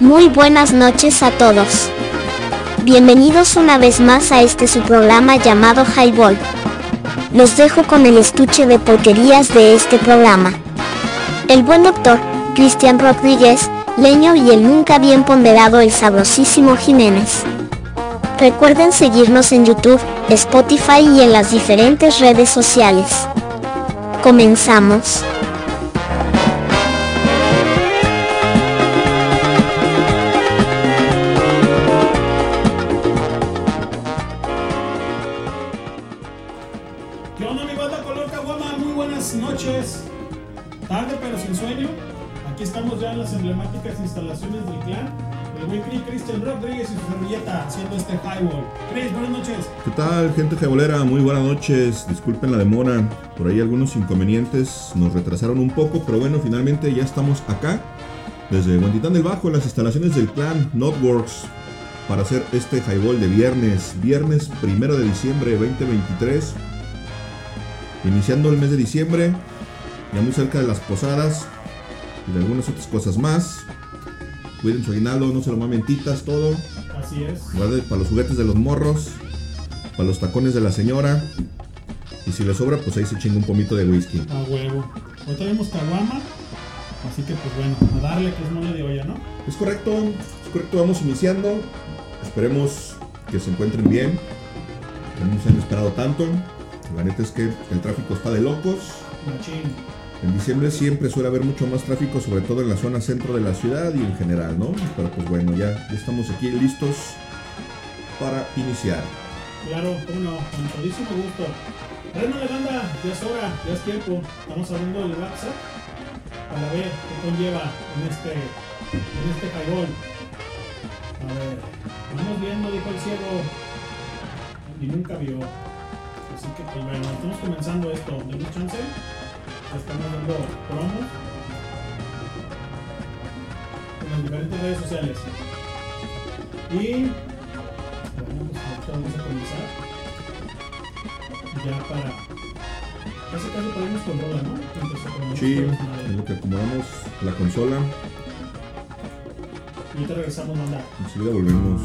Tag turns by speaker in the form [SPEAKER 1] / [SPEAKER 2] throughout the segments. [SPEAKER 1] Muy buenas noches a todos. Bienvenidos una vez más a este su programa llamado Highball. Los dejo con el estuche de porquerías de este programa. El buen doctor, Cristian Rodríguez, Leño y el nunca bien ponderado el sabrosísimo Jiménez. Recuerden seguirnos en YouTube, Spotify y en las diferentes redes sociales. Comenzamos.
[SPEAKER 2] ¿Qué onda mi banda color caguama? Muy buenas noches. Tarde pero sin sueño. Aquí estamos ya en las emblemáticas instalaciones del clan. El buen Cri Cristian Rodríguez y su servilleta haciendo este highball. Chris, buenas noches.
[SPEAKER 3] ¿Qué tal, gente jabolera? Muy buenas noches. Disculpen la demora. Por ahí algunos inconvenientes nos retrasaron un poco, pero bueno, finalmente ya estamos acá, desde Guantitán del Bajo, en las instalaciones del clan Notworks, para hacer este highball de viernes, viernes primero de diciembre de 2023. Iniciando el mes de diciembre, ya muy cerca de las posadas y de algunas otras cosas más. Cuiden su aguinaldo, no se lo mamen titas, todo.
[SPEAKER 2] Así es.
[SPEAKER 3] Guarde para los juguetes de los morros, para los tacones de la señora. Y si le sobra, pues ahí se chinga un pomito de whisky.
[SPEAKER 2] A huevo. Hoy tenemos caguama. Así que pues bueno, a darle que es mole de olla, ¿no?
[SPEAKER 3] Es correcto, es correcto, vamos iniciando. Esperemos que se encuentren bien. Que no se han esperado tanto. La neta es que el tráfico está de locos.
[SPEAKER 2] Machín.
[SPEAKER 3] En diciembre siempre suele haber mucho más tráfico, sobre todo en la zona centro de la ciudad y en general, ¿no? Pero pues bueno, ya, ya estamos aquí listos para iniciar.
[SPEAKER 2] Claro, uno, con todísimo gusto. Reino de banda, ya es hora, ya es tiempo. Estamos hablando del WhatsApp para ver qué conlleva en este, en este highball. A ver, vamos viendo, dijo el ciego. Y nunca vio. Así que pues bueno, estamos comenzando esto. Denos chance. Ya Estamos dando promos en las diferentes redes sociales. Y bueno, pues ahorita vamos a comenzar. Ya para. Casi casi podemos controlar, ¿no? Mientras acomodamos
[SPEAKER 3] Sí,
[SPEAKER 2] todas las madres.
[SPEAKER 3] en lo que acomodamos la consola,
[SPEAKER 2] Y ahorita regresamos a andar.
[SPEAKER 3] enseguida Pues volvemos.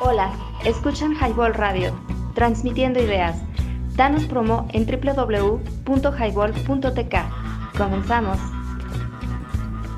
[SPEAKER 4] Hola, escuchan Highball Radio, transmitiendo ideas. Danos promo en www.highball.tk. Comenzamos.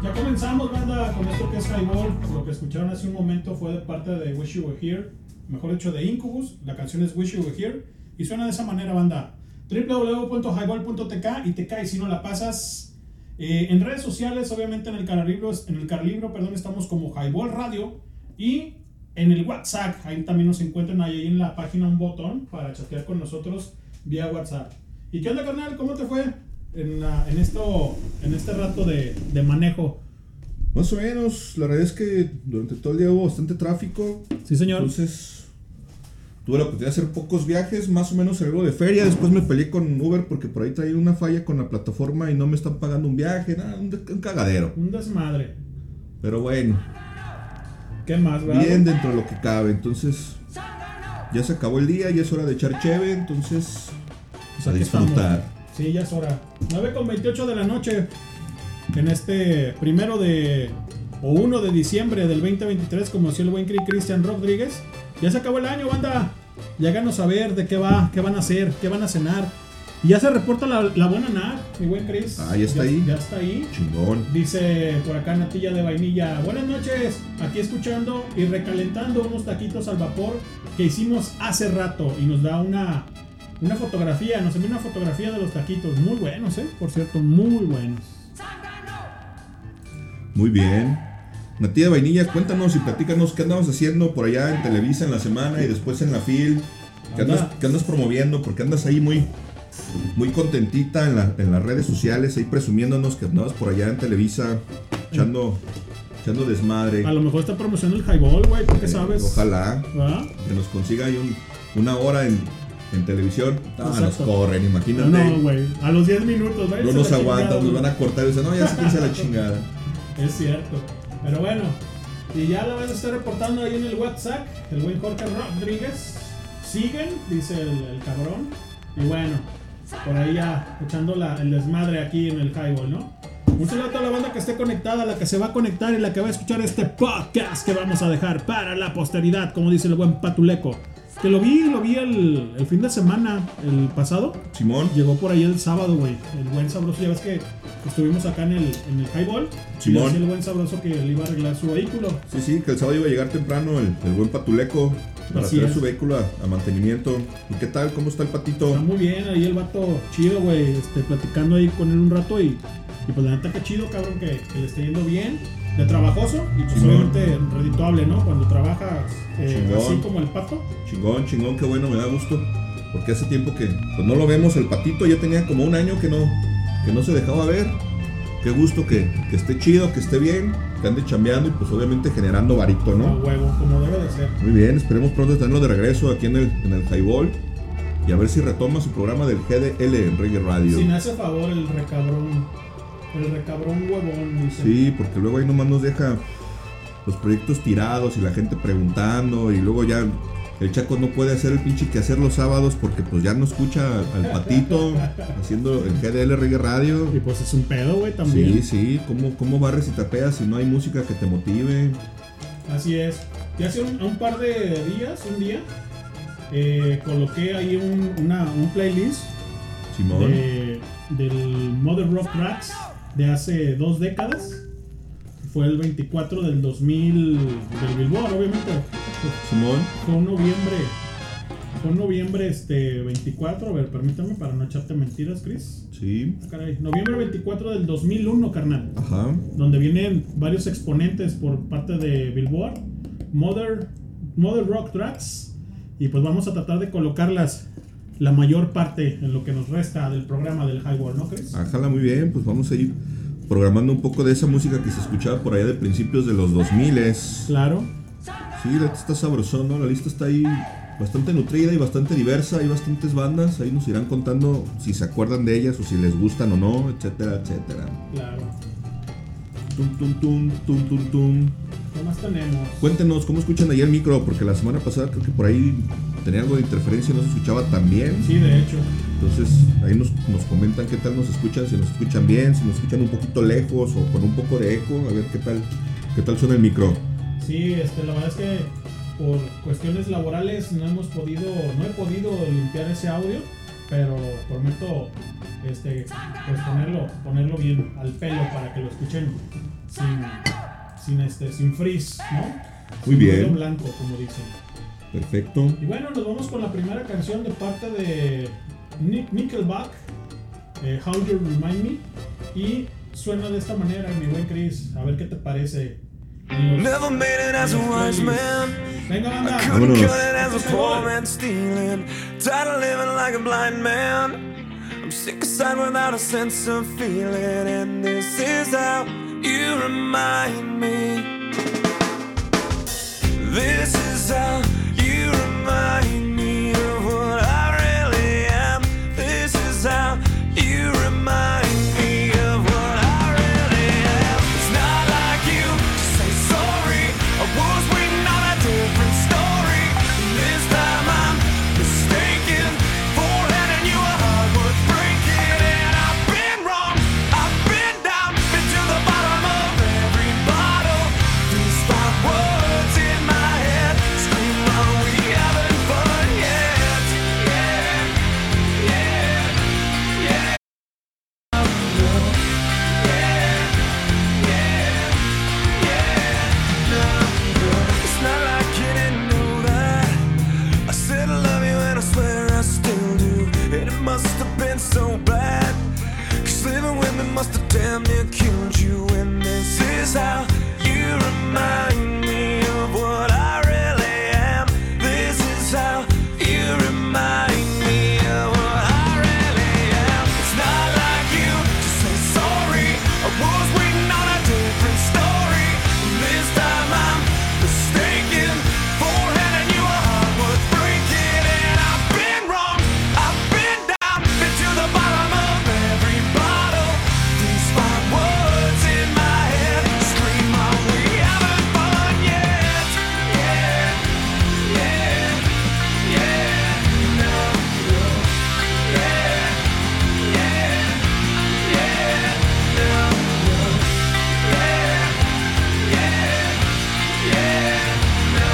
[SPEAKER 2] Ya comenzamos, banda, con esto que es Highball. Lo que escucharon hace un momento fue de parte de Wish You Were Here, mejor dicho de Incubus. La canción es Wish You Were Here y suena de esa manera, banda. www.highball.tk y te cae si no la pasas. Eh, en redes sociales, obviamente en el Carlibro, en el Carlibro, perdón, estamos como Highball Radio y en el WhatsApp, ahí también nos encuentran ahí en la página un botón para chatear con nosotros vía WhatsApp. ¿Y qué onda, carnal? ¿Cómo te fue en, la- en esto, en este rato de, de manejo?
[SPEAKER 3] Más o menos, la verdad es que durante todo el día hubo bastante tráfico.
[SPEAKER 2] Sí, señor.
[SPEAKER 3] Entonces, tuve la oportunidad de hacer pocos viajes, más o menos algo de feria. Después me peleé con Uber porque por ahí traía una falla con la plataforma y no me están pagando un viaje, nada, un, de- un cagadero.
[SPEAKER 2] Un desmadre.
[SPEAKER 3] Pero bueno,
[SPEAKER 2] ¿Qué más, verdad?
[SPEAKER 3] bien dentro de lo que cabe. Entonces, ya se acabó el día, ya es hora de echar cheve, entonces,
[SPEAKER 2] Pues aquí
[SPEAKER 3] a disfrutar.
[SPEAKER 2] estamos. Sí, ya es hora. 9 con 28 de la noche. En este primero de. o 1 de diciembre del 2023, como decía el buen Cri- Cristian Rodríguez. Ya se acabó el año, banda. Ya háganos saber de qué va, qué van a hacer, qué van a cenar. Y ya se reporta la, la buena NAR, mi buen Chris.
[SPEAKER 3] Ah, ya está ahí.
[SPEAKER 2] Ya está ahí.
[SPEAKER 3] Chingón.
[SPEAKER 2] Dice por acá Natilla de Vainilla, buenas noches, aquí escuchando y recalentando unos taquitos al vapor que hicimos hace rato y nos da una, una fotografía, nos envía una fotografía de los taquitos, muy buenos, ¿eh? Por cierto, muy buenos.
[SPEAKER 3] Muy bien. Natía de Vainilla, cuéntanos y platícanos qué andabas haciendo por allá en Televisa en la semana y después en la FIL. ¿Qué
[SPEAKER 2] Anda.
[SPEAKER 3] andas, qué andas promoviendo? Porque andas ahí muy, muy contentita en, la- en las redes sociales, ahí presumiéndonos que andabas por allá en Televisa echando, echando desmadre.
[SPEAKER 2] A lo mejor está promocionando el highball, güey, ¿tú qué
[SPEAKER 3] Eh,
[SPEAKER 2] sabes?
[SPEAKER 3] Ojalá
[SPEAKER 2] ¿Verdad?
[SPEAKER 3] que nos consiga ahí un- una hora en, en televisión. Ah, nos
[SPEAKER 2] Exacto.
[SPEAKER 3] corren,
[SPEAKER 2] No,
[SPEAKER 3] imagínate.
[SPEAKER 2] no, güey, a los 10 minutos, güey.
[SPEAKER 3] No
[SPEAKER 2] se
[SPEAKER 3] nos
[SPEAKER 2] la chingada,
[SPEAKER 3] aguantan, nos
[SPEAKER 2] güey.
[SPEAKER 3] van a cortar. Dicen, no, ya se piensa la chingada.
[SPEAKER 2] Es cierto. Pero bueno, y ya la vez está reportando ahí en el WhatsApp, el buen Jorge Rodríguez. Siguen, dice el, el cabrón. Y bueno, por ahí ya echando la- el desmadre aquí en el highball, ¿no? Un saludo a toda la banda que esté conectada, la que se va a conectar y la que va a escuchar este podcast que vamos a dejar para la posteridad, como dice el buen Patuleco. Que lo vi, lo vi el, el fin de semana, el pasado.
[SPEAKER 3] Simón,
[SPEAKER 2] Llegó por ahí el sábado, güey. El buen sabroso. Ya ves que estuvimos acá en el, en el highball. Y le
[SPEAKER 3] Simón.
[SPEAKER 2] decía el buen sabroso que le iba a arreglar su vehículo.
[SPEAKER 3] Sí, sí, que el sábado iba a llegar temprano el, el buen Patuleco para
[SPEAKER 2] Así
[SPEAKER 3] traer
[SPEAKER 2] es.
[SPEAKER 3] su vehículo a, a mantenimiento. ¿Y qué tal? ¿Cómo está el patito?
[SPEAKER 2] Está muy bien ahí el vato chido, güey. Este, platicando ahí con él un rato y, y pues la neta que chido, cabrón, que, que le esté yendo bien. De trabajoso y pues
[SPEAKER 3] Simón.
[SPEAKER 2] obviamente redituable, ¿no? Cuando trabajas eh,
[SPEAKER 3] Chingón.
[SPEAKER 2] así como el pato.
[SPEAKER 3] Chingón, chingón, qué bueno, me da gusto. Porque hace tiempo que pues, no lo vemos el patito, ya tenía como un año que no, que no se dejaba ver. Qué gusto que, que esté chido, que esté bien, que ande chambeando y pues obviamente generando varito,
[SPEAKER 2] A
[SPEAKER 3] Pues, ¿no?
[SPEAKER 2] huevo, como debe de ser.
[SPEAKER 3] Muy bien, esperemos pronto tenerlo de regreso aquí en el, en el Highball y a ver si retoma su programa del GDL en Reggae Radio.
[SPEAKER 2] Si me hace favor el recabrón. El recabrón huevón, dice.
[SPEAKER 3] Sí, porque luego ahí nomás nos deja los proyectos tirados y la gente preguntando y luego ya el Chaco no puede hacer el pinche que hacer los sábados porque pues ya no escucha al, al patito haciendo el GDL Reggae Radio.
[SPEAKER 2] Y pues es un pedo, güey, también.
[SPEAKER 3] Sí, sí, ¿cómo, cómo barres y tapeas si no hay música que te motive?
[SPEAKER 2] Así es. Y hace un, un par de días, un día, eh, coloqué ahí un, una, un playlist
[SPEAKER 3] Simón,
[SPEAKER 2] de, del Mother Rock Tracks de hace dos décadas. Fue el 24 del 2000 del Billboard, obviamente.
[SPEAKER 3] Simón,
[SPEAKER 2] Fue un noviembre. Fue un noviembre este, 24, a ver, permítame para no echarte mentiras, Chris.
[SPEAKER 3] sí,
[SPEAKER 2] Ah, caray, noviembre 24 del 2001, carnal
[SPEAKER 3] ajá,
[SPEAKER 2] donde vienen varios exponentes por parte de Billboard, Mother, Mother Rock Tracks, y pues vamos a tratar de colocarlas la mayor parte en lo que nos resta del programa del Highball, ¿no crees?
[SPEAKER 3] ajala muy bien, pues vamos a ir programando un poco de esa música que se escuchaba por allá de principios de los 2000s.
[SPEAKER 2] Claro,
[SPEAKER 3] Sí, la lista está sabrosón, ¿no? La lista está ahí bastante nutrida y bastante diversa. Hay bastantes bandas. Ahí nos irán contando si se acuerdan de ellas o si les gustan o no, etcétera, etcétera.
[SPEAKER 2] claro.
[SPEAKER 3] Tum, tum, tum, tum, tum, tum.
[SPEAKER 2] ¿Qué más tenemos?
[SPEAKER 3] Cuéntenos, ¿cómo escuchan ahí el micro? Porque la semana pasada creo que por ahí tenía algo de interferencia y no se escuchaba tan bien.
[SPEAKER 2] Sí, de hecho.
[SPEAKER 3] Entonces ahí nos, nos comentan qué tal nos escuchan, si nos escuchan bien, si nos escuchan un poquito lejos o con un poco de eco. A ver qué tal, qué tal suena el micro.
[SPEAKER 2] Sí, este, la verdad es que por cuestiones laborales no hemos podido, no he podido limpiar ese audio, pero prometo este, pues ponerlo, ponerlo bien al pelo para que lo escuchen sin, sin este, sin frizz, ¿no?
[SPEAKER 3] Muy
[SPEAKER 2] Sin
[SPEAKER 3] bien.
[SPEAKER 2] ruido blanco, como dicen.
[SPEAKER 3] Perfecto.
[SPEAKER 2] Y bueno, nos vamos con la primera canción de parte de Nick Nickelback, eh, How You Remind Me, y suena de esta manera, mi buen Chris, a ver qué te parece. amigos.
[SPEAKER 5] Never made it as a wise man.
[SPEAKER 2] Venga,
[SPEAKER 5] I
[SPEAKER 2] banda.
[SPEAKER 5] couldn't
[SPEAKER 3] Vámonos.
[SPEAKER 5] cut it as a poor man stealing. Tired of living like a blind man. I'm sick aside without a sense of feeling. And this is how you remind me. This is how you remind me of what I really am. This is how you remind me of what I really am. It's not like you say sorry. I was we not a different story. This time I'm mistaken for letting you a heart worth breaking. And I've been wrong. I've been down, been to the bottom of every bottle. These five words in my head scream, "Are we having fun yet? Yeah, yeah, yeah." It's not like you didn't know that. I said I love you and I swear I still do. And it must have been so bad. Cause living with me must have damn near killed you. And this is how you remind me of what I really am. This is how you remind me of what I really am. It's not like you to say sorry. I was waiting on a different story. This time I'm mistaken for having you a heart worth breaking. And I've been wrong. I've been down, been to the bottom of every bottle. These five words in my head scream, "Are we having fun yet?" Yeah, yeah, yeah. No, no. Yeah, yeah, yeah. No, no. Yeah, yeah, yeah. No,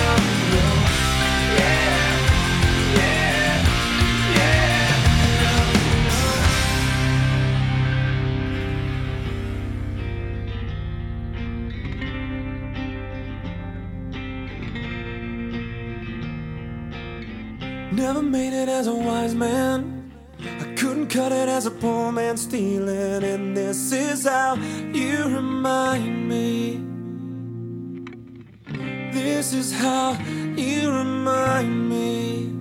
[SPEAKER 5] no. Yeah, yeah, yeah. Never made it as a wise man. I couldn't cut it as a poor man stealing. And this is how you remind me. This is how you remind me.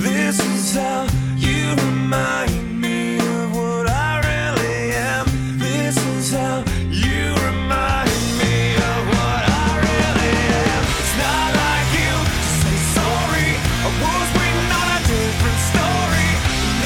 [SPEAKER 5] This is how you remind me of what I really am. This is how you remind me of what I really am. It's not like you to say sorry. I was waiting on a different story.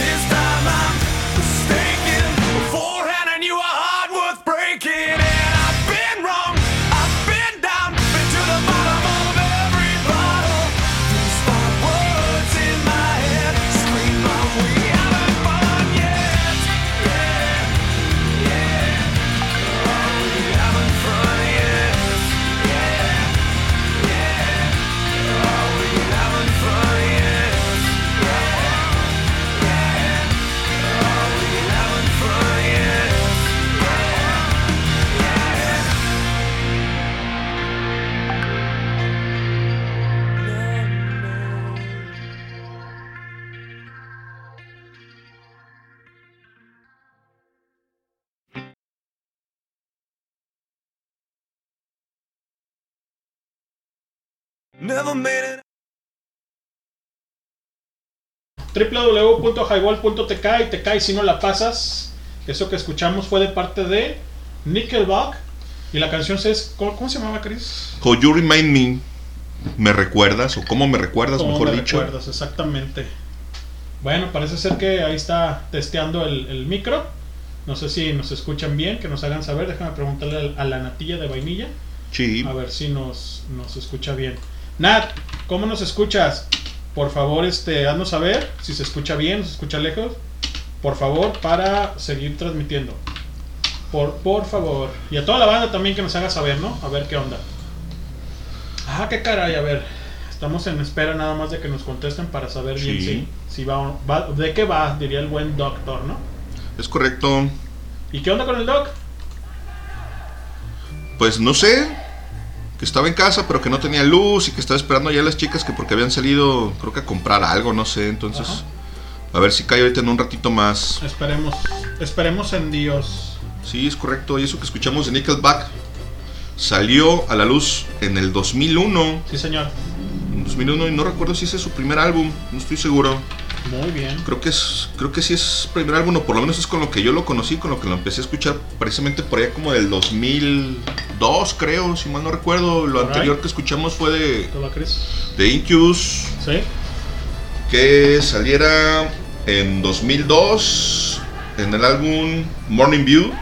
[SPEAKER 5] This time I'm mistaken for handing you a heart worth breaking. And I've been wrong. I've been down, been to the bottom of every bottle. These five words in my head scream, "Are we having fun yet? Yeah, yeah. Are we having fun yet? Yeah, yeah. Are we having fun yet? Yeah, yeah. Are we having fun yet? Never made it.
[SPEAKER 2] www.highball.tk y te cae si no la pasas. Eso que escuchamos fue de parte de Nickelback. Y la canción se es. ¿Cómo, cómo se llamaba, Chris?
[SPEAKER 3] How you remind me. ¿Me recuerdas? ¿O cómo me recuerdas,
[SPEAKER 2] ¿Cómo
[SPEAKER 3] mejor
[SPEAKER 2] me
[SPEAKER 3] dicho?
[SPEAKER 2] recuerdas? Exactamente. Bueno, parece ser que ahí está testeando el, el micro. No sé si nos escuchan bien, que nos hagan saber. Déjame preguntarle al- a la natilla de vainilla.
[SPEAKER 3] Sí.
[SPEAKER 2] A ver si nos, nos escucha bien. Nat, ¿cómo nos escuchas? Por favor, este, haznos saber si se escucha bien, se escucha lejos. Por favor, para seguir transmitiendo. Por, por favor. Y a toda la banda también que nos haga saber, ¿no? A ver qué onda. Ah, qué caray, a ver. Estamos en espera nada más de que nos contesten para saber bien
[SPEAKER 3] Sí.
[SPEAKER 2] si, si va, o- va- de qué va, diría el buen doctor, ¿no?
[SPEAKER 3] Es correcto.
[SPEAKER 2] ¿Y qué onda con el doc?
[SPEAKER 3] Pues no sé. Que estaba en casa, pero que no tenía luz y que estaba esperando ya a las chicas que porque habían salido, creo que a comprar algo, no sé. Entonces,
[SPEAKER 2] Ajá.
[SPEAKER 3] a ver si cae ahorita en un ratito más.
[SPEAKER 2] Esperemos, esperemos en Dios.
[SPEAKER 3] Sí, es correcto. Y eso que escuchamos de Nickelback salió a la luz en el 2001.
[SPEAKER 2] Sí, señor.
[SPEAKER 3] En 2001 y no recuerdo si ese es su primer álbum, no estoy seguro.
[SPEAKER 2] Muy bien.
[SPEAKER 3] Creo que es creo que sí es su primer álbum o por lo menos es con lo que yo lo conocí, con lo que lo empecé a escuchar precisamente por allá como del 2002, creo, si mal no recuerdo. Lo
[SPEAKER 2] Alright.
[SPEAKER 3] anterior que escuchamos fue de
[SPEAKER 2] ¿Qué va, Chris?
[SPEAKER 3] de Incubus
[SPEAKER 2] ¿Sí?
[SPEAKER 3] que saliera en 2002 en el álbum Morning View.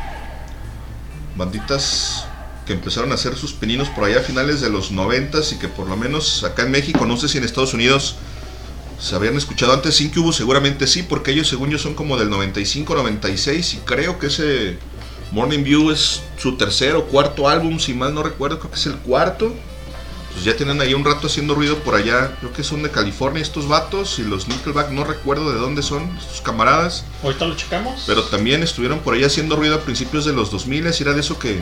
[SPEAKER 3] Banditas que empezaron a hacer sus pininos por allá a finales de los 90 y que por lo menos acá en México, no sé si en Estados Unidos se habían escuchado antes Incubus, seguramente sí, porque ellos según yo son como del 95-96 y creo que ese Morning View es su tercer o cuarto álbum, si mal no recuerdo, creo que es el cuarto. Pues ya tienen ahí un rato haciendo ruido por allá. Creo que son de California estos vatos y los Nickelback no recuerdo de dónde son estos camaradas.
[SPEAKER 2] Ahorita lo checamos.
[SPEAKER 3] Pero también estuvieron por ahí haciendo ruido a principios de los 2000 y era de eso que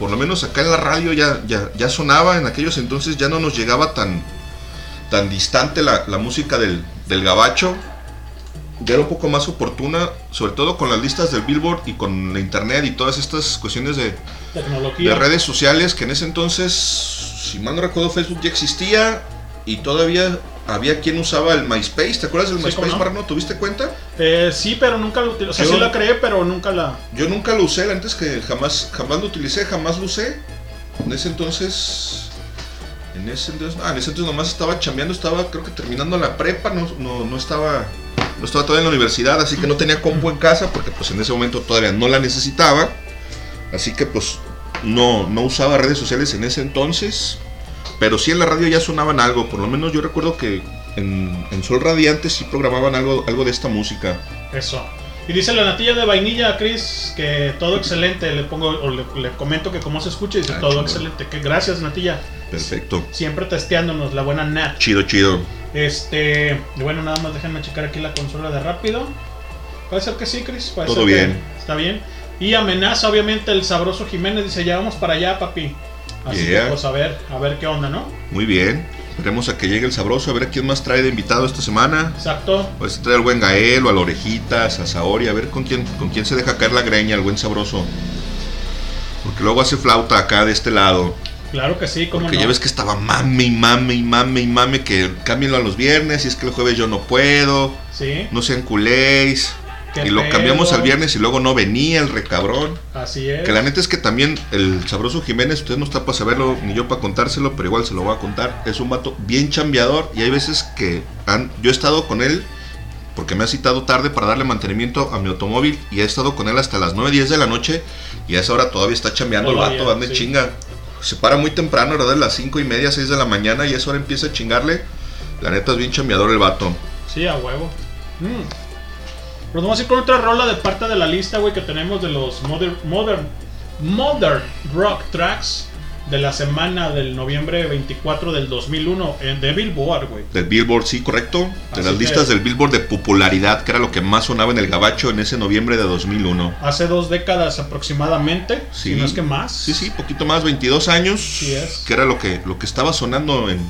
[SPEAKER 3] por lo menos acá en la radio ya, ya, ya sonaba. En aquellos entonces ya no nos llegaba tan, tan distante la, la música del, del gabacho. Ya era un poco más oportuna, sobre todo con las listas del Billboard y con la internet y todas estas cuestiones de,
[SPEAKER 2] Tecnología.
[SPEAKER 3] de redes sociales que en ese entonces, si mal no recuerdo, Facebook ya existía y todavía había quien usaba el MySpace. ¿Te acuerdas del
[SPEAKER 2] Sí,
[SPEAKER 3] MySpace,
[SPEAKER 2] cómo no.
[SPEAKER 3] Marno? ¿Tuviste cuenta?
[SPEAKER 2] Eh, sí, pero nunca lo utilicé. O sea,
[SPEAKER 3] Yo-
[SPEAKER 2] sí la creé, pero nunca la.
[SPEAKER 3] Yo nunca lo usé, antes que jamás, jamás lo utilicé, jamás lo usé. En ese entonces. En ese entonces. Ah, en ese entonces nomás estaba chambeando, estaba creo que terminando la prepa, no, no, no estaba. No estaba todavía en la universidad, así que no tenía compu en casa, porque pues en ese momento todavía no la necesitaba. Así que pues no, no usaba redes sociales en ese entonces. Pero sí en la radio ya sonaban algo. Por lo menos yo recuerdo que en, en Sol Radiante sí programaban algo, algo de esta música.
[SPEAKER 2] Eso. Y dice la natilla de vainilla, Chris, que todo excelente. Le pongo, o le, le comento que cómo se escucha y dice
[SPEAKER 3] Ah,
[SPEAKER 2] todo
[SPEAKER 3] chingón.
[SPEAKER 2] excelente. Que gracias, natilla.
[SPEAKER 3] Perfecto.
[SPEAKER 2] Siempre testeándonos, la buena Nat.
[SPEAKER 3] Chido, chido.
[SPEAKER 2] Este, y bueno, nada más déjenme checar aquí la consola de rápido. Puede ser que sí, Chris. puede
[SPEAKER 3] Todo
[SPEAKER 2] ser que
[SPEAKER 3] bien.
[SPEAKER 2] Está bien. Y amenaza, obviamente, el sabroso Jiménez. Dice, ya vamos para allá, papi. Así
[SPEAKER 3] Yeah.
[SPEAKER 2] que, pues, a ver, a ver qué onda, ¿no?
[SPEAKER 3] Muy bien. Esperemos a que llegue el sabroso, a ver quién más trae de invitado esta semana.
[SPEAKER 2] Exacto.
[SPEAKER 3] A ver si trae al buen Gael o a la orejitas, a Saori, a ver con quién, con quién se deja caer la greña, el buen sabroso. Porque luego hace flauta acá de este lado.
[SPEAKER 2] Claro que sí, como
[SPEAKER 3] Porque
[SPEAKER 2] no.
[SPEAKER 3] ya ves que estaba mame y mame y mame y mame que cámbienlo a los viernes, y es que el jueves yo no puedo,
[SPEAKER 2] Sí.
[SPEAKER 3] no sean culéis.
[SPEAKER 2] Qué
[SPEAKER 3] Y lo
[SPEAKER 2] pedo.
[SPEAKER 3] cambiamos al viernes y luego no venía el recabrón.
[SPEAKER 2] Así es.
[SPEAKER 3] Que la neta es que también el sabroso Jiménez, usted no está para saberlo ni yo para contárselo, pero igual se lo voy a contar. Es un vato bien chambeador y hay veces que han- yo he estado con él porque me ha citado tarde para darle mantenimiento a mi automóvil y he estado con él hasta las 9, 10 de la noche y a esa hora todavía está chambeando el
[SPEAKER 2] Todavía,
[SPEAKER 3] vato, anda en
[SPEAKER 2] sí.
[SPEAKER 3] chinga. Se para muy temprano, era de las 5 y media, 6 de la mañana y a esa hora empieza a chingarle. La neta es bien chambeador el vato.
[SPEAKER 2] Sí, a huevo. Mm. Nos vamos a ir con otra rola de parte de la lista, güey, que tenemos de los Modern, modern, modern Rock Tracks de la semana del noviembre 24 del 2001 en eh, de Billboard, güey.
[SPEAKER 3] Del Billboard, sí, correcto. De
[SPEAKER 2] Así
[SPEAKER 3] las
[SPEAKER 2] que-
[SPEAKER 3] listas del Billboard de popularidad, que era lo que más sonaba en el gabacho en ese noviembre de 2001.
[SPEAKER 2] Hace dos décadas aproximadamente,
[SPEAKER 3] Sí.
[SPEAKER 2] si no es que más.
[SPEAKER 3] Sí, sí, poquito más, 22 años.
[SPEAKER 2] Así es.
[SPEAKER 3] Que era lo que, lo que estaba sonando en,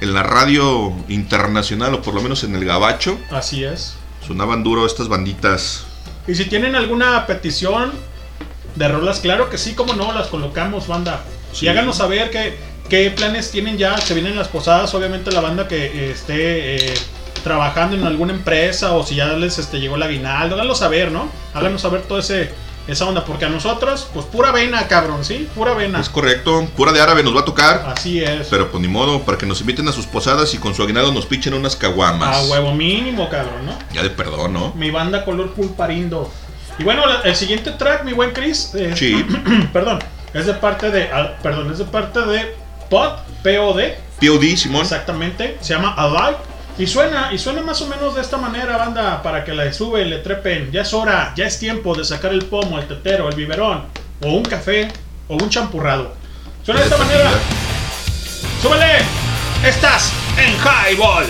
[SPEAKER 3] en la radio internacional, o por lo menos en el gabacho.
[SPEAKER 2] Así es.
[SPEAKER 3] Sonaban duro estas banditas.
[SPEAKER 2] Y si tienen alguna petición de rolas, claro que sí, como no, las colocamos, banda.
[SPEAKER 3] Sí.
[SPEAKER 2] Y háganos saber qué, qué planes tienen ya. Se vienen las posadas, obviamente la banda que eh, esté eh, trabajando en alguna empresa o si ya les este, llegó el aguinaldo, háganlo saber, ¿no? Háganos saber todo ese esa onda, porque a nosotros, pues pura vena, cabrón, ¿sí? Pura vena.
[SPEAKER 3] Es correcto, pura de árabe nos va a tocar.
[SPEAKER 2] Así es.
[SPEAKER 3] Pero pues ni modo, para que nos inviten a sus posadas y con su aguinaldo nos pichen unas
[SPEAKER 2] a
[SPEAKER 3] caguamas.
[SPEAKER 2] huevo mínimo, cabrón, ¿no?
[SPEAKER 3] Ya de perdón, ¿no?
[SPEAKER 2] Mi banda color pulparindo. Y bueno, la- el siguiente track, mi buen Chris, eh,
[SPEAKER 3] Sí,
[SPEAKER 2] perdón, es de parte de, ah, perdón, es de parte de Pod, POD,
[SPEAKER 3] POD, Simón.
[SPEAKER 2] exactamente, se llama Alive y suena y suena más o menos de esta manera, banda, para que la sube, le trepen, ya es hora, ya es tiempo de sacar el pomo, el tetero, el biberón o un café o un champurrado. Suena de esta manera.
[SPEAKER 3] ¡Súbele!
[SPEAKER 2] Este
[SPEAKER 3] ¡Estás en Highball!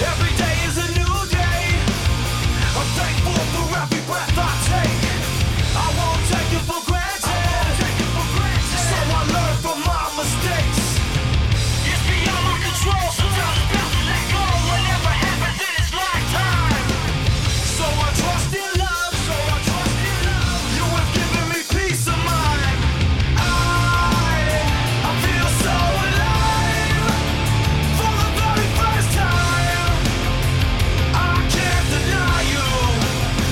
[SPEAKER 5] Every day is a new day. I'm thankful for every breath I take. I won't take it for granted. So I learn from my mistakes. It's beyond my control. Sometimes it's best to let go. Whatever happens in its lifetime. So I trust in love. So I trust in love. You have given me peace of mind. I I feel so alive for the very first time. I can't deny you.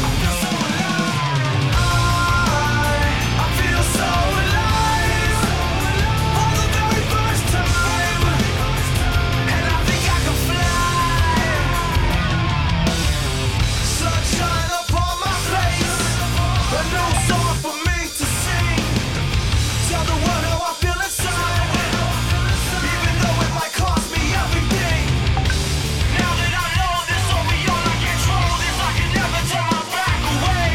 [SPEAKER 5] I feel so alive. I feel so alive for the very first time, and I think I can fly. Sunshine upon my face, a new song for me to sing. Tell the world how I feel inside, even though it might cost me everything. Now that I know this will be all I control, this I can never turn my back away.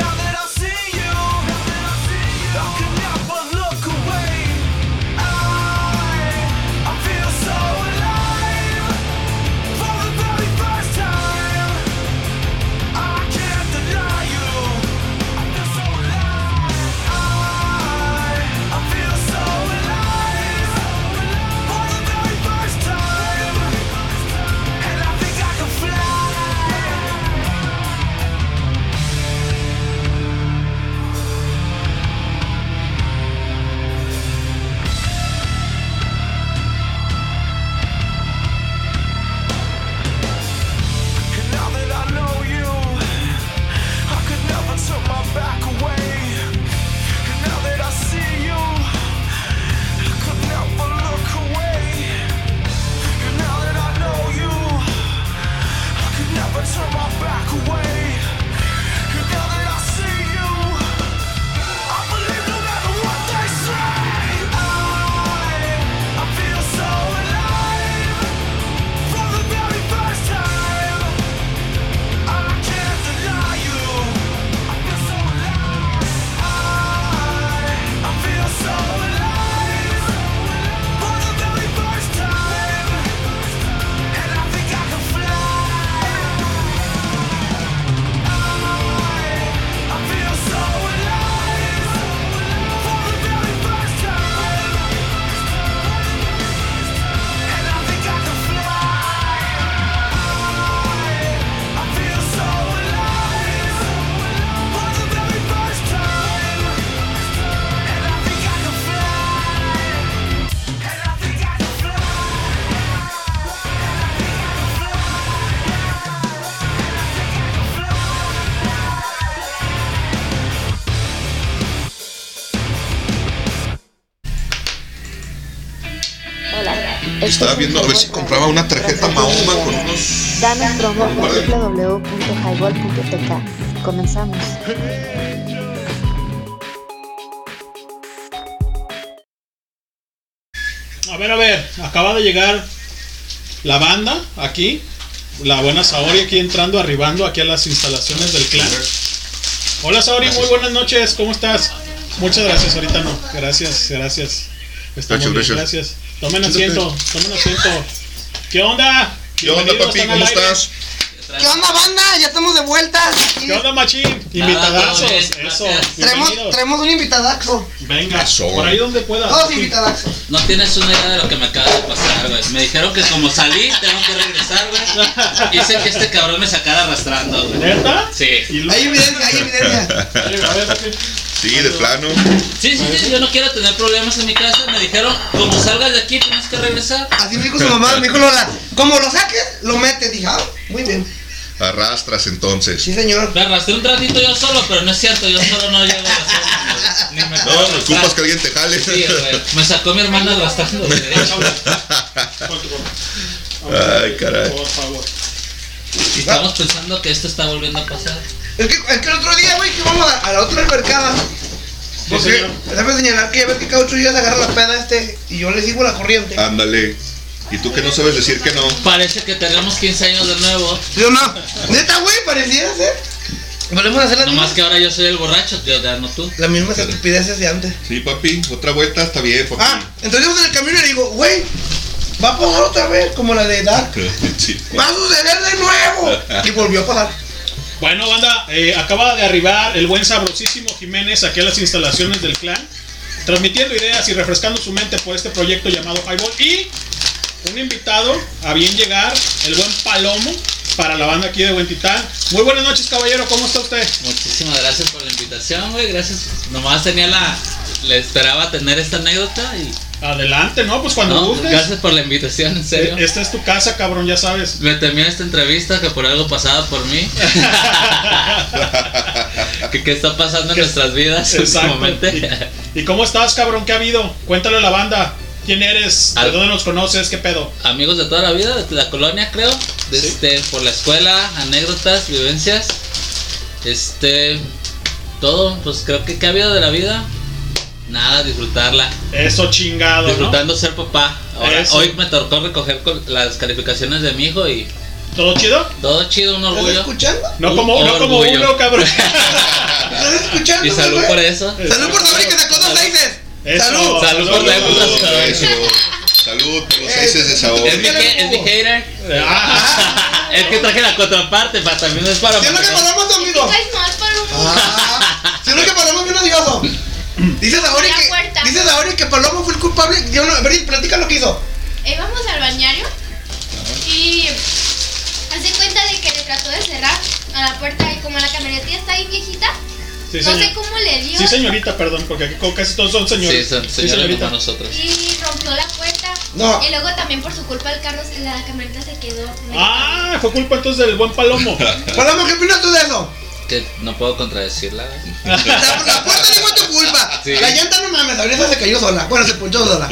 [SPEAKER 5] Now that I see you, I can never look away. I I feel so alive for the very first time. I can't deny you. I feel so alive. I feel so alive for the very first time. And I think I can fly. And now that I know you, I could never turn my back away. And now that I see you, I could never look away. And now that I know you, I could never turn my back away. And now that I see you, I believe no matter what they say. I, I feel so alive for the very first time. I can't deny you. I feel so alive. I feel so alive for the very first time, and I think I can fly. I feel so alive for the very first time, and I think I can fly. I feel so alive for the very first time, and I think I can fly. And I think I can fly.
[SPEAKER 4] Hola.
[SPEAKER 3] Estaba viendo a ver si compraba una tarjeta Mahoma con unos.
[SPEAKER 4] Danos promo por www.highball.tk. Comenzamos.
[SPEAKER 6] A ver, a ver, acaba de llegar la banda aquí, la buena Saori aquí entrando, arribando aquí a las instalaciones del clan. Hola Saori, muy buenas noches, ¿cómo estás? Muchas gracias, ahorita no, gracias, gracias. Está muy
[SPEAKER 3] Gracias,
[SPEAKER 6] bien, gracias. Tomen asiento, tomen asiento. ¿Qué onda?
[SPEAKER 3] ¿Qué onda,
[SPEAKER 6] Bienvenidos,
[SPEAKER 3] papi?
[SPEAKER 6] están al
[SPEAKER 3] ¿Cómo
[SPEAKER 6] aire.
[SPEAKER 3] estás?
[SPEAKER 7] ¿Qué onda, banda? Ya estamos de vuelta. aquí.
[SPEAKER 6] ¿Qué onda, machín?
[SPEAKER 8] todo
[SPEAKER 6] Invitadazos,
[SPEAKER 8] bien,
[SPEAKER 6] eso.
[SPEAKER 8] gracias.
[SPEAKER 6] bienvenidos.
[SPEAKER 7] Traemos, traemos un invitadaxo.
[SPEAKER 6] Venga,
[SPEAKER 3] Eso.
[SPEAKER 6] por ahí donde puedas.
[SPEAKER 7] Todos invitadaxos.
[SPEAKER 8] No tienes una idea de lo que me acaba de pasar, güey. Me dijeron que como salí, tengo que regresar, güey. Hice que este cabrón me sacara arrastrando, güey.
[SPEAKER 6] ¿Neta?
[SPEAKER 8] Sí.
[SPEAKER 6] Y luego-
[SPEAKER 7] Hay evidencia, hay evidencia.
[SPEAKER 6] Dale, a ver, papi.
[SPEAKER 3] Sí, de plano.
[SPEAKER 8] Sí, sí, sí, yo no quiero tener problemas en mi casa. Me dijeron, como salgas de aquí, tienes que regresar.
[SPEAKER 7] Así me dijo su mamá, me dijo Lola. Como lo saques, lo metes. Dije, ah, muy bien.
[SPEAKER 3] Arrastras entonces.
[SPEAKER 7] Sí, señor.
[SPEAKER 8] Me arrastré un ratito yo solo, pero no es cierto, yo solo no llego a las once, güey. Ni me
[SPEAKER 3] No,
[SPEAKER 8] puedo
[SPEAKER 3] no
[SPEAKER 8] arrastrar.
[SPEAKER 3] ocupas que alguien te jale.
[SPEAKER 8] Sí, güey. Me sacó mi hermana arrastrando, güey.
[SPEAKER 3] Ay, caray.
[SPEAKER 6] Por favor.
[SPEAKER 8] Y Estamos pensando que esto está volviendo a pasar.
[SPEAKER 7] Es que, es que el otro día, güey, que vamos a, a la otra albercada. Porque,
[SPEAKER 6] señor.
[SPEAKER 7] déjame señalar que ya ves que cada ocho días agarra la peda este y yo le sigo la corriente.
[SPEAKER 3] Ándale. ¿Y tú que no sabes decir que no?
[SPEAKER 8] Parece que tenemos 15 años de nuevo.
[SPEAKER 7] ¿Sí o no? Neta, güey, parecía ser. Volvemos a hacer las,
[SPEAKER 8] Nomás que ahora yo soy el borracho, tío, ya no tú.
[SPEAKER 7] las mismas estupideces de antes.
[SPEAKER 3] Sí, papi, otra vuelta está bien, papi.
[SPEAKER 7] Ah, entonces íbamos en el camino y le digo, güey, va a pasar otra vez, como la de Dark.
[SPEAKER 3] Sí.
[SPEAKER 7] ¡Va a suceder de nuevo! Y volvió a pasar.
[SPEAKER 2] Bueno, banda, eh, acaba de arribar el buen sabrosísimo Jiménez aquí a las instalaciones del clan, transmitiendo ideas y refrescando su mente por este proyecto llamado Highball. Y un invitado a bien llegar, el buen Palomo, para la banda aquí de Buen Titán. Muy buenas noches, caballero, ¿cómo está usted?
[SPEAKER 8] Muchísimas gracias por la invitación, güey. Gracias. Nomás tenía la. Le esperaba tener esta anécdota y.
[SPEAKER 2] Adelante, ¿no? Pues cuando
[SPEAKER 8] No,
[SPEAKER 2] gustes.
[SPEAKER 8] gracias por la invitación, en serio.
[SPEAKER 2] Eh, Esta es tu casa, cabrón, ya sabes.
[SPEAKER 8] Me temía esta entrevista que por algo pasaba por mí. que qué está pasando en
[SPEAKER 2] Que-
[SPEAKER 8] nuestras vidas últimamente.
[SPEAKER 2] ¿Y, y cómo estás, cabrón? ¿Qué ha habido? Cuéntale a la banda. ¿Quién eres? ¿De
[SPEAKER 8] Al-
[SPEAKER 2] dónde nos conoces? ¿Qué pedo?
[SPEAKER 8] Amigos de toda la vida, de la colonia creo. de
[SPEAKER 2] Sí.
[SPEAKER 8] Este, por la escuela, anécdotas, vivencias. Este, todo, pues creo que qué ha habido de la vida. Nada, disfrutarla.
[SPEAKER 2] Eso chingado, ¿no?
[SPEAKER 8] Disfrutando ser papá. Ahora,
[SPEAKER 2] Eso.
[SPEAKER 8] hoy me tocó recoger col- las calificaciones de mi hijo y
[SPEAKER 2] ¿Todo chido?
[SPEAKER 8] todo chido, un
[SPEAKER 7] ¿Estás
[SPEAKER 8] orgullo.
[SPEAKER 7] escuchando?
[SPEAKER 2] No
[SPEAKER 8] Un
[SPEAKER 2] como, no como
[SPEAKER 8] orgullo.
[SPEAKER 2] uno, cabrón.
[SPEAKER 7] ¿Estás escuchando?
[SPEAKER 8] Y salud
[SPEAKER 7] güey?
[SPEAKER 8] por eso.
[SPEAKER 7] Salud por saber que sacó dos seises.
[SPEAKER 2] Eso.
[SPEAKER 7] Salud.
[SPEAKER 8] Salud por la época.
[SPEAKER 3] Salud, eso. Salud por los seises de sabor.
[SPEAKER 8] Es mi, ha- es mi hater.
[SPEAKER 2] Ah,
[SPEAKER 8] Es que traje la contraparte, para también es para.
[SPEAKER 7] Si es lo que paramos, amigo.
[SPEAKER 9] más para un
[SPEAKER 7] Ah, si es lo que Palomo vino odioso. Dices ahora
[SPEAKER 9] La
[SPEAKER 7] que,
[SPEAKER 9] puerta.
[SPEAKER 7] dices ahora que Palomo fue el culpable. Yo no, Bril, platica lo que hizo.
[SPEAKER 9] Eh, vamos al bañario y hace cuenta de que le trató de cerrar a la puerta y como la camioneta ya está ahí viejita,
[SPEAKER 2] sí,
[SPEAKER 9] no sé
[SPEAKER 2] señor.
[SPEAKER 9] cómo le dio
[SPEAKER 2] Sí, señorita, perdón, porque aquí como casi todos son
[SPEAKER 8] Sí,
[SPEAKER 2] señores.
[SPEAKER 8] son señores como nosotros.
[SPEAKER 9] y rompió la puerta.
[SPEAKER 7] No.
[SPEAKER 9] Y luego también por su culpa el carro, se- la camioneta se quedó.
[SPEAKER 2] Ah, fue culpa entonces del buen Palomo.
[SPEAKER 7] Palomo, ¿qué opinas tú de eso?
[SPEAKER 8] Que no puedo contradecirla. güey.
[SPEAKER 7] La, la puerta ni fue tu culpa.
[SPEAKER 8] Sí.
[SPEAKER 7] La llanta no mames, ahorita se cayó sola. Bueno, se ponchó sola.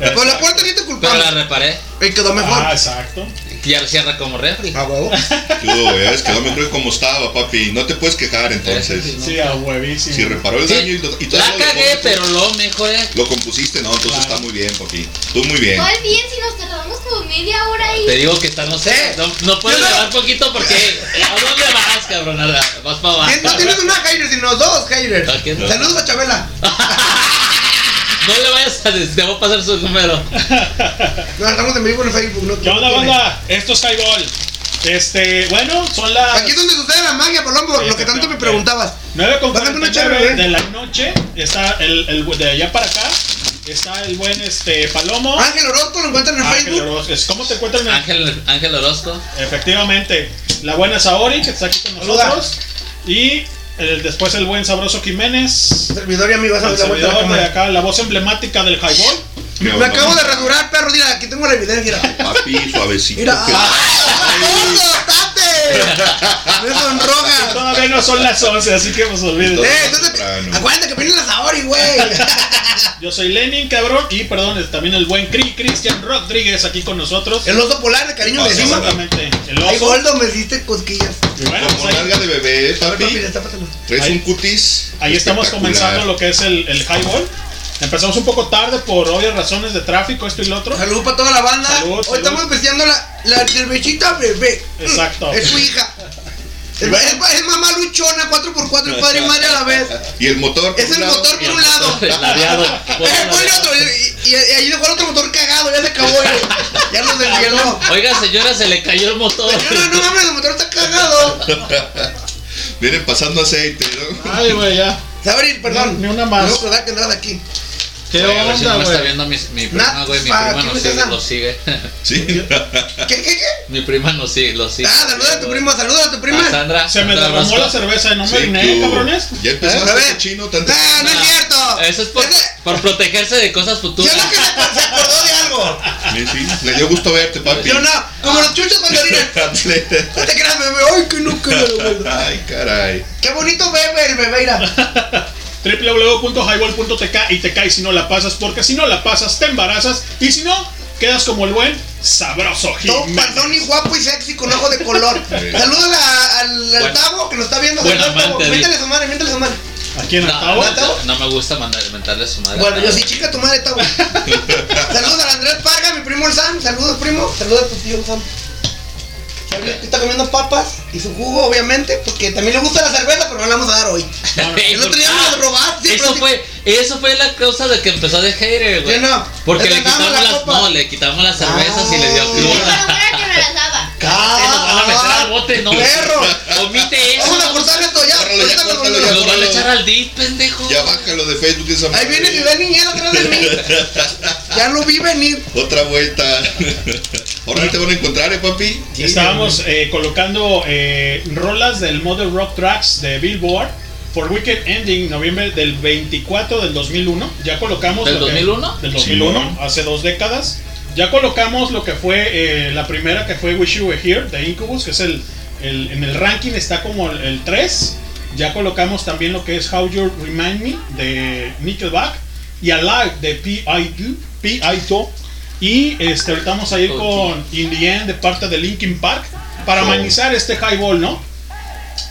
[SPEAKER 7] Pero la puerta ni te
[SPEAKER 8] Pero la
[SPEAKER 7] culpable.
[SPEAKER 8] reparé.
[SPEAKER 7] Y quedó mejor.
[SPEAKER 2] Ah, exacto.
[SPEAKER 8] Y Ya lo cierra como refri.
[SPEAKER 7] A huevo.
[SPEAKER 3] Tú, ves, quedó mejor como estaba, papi. No te puedes quejar entonces.
[SPEAKER 8] Eso
[SPEAKER 2] Sí, a huevísimo.
[SPEAKER 3] Si reparó el
[SPEAKER 8] Sí,
[SPEAKER 3] daño y, lo- y todo
[SPEAKER 8] la
[SPEAKER 3] lo-
[SPEAKER 8] cagué, pero lo mejoré.
[SPEAKER 3] Lo compusiste, no, entonces
[SPEAKER 2] Claro.
[SPEAKER 3] está muy bien, papi. Tú muy bien.
[SPEAKER 9] ¿Cuál bien si nos tardamos como media hora ahí?
[SPEAKER 8] Te digo que está, no sé. No, no puedes
[SPEAKER 7] Eh, Yo no-
[SPEAKER 8] llevar poquito porque. ¿A dónde vas, cabrón? A la- Vas para abajo.
[SPEAKER 7] Tien- No tienes una Heider, sino dos Heider.
[SPEAKER 8] Ok, no.
[SPEAKER 7] Saludos a Chabela.
[SPEAKER 8] No le vayas a. Te voy a pasar su número.
[SPEAKER 7] Nos estamos en vivo en Facebook. No,
[SPEAKER 2] ¿Qué onda,
[SPEAKER 7] no tiene.
[SPEAKER 2] banda? Esto es Highball. Este, bueno, son las
[SPEAKER 7] Aquí es donde sucede la magia, Palomo, lo que tanto me preguntabas.
[SPEAKER 2] 9 con
[SPEAKER 7] Pásame una
[SPEAKER 2] 49
[SPEAKER 7] chévere, güey.
[SPEAKER 2] de la noche. Está el, el de allá para acá. Está el buen este Palomo.
[SPEAKER 7] Ángel Orozco lo encuentran en
[SPEAKER 2] Ángel
[SPEAKER 7] Facebook.
[SPEAKER 2] Orozco. ¿Cómo te encuentras? en el-
[SPEAKER 8] Ángel, Ángel Orozco.
[SPEAKER 2] Efectivamente, la buena Saori, que está aquí con
[SPEAKER 7] Saluda.
[SPEAKER 2] nosotros. Y el- después el buen sabroso Jiménez.
[SPEAKER 7] Servidor y amigo, esa
[SPEAKER 2] El
[SPEAKER 7] es la vuelta de la
[SPEAKER 2] servidor de
[SPEAKER 7] cámara.
[SPEAKER 2] acá, la voz emblemática del highball.
[SPEAKER 3] Qué
[SPEAKER 7] ¿eh? Me
[SPEAKER 3] onda,
[SPEAKER 7] acabo de rasurar, perro. Mira, aquí tengo la evidencia. Mira.
[SPEAKER 3] Papi, suavecito.
[SPEAKER 7] Mira.
[SPEAKER 3] que-
[SPEAKER 7] ¡Ah! ¡Gordo, tate! Me sonroja.
[SPEAKER 2] Todavía no son las 11, así que pues olviden.
[SPEAKER 7] Eh, entonces,
[SPEAKER 3] Temprano.
[SPEAKER 7] acuérdate que vienen las Saori, güey.
[SPEAKER 2] Yo soy Lenin, cabrón. Y perdón, es también el buen Cri, Cristian Rodríguez aquí con nosotros.
[SPEAKER 7] El oso polar, de cariño le decimos.
[SPEAKER 2] Exactamente, el
[SPEAKER 7] Ay,
[SPEAKER 2] oso.
[SPEAKER 7] Goldo, me hiciste cosquillas.
[SPEAKER 2] Y bueno,
[SPEAKER 3] Como
[SPEAKER 2] pues ahí,
[SPEAKER 3] nalga de bebé,
[SPEAKER 7] A ver, papi,
[SPEAKER 3] papi.
[SPEAKER 7] destápatelo.
[SPEAKER 3] Traes
[SPEAKER 2] Ahí-
[SPEAKER 3] un cutis.
[SPEAKER 2] ahí estamos
[SPEAKER 3] espectacular.
[SPEAKER 2] comenzando lo que es el, el highball. Empezamos un poco tarde por obvias razones de tráfico, esto y lo otro.
[SPEAKER 7] Saludos para toda la banda.
[SPEAKER 2] Salud,
[SPEAKER 7] Hoy
[SPEAKER 2] salud.
[SPEAKER 7] estamos especiando la, la cervecita bebé.
[SPEAKER 2] Exacto.
[SPEAKER 7] Es su hija. Es, es- es mamá luchona, 4x4, y padre y madre a la vez.
[SPEAKER 3] Y el motor. por
[SPEAKER 7] Es el
[SPEAKER 3] un lado.
[SPEAKER 7] motor por un lado.
[SPEAKER 8] El ladeado.
[SPEAKER 7] Eh, ponle otro, y, y- y ahí dejó el otro motor cagado, ya se acabó. eh. Ya lo desvieló.
[SPEAKER 8] Oiga, señora, se le cayó el motor.
[SPEAKER 7] Señora, no mames, el motor está cagado.
[SPEAKER 3] Viene pasando aceite, ¿no?
[SPEAKER 2] Ay, güey, ya.
[SPEAKER 7] Sabri, perdón.
[SPEAKER 2] Ni una más.
[SPEAKER 7] No, verdad que andabas aquí.
[SPEAKER 2] ¿Qué
[SPEAKER 8] Oye, a ver si no
[SPEAKER 2] onda,
[SPEAKER 8] me está
[SPEAKER 2] güey?
[SPEAKER 8] viendo mi, mi
[SPEAKER 7] Nah,
[SPEAKER 8] prima, güey. Mi
[SPEAKER 7] pa,
[SPEAKER 8] prima
[SPEAKER 7] ¿quién
[SPEAKER 8] nos
[SPEAKER 7] es
[SPEAKER 8] sigue,
[SPEAKER 7] esa?
[SPEAKER 8] lo sigue.
[SPEAKER 3] Sí.
[SPEAKER 7] ¿Qué, qué, qué?
[SPEAKER 8] Mi prima nos sigue, lo sigue.
[SPEAKER 7] Ah, saluda a tu primo, saluda a tu prima.
[SPEAKER 8] A Sandra.
[SPEAKER 2] Se me
[SPEAKER 8] Sandra
[SPEAKER 2] derramó
[SPEAKER 8] Orozco.
[SPEAKER 2] la cerveza y no me
[SPEAKER 3] Sí,
[SPEAKER 2] oriné,
[SPEAKER 3] tú.
[SPEAKER 2] cabrones.
[SPEAKER 3] Ya
[SPEAKER 7] A
[SPEAKER 3] empezaste
[SPEAKER 7] ver.
[SPEAKER 3] este chino tan
[SPEAKER 7] Ah, no es cierto.
[SPEAKER 8] Eso es por,
[SPEAKER 7] Ese-
[SPEAKER 8] por protegerse de cosas
[SPEAKER 7] Yo
[SPEAKER 8] futuras.
[SPEAKER 7] no que se, se acordó de algo.
[SPEAKER 3] Sí, sí. Le dio gusto verte, papi.
[SPEAKER 7] Yo no, como los chuchos cuando orinan. No te creas, bebé. Ay, que no, que no, güey.
[SPEAKER 3] Ay, caray.
[SPEAKER 7] Qué bonito bebé el bebé, mira.
[SPEAKER 2] www.highball.tk y te caes si no la pasas, porque si no la pasas te embarazas y si no, quedas como el buen sabroso
[SPEAKER 7] Todo
[SPEAKER 2] Jiménez.
[SPEAKER 7] panzón y guapo y sexy con ojo de color. Saludos a- al, al
[SPEAKER 8] Buen-
[SPEAKER 7] Tavo que nos está viendo.
[SPEAKER 8] buen
[SPEAKER 7] Saludos, Tavo.
[SPEAKER 8] amante,
[SPEAKER 7] Métele su madre, métele su madre.
[SPEAKER 2] Aquí en
[SPEAKER 8] No,
[SPEAKER 2] Altavo.
[SPEAKER 8] no, no, no me gusta mandar, mentarle a su madre.
[SPEAKER 7] Bueno,
[SPEAKER 8] No.
[SPEAKER 7] yo sí, chica tu madre, Tavo. saludos al Andrés Parga, mi primo el Sam. Saludos, primo. Saludos a tu tío el Sam. Está comiendo papas y su jugo, obviamente, porque también le gusta la cerveza, pero no la vamos a dar hoy. El otro día me lo robaste,
[SPEAKER 8] ah, Eso
[SPEAKER 7] pero-
[SPEAKER 8] fue, eso fue la causa de que empezó de hater, güey.
[SPEAKER 7] Yo no.
[SPEAKER 8] Porque
[SPEAKER 7] Yo
[SPEAKER 8] le
[SPEAKER 7] te daba
[SPEAKER 8] quitamos
[SPEAKER 7] la
[SPEAKER 8] las,
[SPEAKER 7] copa. Ah.
[SPEAKER 8] no, le quitamos las cervezas y le dio
[SPEAKER 9] Yo
[SPEAKER 8] cruda.
[SPEAKER 9] fuera que me las daba.
[SPEAKER 8] Eh, nos van a meter al bote, no.
[SPEAKER 7] ah, ¡Perro!
[SPEAKER 8] Omite eso. pues.
[SPEAKER 7] Vamos a cortar esto ya.
[SPEAKER 10] Córrale, ya,
[SPEAKER 7] ahorita me lo-
[SPEAKER 10] córtale, ya.
[SPEAKER 8] Nos van a echar al DIP, pendejo.
[SPEAKER 10] Ya bájalo de Facebook esa
[SPEAKER 7] Ahí
[SPEAKER 10] madre.
[SPEAKER 7] viene Vive Niñera atrás de mí. Ya lo vi venir.
[SPEAKER 10] Otra vuelta. Ahora te van a encontrar, eh, papi.
[SPEAKER 2] Estábamos eh, colocando eh, rolas del Modern Rock Tracks de Billboard por Weekend Ending, noviembre del 24 del 2001. Ya colocamos.
[SPEAKER 8] ¿Del
[SPEAKER 2] lo que-
[SPEAKER 8] 2001?
[SPEAKER 2] Del 2001,
[SPEAKER 3] Sí,
[SPEAKER 2] hace dos décadas. Ya colocamos lo que fue eh, la primera, que fue Wish You Were Here de Incubus, que es el. el- en el ranking está como el, 3. Ya colocamos también lo que es How You Remind Me de Nickelback y Alive de P.I.D. P.I.D. Y este, ahorita vamos a ir con In the End de parte de Linkin Park para amenizar este highball, ¿no?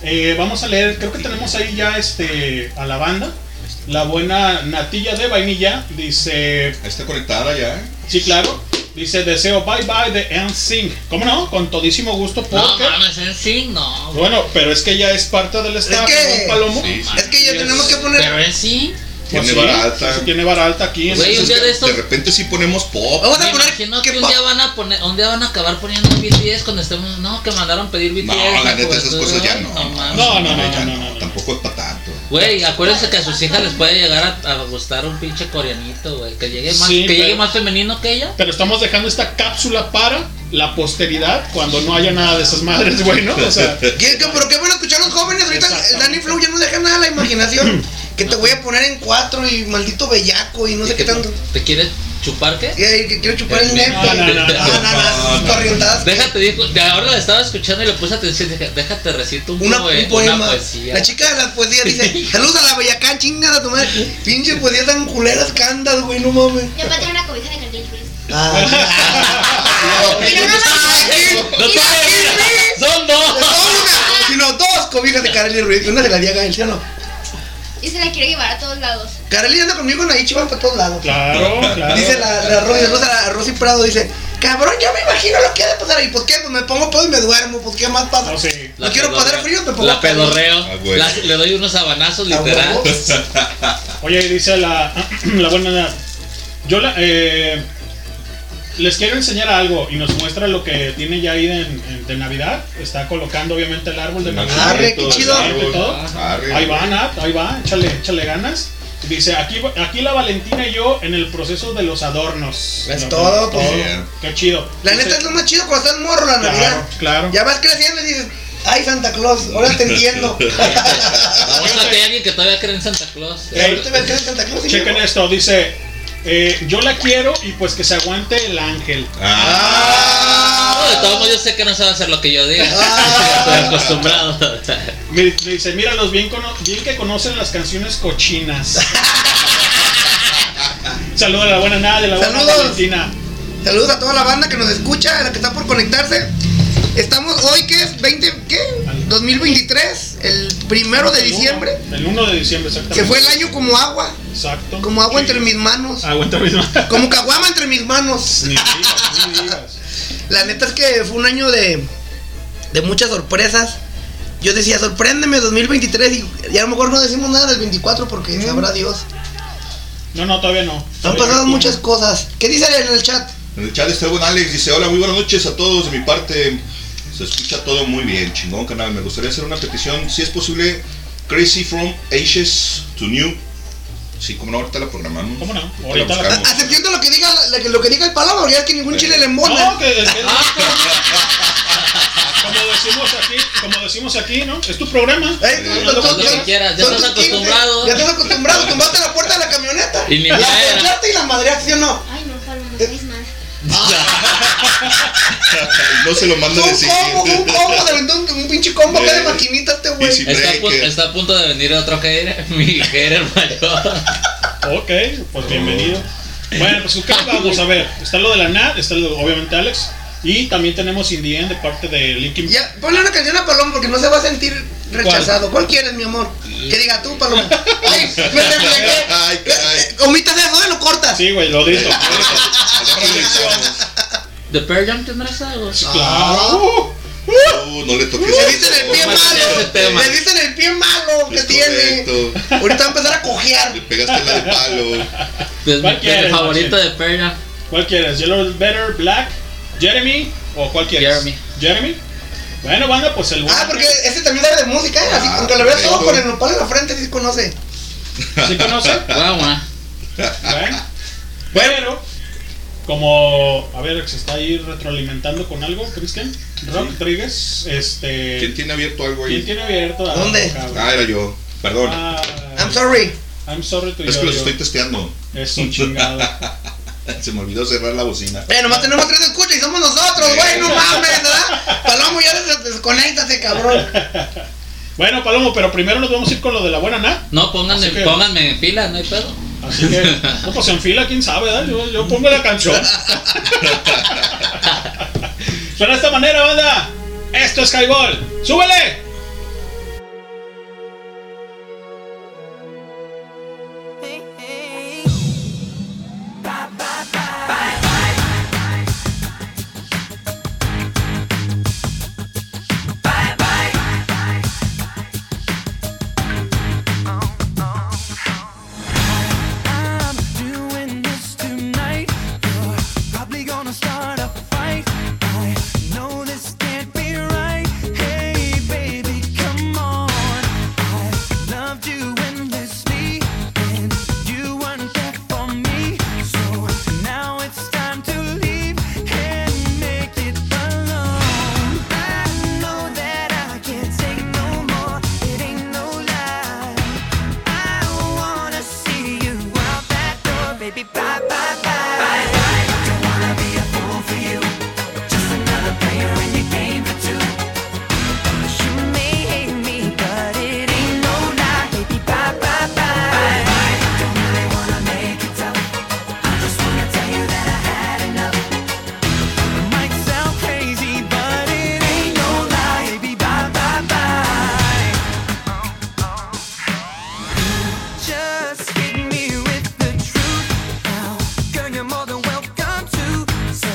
[SPEAKER 2] Eh, vamos a leer, creo que tenemos ahí ya este, a la banda. La buena natilla de vainilla dice,
[SPEAKER 3] Ahí está conectada ya, ¿eh?
[SPEAKER 2] sí, claro, dice deseo bye bye de NSYNC. ¿Cómo no? Con todísimo gusto
[SPEAKER 8] No
[SPEAKER 2] porque...
[SPEAKER 8] mames, en sí, no. güey.
[SPEAKER 2] bueno, pero es que ya es parte del staff,
[SPEAKER 7] que-
[SPEAKER 2] ¿no, Palomo?
[SPEAKER 3] Sí, sí.
[SPEAKER 7] Es que ya tenemos que poner.
[SPEAKER 8] Pero en sí,
[SPEAKER 3] Tiene
[SPEAKER 2] Pues sí,
[SPEAKER 3] vara alta.
[SPEAKER 2] sí, sí, tiene vara alta aquí. en-
[SPEAKER 8] güey, un día de
[SPEAKER 3] De
[SPEAKER 8] estos.
[SPEAKER 3] repente sí ponemos pop.
[SPEAKER 7] Vamos
[SPEAKER 8] Me
[SPEAKER 7] a poner.
[SPEAKER 8] imagino
[SPEAKER 7] que
[SPEAKER 8] que un
[SPEAKER 7] pa-
[SPEAKER 8] día van a poner, un día van a acabar poniendo BTS cuando estemos, no, que mandaron pedir BTS.
[SPEAKER 3] No, la neta, esas
[SPEAKER 8] cobertura,
[SPEAKER 3] cosas ya no.
[SPEAKER 8] pues, No mames.
[SPEAKER 2] No, no, no,
[SPEAKER 3] ya
[SPEAKER 2] no, no, no.
[SPEAKER 3] Tampoco es para tanto.
[SPEAKER 8] Güey, acuérdense que a sus hijas les puede llegar a, a gustar un pinche coreanito, güey. Que llegue más,
[SPEAKER 2] Sí,
[SPEAKER 8] que
[SPEAKER 2] pero-
[SPEAKER 8] llegue más femenino que ella.
[SPEAKER 2] Pero estamos dejando esta cápsula para la posteridad cuando no haya nada de esas madres, güey, ¿no? O sea,
[SPEAKER 7] ¿Qué- qué- Pero qué bueno escuchar a los jóvenes. Ahorita el Danny Flow ya no deja nada a la imaginación. Que te voy a poner en cuatro y maldito bellaco y no sé qué
[SPEAKER 8] Que
[SPEAKER 7] tanto.
[SPEAKER 8] ¿Te quiere chupar qué?
[SPEAKER 7] Que, que quiero chupar el neto.
[SPEAKER 2] No,
[SPEAKER 7] Ah,
[SPEAKER 2] no, no, no.
[SPEAKER 7] no, no, no, corrientadas.
[SPEAKER 8] Déjate, dijo, de ahora la estaba escuchando y le puse atención. Dije, déjate, recito un,
[SPEAKER 7] Una,
[SPEAKER 8] poe-
[SPEAKER 7] un poema.
[SPEAKER 8] una poesía.
[SPEAKER 7] La chica de las poesías pues, dice: Saludos a la bellacán, chingada tu madre. Pinche poesías tan culeras que andas, güey, no mames.
[SPEAKER 9] Yo pateé una cobija de cartel feliz.
[SPEAKER 7] Ah.
[SPEAKER 9] Pero no
[SPEAKER 7] Aquí,
[SPEAKER 8] ¡No te vayas! ¡Son dos!
[SPEAKER 7] no, una, sino dos cobijas de Carly Ruiz. Una de la Diaga, ¿sí o no?
[SPEAKER 9] Y se la quiero llevar a todos lados.
[SPEAKER 7] Carly anda conmigo en ahí, chivan para todos lados.
[SPEAKER 2] claro, claro.
[SPEAKER 7] Dice la, la Rosy, Rosa- la Rosy Prado, dice, cabrón, yo me imagino lo que ha de pasar ahí. ¿Por qué? Pues me pongo pedo y me duermo. ¿Por qué más pasa?
[SPEAKER 2] No, sí.
[SPEAKER 7] No quiero
[SPEAKER 8] pedorreo.
[SPEAKER 7] poder frío, me pongo
[SPEAKER 8] La
[SPEAKER 7] calor.
[SPEAKER 8] pedorreo.
[SPEAKER 3] Ah, güey.
[SPEAKER 8] La- le doy unos sabanazos,
[SPEAKER 7] A
[SPEAKER 8] literal.
[SPEAKER 7] huevo.
[SPEAKER 2] Oye, dice la, la buena nena, Yo la- eh, les quiero enseñar algo y nos muestra lo que tiene ya ahí de, en- de Navidad. Está colocando obviamente el árbol de Navidad.
[SPEAKER 7] Arre, qué chido.
[SPEAKER 2] Arre, todo.
[SPEAKER 3] Arre.
[SPEAKER 2] Ahí va, Nat, ahí va, échale, échale ganas. Dice, aquí, va- aquí la Valentina y yo en el proceso de los adornos.
[SPEAKER 7] Es
[SPEAKER 2] No,
[SPEAKER 7] todo, pues.
[SPEAKER 2] Qué chido.
[SPEAKER 7] La neta es lo más chido cuando estás morro la Navidad.
[SPEAKER 2] Claro, claro.
[SPEAKER 7] Ya vas creciendo y dices, ay, Santa Claus, ahora te entiendo.
[SPEAKER 8] Muestra que hay alguien que todavía cree en Santa Claus.
[SPEAKER 7] Eh, Ahorita ves que es Santa Claus y
[SPEAKER 2] Chequen
[SPEAKER 7] luego-
[SPEAKER 2] esto, dice, eh, yo la quiero y pues que se aguante el ángel.
[SPEAKER 8] No, de
[SPEAKER 7] Ah,
[SPEAKER 8] todos modos yo sé que no se va a hacer lo que yo diga.
[SPEAKER 7] Ah.
[SPEAKER 8] Estoy acostumbrado.
[SPEAKER 2] Me me dice, míralos bien, cono- bien que conocen las canciones cochinas. Saludos a la buena nada de la buena
[SPEAKER 7] Saludos.
[SPEAKER 2] Valentina.
[SPEAKER 7] Saludos a toda la banda que nos escucha, a la que está por conectarse. Estamos hoy que es 20, ¿qué? 2023, el primero de
[SPEAKER 2] El uno,
[SPEAKER 7] diciembre.
[SPEAKER 2] El 1 de diciembre, exactamente.
[SPEAKER 7] Se fue el año como agua,
[SPEAKER 2] Exacto.
[SPEAKER 7] como agua entre mis manos.
[SPEAKER 2] Agua entre mis manos.
[SPEAKER 7] Como caguama entre mis manos.
[SPEAKER 2] Ni digas, ni digas.
[SPEAKER 7] La neta es que fue un año de, de muchas sorpresas. Yo decía, sorpréndeme 2023 y, y a lo mejor no decimos nada del 24 porque sabrá
[SPEAKER 2] Mm.
[SPEAKER 7] Dios.
[SPEAKER 2] No, no, todavía no.
[SPEAKER 7] Han
[SPEAKER 2] Todavía
[SPEAKER 7] pasado
[SPEAKER 2] no.
[SPEAKER 7] muchas cosas. ¿Qué dice en el chat?
[SPEAKER 3] En el chat está el buen Alex, dice, hola, muy buenas noches a todos de mi parte. Se escucha todo muy bien, chingón canal. Me gustaría hacer una petición, si es posible, Crazy from Ages to New. Sí, como no, ahorita la programamos.
[SPEAKER 2] ¿Cómo no?
[SPEAKER 3] Ahorita
[SPEAKER 2] Ahorita la-
[SPEAKER 7] A, a
[SPEAKER 3] buscamos.
[SPEAKER 7] excepción de lo que diga la- lo que diga el palabra, porque es que ningún chile le
[SPEAKER 2] No,
[SPEAKER 7] embona.
[SPEAKER 2] que, que- como decimos aquí, como decimos aquí, ¿no? Es tu programa.
[SPEAKER 7] Eh,
[SPEAKER 3] Sí.
[SPEAKER 7] son-
[SPEAKER 8] Lo
[SPEAKER 7] son-
[SPEAKER 8] que
[SPEAKER 7] son-
[SPEAKER 8] quieras, ya
[SPEAKER 7] son
[SPEAKER 8] estás
[SPEAKER 7] tus 15,
[SPEAKER 8] acostumbrado.
[SPEAKER 7] Ya estás acostumbrado, tumbaste la puerta de la camioneta.
[SPEAKER 8] Y ni
[SPEAKER 7] la
[SPEAKER 8] madera.
[SPEAKER 7] ponchaste y la madreaste, ¿sí o no? Eh.
[SPEAKER 9] Ay, no, Pablo, no sabes nada.
[SPEAKER 3] No se lo mando
[SPEAKER 7] Fue
[SPEAKER 3] a
[SPEAKER 7] un
[SPEAKER 3] decir.
[SPEAKER 7] combo, fue un combo, de un, un pinche combo acá de
[SPEAKER 3] Eh.
[SPEAKER 7] maquinita este güey.
[SPEAKER 3] Y si-
[SPEAKER 8] Está a, pu-
[SPEAKER 3] Breaker.
[SPEAKER 8] está a punto de venir otro hater, mi hater mayor.
[SPEAKER 2] Ok, pues bienvenido. Bueno, pues ¿qué vamos a ver? Está lo de la Nat, está lo de, obviamente Alex. Y también tenemos Indien de parte de Linkin
[SPEAKER 7] Ya, ponle una canción a Paloma porque no se va a sentir rechazado. ¿Cuál, quieres, mi amor? Que diga tú, Paloma. Ay, me reflejé.
[SPEAKER 3] Ay, caray.
[SPEAKER 7] Omitas eso y lo cortas. Ah.
[SPEAKER 2] Sí, güey, lo dijo.
[SPEAKER 3] Ahorita lo editamos.
[SPEAKER 2] Ah.
[SPEAKER 8] ¿De Pearl Jam tendrás algo?
[SPEAKER 2] Claro.
[SPEAKER 3] Uh, no le toques.
[SPEAKER 7] Le diste en el pie
[SPEAKER 8] No, ese es el
[SPEAKER 7] malo.
[SPEAKER 8] tema.
[SPEAKER 7] Le diste en el pie malo que
[SPEAKER 3] Es
[SPEAKER 7] tiene.
[SPEAKER 3] correcto.
[SPEAKER 7] Ahorita va a empezar a
[SPEAKER 3] Le
[SPEAKER 7] cojear.
[SPEAKER 3] pegaste la de palo.
[SPEAKER 8] Pues mi
[SPEAKER 2] ¿Cuál quieres,
[SPEAKER 8] favorito de Perla.
[SPEAKER 2] ¿Cuál quieres? ¿Yellow Better, Black, Jeremy o cuál quieres?
[SPEAKER 8] Jeremy.
[SPEAKER 2] Jeremy. Bueno, banda, pues el
[SPEAKER 7] Ah,
[SPEAKER 2] bueno
[SPEAKER 7] porque ese también sabe de música, ¿eh? Así
[SPEAKER 3] Ah,
[SPEAKER 7] aunque lo veas todo
[SPEAKER 3] perfecto.
[SPEAKER 7] con el nopal en la frente, sí conoce.
[SPEAKER 2] ¿Sí conoce?
[SPEAKER 8] Guau, guau.
[SPEAKER 2] Bueno, pero como a ver, se está ahí retroalimentando con algo, Cristian. Rock Rodríguez, este.
[SPEAKER 3] ¿Quién tiene abierto algo ahí?
[SPEAKER 2] ¿quién tiene abierto? a-
[SPEAKER 7] ¿Dónde?
[SPEAKER 2] cabrón?
[SPEAKER 3] Ah, era yo. Perdón.
[SPEAKER 2] Ah,
[SPEAKER 7] I'm sorry.
[SPEAKER 2] I'm sorry to
[SPEAKER 3] es que
[SPEAKER 2] yo,
[SPEAKER 3] los
[SPEAKER 2] yo.
[SPEAKER 3] estoy testeando.
[SPEAKER 2] Eso chingado.
[SPEAKER 3] Se me olvidó cerrar la bocina.
[SPEAKER 7] Eh, nomás tenemos tres escuchas y somos nosotros, güey, no mames, ¿verdad? Palomo, ya des- desconéctate, cabrón.
[SPEAKER 2] Bueno, Palomo, pero primero nos vamos a ir con lo de la buena na.
[SPEAKER 8] No, pónganme,
[SPEAKER 2] Así que-
[SPEAKER 8] pónganme en fila, no hay pedo.
[SPEAKER 2] Así que, no, pues en fila, quién sabe, ¿verdad? Yo, yo pongo la canción. Suena de esta manera, banda. Esto es Highball. ¡Súbele!
[SPEAKER 5] I'm doing this tonight. You're probably gonna start a fight. I know this can't be right. Hey, baby, come on. I loved you endlessly, and you weren't there for me. So now it's time to leave and make it alone. I know that I can't take no more. It ain't no lie. I wanna see you out that door, baby. Bye, bye, bye. Don't wanna be a fool for you. Just another player in your game for two. You may hate me, but it ain't no lie, baby. Bye, bye, bye. Don't really wanna make it tough. I just wanna tell you that I had enough. Might sound crazy, but it ain't no lie, baby. Bye, bye, bye. Just hit me with the truth now, girl. You're more than welcome to. So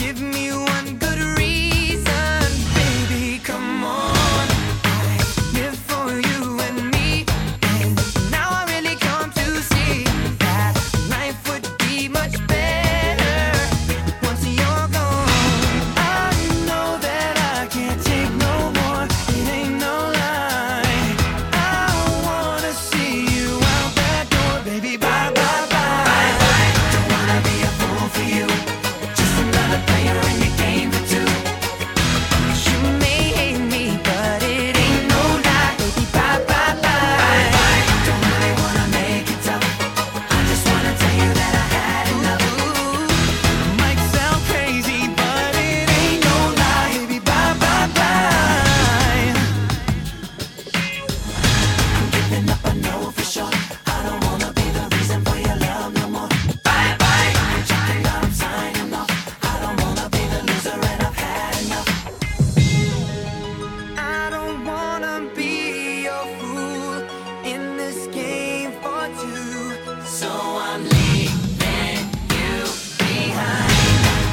[SPEAKER 5] give me one good reason, baby. Come on, I live for you and me, and now I really come to see that life would be much better once you're gone. I know that I can't take no more. It ain't no lie. I wanna see you out that door, baby. Bye, bye, bye. Don't wanna be a fool for you. Just another player in your game for two. You may hate me, but it ain't no lie, baby. Bye, bye, bye. Don't really wanna make it tough. I just wanna tell you that I had enough. Might sound crazy, but it ain't no lie, baby. Bye, bye, bye. I don't wanna be your fool in this game for two. So I'm leaving you behind.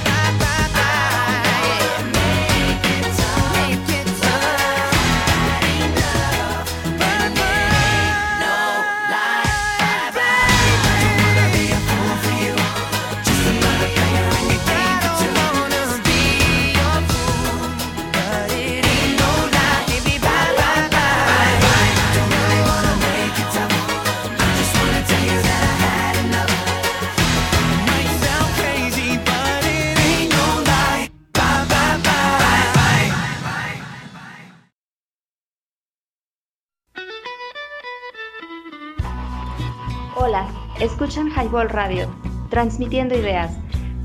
[SPEAKER 5] Bye bye bye. Make it tough. Make it tough. Ain't enough. But it ain't no lie. Bye bye. Don't wanna be a fool for you. Just another player in your game for two. I don't wanna be your fool. But it ain't no lie, baby. Bye, bye, bye. Don't really wanna make it tough. I just wanna tell you that I had enough. Might sound crazy, but it ain't no lie. Bye, bye, bye.
[SPEAKER 4] Hola, escuchan Highball Radio, transmitiendo ideas.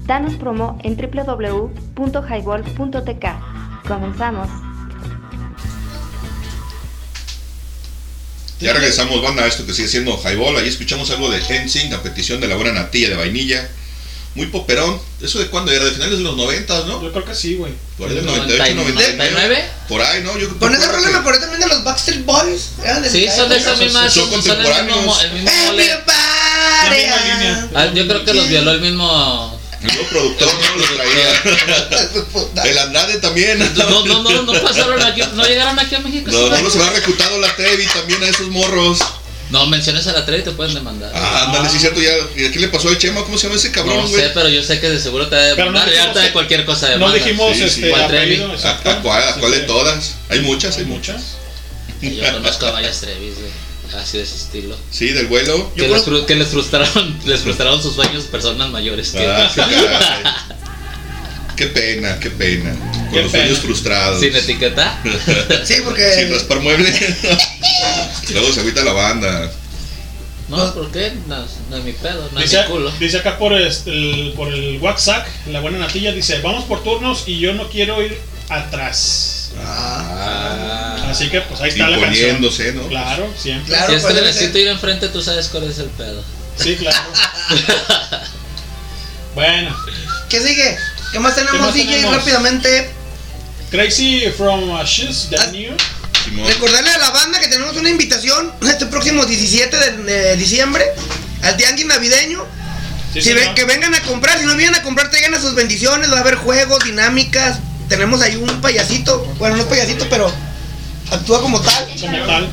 [SPEAKER 4] Danos promo en www.highball.tk. Comenzamos.
[SPEAKER 3] Ya regresamos, banda, a esto que sigue siendo Highball. Ahí escuchamos algo de Hensing a petición de la buena natilla de vainilla. Muy poperón. ¿Eso de cuándo era? De finales de los 90, ¿no?
[SPEAKER 2] Yo creo que sí, güey.
[SPEAKER 3] Por ahí del 98, 99.
[SPEAKER 8] 99.
[SPEAKER 3] Por ahí, ¿no? Yo
[SPEAKER 7] Con ese
[SPEAKER 3] creo
[SPEAKER 7] rollo me
[SPEAKER 3] que-
[SPEAKER 7] acordé también de los Backstreet Boys. Eran de Eh,
[SPEAKER 8] Sí,
[SPEAKER 7] esa
[SPEAKER 8] son de
[SPEAKER 7] época.
[SPEAKER 8] esas mismas.
[SPEAKER 3] Son
[SPEAKER 8] Son, son el mismo,
[SPEAKER 3] contemporáneos.
[SPEAKER 8] el mismo mole.
[SPEAKER 7] Everybody.
[SPEAKER 2] La misma línea.
[SPEAKER 8] Ah, yo creo que los violó el mismo
[SPEAKER 3] Luego productor no lo traía. El Andrade también.
[SPEAKER 8] No, no, no, no pasaron aquí, no llegaron aquí a México.
[SPEAKER 3] No, no los habrá reclutado la Trevi también a esos morros.
[SPEAKER 8] No, menciones a la Trevi y te pueden demandar.
[SPEAKER 3] Ah, ándale, sí, cierto. Ya, ¿Y aquí le pasó al Chema? ¿Cómo se llama ese cabrón,
[SPEAKER 8] No
[SPEAKER 3] güey?
[SPEAKER 8] sé, pues, pero yo sé que de seguro te va
[SPEAKER 2] Pero
[SPEAKER 8] a
[SPEAKER 2] no
[SPEAKER 8] demandar. y
[SPEAKER 2] dijimos
[SPEAKER 8] harta de
[SPEAKER 2] que-
[SPEAKER 8] cualquier cosa de
[SPEAKER 2] No dijimos
[SPEAKER 3] Sí, sí.
[SPEAKER 2] este
[SPEAKER 8] ¿Cuál Trevi?
[SPEAKER 2] apellido,
[SPEAKER 3] ¿A,
[SPEAKER 2] exacto.
[SPEAKER 3] a cuál, a cuál de
[SPEAKER 2] Sí,
[SPEAKER 3] todas? Hay muchas, hay
[SPEAKER 2] Hay
[SPEAKER 3] muchas.
[SPEAKER 2] muchas.
[SPEAKER 8] Yo conozco a varias Trevis, güey. Así de ese estilo.
[SPEAKER 3] Sí, del vuelo.
[SPEAKER 8] Que les, fru- que les frustraron, les frustraron sus sueños personas mayores. que-
[SPEAKER 3] Ah, sí, caray. Qué pena, qué pena. Con
[SPEAKER 2] Qué
[SPEAKER 3] los sueños
[SPEAKER 2] pena.
[SPEAKER 3] frustrados.
[SPEAKER 8] sin etiqueta.
[SPEAKER 7] Sí,
[SPEAKER 3] Sin
[SPEAKER 7] porque.
[SPEAKER 3] raspar mueble. Luego se agüita la banda.
[SPEAKER 8] No, ¿por qué? No, no es mi pedo, no es
[SPEAKER 2] Dice,
[SPEAKER 8] mi culo.
[SPEAKER 2] dice acá por, este, el, por el WhatsApp, la buena natilla, dice, vamos por turnos y yo no quiero ir atrás. Así que pues ahí está la canción.
[SPEAKER 3] Ah. Imponiéndose, ¿no?
[SPEAKER 2] Claro, siempre.
[SPEAKER 7] Claro,
[SPEAKER 8] si es que
[SPEAKER 7] pues,
[SPEAKER 8] le
[SPEAKER 7] debe
[SPEAKER 8] necesito
[SPEAKER 7] ser.
[SPEAKER 8] ir enfrente, tú sabes cuál es el pedo.
[SPEAKER 2] Sí, claro. bueno,
[SPEAKER 7] ¿Qué sigue? ¿Qué más tenemos,
[SPEAKER 2] ¿Qué más
[SPEAKER 7] DJ?
[SPEAKER 2] tenemos?
[SPEAKER 7] Rápidamente. Ah,
[SPEAKER 2] Crazy from Ashes,
[SPEAKER 8] Ah,
[SPEAKER 2] the new.
[SPEAKER 3] Simón.
[SPEAKER 7] Recordarle a la banda que tenemos una invitación este próximo 17 de, de diciembre al tianguis navideño.
[SPEAKER 2] Sí,
[SPEAKER 7] si
[SPEAKER 2] señor.
[SPEAKER 7] ven, que vengan a comprar, si no vienen a comprar, traigan a sus bendiciones, va a haber juegos, dinámicas. Tenemos ahí un payasito, bueno, no es payasito, pero actúa como tal.
[SPEAKER 2] Como tal.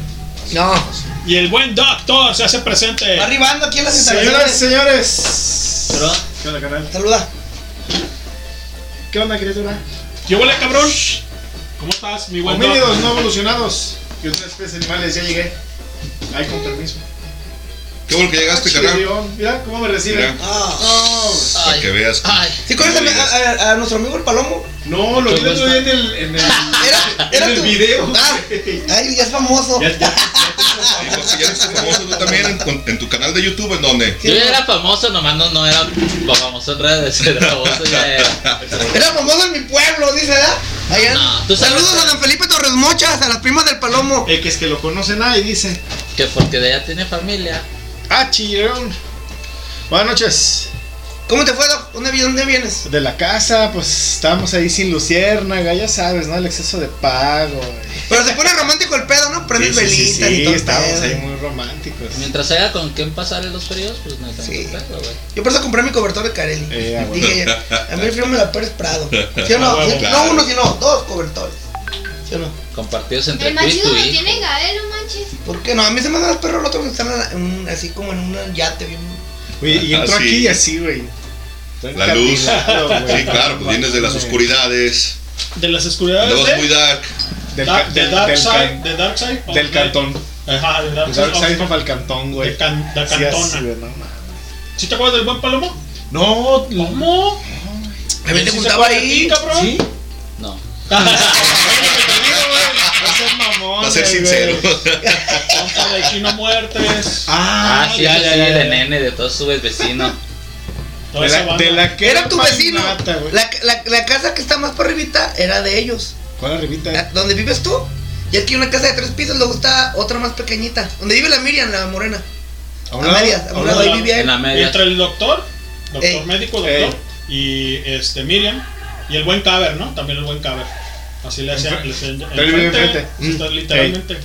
[SPEAKER 7] No,
[SPEAKER 2] Y el buen doctor se hace presente.
[SPEAKER 7] va arribando aquí en las
[SPEAKER 10] Señoras y
[SPEAKER 7] instalaciones.
[SPEAKER 10] señores.
[SPEAKER 8] Pero,
[SPEAKER 10] ¿Qué onda, canal?
[SPEAKER 7] Saluda.
[SPEAKER 10] ¿Qué onda, criatura?
[SPEAKER 2] ¿Qué huele, cabrón? ¿Cómo estás, mi buen
[SPEAKER 10] Homínidos no
[SPEAKER 2] doctor?
[SPEAKER 10] evolucionados. Y otras especies animales, ya llegué. Ahí con permiso.
[SPEAKER 3] Qué bueno que llegaste, canal.
[SPEAKER 10] Chirión, Mira cómo me
[SPEAKER 3] Mira,
[SPEAKER 10] reciben.
[SPEAKER 7] Ah.
[SPEAKER 10] Oh,
[SPEAKER 3] para que veas.
[SPEAKER 8] ay,
[SPEAKER 7] ¿Sí conoces a, a- a nuestro amigo el Palomo?
[SPEAKER 10] No,
[SPEAKER 8] Pues
[SPEAKER 10] lo vi el otro día en el, en el,
[SPEAKER 7] Era,
[SPEAKER 10] en
[SPEAKER 7] era
[SPEAKER 10] el
[SPEAKER 7] tu-
[SPEAKER 10] video.
[SPEAKER 7] Ah, ay, ya es famoso.
[SPEAKER 10] Ya- ya-
[SPEAKER 3] Sí, porque ya eres famoso tú también en, con- en tu canal de YouTube, ¿en dónde?
[SPEAKER 8] yo ya era famoso, nomás no, no era famoso en redes, era famoso ya era.
[SPEAKER 7] Era famoso en mi pueblo, dice, ¿verdad? Allá.
[SPEAKER 8] No, tú sabes-
[SPEAKER 7] Saludos a Don Felipe Torres Mochas, a las primas del Palomo.
[SPEAKER 10] El que es que lo conoce nadie dice.
[SPEAKER 8] Que porque de ella tiene familia.
[SPEAKER 10] Ah, chillón. Buenas noches.
[SPEAKER 7] ¿Cómo te fue, Doc? ¿Dónde, vi- dónde vienes?
[SPEAKER 10] De la casa, pues estábamos ahí sin luciérnaga, ya sabes, ¿no? El exceso de pago. eh.
[SPEAKER 7] Pero se pone romántico el pedo, ¿no? Prendes
[SPEAKER 10] Sí, sí, sí,
[SPEAKER 7] velitas
[SPEAKER 10] sí,
[SPEAKER 7] y todo. el
[SPEAKER 10] estábamos
[SPEAKER 7] pedo.
[SPEAKER 10] ahí muy románticos.
[SPEAKER 8] Mientras haya con quién pasar en los periodos, pues no hay tanto
[SPEAKER 7] Sí.
[SPEAKER 8] pedo, güey.
[SPEAKER 7] Yo por eso compré mi cobertor de Carelli.
[SPEAKER 10] Eh, ah, bueno.
[SPEAKER 7] Dije ayer, a mí el me la Pérez Prado. ¿Sí o
[SPEAKER 2] Ah,
[SPEAKER 7] no?
[SPEAKER 2] bueno,
[SPEAKER 7] Sí,
[SPEAKER 3] claro.
[SPEAKER 7] No uno, sino dos cobertores. ¿Sí o no?
[SPEAKER 8] Compartidos entre
[SPEAKER 9] El
[SPEAKER 8] tú y
[SPEAKER 9] machido
[SPEAKER 8] tu
[SPEAKER 9] que
[SPEAKER 8] hijo.
[SPEAKER 9] tiene Gael, no manches.
[SPEAKER 7] ¿Por qué no? A mí se me da el perro el otro que está en la- en un- así como en un yate bien.
[SPEAKER 10] Oye, y entro
[SPEAKER 3] Ah, sí.
[SPEAKER 10] aquí y así, güey.
[SPEAKER 3] La luz. Sí, claro, pues vienes de las oscuridades.
[SPEAKER 2] De las oscuridades
[SPEAKER 3] Andabas muy
[SPEAKER 2] de...
[SPEAKER 3] dark.
[SPEAKER 10] Del,
[SPEAKER 2] Da-
[SPEAKER 10] ca-
[SPEAKER 2] de
[SPEAKER 10] del-
[SPEAKER 2] Dark
[SPEAKER 10] del
[SPEAKER 2] Side,
[SPEAKER 10] can-
[SPEAKER 2] de Dark Side of
[SPEAKER 10] del
[SPEAKER 2] Night.
[SPEAKER 10] cantón.
[SPEAKER 2] Ajá, de Dark
[SPEAKER 10] Del
[SPEAKER 2] Side
[SPEAKER 10] Dark
[SPEAKER 2] of
[SPEAKER 10] Side para el cantón, güey.
[SPEAKER 2] De can- de
[SPEAKER 10] Sí, así,
[SPEAKER 2] cantona.
[SPEAKER 10] güey, no mames.
[SPEAKER 2] ¿Sí te acuerdas del buen Palomo?
[SPEAKER 10] No, la-
[SPEAKER 2] ¿Cómo?
[SPEAKER 7] A mí te
[SPEAKER 2] ¿Sí se
[SPEAKER 7] juntaba
[SPEAKER 2] acuerda de ti,
[SPEAKER 7] ahí.
[SPEAKER 2] cabrón? pues
[SPEAKER 10] Sí,
[SPEAKER 8] No.
[SPEAKER 10] va a ser mamón.
[SPEAKER 3] Va a ser
[SPEAKER 10] güey.
[SPEAKER 3] sincero.
[SPEAKER 2] Compa de Chino Muertes.
[SPEAKER 10] Ah,
[SPEAKER 8] Ah, sí,
[SPEAKER 10] ya,
[SPEAKER 8] eso
[SPEAKER 10] ya,
[SPEAKER 8] sí,
[SPEAKER 10] ya,
[SPEAKER 8] de
[SPEAKER 10] ya.
[SPEAKER 8] nene, de todos sus vecinos.
[SPEAKER 2] Toda
[SPEAKER 10] De
[SPEAKER 2] esa
[SPEAKER 10] la,
[SPEAKER 2] banda.
[SPEAKER 10] de la que
[SPEAKER 7] Era tu vecino.
[SPEAKER 10] Magnata, güey.
[SPEAKER 7] La, la- la casa que está más por arribita era de ellos.
[SPEAKER 10] ¿Cuál arribita?
[SPEAKER 7] La- ¿Dónde vives tú? Y aquí hay una casa de tres pisos, luego está otra más pequeñita. Donde vive la Miriam, la morena.
[SPEAKER 10] A
[SPEAKER 7] A medias, a un lado ahí vivía
[SPEAKER 8] En
[SPEAKER 7] él.
[SPEAKER 8] la
[SPEAKER 2] Y
[SPEAKER 8] media.
[SPEAKER 2] entre el doctor, doctor
[SPEAKER 7] Ey.
[SPEAKER 2] médico, doctor,
[SPEAKER 10] Ey.
[SPEAKER 2] y este Miriam, y el buen Caber, ¿no? También el buen Caber. Así le hacían.
[SPEAKER 10] Enfre-
[SPEAKER 2] le hacían-
[SPEAKER 10] Pero él vive enfrente.
[SPEAKER 2] sí, está
[SPEAKER 10] Mm.
[SPEAKER 2] literalmente.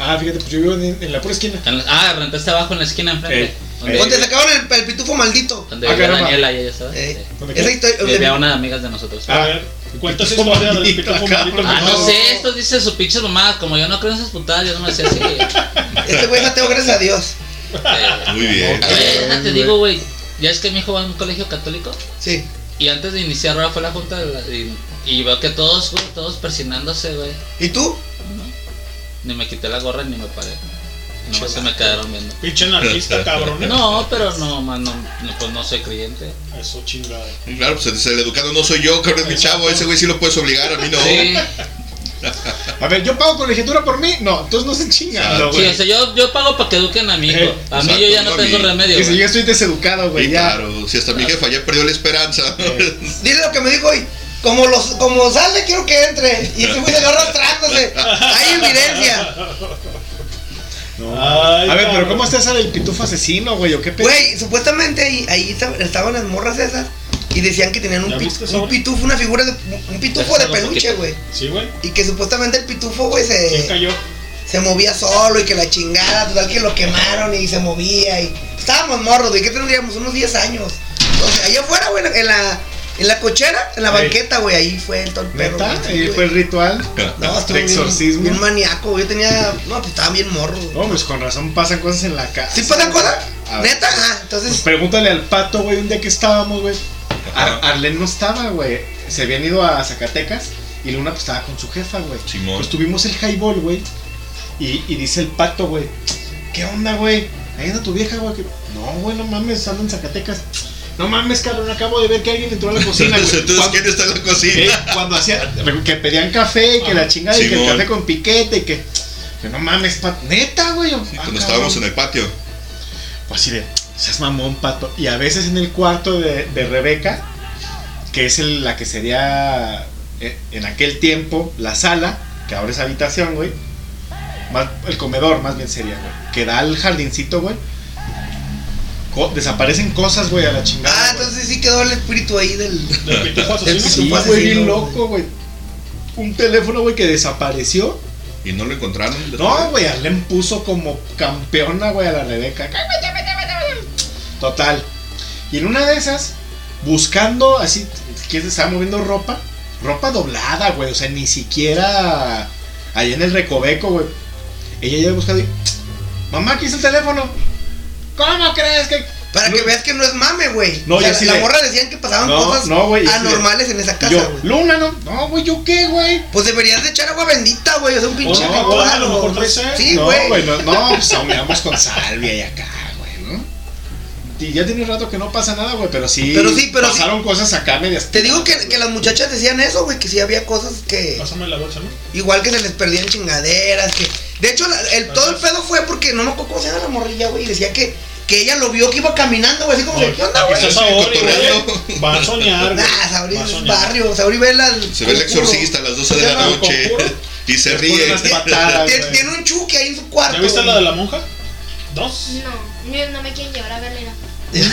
[SPEAKER 10] Ah, fíjate, pues yo vivo en, en la pura esquina. Eh,
[SPEAKER 8] En la- ah, rentaste abajo en la esquina enfrente.
[SPEAKER 10] Ey.
[SPEAKER 8] Donde,
[SPEAKER 10] Ey.
[SPEAKER 7] Donde sacaban el, el pitufo maldito.
[SPEAKER 8] donde
[SPEAKER 10] Ah,
[SPEAKER 8] vivía
[SPEAKER 10] caramba.
[SPEAKER 8] Daniela, ya, ya sabes.
[SPEAKER 7] Eh,
[SPEAKER 8] Sí.
[SPEAKER 10] ¿Dónde
[SPEAKER 7] esa
[SPEAKER 10] qué?
[SPEAKER 7] historia.
[SPEAKER 8] Vivía una de amigas de nosotros.
[SPEAKER 2] A ver, cuenta esa historia del pitufo maldito.
[SPEAKER 8] Ah,
[SPEAKER 2] que
[SPEAKER 8] no
[SPEAKER 2] no-
[SPEAKER 8] sé, esto dice su pinche mamá. Como yo no creo en esas putadas, yo no me sé así.
[SPEAKER 7] Este güey no tengo gracias a Dios.
[SPEAKER 8] Eh,
[SPEAKER 3] Muy bien.
[SPEAKER 8] oye, ya te digo, güey. Ya es que mi hijo va a un colegio católico.
[SPEAKER 7] Sí.
[SPEAKER 8] Y antes de iniciar, ahora fue la junta. de la- y, y veo que todos, güey, todos persinándose, güey.
[SPEAKER 7] ¿Y tú?
[SPEAKER 8] Ni me quité la gorra ni me paré. Nomás se me quedaron viendo.
[SPEAKER 2] Pinche
[SPEAKER 10] Este,
[SPEAKER 2] anarquista, cabrón. ¿eh?
[SPEAKER 8] No, pero no, man, no, no, pues no soy creyente.
[SPEAKER 2] Eso chingada.
[SPEAKER 3] Y Claro, pues el- el educado no soy yo, cabrón, es mi chavo. Ese güey sí lo puedes obligar, a mí no.
[SPEAKER 8] Sí,
[SPEAKER 10] A ver, ¿yo pago colegiatura por mí? No, entonces no se chingan,
[SPEAKER 3] Claro,
[SPEAKER 10] Ah, güey.
[SPEAKER 8] sí, o sea, yo, yo pago para que eduquen a mi hijo.
[SPEAKER 2] Eh,
[SPEAKER 8] A mí
[SPEAKER 3] exacto,
[SPEAKER 8] yo ya
[SPEAKER 3] no
[SPEAKER 8] no
[SPEAKER 3] a
[SPEAKER 8] tengo
[SPEAKER 3] mí.
[SPEAKER 8] remedio.
[SPEAKER 10] Que si
[SPEAKER 8] güey.
[SPEAKER 10] yo estoy deseducado,
[SPEAKER 3] Y
[SPEAKER 10] güey, ya.
[SPEAKER 3] claro, si hasta mi jefa ya perdió la esperanza.
[SPEAKER 7] Dile lo que me dijo hoy. Como, los, como sale, quiero que entre. Y ese güey se va arrastrándose. Hay evidencia.
[SPEAKER 10] No.
[SPEAKER 2] Ay,
[SPEAKER 10] a ver, pero
[SPEAKER 2] cabrón.
[SPEAKER 10] ¿cómo está esa del pitufo asesino, güey? ¿O qué pedo?
[SPEAKER 7] Güey, supuestamente ahí, ahí esta- estaban las morras esas. Y decían que tenían un,
[SPEAKER 2] ¿Ya
[SPEAKER 7] pit-
[SPEAKER 2] viste,
[SPEAKER 7] un
[SPEAKER 2] Saúl?
[SPEAKER 7] pitufo, una figura de. Un pitufo de
[SPEAKER 8] Déjalo
[SPEAKER 7] peluche,
[SPEAKER 8] poquito.
[SPEAKER 7] güey.
[SPEAKER 2] Sí, güey.
[SPEAKER 7] Y que supuestamente el pitufo, güey,
[SPEAKER 2] ¿Quién
[SPEAKER 7] se,
[SPEAKER 2] cayó?
[SPEAKER 7] se movía solo y que la chingada, total que lo quemaron y se movía. y Estábamos morros, güey, ¿qué tendríamos? Unos 10 años, 12 allá afuera, güey, en la, en la cochera, en la
[SPEAKER 10] Ey.
[SPEAKER 7] banqueta, güey, ahí fue todo el perro.
[SPEAKER 10] ¿Neta?
[SPEAKER 7] güey, sí,
[SPEAKER 10] Ahí
[SPEAKER 7] güey.
[SPEAKER 10] fue el ritual
[SPEAKER 7] No, estuvo
[SPEAKER 10] Ah, de exorcismo.
[SPEAKER 7] Bien, bien maníaco, güey, yo tenía, no, pues estaba bien morro. güey.
[SPEAKER 10] No, pues con razón pasan cosas en la casa.
[SPEAKER 7] ¿Sí pasan cosas?
[SPEAKER 10] A ver.
[SPEAKER 7] ¿Neta? Ah,
[SPEAKER 10] Pues
[SPEAKER 7] entonces,
[SPEAKER 10] pregúntale al pato, güey, un día que estábamos, güey. Ar- Arlen no estaba, güey. Se habían ido a Zacatecas y Luna pues, estaba con su jefa, güey.
[SPEAKER 3] Simón.
[SPEAKER 10] Pues tuvimos el highball, güey. Y, y dice el pato, güey. ¿Qué onda, güey? Ahí anda tu vieja, güey. que- No, güey, no mames, ando en Zacatecas. No mames, cabrón, acabo de ver que alguien entró a la cocina. güey.
[SPEAKER 3] Entonces,
[SPEAKER 10] Cuando-
[SPEAKER 3] ¿quién está en la
[SPEAKER 10] eh,
[SPEAKER 3] cocina?
[SPEAKER 10] cuando hacía que pedían café y que la chingada y que el
[SPEAKER 3] Simón.
[SPEAKER 10] café con piquete y que, que no mames, pato. Neta, güey. Ah,
[SPEAKER 3] Cuando
[SPEAKER 10] cabrón.
[SPEAKER 3] estábamos en el patio.
[SPEAKER 10] Pues así de, seas mamón, pato. Y a veces en el cuarto de, de Rebeca, que es el- la que sería eh, en aquel tiempo la sala, que ahora es habitación, güey. Más, el comedor, más bien sería, güey. Que da al jardincito, güey. Co- desaparecen cosas, güey, a la chingada.
[SPEAKER 7] ah,
[SPEAKER 10] güey.
[SPEAKER 7] entonces sí quedó el espíritu ahí del...
[SPEAKER 10] Ah,
[SPEAKER 2] ¿Del pitujo asesino?
[SPEAKER 7] entonces-
[SPEAKER 10] Sí,
[SPEAKER 7] fue
[SPEAKER 10] güey,
[SPEAKER 7] así,
[SPEAKER 10] bien
[SPEAKER 7] ¿no?
[SPEAKER 10] loco, güey. Un teléfono, güey, que desapareció.
[SPEAKER 3] Y no lo encontraron.
[SPEAKER 10] No, güey, Arlen puso como campeona, güey, a la Rebeca. Total. Y en una de esas, buscando así, que se estaba moviendo ropa, ropa doblada, güey, o sea, ni siquiera allá en el recoveco, güey. Ella ya buscando y, mamá, aquí está el teléfono. ¿Cómo crees que...?
[SPEAKER 7] Para que veas que no es mame, güey.
[SPEAKER 10] No,
[SPEAKER 7] O sea,
[SPEAKER 10] yo sí
[SPEAKER 7] la
[SPEAKER 10] le-
[SPEAKER 7] morra decían que pasaban
[SPEAKER 10] No,
[SPEAKER 7] cosas
[SPEAKER 10] no, güey, yo sí le-
[SPEAKER 7] anormales en esa
[SPEAKER 10] Y
[SPEAKER 7] casa,
[SPEAKER 10] yo,
[SPEAKER 7] güey.
[SPEAKER 10] Luna, no, no, güey, ¿yo qué, güey?
[SPEAKER 7] Pues deberías de echar agua bendita, güey. O sea, un pinche
[SPEAKER 10] Pues No,
[SPEAKER 7] ritual,
[SPEAKER 10] a lo
[SPEAKER 7] o-
[SPEAKER 10] mejor
[SPEAKER 2] trae sed.
[SPEAKER 7] Sí,
[SPEAKER 10] no,
[SPEAKER 7] güey.
[SPEAKER 10] güey, no, no, pues aumeamos con salvia y acá, güey, ¿no? Y ya tiene rato que no pasa nada, güey, pero sí,
[SPEAKER 7] Pero sí, pero sí.
[SPEAKER 10] pasaron cosas acá medias.
[SPEAKER 7] Te digo que, que las muchachas decían eso, güey, que sí había cosas que.
[SPEAKER 2] Pásame la bolsa, ¿no?
[SPEAKER 7] Igual que se les perdían chingaderas, que. De hecho, la- el, todo el pedo fue porque no me acuerdo cómo se llama la morrilla, güey. y Decía que, que ella lo vio que iba caminando, güey, así como que, ¿qué onda, güey?
[SPEAKER 2] Quizás ahora, güey.
[SPEAKER 3] ¿eh? cotorreando.
[SPEAKER 2] Va a soñar, güey.
[SPEAKER 7] Nah, Sauri
[SPEAKER 2] Va a
[SPEAKER 7] es un
[SPEAKER 2] soñar.
[SPEAKER 7] barrio, Sauri ve la.
[SPEAKER 3] Se ve el exorcista a las 12 de la
[SPEAKER 2] ¿Conjuro?
[SPEAKER 3] noche. Y se
[SPEAKER 10] Le pone
[SPEAKER 3] ríe.
[SPEAKER 10] unas patadas,
[SPEAKER 7] Tiene,
[SPEAKER 10] güey.
[SPEAKER 7] tiene un chuque ahí en su cuarto.
[SPEAKER 2] ¿Ya viste
[SPEAKER 7] güey.
[SPEAKER 2] la de la monja? Dos.
[SPEAKER 9] No, no, no me quieren llevar a verla.
[SPEAKER 3] Ya no,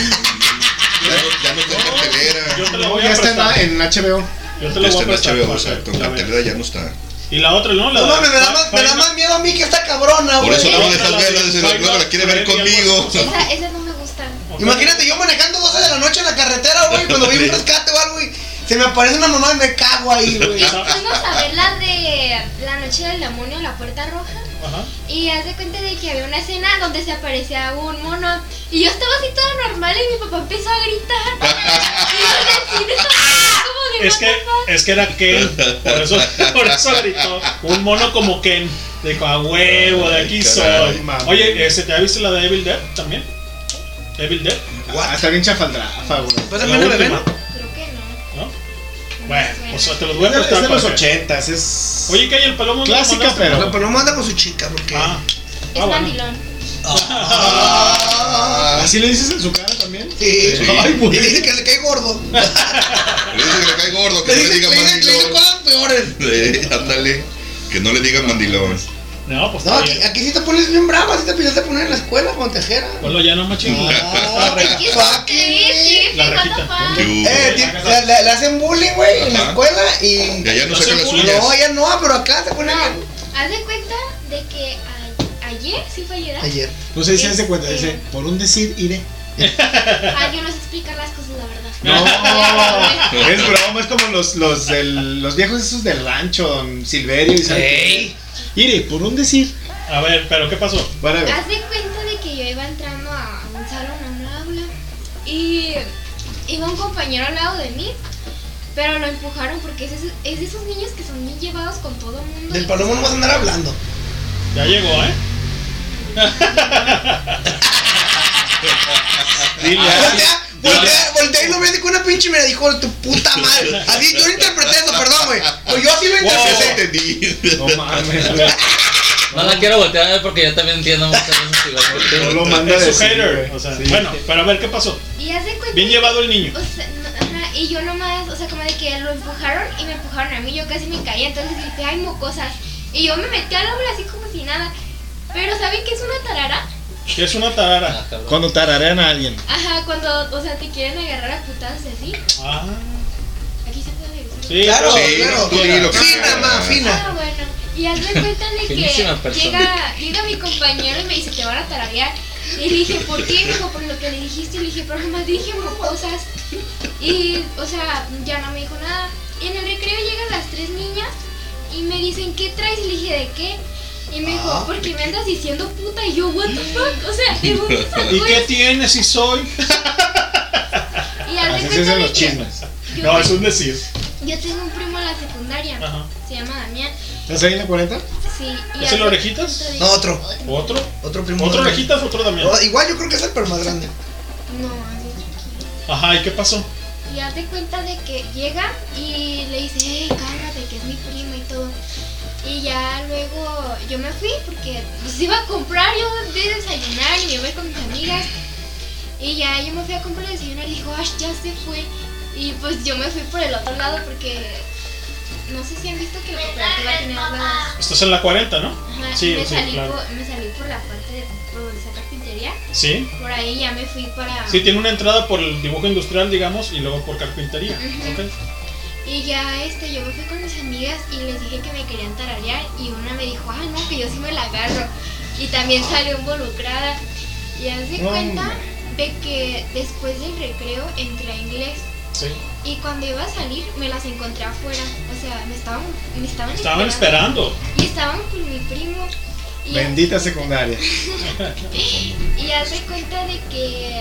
[SPEAKER 3] ya no está en
[SPEAKER 2] Yo
[SPEAKER 3] cartelera.
[SPEAKER 2] te la
[SPEAKER 10] No,
[SPEAKER 2] voy
[SPEAKER 10] ya
[SPEAKER 2] a
[SPEAKER 10] está en,
[SPEAKER 2] prestar.
[SPEAKER 10] en HBO.
[SPEAKER 2] Yo te
[SPEAKER 3] Ya
[SPEAKER 2] la voy
[SPEAKER 3] está
[SPEAKER 2] a
[SPEAKER 3] en
[SPEAKER 2] prestar.
[SPEAKER 3] HBO,
[SPEAKER 2] para que
[SPEAKER 3] exacto. En
[SPEAKER 2] la veas.
[SPEAKER 3] cartelera ya no está.
[SPEAKER 2] Y la otra, ¿no? La
[SPEAKER 7] No
[SPEAKER 2] de-
[SPEAKER 7] mames, me da más, me da
[SPEAKER 2] Fine-
[SPEAKER 7] más miedo a mí que esta cabrona,
[SPEAKER 3] Por
[SPEAKER 7] güey.
[SPEAKER 3] eso no la dejas
[SPEAKER 2] la
[SPEAKER 3] verla.
[SPEAKER 2] de
[SPEAKER 3] dice, Luego la
[SPEAKER 2] Spider-Man,
[SPEAKER 3] quiere ver
[SPEAKER 2] Freddy,
[SPEAKER 3] conmigo.
[SPEAKER 2] ambas
[SPEAKER 9] Esa, esas no me gustan.
[SPEAKER 2] Ok.
[SPEAKER 7] Imagínate yo manejando 12 de la noche en la carretera, güey, cuando vi un rescate o algo, y se me aparece una mamá y me cago ahí, güey.
[SPEAKER 9] Fuimos a ver la de La Noche del Demonio, La Puerta Roja.
[SPEAKER 2] Ajá.
[SPEAKER 9] Y haz de cuenta de que había una escena donde se aparecía un mono. Y yo estaba así toda normal y mi papá empezó a gritar. Y yo en el cine estaba como de
[SPEAKER 2] Es que,
[SPEAKER 9] "What the fuck?".
[SPEAKER 2] es que era Ken, por eso, por eso gritó. Un mono como Ken. Dijo, a huevo, de aquí
[SPEAKER 3] Ay,
[SPEAKER 2] soy.
[SPEAKER 3] caray,
[SPEAKER 10] mami.
[SPEAKER 2] Oye, este, ¿ya viste la de Evil Dead también? ¿Evil Dead?
[SPEAKER 10] Ah, está bien chafaldrafa, güey.
[SPEAKER 2] La
[SPEAKER 7] Pásame Pues una bebé,
[SPEAKER 2] última.
[SPEAKER 7] ¿no?
[SPEAKER 9] Creo que no.
[SPEAKER 2] ¿No?
[SPEAKER 9] no
[SPEAKER 2] Bueno,
[SPEAKER 9] me
[SPEAKER 2] o
[SPEAKER 9] suena.
[SPEAKER 2] sea, te los voy a
[SPEAKER 10] Es de,
[SPEAKER 2] prestar
[SPEAKER 10] es de los
[SPEAKER 2] para que-
[SPEAKER 10] ochentas, es
[SPEAKER 2] Oye, ¿qué hay el palomo? ¿No lo
[SPEAKER 10] clásica,
[SPEAKER 2] mandaste?
[SPEAKER 10] pero...
[SPEAKER 7] No, pero no manda con su chica, porque.
[SPEAKER 2] Ah,
[SPEAKER 9] Es
[SPEAKER 2] bueno.
[SPEAKER 9] mandilón.
[SPEAKER 10] ¿Así le dices en su cara también?
[SPEAKER 7] Ah, Sí.
[SPEAKER 3] Sí.
[SPEAKER 10] Ay,
[SPEAKER 7] Y
[SPEAKER 10] güey.
[SPEAKER 7] dice que le cae gordo.
[SPEAKER 3] Le dice que le cae gordo, que
[SPEAKER 7] Le
[SPEAKER 3] no le
[SPEAKER 7] dice,
[SPEAKER 3] diga
[SPEAKER 7] le dice, le dice
[SPEAKER 3] mandilón.
[SPEAKER 7] cosas peores.
[SPEAKER 3] Eh, Ándale. Que no le diga mandilón.
[SPEAKER 2] No, pues
[SPEAKER 7] No,
[SPEAKER 2] está
[SPEAKER 7] aquí,
[SPEAKER 2] bien.
[SPEAKER 7] aquí sí te pones bien brava, sí te empiezas a poner en la escuela con tejera.
[SPEAKER 2] Ponlo ya, no machín.
[SPEAKER 7] Ah,
[SPEAKER 9] ¿Qué es
[SPEAKER 7] fuck
[SPEAKER 9] ¿Qué es
[SPEAKER 2] La
[SPEAKER 9] ¿What the
[SPEAKER 2] rajita.
[SPEAKER 9] fuck?
[SPEAKER 3] ¿Qué hubo?
[SPEAKER 7] Eh, ti- le, le- le hacen bullying, güey, en la
[SPEAKER 3] Ajá.
[SPEAKER 7] escuela y.
[SPEAKER 3] Y allá no
[SPEAKER 2] No
[SPEAKER 3] saca
[SPEAKER 2] se
[SPEAKER 3] las
[SPEAKER 2] burla.
[SPEAKER 3] uñas.
[SPEAKER 7] No, ya no, pero acá te ponen.
[SPEAKER 9] No, haz de cuenta de que a- ayer, sí fue ayer, ¿ah?
[SPEAKER 7] Ayer.
[SPEAKER 10] No sé si se hace cuenta, dice, por un decir, iré.
[SPEAKER 9] Ah, yo no sé explicar las cosas, la verdad.
[SPEAKER 10] No, es broma, es como los, los, del- los viejos esos del rancho, don Silverio y Santi. Iré, por un decir.
[SPEAKER 2] A ver, pero ¿qué pasó?
[SPEAKER 10] Para ver.
[SPEAKER 9] Haz de cuenta de que yo iba entrando a un salón, a un aula, y iba un compañero al lado de mí, pero lo empujaron porque es, ese- es de esos niños que son bien llevados con todo el mundo.
[SPEAKER 7] Del palomo no vas a andar hablando.
[SPEAKER 2] Ya llegó, ¿eh?
[SPEAKER 10] Dile,
[SPEAKER 7] Voltea, voltea, voltea y no me dijo una pinche y me dijo tu puta madre. Así yo lo interpreté eso, perdón, güey. Pues yo así lo
[SPEAKER 3] Ya te
[SPEAKER 7] interpreté.
[SPEAKER 3] entendí.
[SPEAKER 10] no mames, güey.
[SPEAKER 8] No la quiero voltear a ver porque yo también entiendo muchas veces igual que
[SPEAKER 10] No
[SPEAKER 8] tú.
[SPEAKER 10] lo manda a
[SPEAKER 2] Es su
[SPEAKER 10] decir,
[SPEAKER 2] hater.
[SPEAKER 10] güey.
[SPEAKER 2] O sea,
[SPEAKER 10] Sí.
[SPEAKER 2] bueno, pero a ver, ¿qué pasó?
[SPEAKER 9] Y haz de cuenta.
[SPEAKER 2] Bien llevado el niño.
[SPEAKER 9] o sea, no, ajá, y yo nomás, o sea, como de que lo empujaron y me empujaron a mí, yo casi me caí, entonces grité, ay, mocosas. Y yo me metí al aula así como si nada. Pero ¿saben qué es una tarara?
[SPEAKER 2] Que es una tarara.
[SPEAKER 8] Ah, cabrón.
[SPEAKER 10] Cuando tararean a alguien.
[SPEAKER 9] Ajá, cuando, o sea, te quieren agarrar a putadas y así.
[SPEAKER 2] Ah,
[SPEAKER 9] Aquí se puede decir.
[SPEAKER 2] sí.
[SPEAKER 7] Claro,
[SPEAKER 3] Sí,
[SPEAKER 7] claro.
[SPEAKER 3] tú di lo que
[SPEAKER 7] Fina,
[SPEAKER 3] quieras.
[SPEAKER 7] ma,
[SPEAKER 9] Ah,
[SPEAKER 7] fina.
[SPEAKER 9] bueno. Y haz de cuenta de que
[SPEAKER 8] Finísima persona.
[SPEAKER 9] llega, llega mi compañero y me dice, te van a tararear. Y le dije, ¿por qué? Me dijo, por lo que le dijiste. Y le dije, pero jamás dije cosas. Y, o sea, ya no me dijo nada. Y en el recreo llegan las tres niñas y me dicen, ¿qué traes? Y le dije, ¿de qué? Y me dijo,
[SPEAKER 2] Ah.
[SPEAKER 9] ¿por qué me andas diciendo puta? Y yo, ¿what the fuck? O sea, ¿de dónde sacó
[SPEAKER 2] ¿Y qué tiene si soy?
[SPEAKER 9] Y haz de
[SPEAKER 2] Así se
[SPEAKER 9] cuenta
[SPEAKER 2] hacen
[SPEAKER 9] de
[SPEAKER 2] los
[SPEAKER 9] que
[SPEAKER 2] chismes. Ah, No, es un decir.
[SPEAKER 9] yo tengo un primo en la secundaria.
[SPEAKER 2] Ajá.
[SPEAKER 9] Se llama Damián.
[SPEAKER 10] ¿Estás ahí en la 40?
[SPEAKER 9] Sí, y
[SPEAKER 2] ¿Es
[SPEAKER 9] haz
[SPEAKER 2] el
[SPEAKER 9] de
[SPEAKER 2] orejitas?
[SPEAKER 9] cuenta de-
[SPEAKER 2] ¿Otro?
[SPEAKER 7] Otro
[SPEAKER 2] ¿Otro
[SPEAKER 7] grande.
[SPEAKER 2] orejitas, otro Damián?
[SPEAKER 7] Oh, igual yo creo que es el pero más grande.
[SPEAKER 9] No, haz de cuenta.
[SPEAKER 2] Ajá, ¿y qué pasó?
[SPEAKER 9] Y haz de cuenta de que llega y le dice, hey, cálmate, que es mi prima y todo. Y ya luego yo me fui porque pues iba a comprar, yo de desayunar y me voy con mis amigas. Y ya yo me fui a comprar el desayunar y dijo, Ash, ya se fue. Y pues yo me fui por el otro lado porque no sé si han visto que la cooperativa tiene dos lados.
[SPEAKER 2] Estás en la 40, ¿no?
[SPEAKER 9] Ajá,
[SPEAKER 2] Sí,
[SPEAKER 9] me,
[SPEAKER 2] sí,
[SPEAKER 9] salí
[SPEAKER 2] claro.
[SPEAKER 9] por, me salí por la parte de por donde está carpintería.
[SPEAKER 2] Sí.
[SPEAKER 9] Por ahí ya me fui para...
[SPEAKER 2] Sí, tiene una entrada por el dibujo industrial, digamos, y luego por carpintería.
[SPEAKER 9] Ujú.
[SPEAKER 2] Ok.
[SPEAKER 9] Y ya este, yo me fui con mis amigas y les dije que me querían tararear y una me dijo, ah, no, que yo sí me la agarro. Y también salió involucrada. Y haz de
[SPEAKER 2] No,
[SPEAKER 9] cuenta
[SPEAKER 2] hombre.
[SPEAKER 9] de que después del recreo entré a inglés
[SPEAKER 2] Sí.
[SPEAKER 9] y cuando iba a salir me las encontré afuera. O sea, me estaban, me estaban,
[SPEAKER 10] Estaban esperando.
[SPEAKER 9] Y estaban con mi primo. Y
[SPEAKER 10] Bendita secundaria.
[SPEAKER 9] y hace cuenta de que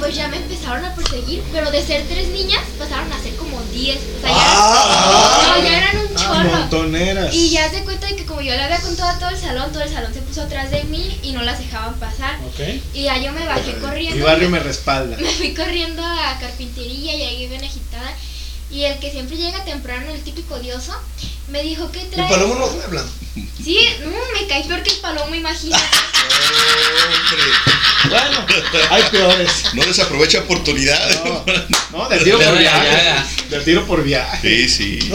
[SPEAKER 9] pues ya me empezaron a perseguir, pero de ser tres niñas pasaron a ser como diez. O sea, ya, no, ya eran un
[SPEAKER 10] Ah,
[SPEAKER 9] chorro.
[SPEAKER 10] montoneras.
[SPEAKER 9] y ya se cuenta de que como yo le había contado a todo el salón, todo el salón se puso atrás de mí y no las dejaban pasar.
[SPEAKER 10] Ok.
[SPEAKER 9] Y ya yo me bajé corriendo.
[SPEAKER 10] Mi barrio me respalda.
[SPEAKER 9] Me fui corriendo a carpintería y llegué bien agitada. Y el que siempre llega temprano, el típico odioso, me dijo, ¿qué
[SPEAKER 7] El
[SPEAKER 9] traes?
[SPEAKER 7] palomo no habla.
[SPEAKER 9] Sí, no, me caí peor que el palomo, imagínate.
[SPEAKER 10] Bueno, hay peores.
[SPEAKER 3] No desaprovecha oportunidades.
[SPEAKER 10] No, del tiro
[SPEAKER 3] Le
[SPEAKER 10] por
[SPEAKER 3] da la
[SPEAKER 10] viaje.
[SPEAKER 3] llaga.
[SPEAKER 10] Del tiro por viaje.
[SPEAKER 3] Sí, sí.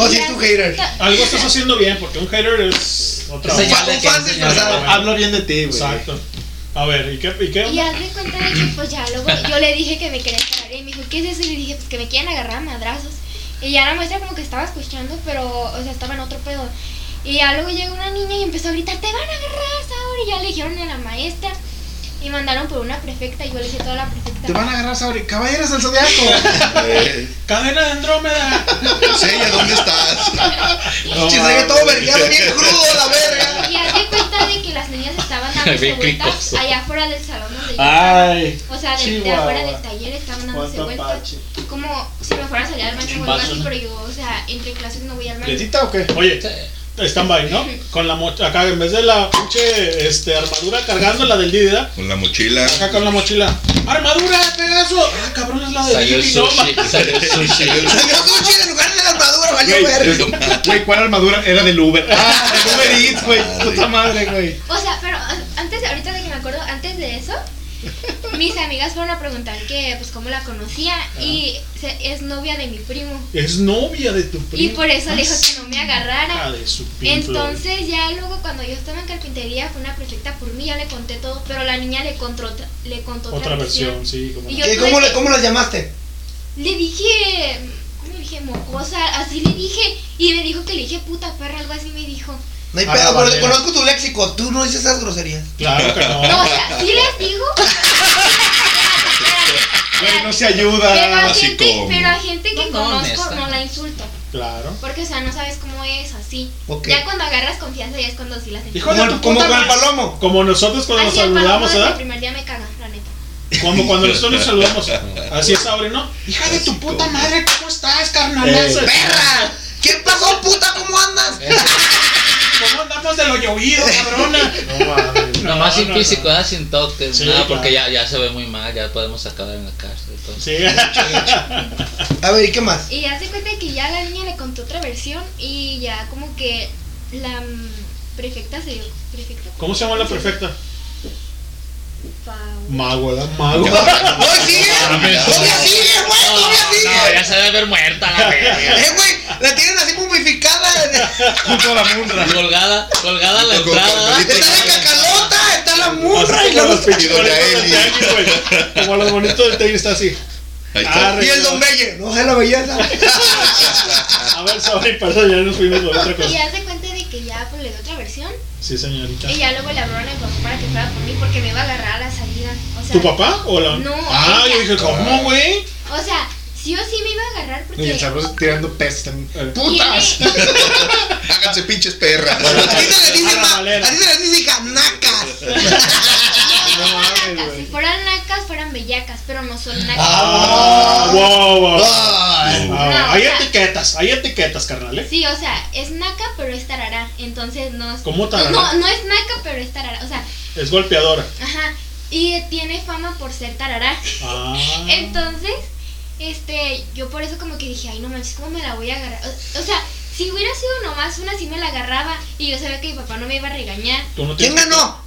[SPEAKER 2] Algo estás haciendo bien, porque un hater es otra
[SPEAKER 10] Ese ya le Un fan queda disfrazado. enseñado, güey. Hablo bien de ti, güey.
[SPEAKER 2] Exacto. A ver, ¿y qué? ¿Y qué?
[SPEAKER 9] Y haz de cuenta de que pues ya luego yo le dije que me quería agarrar y me dijo, ¿qué es eso? Y le dije, pues que me quieren agarrar a madrazos. Y ya la maestra como que estaba escuchando, pero, o sea, estaba en otro pedo. Y ya luego llegó una niña y empezó a gritar, te van a agarrar, Saur. Y ya le dijeron a la maestra. Y mandaron por una prefecta y yo le dije a toda la prefecta.
[SPEAKER 10] Te van a agarrar sobre caballeros del zodiaco.
[SPEAKER 2] Cadena de Andrómeda.
[SPEAKER 3] Seya, ¿dónde estás?
[SPEAKER 10] No,
[SPEAKER 7] Chis, ahí todo vergueado, bien crudo, la verga.
[SPEAKER 9] Y haz de cuenta de que las niñas estaban dándose
[SPEAKER 10] Bien
[SPEAKER 9] vueltas
[SPEAKER 10] cricoso.
[SPEAKER 9] allá afuera del salón donde yo
[SPEAKER 10] Ay.
[SPEAKER 9] O sea, de, de
[SPEAKER 10] Chihuahua.
[SPEAKER 9] afuera del taller estaban dándose
[SPEAKER 10] Cuánto
[SPEAKER 9] vueltas.
[SPEAKER 10] apache.
[SPEAKER 9] Como si me fuera a salir al baño o algo
[SPEAKER 2] Chimbazo,
[SPEAKER 9] así,
[SPEAKER 2] ¿no?
[SPEAKER 9] pero yo, o sea, entre clases no voy al baño.
[SPEAKER 2] ¿Letita o qué? Oye, stand-by, ¿no? Con la mochila, acá en vez de la pinche este, armadura cargando la del Didida,
[SPEAKER 3] Con la mochila.
[SPEAKER 2] acá con la mochila. ¡Armadura, Pegaso! ¡Ah, cabrón, es la del
[SPEAKER 3] Salió el
[SPEAKER 2] Diddy, no,
[SPEAKER 3] sushi,
[SPEAKER 2] ma-
[SPEAKER 3] salió el sushi.
[SPEAKER 7] Salió Gucci en lugar de la armadura, valió
[SPEAKER 10] Güey,
[SPEAKER 7] verga.
[SPEAKER 10] es- Güey, ¿cuál armadura? Era del Uber. Ah, del Uber Eats, güey. Puta madre, güey.
[SPEAKER 9] O sea, pero a- antes, ahorita de que me acuerdo, antes de eso, mis amigas fueron a preguntar que, pues, cómo la conocía y se- es novia de mi primo.
[SPEAKER 2] Es novia de tu primo.
[SPEAKER 9] Y por eso le dijo que no me
[SPEAKER 2] Ah,
[SPEAKER 9] agarrara.
[SPEAKER 2] de su pin flow.
[SPEAKER 9] Entonces ya luego cuando yo estaba en carpintería fue una perfecta por mí, ya le conté todo, pero la niña le contó, otra- le contó
[SPEAKER 2] Otra versión, sí. Como...
[SPEAKER 9] Y yo
[SPEAKER 7] ¿Qué?
[SPEAKER 9] tuve
[SPEAKER 7] ¿Cómo,
[SPEAKER 9] que-
[SPEAKER 7] le- ¿Cómo las llamaste?
[SPEAKER 9] Le dije, mm, le dije mocosa, así le dije, y me dijo que le dije puta perra, algo así me dijo.
[SPEAKER 7] No hay
[SPEAKER 10] Ah,
[SPEAKER 7] pedo,
[SPEAKER 10] vale.
[SPEAKER 7] pero conozco tu léxico. Tú no dices esas groserías.
[SPEAKER 10] Claro que no.
[SPEAKER 9] No, o sea, sí les digo,
[SPEAKER 10] Güey, no se
[SPEAKER 9] pero
[SPEAKER 10] ayuda.
[SPEAKER 9] a gente, pero a gente que
[SPEAKER 10] No, no,
[SPEAKER 9] conozco
[SPEAKER 10] honesta.
[SPEAKER 9] no la insulto.
[SPEAKER 2] Claro.
[SPEAKER 9] Porque, o sea, no sabes cómo es así.
[SPEAKER 2] Ok.
[SPEAKER 9] Ya cuando agarras confianza, ya es cuando sí las
[SPEAKER 2] Hijo de tu puta madre. Como nosotros cuando nos
[SPEAKER 9] Así el palomo
[SPEAKER 2] saludamos,
[SPEAKER 9] desde el
[SPEAKER 2] ¿verdad?
[SPEAKER 9] primer día me caga, la neta.
[SPEAKER 2] Como cuando nosotros nos saludamos. Así es, Aure, ¿no? Hija de tu puta madre, ¿cómo estás, carnalazo?
[SPEAKER 10] Eh,
[SPEAKER 7] ¡Perra! ¿Qué pasó, puta? ¿Cómo andas?
[SPEAKER 2] ¿Cómo andamos de lo llovido, cabrona? No,
[SPEAKER 8] Nomás sin
[SPEAKER 2] no,
[SPEAKER 8] físico, ah, sin toques,
[SPEAKER 2] Sí,
[SPEAKER 8] nada, porque
[SPEAKER 2] claro.
[SPEAKER 8] ya, ya se ve muy mal, ya podemos acabar en la cárcel.
[SPEAKER 2] Sí.
[SPEAKER 7] A ver, ¿y qué más?
[SPEAKER 9] Y ya se cuenta que ya la niña le contó otra versión y ya como que la mm, prefecta se dio. ¿Prefecta?
[SPEAKER 2] ¿Cómo se llama la prefecta?
[SPEAKER 9] Pa-
[SPEAKER 2] Mago, la mago. Ah, Eh,
[SPEAKER 8] No, ya se debe ver muerta la verga.
[SPEAKER 7] Eh, güey, la tienen así mumificada.
[SPEAKER 10] Junto a la mundra.
[SPEAKER 8] Colgada, colgada a la entrada.
[SPEAKER 7] Calota, está la murra y
[SPEAKER 2] Así
[SPEAKER 7] la
[SPEAKER 2] como los pinches
[SPEAKER 7] doña
[SPEAKER 2] bonitos del tianguis, güey. Como los bonitos del tenis está así.
[SPEAKER 7] Y el don Belle, no sé la belleza.
[SPEAKER 2] A ver, sorry, pasa, ya nos fuimos con otra
[SPEAKER 9] Y
[SPEAKER 2] cosa.
[SPEAKER 9] ya se cuenta de que ya pues, le dio otra versión
[SPEAKER 2] Sí, señorita.
[SPEAKER 9] Y ya luego le hablaron a mi papá para que fuera por mí porque me iba a agarrar a la salida. O sea,
[SPEAKER 2] ¿Tu papá o la.?
[SPEAKER 9] No,
[SPEAKER 2] Ah,
[SPEAKER 9] ella.
[SPEAKER 2] yo dije, ¿cómo, güey?
[SPEAKER 9] O sea, sí o sí me iba a agarrar porque.
[SPEAKER 10] Y el sabroso tirando pez también.
[SPEAKER 9] ¡Putas!
[SPEAKER 3] Eh. Háganse pinches perras.
[SPEAKER 7] Así se les dice canacas.
[SPEAKER 9] Nacas, Si fueran nacas, fueran bellacas, pero no son nacas.
[SPEAKER 2] Ah, wow, wow.
[SPEAKER 9] No,
[SPEAKER 2] Ah,
[SPEAKER 9] o
[SPEAKER 2] hay
[SPEAKER 9] sea,
[SPEAKER 2] etiquetas, hay etiquetas, carnal, ¿eh?
[SPEAKER 9] Sí, o sea, es naca, pero es tarará. Entonces no es.
[SPEAKER 2] ¿Cómo tarará?
[SPEAKER 9] No, no es naca, pero es tarará. O sea,
[SPEAKER 2] Es golpeadora.
[SPEAKER 9] ajá. Y tiene fama por ser tarará.
[SPEAKER 2] Ah.
[SPEAKER 9] Entonces, este, yo por eso como que dije, ay, no manches, ¿cómo me la voy a agarrar? O, o sea, si hubiera sido nomás una, sí me la agarraba. Y yo sabía que mi papá no me iba a regañar.
[SPEAKER 2] Tú no
[SPEAKER 7] ¿Quién
[SPEAKER 2] tienes-
[SPEAKER 7] ganó?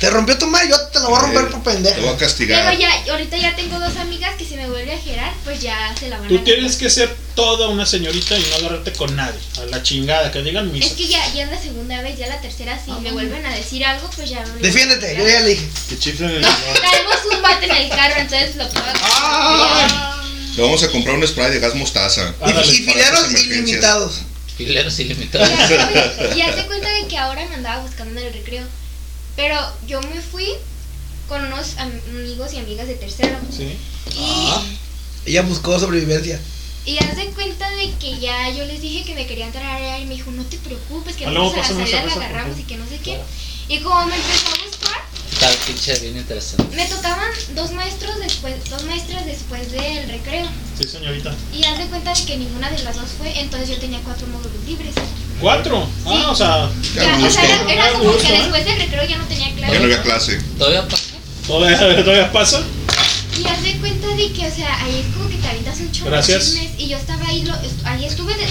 [SPEAKER 7] ¿Te rompió tu madre? Yo te lo voy a romper por
[SPEAKER 3] Te voy
[SPEAKER 7] pendejo.
[SPEAKER 3] a castigar.
[SPEAKER 9] Pero ya, ahorita ya tengo dos amigas que si me vuelve a gerar, pues ya se la van a
[SPEAKER 2] Tú
[SPEAKER 9] agarrar.
[SPEAKER 2] tienes que ser toda una señorita y no agarrarte con nadie. A la chingada, que digan
[SPEAKER 9] Es
[SPEAKER 2] misa.
[SPEAKER 9] que ya, ya es la segunda vez, ya la tercera, si me vuelven a decir algo, pues ya... me-
[SPEAKER 7] Defiéndete, yo ya le dije.
[SPEAKER 10] Que chiflen el
[SPEAKER 3] Ah.
[SPEAKER 9] Traemos un bate en el carro, entonces lo puedo...
[SPEAKER 3] Le vamos a comprar un spray de gas mostaza.
[SPEAKER 2] Ah, dale.
[SPEAKER 7] Y fileros
[SPEAKER 3] Para esas emergencias.
[SPEAKER 7] ilimitados.
[SPEAKER 8] Fileros ilimitados.
[SPEAKER 9] Ya, Y hace cuenta de que ahora me andaba buscando en el recreo. Pero yo me fui con unos am- amigos y amigas de tercero.
[SPEAKER 2] Sí. Ah.
[SPEAKER 9] Y,
[SPEAKER 7] Ella buscó sobrevivencia.
[SPEAKER 9] y hace cuenta de que ya yo les dije que me querían traer y me dijo, no te preocupes, que
[SPEAKER 2] Ah, luego
[SPEAKER 9] nosotros a la
[SPEAKER 2] pásame
[SPEAKER 9] salida
[SPEAKER 2] una
[SPEAKER 9] la
[SPEAKER 2] cerveza, por
[SPEAKER 9] agarramos y
[SPEAKER 2] favor.
[SPEAKER 9] que no sé qué.
[SPEAKER 2] Claro.
[SPEAKER 9] Y como me empezó a buscar,
[SPEAKER 8] Está pinche bien interesante.
[SPEAKER 9] me tocaban dos maestros después, dos maestras después del recreo.
[SPEAKER 2] Sí, señorita.
[SPEAKER 9] Y haz de cuenta de que ninguna de las dos fue, entonces yo tenía cuatro módulos libres.
[SPEAKER 2] ¿Cuatro? Ah, o sea,
[SPEAKER 3] Ya
[SPEAKER 9] Ya, o
[SPEAKER 3] gusto.
[SPEAKER 9] sea, era, era
[SPEAKER 2] Ah,
[SPEAKER 9] como
[SPEAKER 2] gusto,
[SPEAKER 9] que
[SPEAKER 2] ¿eh?
[SPEAKER 9] después del recreo ya no tenía
[SPEAKER 3] Ya no
[SPEAKER 9] clase.
[SPEAKER 3] había clase.
[SPEAKER 8] Todavía pasa.
[SPEAKER 2] ¿todavía, todavía pasa?
[SPEAKER 9] Y haz de cuenta de que, o sea, ahí es como que te avientas un chorro de
[SPEAKER 2] Gracias.
[SPEAKER 9] chismes, Y yo estaba ahí, lo, est- ahí estuve de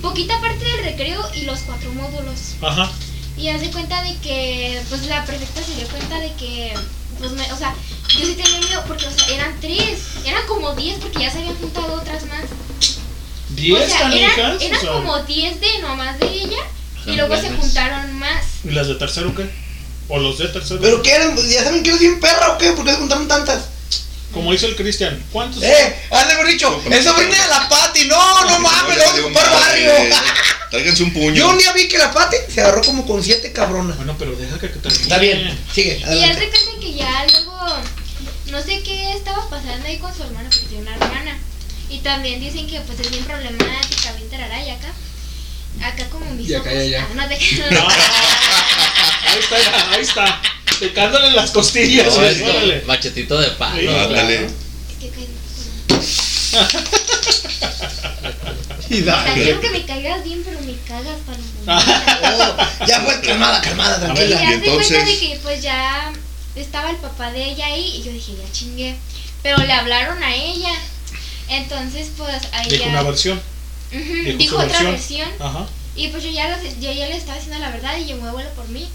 [SPEAKER 9] poquita parte del recreo y los cuatro módulos.
[SPEAKER 2] Ajá.
[SPEAKER 9] Y haz de cuenta de que, pues la prefecta se dio cuenta de que, pues, me- o sea, yo sí tenía miedo porque, o sea, eran tres, eran como diez porque ya se habían juntado otras más.
[SPEAKER 2] ¿Diez
[SPEAKER 9] o sea,
[SPEAKER 2] canijas?
[SPEAKER 9] eran, eran
[SPEAKER 2] O sea,
[SPEAKER 9] como 10 de nomás de ella y
[SPEAKER 8] Son
[SPEAKER 9] luego se
[SPEAKER 8] buenas.
[SPEAKER 9] juntaron más.
[SPEAKER 2] ¿Y las de tercero qué? ¿O los de tercero?
[SPEAKER 7] ¿Pero qué eran? Pues, ¿Ya saben que yo soy un perro o qué? ¿Por qué se juntaron tantas?
[SPEAKER 2] Como dice el Cristian, ¿cuántos?
[SPEAKER 7] ¡Eh! ¡Hazle por dicho! ¡El sobrino de la Pati! ¡No, no mames!
[SPEAKER 3] ya
[SPEAKER 7] ¡Lo
[SPEAKER 3] valió
[SPEAKER 7] un par
[SPEAKER 3] madre.
[SPEAKER 7] barrio!
[SPEAKER 3] Tráiganse un puño.
[SPEAKER 7] Yo un día vi que la Pati se agarró como con siete cabronas.
[SPEAKER 2] Bueno, pero deja que termine.
[SPEAKER 7] Está bien, sigue.
[SPEAKER 9] Y él
[SPEAKER 7] adelante.
[SPEAKER 9] recuerda que ya luego, no sé qué estaba pasando ahí con su hermana, porque tiene una hermana. Y también dicen que pues es bien problemática, bien tarará y acá. Acá como mis
[SPEAKER 7] Y acá,
[SPEAKER 9] ojos.
[SPEAKER 7] y allá.
[SPEAKER 9] Ah, no te creas.
[SPEAKER 2] Ah, ahí está, ahí está. Pecándole las costillas.
[SPEAKER 8] Todo
[SPEAKER 2] güey,
[SPEAKER 8] esto,
[SPEAKER 2] órale.
[SPEAKER 8] Machetito de palo.
[SPEAKER 2] Sí.
[SPEAKER 3] Ándale.
[SPEAKER 9] Es que caí-
[SPEAKER 7] Y
[SPEAKER 9] O sea,
[SPEAKER 7] dale.
[SPEAKER 9] quiero que me caigas bien, pero me cagas para
[SPEAKER 2] Ah,
[SPEAKER 7] Oh, ya fue calmada, calmada,
[SPEAKER 9] Y
[SPEAKER 7] tranquila.
[SPEAKER 9] ya se cuenta de
[SPEAKER 3] entonces-
[SPEAKER 9] que pues ya estaba el papá de ella ahí y yo dije, ya chingué. Pero le hablaron a ella. Entonces pues ahí
[SPEAKER 2] Dijo
[SPEAKER 9] ya...
[SPEAKER 2] una versión.
[SPEAKER 9] Ujú,
[SPEAKER 2] dijo su
[SPEAKER 9] dijo otra
[SPEAKER 2] versión. Ah.
[SPEAKER 9] versión.
[SPEAKER 2] Ajá.
[SPEAKER 9] Y pues yo ya, los- yo ya le estaba diciendo la verdad y yo me vuelo por mí.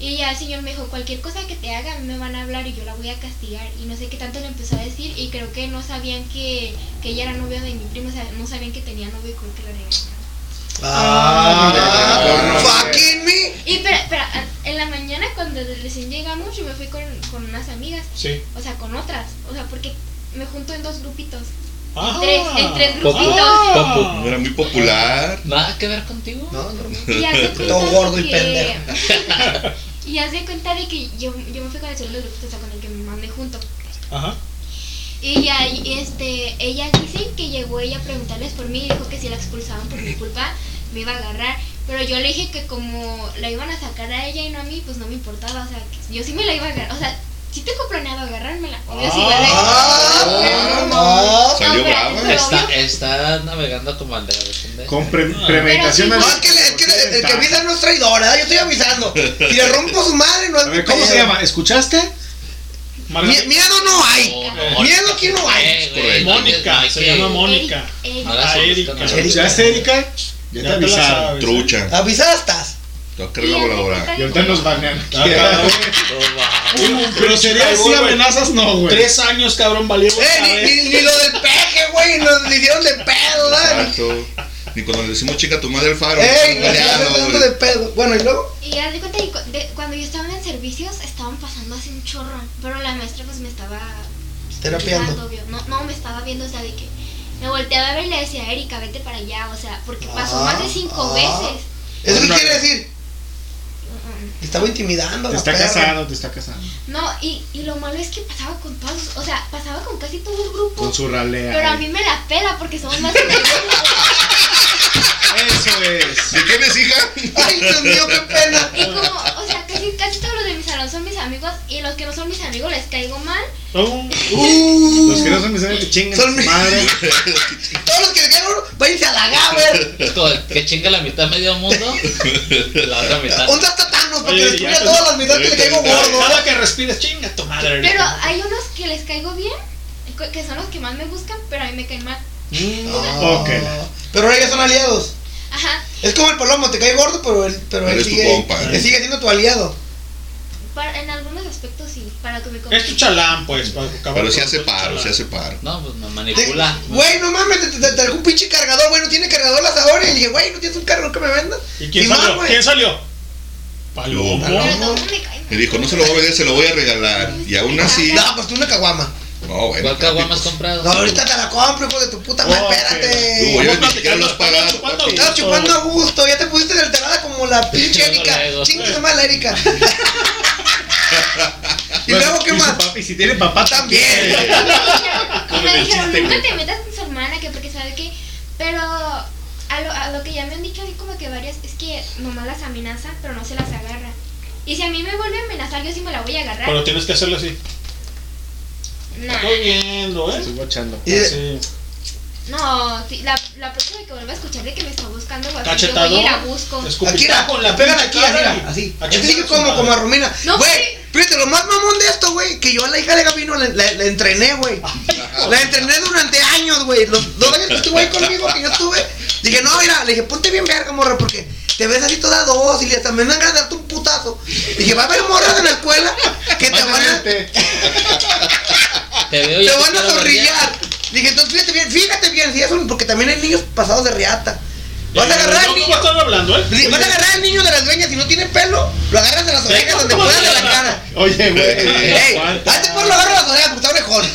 [SPEAKER 9] Y ya el señor me dijo, cualquier cosa que te haga, a mí me van a hablar y yo la voy a castigar. Y no sé qué tanto le empezó a decir y creo que no sabían que, que ella era novia de mi primo, o sea, no sabían que tenía novio y creo que la regañaron.
[SPEAKER 7] Ah,
[SPEAKER 3] Ah,
[SPEAKER 7] fucking me.
[SPEAKER 9] Y pero, pero, ah, en la mañana cuando recién llegamos yo me fui con, con unas amigas,
[SPEAKER 2] Sí.
[SPEAKER 9] o sea, con otras, o sea, porque me junto en dos grupitos.
[SPEAKER 2] Ah.
[SPEAKER 9] tres- en tres
[SPEAKER 8] grupitos.
[SPEAKER 3] No era muy popular.
[SPEAKER 8] ¿Nada que ver contigo?
[SPEAKER 7] No, no, no.
[SPEAKER 9] Y hace cuenta
[SPEAKER 7] Todo gordo y
[SPEAKER 9] de que- y hace cuenta de que yo, yo me fui con el solo de los grupitos, o sea, con el que mi mamá me junto.
[SPEAKER 2] Ajá.
[SPEAKER 9] Y ya, y, este, ella dicen que llegó ella a preguntarles por mí y dijo que si la expulsaban por mi culpa me iba a agarrar. Pero yo le dije que como la iban a sacar a ella y no a mí, pues no me importaba. O sea, que yo sí me la iba a agarrar. O sea, sí tengo planeado agarrármela. Obvio, sí la
[SPEAKER 7] Ah,
[SPEAKER 9] agarré.
[SPEAKER 7] no.
[SPEAKER 3] Salió
[SPEAKER 9] No,
[SPEAKER 3] brava.
[SPEAKER 9] pero-
[SPEAKER 8] Está, está navegando como bandera de pendejo.
[SPEAKER 10] Con pre- premeditación.
[SPEAKER 9] Pero
[SPEAKER 7] No,
[SPEAKER 9] sí,
[SPEAKER 7] es que, le- es que le- el que avisa no es traidor, ¿verdad? Yo estoy avisando. Si le rompo su madre, no es
[SPEAKER 10] A
[SPEAKER 7] mi
[SPEAKER 10] ver, ¿Cómo se
[SPEAKER 7] pedo.
[SPEAKER 10] llama? ¿Escuchaste?
[SPEAKER 7] Mi-
[SPEAKER 2] Margarita.
[SPEAKER 7] miedo no hay.
[SPEAKER 8] No,
[SPEAKER 7] Miedo aquí no hay.
[SPEAKER 8] Eh, güey, no
[SPEAKER 2] Mónica,
[SPEAKER 8] hay que-
[SPEAKER 2] se llama Mónica.
[SPEAKER 9] Eric, Eric.
[SPEAKER 8] No hagas
[SPEAKER 2] Ah,
[SPEAKER 8] esto,
[SPEAKER 2] Erika.
[SPEAKER 8] no.
[SPEAKER 7] Erika.
[SPEAKER 10] ¿Escuchaste, Erika? Ya te
[SPEAKER 2] Ya te la
[SPEAKER 10] avisaron.
[SPEAKER 2] sabes.
[SPEAKER 3] Trucha.
[SPEAKER 7] Avisada estás.
[SPEAKER 3] Te va a
[SPEAKER 9] Y
[SPEAKER 3] cargar
[SPEAKER 9] hace
[SPEAKER 3] la voladora.
[SPEAKER 9] cuenta
[SPEAKER 10] Y
[SPEAKER 9] de
[SPEAKER 10] ahorita
[SPEAKER 9] que-
[SPEAKER 10] nos banean.
[SPEAKER 2] Ah, cabrón.
[SPEAKER 10] Pero sería
[SPEAKER 2] Ay,
[SPEAKER 10] así
[SPEAKER 2] güey.
[SPEAKER 10] amenazas, no, güey.
[SPEAKER 2] Tres años, cabrón, valieron.
[SPEAKER 7] Eh, ni, ni- ni lo del peje, güey. Nos le hicieron de pedo, ¿verdad?
[SPEAKER 3] Exacto. Ni cuando le decimos chica tu madre al faro.
[SPEAKER 7] Ey, nos
[SPEAKER 3] Peleado,
[SPEAKER 7] hicieron
[SPEAKER 3] güey.
[SPEAKER 7] de pedo. Bueno, y luego.
[SPEAKER 9] Y haz de cuenta que cu- de- cuando yo estaba en servicios estaban pasando así un chorro, pero la maestra pues me estaba
[SPEAKER 7] Terapeando.
[SPEAKER 9] obligando, obvio. No, no, me estaba viendo, o sea, de que me volteaba a ver y le decía, Erika, vete para allá, o sea, porque pasó
[SPEAKER 7] Ah,
[SPEAKER 9] más de cinco
[SPEAKER 7] ah.
[SPEAKER 9] veces.
[SPEAKER 7] ¿Eso qué quiere decir?
[SPEAKER 9] Mm, mm,
[SPEAKER 7] Te estaba intimidando.
[SPEAKER 10] Te
[SPEAKER 7] la
[SPEAKER 10] está
[SPEAKER 7] perra.
[SPEAKER 10] casando, te está casando.
[SPEAKER 9] No, y, y lo malo es que pasaba con todos, o sea, pasaba con casi todo el grupo.
[SPEAKER 10] Con su ralea.
[SPEAKER 9] Pero a mí me la pela porque somos más amigos.
[SPEAKER 10] Eso es.
[SPEAKER 3] ¿De quién es hija?
[SPEAKER 7] Ay, Dios mío, qué pena.
[SPEAKER 9] Y como, o sea, casi, casi todos los de mi salón son mis amigos y los que no son mis amigos les caigo mal.
[SPEAKER 7] Uh,
[SPEAKER 10] Los que no son mis amigos que chingan
[SPEAKER 7] Son
[SPEAKER 10] su
[SPEAKER 7] mis-
[SPEAKER 10] madre.
[SPEAKER 7] Todos los que le caen uno, váyanse a la Gaber.
[SPEAKER 8] Es como que chinga la mitad medio mundo, la otra mitad.
[SPEAKER 7] ¿Dónde está Thanos? Para que
[SPEAKER 2] Oye,
[SPEAKER 7] destruya
[SPEAKER 2] ya,
[SPEAKER 7] todas las mitades que le caigo gordo.
[SPEAKER 2] Cada que respires, chinga tu madre.
[SPEAKER 9] Pero hay unos que les caigo bien, co- que son los que más me buscan, pero a mí me caen mal.
[SPEAKER 7] Ah,
[SPEAKER 10] Ok.
[SPEAKER 7] Pero ahora ya son aliados.
[SPEAKER 9] Ajá,
[SPEAKER 7] Es como el palomo, te cae gordo, pero él, pero él
[SPEAKER 3] Eres tu
[SPEAKER 7] sigue,
[SPEAKER 3] compa,
[SPEAKER 7] él
[SPEAKER 3] eh.
[SPEAKER 7] sigue siendo tu aliado.
[SPEAKER 9] para- en algunos aspectos sí, para que me
[SPEAKER 2] Es tu
[SPEAKER 9] conozcan.
[SPEAKER 2] chalán, pues. para acabar
[SPEAKER 3] Pero si
[SPEAKER 2] con
[SPEAKER 3] hace
[SPEAKER 2] tu
[SPEAKER 3] paro,
[SPEAKER 2] chalán.
[SPEAKER 3] si hace paro.
[SPEAKER 8] No, pues me
[SPEAKER 7] Te-
[SPEAKER 8] manipula.
[SPEAKER 7] Güey, no mames, te, te, te- un pinche cargador, güey, no tiene cargador las ahora. Y dije, güey, no tienes un cargador que me vendas.
[SPEAKER 2] ¿Y quién
[SPEAKER 7] más,
[SPEAKER 2] salió?
[SPEAKER 7] güey.
[SPEAKER 2] ¿Quién salió? Palomo.
[SPEAKER 9] Pero
[SPEAKER 7] Palomo.
[SPEAKER 9] todo me cae mal.
[SPEAKER 3] Me dijo, no se lo voy a vender, se lo voy a regalar. Y aún así.
[SPEAKER 7] No, pues tú una caguama.
[SPEAKER 3] No, bueno.
[SPEAKER 8] ¿Cuál caguama has
[SPEAKER 3] papi,
[SPEAKER 8] comprado?
[SPEAKER 7] No, ahorita te la compro, hijo de tu puta madre,
[SPEAKER 2] Ok.
[SPEAKER 7] espérate.
[SPEAKER 3] Uy, yo ni
[SPEAKER 2] Estamos
[SPEAKER 3] siquiera lo has
[SPEAKER 2] platicando,
[SPEAKER 3] pagado.
[SPEAKER 2] estamos
[SPEAKER 3] papi.
[SPEAKER 2] chupando
[SPEAKER 7] Estás chupando a gusto, ya te pusiste alterada como la pinche
[SPEAKER 8] Luego,
[SPEAKER 7] Erika.
[SPEAKER 8] luego.
[SPEAKER 7] Chingue más la Erika. y
[SPEAKER 10] Bueno,
[SPEAKER 7] luego, ¿qué
[SPEAKER 10] su
[SPEAKER 7] más?
[SPEAKER 10] papi, si tiene papá
[SPEAKER 7] También.
[SPEAKER 10] también.
[SPEAKER 9] Y
[SPEAKER 10] Con el
[SPEAKER 9] me dijeron,
[SPEAKER 10] chiste,
[SPEAKER 9] nunca
[SPEAKER 10] güey.
[SPEAKER 9] te metas con su hermana, que porque sabe que. Pero a lo, a lo que ya me han dicho así como que varias, es que nomás las amenaza, pero no se las agarra. Y si a mí me vuelve a amenazar, yo sí me la voy a agarrar.
[SPEAKER 2] Pero tienes que hacerle así.
[SPEAKER 9] Nah.
[SPEAKER 2] Estoy viendo, ¿eh?
[SPEAKER 10] Estoy guachando.
[SPEAKER 7] Y-
[SPEAKER 2] Así.
[SPEAKER 9] No, sí, la, la próxima que vuelva a escuchar de que me está buscando, güey, así, yo
[SPEAKER 2] Cachetado.
[SPEAKER 9] voy y la busco.
[SPEAKER 7] Aquí
[SPEAKER 2] Escupitajo
[SPEAKER 7] la,
[SPEAKER 2] con
[SPEAKER 7] la pegan
[SPEAKER 2] pinche
[SPEAKER 7] aquí,
[SPEAKER 2] cara
[SPEAKER 7] así,
[SPEAKER 2] y-
[SPEAKER 7] así.
[SPEAKER 2] a
[SPEAKER 7] Yo te dije
[SPEAKER 2] chingar a su
[SPEAKER 7] como,
[SPEAKER 2] madre.
[SPEAKER 7] como a Romina.
[SPEAKER 9] No,
[SPEAKER 7] Güey,
[SPEAKER 9] sí.
[SPEAKER 7] fíjate, lo más mamón de esto, güey, que yo a la hija de Gabino la, la- la entrené, güey.
[SPEAKER 2] Ah,
[SPEAKER 7] La entrené durante años, güey. Los dos años que estuvo ahí conmigo, que yo estuve. Dije, no, mira, le dije, ponte bien verga, morra, porque te ves así toda dos y le también dan ganas de darte un putazo. Dije, va a haber morras en la escuela que te van a,
[SPEAKER 10] Vente.
[SPEAKER 8] Te veo y
[SPEAKER 7] te
[SPEAKER 8] ya
[SPEAKER 7] van a
[SPEAKER 8] quiero
[SPEAKER 7] zorrillar. Dije, entonces fíjate bien, fíjate bien, si es un- porque también hay niños pasados de riata. Vas a agarrar al
[SPEAKER 2] No, no
[SPEAKER 7] niño.
[SPEAKER 2] vas a estar hablando, ¿eh?
[SPEAKER 7] Vas a agarrar al niño de las dueñas, si no tiene pelo, lo agarras de las orejas donde
[SPEAKER 2] ¿Cómo
[SPEAKER 7] puedas
[SPEAKER 2] se
[SPEAKER 7] de la
[SPEAKER 2] llama?
[SPEAKER 7] cara.
[SPEAKER 10] Oye, güey.
[SPEAKER 7] Ey,
[SPEAKER 10] aguanta.
[SPEAKER 7] hazte por lo agarro de las orejas, porque está orejón.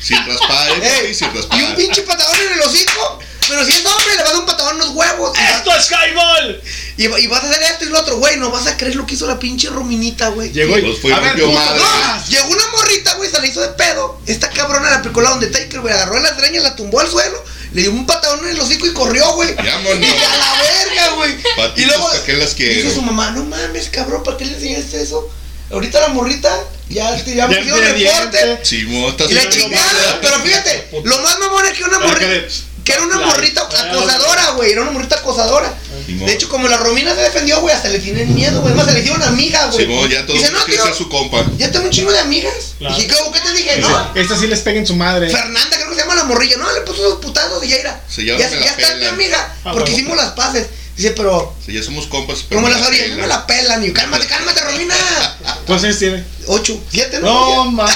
[SPEAKER 3] Sin raspar, eh, papi,
[SPEAKER 7] Ey,
[SPEAKER 3] sin raspar.
[SPEAKER 7] y un pinche patadón en el hocico. Pero si es hombre, le vas a dar un patadón en los huevos. y vas-
[SPEAKER 2] ¡Esto es highball!
[SPEAKER 7] Y, y vas a hacer esto y lo otro, güey. No vas a creer lo que hizo la pinche Rominita, güey.
[SPEAKER 10] Llegó
[SPEAKER 3] Pues
[SPEAKER 10] y.
[SPEAKER 3] fue
[SPEAKER 10] A ver,
[SPEAKER 3] rompió
[SPEAKER 10] puto,
[SPEAKER 3] madre.
[SPEAKER 10] no.
[SPEAKER 7] Llegó una morrita, güey, se la hizo de pedo. Esta cabrona la picó la donde Taker, güey. Agarró las dreñas, la tumbó al suelo, le dio un patadón en el hocico y corrió, güey.
[SPEAKER 3] Ya, mono.
[SPEAKER 7] Y a la verga, güey. Y
[SPEAKER 3] Patitos,
[SPEAKER 7] luego
[SPEAKER 3] ¿para qué las quiero?
[SPEAKER 7] dice su mamá, no mames, cabrón, ¿para qué le enseñaste eso? Ahorita la morrita ya, te- ya me
[SPEAKER 10] Ya
[SPEAKER 7] hicieron
[SPEAKER 10] tiene
[SPEAKER 7] reporte.
[SPEAKER 10] dientes.
[SPEAKER 3] Simón, estás
[SPEAKER 7] Y la
[SPEAKER 3] haciendo
[SPEAKER 7] chingada,
[SPEAKER 3] mamada.
[SPEAKER 7] pero fíjate, lo más mamón es que una
[SPEAKER 10] Pero
[SPEAKER 7] morrita.
[SPEAKER 10] que-
[SPEAKER 7] Que era una
[SPEAKER 2] la-
[SPEAKER 7] morrita acosadora, güey. Era una morrita acosadora.
[SPEAKER 3] Simón.
[SPEAKER 7] De hecho, como la Romina se defendió, güey, hasta le tienen miedo, güey. Es más, se le hicieron amiga, güey.
[SPEAKER 3] Simón, ya todo
[SPEAKER 7] Dice, no,
[SPEAKER 3] quiere
[SPEAKER 7] tío,
[SPEAKER 3] ser su compa.
[SPEAKER 7] ya tengo un chingo de amigas.
[SPEAKER 2] Claro.
[SPEAKER 7] Dije, ¿cómo que te dije?
[SPEAKER 10] Dice,
[SPEAKER 7] No,
[SPEAKER 10] Esta sí les pega en su madre.
[SPEAKER 7] Fernanda, creo que se llama la morrilla. No, le puso dos putazos y ya era.
[SPEAKER 3] Sí,
[SPEAKER 7] ya
[SPEAKER 3] ya
[SPEAKER 7] ya,
[SPEAKER 3] me la
[SPEAKER 7] está mi
[SPEAKER 3] pelan.
[SPEAKER 7] amiga,
[SPEAKER 2] Ah,
[SPEAKER 7] porque
[SPEAKER 2] huevo.
[SPEAKER 7] hicimos las paces. Dice, pero,
[SPEAKER 3] Si ya somos compas. pero
[SPEAKER 7] como
[SPEAKER 3] me
[SPEAKER 7] las orillas, no me
[SPEAKER 3] pelan.
[SPEAKER 7] la pelan. Y yo, cálmate, cálmate, Romina.
[SPEAKER 10] ¿Cuántos años tiene?
[SPEAKER 7] Ocho, siete,
[SPEAKER 10] No,
[SPEAKER 7] ¿no?
[SPEAKER 10] mames.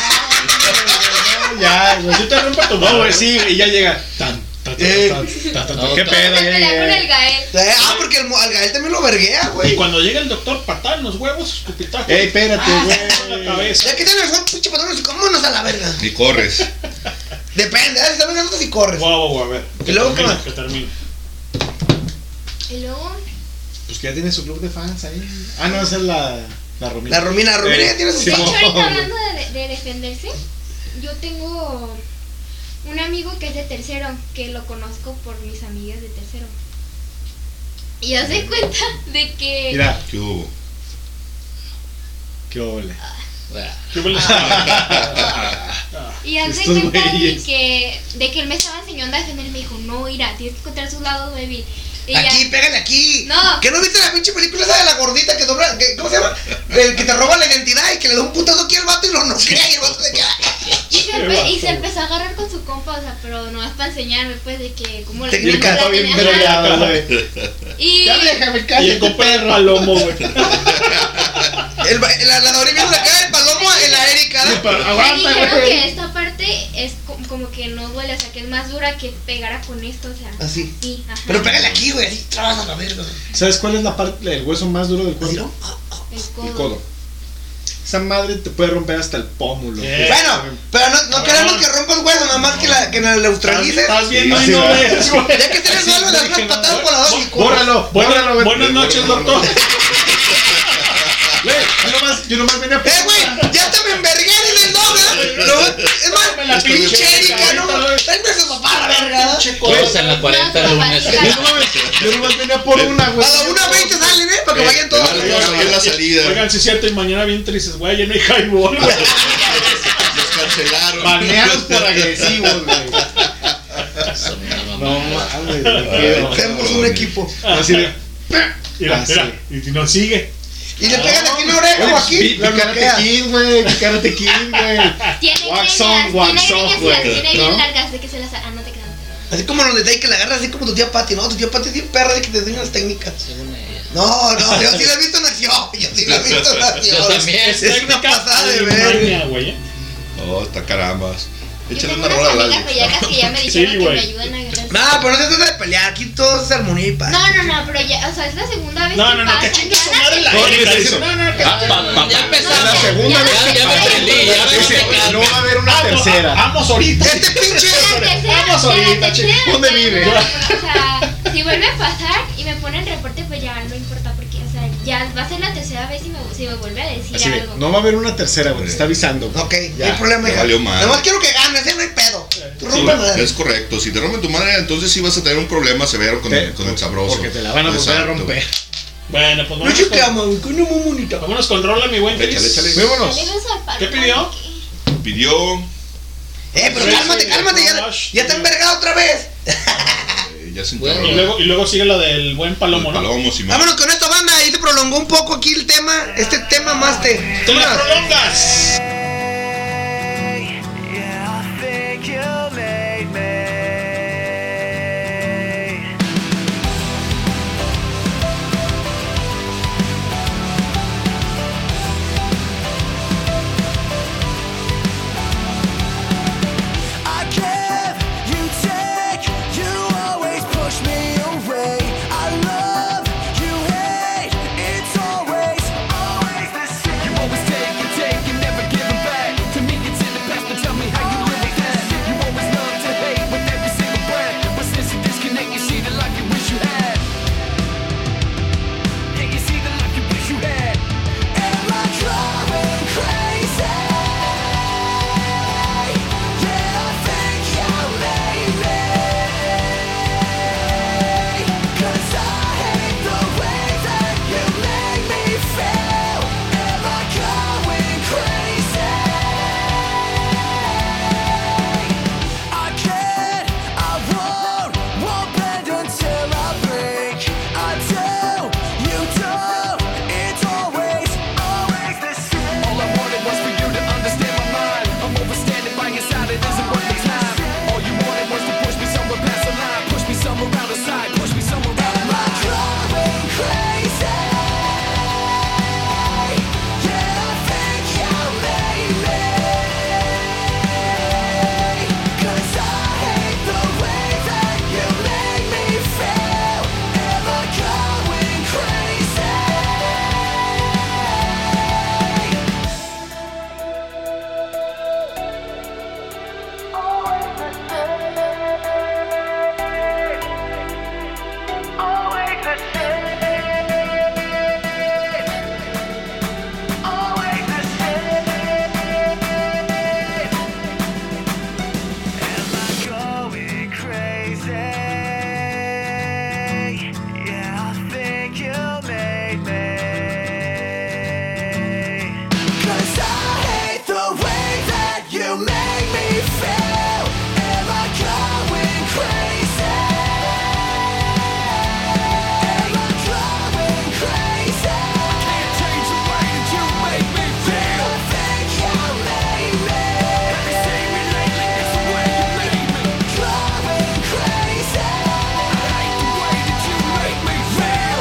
[SPEAKER 10] no, Ya, güey.
[SPEAKER 2] Yo te rompo tu
[SPEAKER 10] No,
[SPEAKER 2] madre.
[SPEAKER 10] güey, sí, y ya llega. Tan, tan, tan,
[SPEAKER 7] Eh.
[SPEAKER 10] tan, tan, tan,
[SPEAKER 8] No,
[SPEAKER 10] ¿Qué
[SPEAKER 8] no.
[SPEAKER 10] pedo?
[SPEAKER 9] Me
[SPEAKER 10] Ya
[SPEAKER 9] pelea con el
[SPEAKER 10] llegué.
[SPEAKER 9] Gael.
[SPEAKER 7] Ah, porque el, mo- al Gael también lo verguea,
[SPEAKER 2] Y
[SPEAKER 7] güey.
[SPEAKER 2] cuando llega el doctor, patada en los huevos, escupitajo.
[SPEAKER 10] Ey, espérate,
[SPEAKER 9] Ah.
[SPEAKER 2] en la
[SPEAKER 10] güey.
[SPEAKER 2] cabeza.
[SPEAKER 7] Ya que tiene razón, pinche patrón, vámonos a la verga.
[SPEAKER 3] Y corres.
[SPEAKER 7] Depende, ¿eh? si estás ganando si corres.
[SPEAKER 2] Guau, guau, a ver.
[SPEAKER 7] Y luego, ¿qué más?
[SPEAKER 2] Que termine.
[SPEAKER 9] Y luego,
[SPEAKER 10] Pues que ya tiene su club de fans ahí. Ah, no, esa es la, la Romina.
[SPEAKER 7] La Romina, la Romina ya tiene su
[SPEAKER 9] de hecho,
[SPEAKER 10] Simón.
[SPEAKER 9] ahorita hablando de, de defenderse, yo tengo un amigo que es de tercero, que lo conozco por mis amigas de tercero. Y hace cuenta de que...
[SPEAKER 10] Mira,
[SPEAKER 3] ¿Qué hubo?
[SPEAKER 10] qué ole.
[SPEAKER 8] Bueno,
[SPEAKER 2] ¿Qué huele?
[SPEAKER 9] Y hace
[SPEAKER 10] Estos
[SPEAKER 9] cuenta de
[SPEAKER 10] güeyes.
[SPEAKER 9] que, de que él me estaba enseñando a defender y me dijo, no, mira, tienes que encontrar su lado débil. Y ya-
[SPEAKER 7] Aquí, pégale aquí.
[SPEAKER 9] No.
[SPEAKER 7] ¿Que no viste la pinche película esa de la gordita que dobla, que, ¿cómo se llama? El que te roba la identidad y que le da un putazo aquí al vato y lo noquea y el vato se queda.
[SPEAKER 9] y, se,
[SPEAKER 2] Qué
[SPEAKER 9] empe- y
[SPEAKER 2] vato,
[SPEAKER 9] se empezó a agarrar con su compa, o sea, pero no es para enseñarme, pues, de que cómo la
[SPEAKER 10] Y el
[SPEAKER 9] manos
[SPEAKER 10] compa
[SPEAKER 9] la
[SPEAKER 10] bien
[SPEAKER 9] tenía- Ajá.
[SPEAKER 10] peleado, güey.
[SPEAKER 9] Y
[SPEAKER 10] Ya déjame
[SPEAKER 2] Y el
[SPEAKER 10] cállate,
[SPEAKER 2] compa de
[SPEAKER 10] perro.
[SPEAKER 2] palomo, güey.
[SPEAKER 7] El, va- la, la Dori viendo la cara del palomo en la Erika. ¿no?
[SPEAKER 9] me
[SPEAKER 10] Aguanta,
[SPEAKER 9] dijeron que
[SPEAKER 10] güey.
[SPEAKER 9] esta parte es co- como que no duele, o sea, que es más dura que pegara con esto, o sea.
[SPEAKER 7] Así.
[SPEAKER 9] Sí, ajá.
[SPEAKER 7] Ah, Pero pégale aquí, güey, así trabas a la verga.
[SPEAKER 10] ¿Sabes cuál es la parte, el hueso más duro del
[SPEAKER 7] Así,
[SPEAKER 10] cuerpo?
[SPEAKER 7] ¿no?
[SPEAKER 9] el codo.
[SPEAKER 10] El codo. Esa madre te puede romper hasta el pómulo.
[SPEAKER 2] ¿Qué?
[SPEAKER 7] Bueno, pero no, no queremos que rompas hueso, nada más que la, que la neutralices.
[SPEAKER 2] Ah. Estás viendo y
[SPEAKER 10] así
[SPEAKER 2] no
[SPEAKER 10] va.
[SPEAKER 2] ves, güey.
[SPEAKER 7] Ya que tienes suelo, le das unas patadas por la dos y
[SPEAKER 10] Bórralo,
[SPEAKER 2] Buenas,
[SPEAKER 10] bórralo, güey.
[SPEAKER 2] buenas noches, doctor.
[SPEAKER 3] Yo nomás venía
[SPEAKER 7] ¡Eh, güey! ¡Ya te me envergué en el doble! ¿no? No, es más,
[SPEAKER 2] la
[SPEAKER 7] pinche Erika, ¿no? Tráeme a su papá a la verga. ¿no?
[SPEAKER 8] Todos en la 40 lunes.
[SPEAKER 10] Yo nomás venía por una, güey.
[SPEAKER 7] A la 1.20 salen, ¿eh? Para que vayan todos.
[SPEAKER 3] Yo cambié la salida.
[SPEAKER 2] Oigan, si es cierto, y mañana bien tristes, güey, ya no hay highball, güey.
[SPEAKER 3] Los cancelaron.
[SPEAKER 10] Baneados por agresivos, güey.
[SPEAKER 8] Son una
[SPEAKER 10] No
[SPEAKER 8] mamada.
[SPEAKER 10] mames, güey.
[SPEAKER 7] Tenemos un equipo.
[SPEAKER 10] Así de.
[SPEAKER 2] Ah, Mira,
[SPEAKER 10] Ah, sí.
[SPEAKER 2] mira, y nos sigue.
[SPEAKER 7] Y le pegan aquí una oreja o aquí.
[SPEAKER 10] Pi-
[SPEAKER 7] La
[SPEAKER 10] Karate
[SPEAKER 7] bloquean.
[SPEAKER 10] Kid, güey. Karate Kid, güey.
[SPEAKER 9] Tiene
[SPEAKER 10] Wax
[SPEAKER 9] greñas,
[SPEAKER 10] on, wax
[SPEAKER 9] tiene greñas
[SPEAKER 10] off,
[SPEAKER 9] y las
[SPEAKER 10] güey,
[SPEAKER 9] tiene
[SPEAKER 10] ¿no?
[SPEAKER 9] bien largas de que se las... Ah, no te creas.
[SPEAKER 7] Así como los detalles que la agarra, así como tu tía Pati. No, tu tía Pati es bien perra de que te enseña las técnicas.
[SPEAKER 8] Según ella.
[SPEAKER 7] No, no, yo sí la he visto en acción. Yo sí la he visto en acción.
[SPEAKER 8] Yo también.
[SPEAKER 7] Es una pasada de ver.
[SPEAKER 2] Alemania, güey. ¿eh?
[SPEAKER 3] Oh, está carambas.
[SPEAKER 9] Yo
[SPEAKER 3] Échale
[SPEAKER 9] tengo
[SPEAKER 3] una
[SPEAKER 9] unas
[SPEAKER 3] rola al
[SPEAKER 9] amigas bellacas que ya me dijeron que
[SPEAKER 2] güey.
[SPEAKER 9] me ayudan a agarrar.
[SPEAKER 7] No, pues, pero no se trata de pelear. Aquí todo es armonía y paz.
[SPEAKER 9] No, no, no, pero ya, o sea, es la segunda vez
[SPEAKER 2] No,
[SPEAKER 9] que
[SPEAKER 2] no, no,
[SPEAKER 9] pasa.
[SPEAKER 2] que chingue su
[SPEAKER 9] ya
[SPEAKER 2] madre la
[SPEAKER 9] la-
[SPEAKER 3] No,
[SPEAKER 2] Erika,
[SPEAKER 3] ¿qué es
[SPEAKER 2] dice,
[SPEAKER 3] eso?
[SPEAKER 2] No, no, que
[SPEAKER 8] Ah, pa- pa-
[SPEAKER 9] Ya empezamos.
[SPEAKER 8] La
[SPEAKER 10] segunda
[SPEAKER 9] Ya-
[SPEAKER 10] vez
[SPEAKER 8] Ya, ya me prendí, ya me
[SPEAKER 10] Dice, no va a haber una
[SPEAKER 2] Vamos,
[SPEAKER 10] tercera.
[SPEAKER 2] Vamos ahorita.
[SPEAKER 7] Este pinche.
[SPEAKER 9] La tercera,
[SPEAKER 2] Vamos
[SPEAKER 9] la
[SPEAKER 2] ahorita, chico.
[SPEAKER 9] tercera, la
[SPEAKER 10] ¿Dónde
[SPEAKER 9] tercera,
[SPEAKER 10] vive?
[SPEAKER 9] no, O sea, si vuelve a pasar y me ponen reporte, pues ya no importa, porque, o sea, ya va a ser la tercera vez y me, si me vuelve a decir
[SPEAKER 10] Así de,
[SPEAKER 9] algo.
[SPEAKER 10] no va a haber una tercera, güey. Te está avisando.
[SPEAKER 7] Ok, no
[SPEAKER 10] Ya,
[SPEAKER 7] hay problema,
[SPEAKER 3] ya
[SPEAKER 7] hija.
[SPEAKER 3] valió madre.
[SPEAKER 7] Nada más quiero que ganes, ¿eh? no hay pedo. Tú
[SPEAKER 3] Sí,
[SPEAKER 7] rompe madre.
[SPEAKER 3] es correcto. Si te rompen tu madre, entonces sí vas a tener un problema severo con,
[SPEAKER 10] Te-
[SPEAKER 3] el, con el sabroso.
[SPEAKER 10] Porque te la van a volver a
[SPEAKER 3] Exacto.
[SPEAKER 10] romper.
[SPEAKER 2] Bueno, pues
[SPEAKER 7] No
[SPEAKER 2] vámonos
[SPEAKER 7] yo te
[SPEAKER 2] con,
[SPEAKER 7] amo, güey, coño muy bonita.
[SPEAKER 2] vámonos con Rola, mi buen
[SPEAKER 3] Échale,
[SPEAKER 2] Chris.
[SPEAKER 3] échale.
[SPEAKER 10] Vámonos.
[SPEAKER 9] Le vas al palo,
[SPEAKER 2] ¿Qué pidió? Pues,
[SPEAKER 9] ¿no? ¿Qué?
[SPEAKER 3] Pidió.
[SPEAKER 7] Eh, pero cálmate, cálmate, ya, ya te he envergado otra vez.
[SPEAKER 3] eh, ya se
[SPEAKER 8] Bueno.
[SPEAKER 2] Y
[SPEAKER 3] entraron.
[SPEAKER 2] luego, y luego sigue lo del buen palomo, ¿no?
[SPEAKER 3] Palomo, Simón.
[SPEAKER 7] Vámonos con esta banda, ahí se prolongó un poco aquí el tema, este tema más te.
[SPEAKER 2] ¡Te la
[SPEAKER 7] Vámonos.
[SPEAKER 2] prolongas!
[SPEAKER 5] Yeah, I think you made me. I give, you take, you always push me away. I love, you hate, it's always, always the same. You always take and take and never give it back. To me, it's in the past, but tell me how you live with that. You always love to hate with every single breath. But since you disconnect, you see the life you wish you had. Yeah, you see the life you wish you had. Am I driving crazy? Yeah, I think you made me. 'Cause I hate the way that you make me feel. Am I going crazy? I can't, I won't, won't bend until I break. I do, you do, it's always, always the same. All I wanted was for you to understand my mind. I'm overstanding by your side, it isn't worth the time. All you wanted was to push me somewhere past the line, push me somewhere out of sight, push me somewhere out of mind. Going crazy. Yeah, I think you made me. 'Cause I hate the way that you make me feel. Am I going crazy? Yeah, I think you made me. Cause I hate the way that you make me feel. Am I going crazy? Am I going crazy? I can't change the way that you make me feel. I think you made me. Have you seen me lately? It's the way you make me. Going crazy. I hate the way that you make me feel.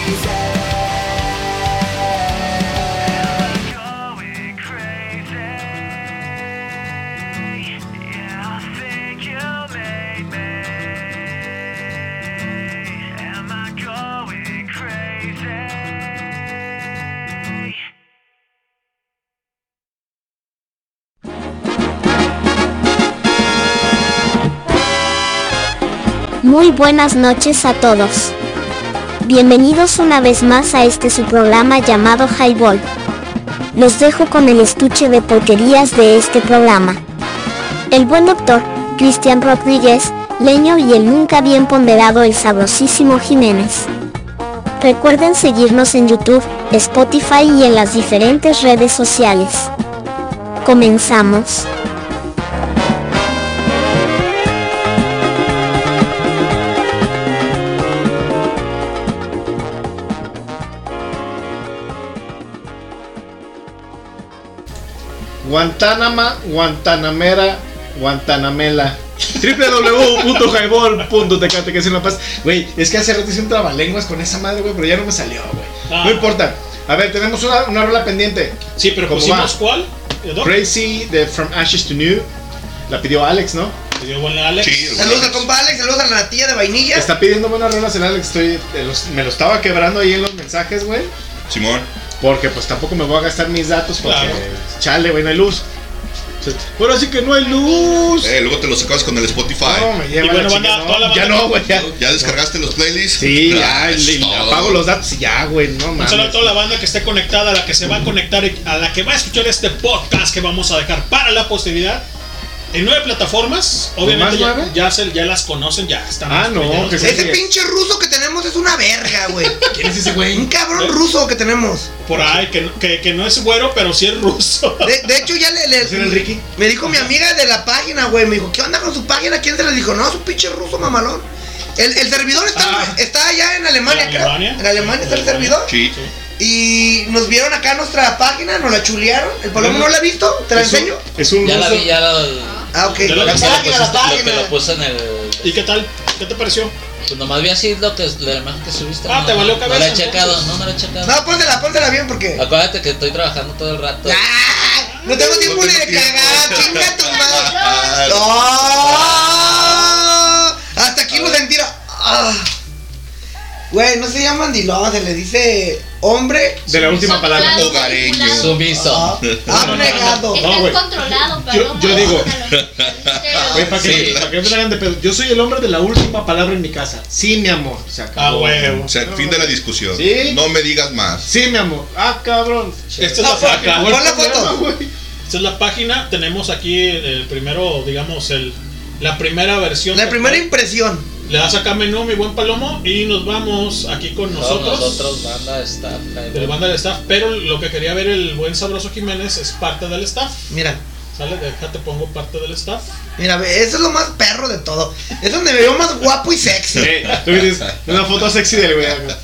[SPEAKER 5] I'm going crazy. Going crazy. Yeah, I think you made me. Am I going crazy?
[SPEAKER 1] Muy buenas noches a todos. Bienvenidos una vez más a este su programa llamado Highball. Los dejo con el estuche de porquerías de este programa. El buen doctor, Cristian Rodríguez, Leño y el nunca bien ponderado el sabrosísimo Jiménez. Recuerden seguirnos en YouTube, Spotify y en las diferentes redes sociales. Comenzamos.
[SPEAKER 10] Guantánama, Guantanamera, Guantanamela. www.jaibol.tecate que es una paz. Güey, es que hace rato hice un trabalenguas con esa madre, güey, pero ya no me salió, güey. No importa. A ver, tenemos una, una rola pendiente.
[SPEAKER 2] Ah. Sí, pero pusimos Pues, cuál?
[SPEAKER 10] Crazy de From Ashes to New. La pidió Alex, ¿no?
[SPEAKER 2] Pidió buena Alex.
[SPEAKER 7] Saludos al compa Alex, saludos a la tía de vainilla.
[SPEAKER 10] Está pidiendo buenas rolas el Alex. Estoy, eh, los- me lo estaba quebrando ahí en los mensajes, güey.
[SPEAKER 3] Simón.
[SPEAKER 10] Porque pues tampoco me voy a gastar mis datos porque
[SPEAKER 3] Claro.
[SPEAKER 10] chale, güey, no hay luz. Bueno, así que no hay luz.
[SPEAKER 3] Eh, luego te los sacabas con el Spotify.
[SPEAKER 10] No, me lleva
[SPEAKER 3] Y bueno,
[SPEAKER 10] la
[SPEAKER 3] banda,
[SPEAKER 10] chingada,
[SPEAKER 3] toda la
[SPEAKER 10] no, ya
[SPEAKER 3] banda-
[SPEAKER 10] no, güey. Ya,
[SPEAKER 3] ¿Ya descargaste los playlists?
[SPEAKER 10] Sí,
[SPEAKER 3] Ah,
[SPEAKER 10] ya,
[SPEAKER 3] es
[SPEAKER 10] le- le-
[SPEAKER 3] todo.
[SPEAKER 10] apago los datos y ya, güey, no
[SPEAKER 2] Un
[SPEAKER 10] mames.
[SPEAKER 2] saludo a toda la banda que esté conectada, a la que se va a conectar, y a la que va a escuchar este podcast que vamos a dejar para la posteridad. En nueve plataformas, obviamente
[SPEAKER 10] ¿Nomás
[SPEAKER 2] ya, ya, se- ya las conocen, ya están.
[SPEAKER 10] Ah, no, que se-
[SPEAKER 7] Ese pinche ruso que tenemos es una verga, güey.
[SPEAKER 10] ¿Quién es ese güey?
[SPEAKER 7] Un cabrón ruso que tenemos.
[SPEAKER 2] ¿Eh? Por ahí, que, no- que, que no es güero, pero sí es ruso.
[SPEAKER 7] De, de hecho, ya le. le- Me dijo mi amiga de la página, güey. Me dijo, ¿qué onda con su página? ¿Quién se les dijo? No, su pinche ruso mamalón. El, el servidor está, está allá en Alemania, creo. En Alemania está el servidor.
[SPEAKER 3] Sí.
[SPEAKER 7] Y nos vieron acá nuestra página, nos la chulearon. El palomo no la ha visto, te la
[SPEAKER 10] Es un-
[SPEAKER 7] enseño.
[SPEAKER 10] Es un
[SPEAKER 8] Ya la
[SPEAKER 10] ruso.
[SPEAKER 8] vi, ya la.
[SPEAKER 7] Ah, ok.
[SPEAKER 8] ya lo que
[SPEAKER 7] La
[SPEAKER 8] lo
[SPEAKER 7] página, la
[SPEAKER 8] pusiste- lo que
[SPEAKER 7] página.
[SPEAKER 8] lo puse en el.
[SPEAKER 2] ¿Y qué tal? ¿Qué te pareció?
[SPEAKER 8] Pues nomás vi así lo que, la imagen que subiste.
[SPEAKER 2] Ah,
[SPEAKER 8] no,
[SPEAKER 2] te valió
[SPEAKER 8] No
[SPEAKER 2] cabeza,
[SPEAKER 8] la he checado,
[SPEAKER 2] entonces.
[SPEAKER 8] no, no la he checado.
[SPEAKER 7] No, póntela, póntela bien porque.
[SPEAKER 8] Acuérdate que estoy trabajando todo el rato.
[SPEAKER 7] No tengo tiempo ni de cagar, chinga tu madre.
[SPEAKER 3] Ah,
[SPEAKER 7] ¡No! ¡Ah! Hasta aquí lo sentir. Ah. Güey, no se llaman dilón, se le dice hombre.
[SPEAKER 10] De la última palabra.
[SPEAKER 3] Hogareño.
[SPEAKER 8] Sumiso.
[SPEAKER 7] Ah, Abnegado.
[SPEAKER 9] Estás
[SPEAKER 10] No, güey.
[SPEAKER 9] controlado,
[SPEAKER 10] Yo,
[SPEAKER 9] paloma.
[SPEAKER 10] yo digo,
[SPEAKER 9] Pero-
[SPEAKER 10] güey, ¿para qué,
[SPEAKER 3] Sí.
[SPEAKER 10] para qué me salgan de pedo? Yo soy el hombre de la última palabra en mi casa. Sí, mi amor. Se acabó.
[SPEAKER 2] Ah, huevo.
[SPEAKER 3] O sea, fin de la discusión.
[SPEAKER 10] Sí.
[SPEAKER 3] No me digas más.
[SPEAKER 10] Sí, mi amor. Ah, cabrón.
[SPEAKER 2] Esta es
[SPEAKER 10] Ah,
[SPEAKER 2] la
[SPEAKER 7] pues,
[SPEAKER 10] fuck,
[SPEAKER 2] página.
[SPEAKER 10] acabó el
[SPEAKER 7] Pon la
[SPEAKER 10] programa,
[SPEAKER 7] foto.
[SPEAKER 10] güey.
[SPEAKER 2] Esta es la página. Tenemos aquí el, el primero, digamos, el, la primera versión.
[SPEAKER 7] La primera impresión.
[SPEAKER 2] Le das acá menú, mi buen palomo, y nos vamos aquí con
[SPEAKER 8] Todos
[SPEAKER 2] nosotros.
[SPEAKER 8] nosotros, banda, staff, Jaime.
[SPEAKER 2] De la banda del staff, pero lo que quería ver el buen sabroso Jiménez es parte del staff.
[SPEAKER 7] Mira,
[SPEAKER 2] ¿Sale? Déjate, pongo parte del staff.
[SPEAKER 7] mira, ve, eso es lo más perro de todo. Es donde me veo más guapo y sexy.
[SPEAKER 10] Eh, tú dices, una foto sexy del güey. acá.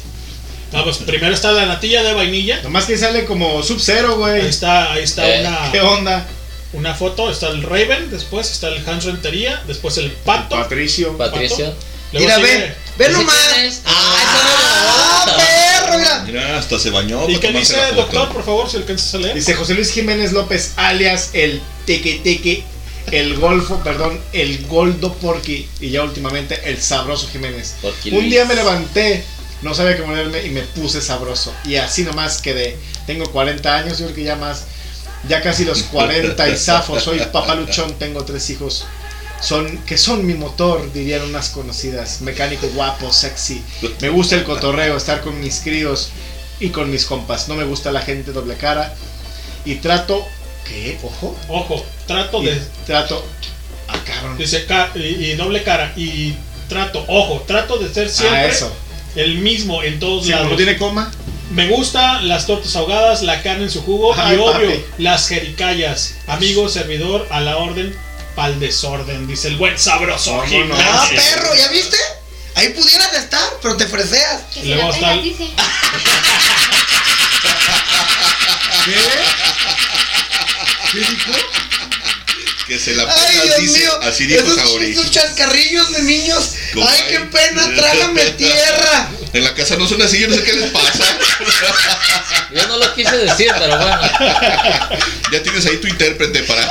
[SPEAKER 2] Ah, pues primero está la natilla de vainilla.
[SPEAKER 10] Nomás que sale como Sub-Zero,
[SPEAKER 2] Ahí
[SPEAKER 10] güey.
[SPEAKER 2] está, ahí está
[SPEAKER 8] Eh,
[SPEAKER 10] ¿Qué
[SPEAKER 2] una,
[SPEAKER 10] onda?
[SPEAKER 2] una foto. Está el Raven, después está el Hans Rentería, después el Pato.
[SPEAKER 10] Patricio.
[SPEAKER 8] Patricio.
[SPEAKER 2] Luego
[SPEAKER 7] Mira,
[SPEAKER 2] sigue-
[SPEAKER 7] ve, ve
[SPEAKER 8] Ese
[SPEAKER 7] nomás.
[SPEAKER 8] tienes-
[SPEAKER 7] ¡Ah,
[SPEAKER 8] Ah,
[SPEAKER 7] perro! Mira.
[SPEAKER 3] Mira, hasta se bañó.
[SPEAKER 2] ¿Y
[SPEAKER 10] pues
[SPEAKER 3] para
[SPEAKER 2] qué
[SPEAKER 3] tomarse
[SPEAKER 2] dice
[SPEAKER 3] la
[SPEAKER 2] el
[SPEAKER 3] foto.
[SPEAKER 2] doctor, por favor, si alcanzas a leer?
[SPEAKER 10] Dice José Luis Jiménez López, alias el teque teque, el golfo, perdón, el goldo porqui y ya últimamente el sabroso Jiménez.
[SPEAKER 8] Porky
[SPEAKER 10] Un
[SPEAKER 8] Luis.
[SPEAKER 10] día me levanté, no sabía qué ponerme y me puse sabroso. Y así nomás quedé. Tengo 40 años, yo creo que ya más, ya casi los 40 y zafo, soy papaluchón, tengo tres hijos. Son, que son mi motor, dirían unas conocidas. Mecánico guapo, sexy. Me gusta el cotorreo, estar con mis críos y con mis compas. No me gusta la gente doble cara. Y trato. ¿Qué? Ojo.
[SPEAKER 2] Ojo, trato
[SPEAKER 10] Y
[SPEAKER 2] de.
[SPEAKER 10] trato. Ah, cabrón.
[SPEAKER 2] Dice ca- y, y doble cara. Y trato, ojo, trato de ser siempre
[SPEAKER 10] Ah, eso.
[SPEAKER 2] el mismo en todos
[SPEAKER 10] Si
[SPEAKER 2] lados.
[SPEAKER 10] no tiene coma.
[SPEAKER 2] Me gusta las tortas ahogadas, la carne en su jugo
[SPEAKER 10] Ay,
[SPEAKER 2] y obvio,
[SPEAKER 10] papi.
[SPEAKER 2] las jericayas. Amigo, servidor, a la orden, pal desorden, dice el buen sabroso.
[SPEAKER 10] No, no,
[SPEAKER 2] Jiménez.
[SPEAKER 10] no.
[SPEAKER 7] ¡Ah, perro! ¿Ya viste? Ahí pudieras estar, pero te freseas.
[SPEAKER 9] Que
[SPEAKER 2] Y
[SPEAKER 9] se
[SPEAKER 2] luego
[SPEAKER 9] la
[SPEAKER 2] está
[SPEAKER 9] pelas,
[SPEAKER 2] el-
[SPEAKER 9] dice.
[SPEAKER 10] ¿Qué? ¿Qué dijo?
[SPEAKER 3] Que se la
[SPEAKER 7] Ay,
[SPEAKER 3] pegas,
[SPEAKER 7] Dios
[SPEAKER 3] dice.
[SPEAKER 7] mío.
[SPEAKER 3] Así dijo
[SPEAKER 7] esos,
[SPEAKER 3] Saori.
[SPEAKER 7] esos chancarrillos de niños.
[SPEAKER 3] Como
[SPEAKER 7] Ay, qué
[SPEAKER 3] hay.
[SPEAKER 7] pena, trágame tierra.
[SPEAKER 3] En la casa no son así, yo no sé qué les pasa.
[SPEAKER 8] Yo no lo quise decir, pero bueno.
[SPEAKER 3] ya tienes ahí tu intérprete para.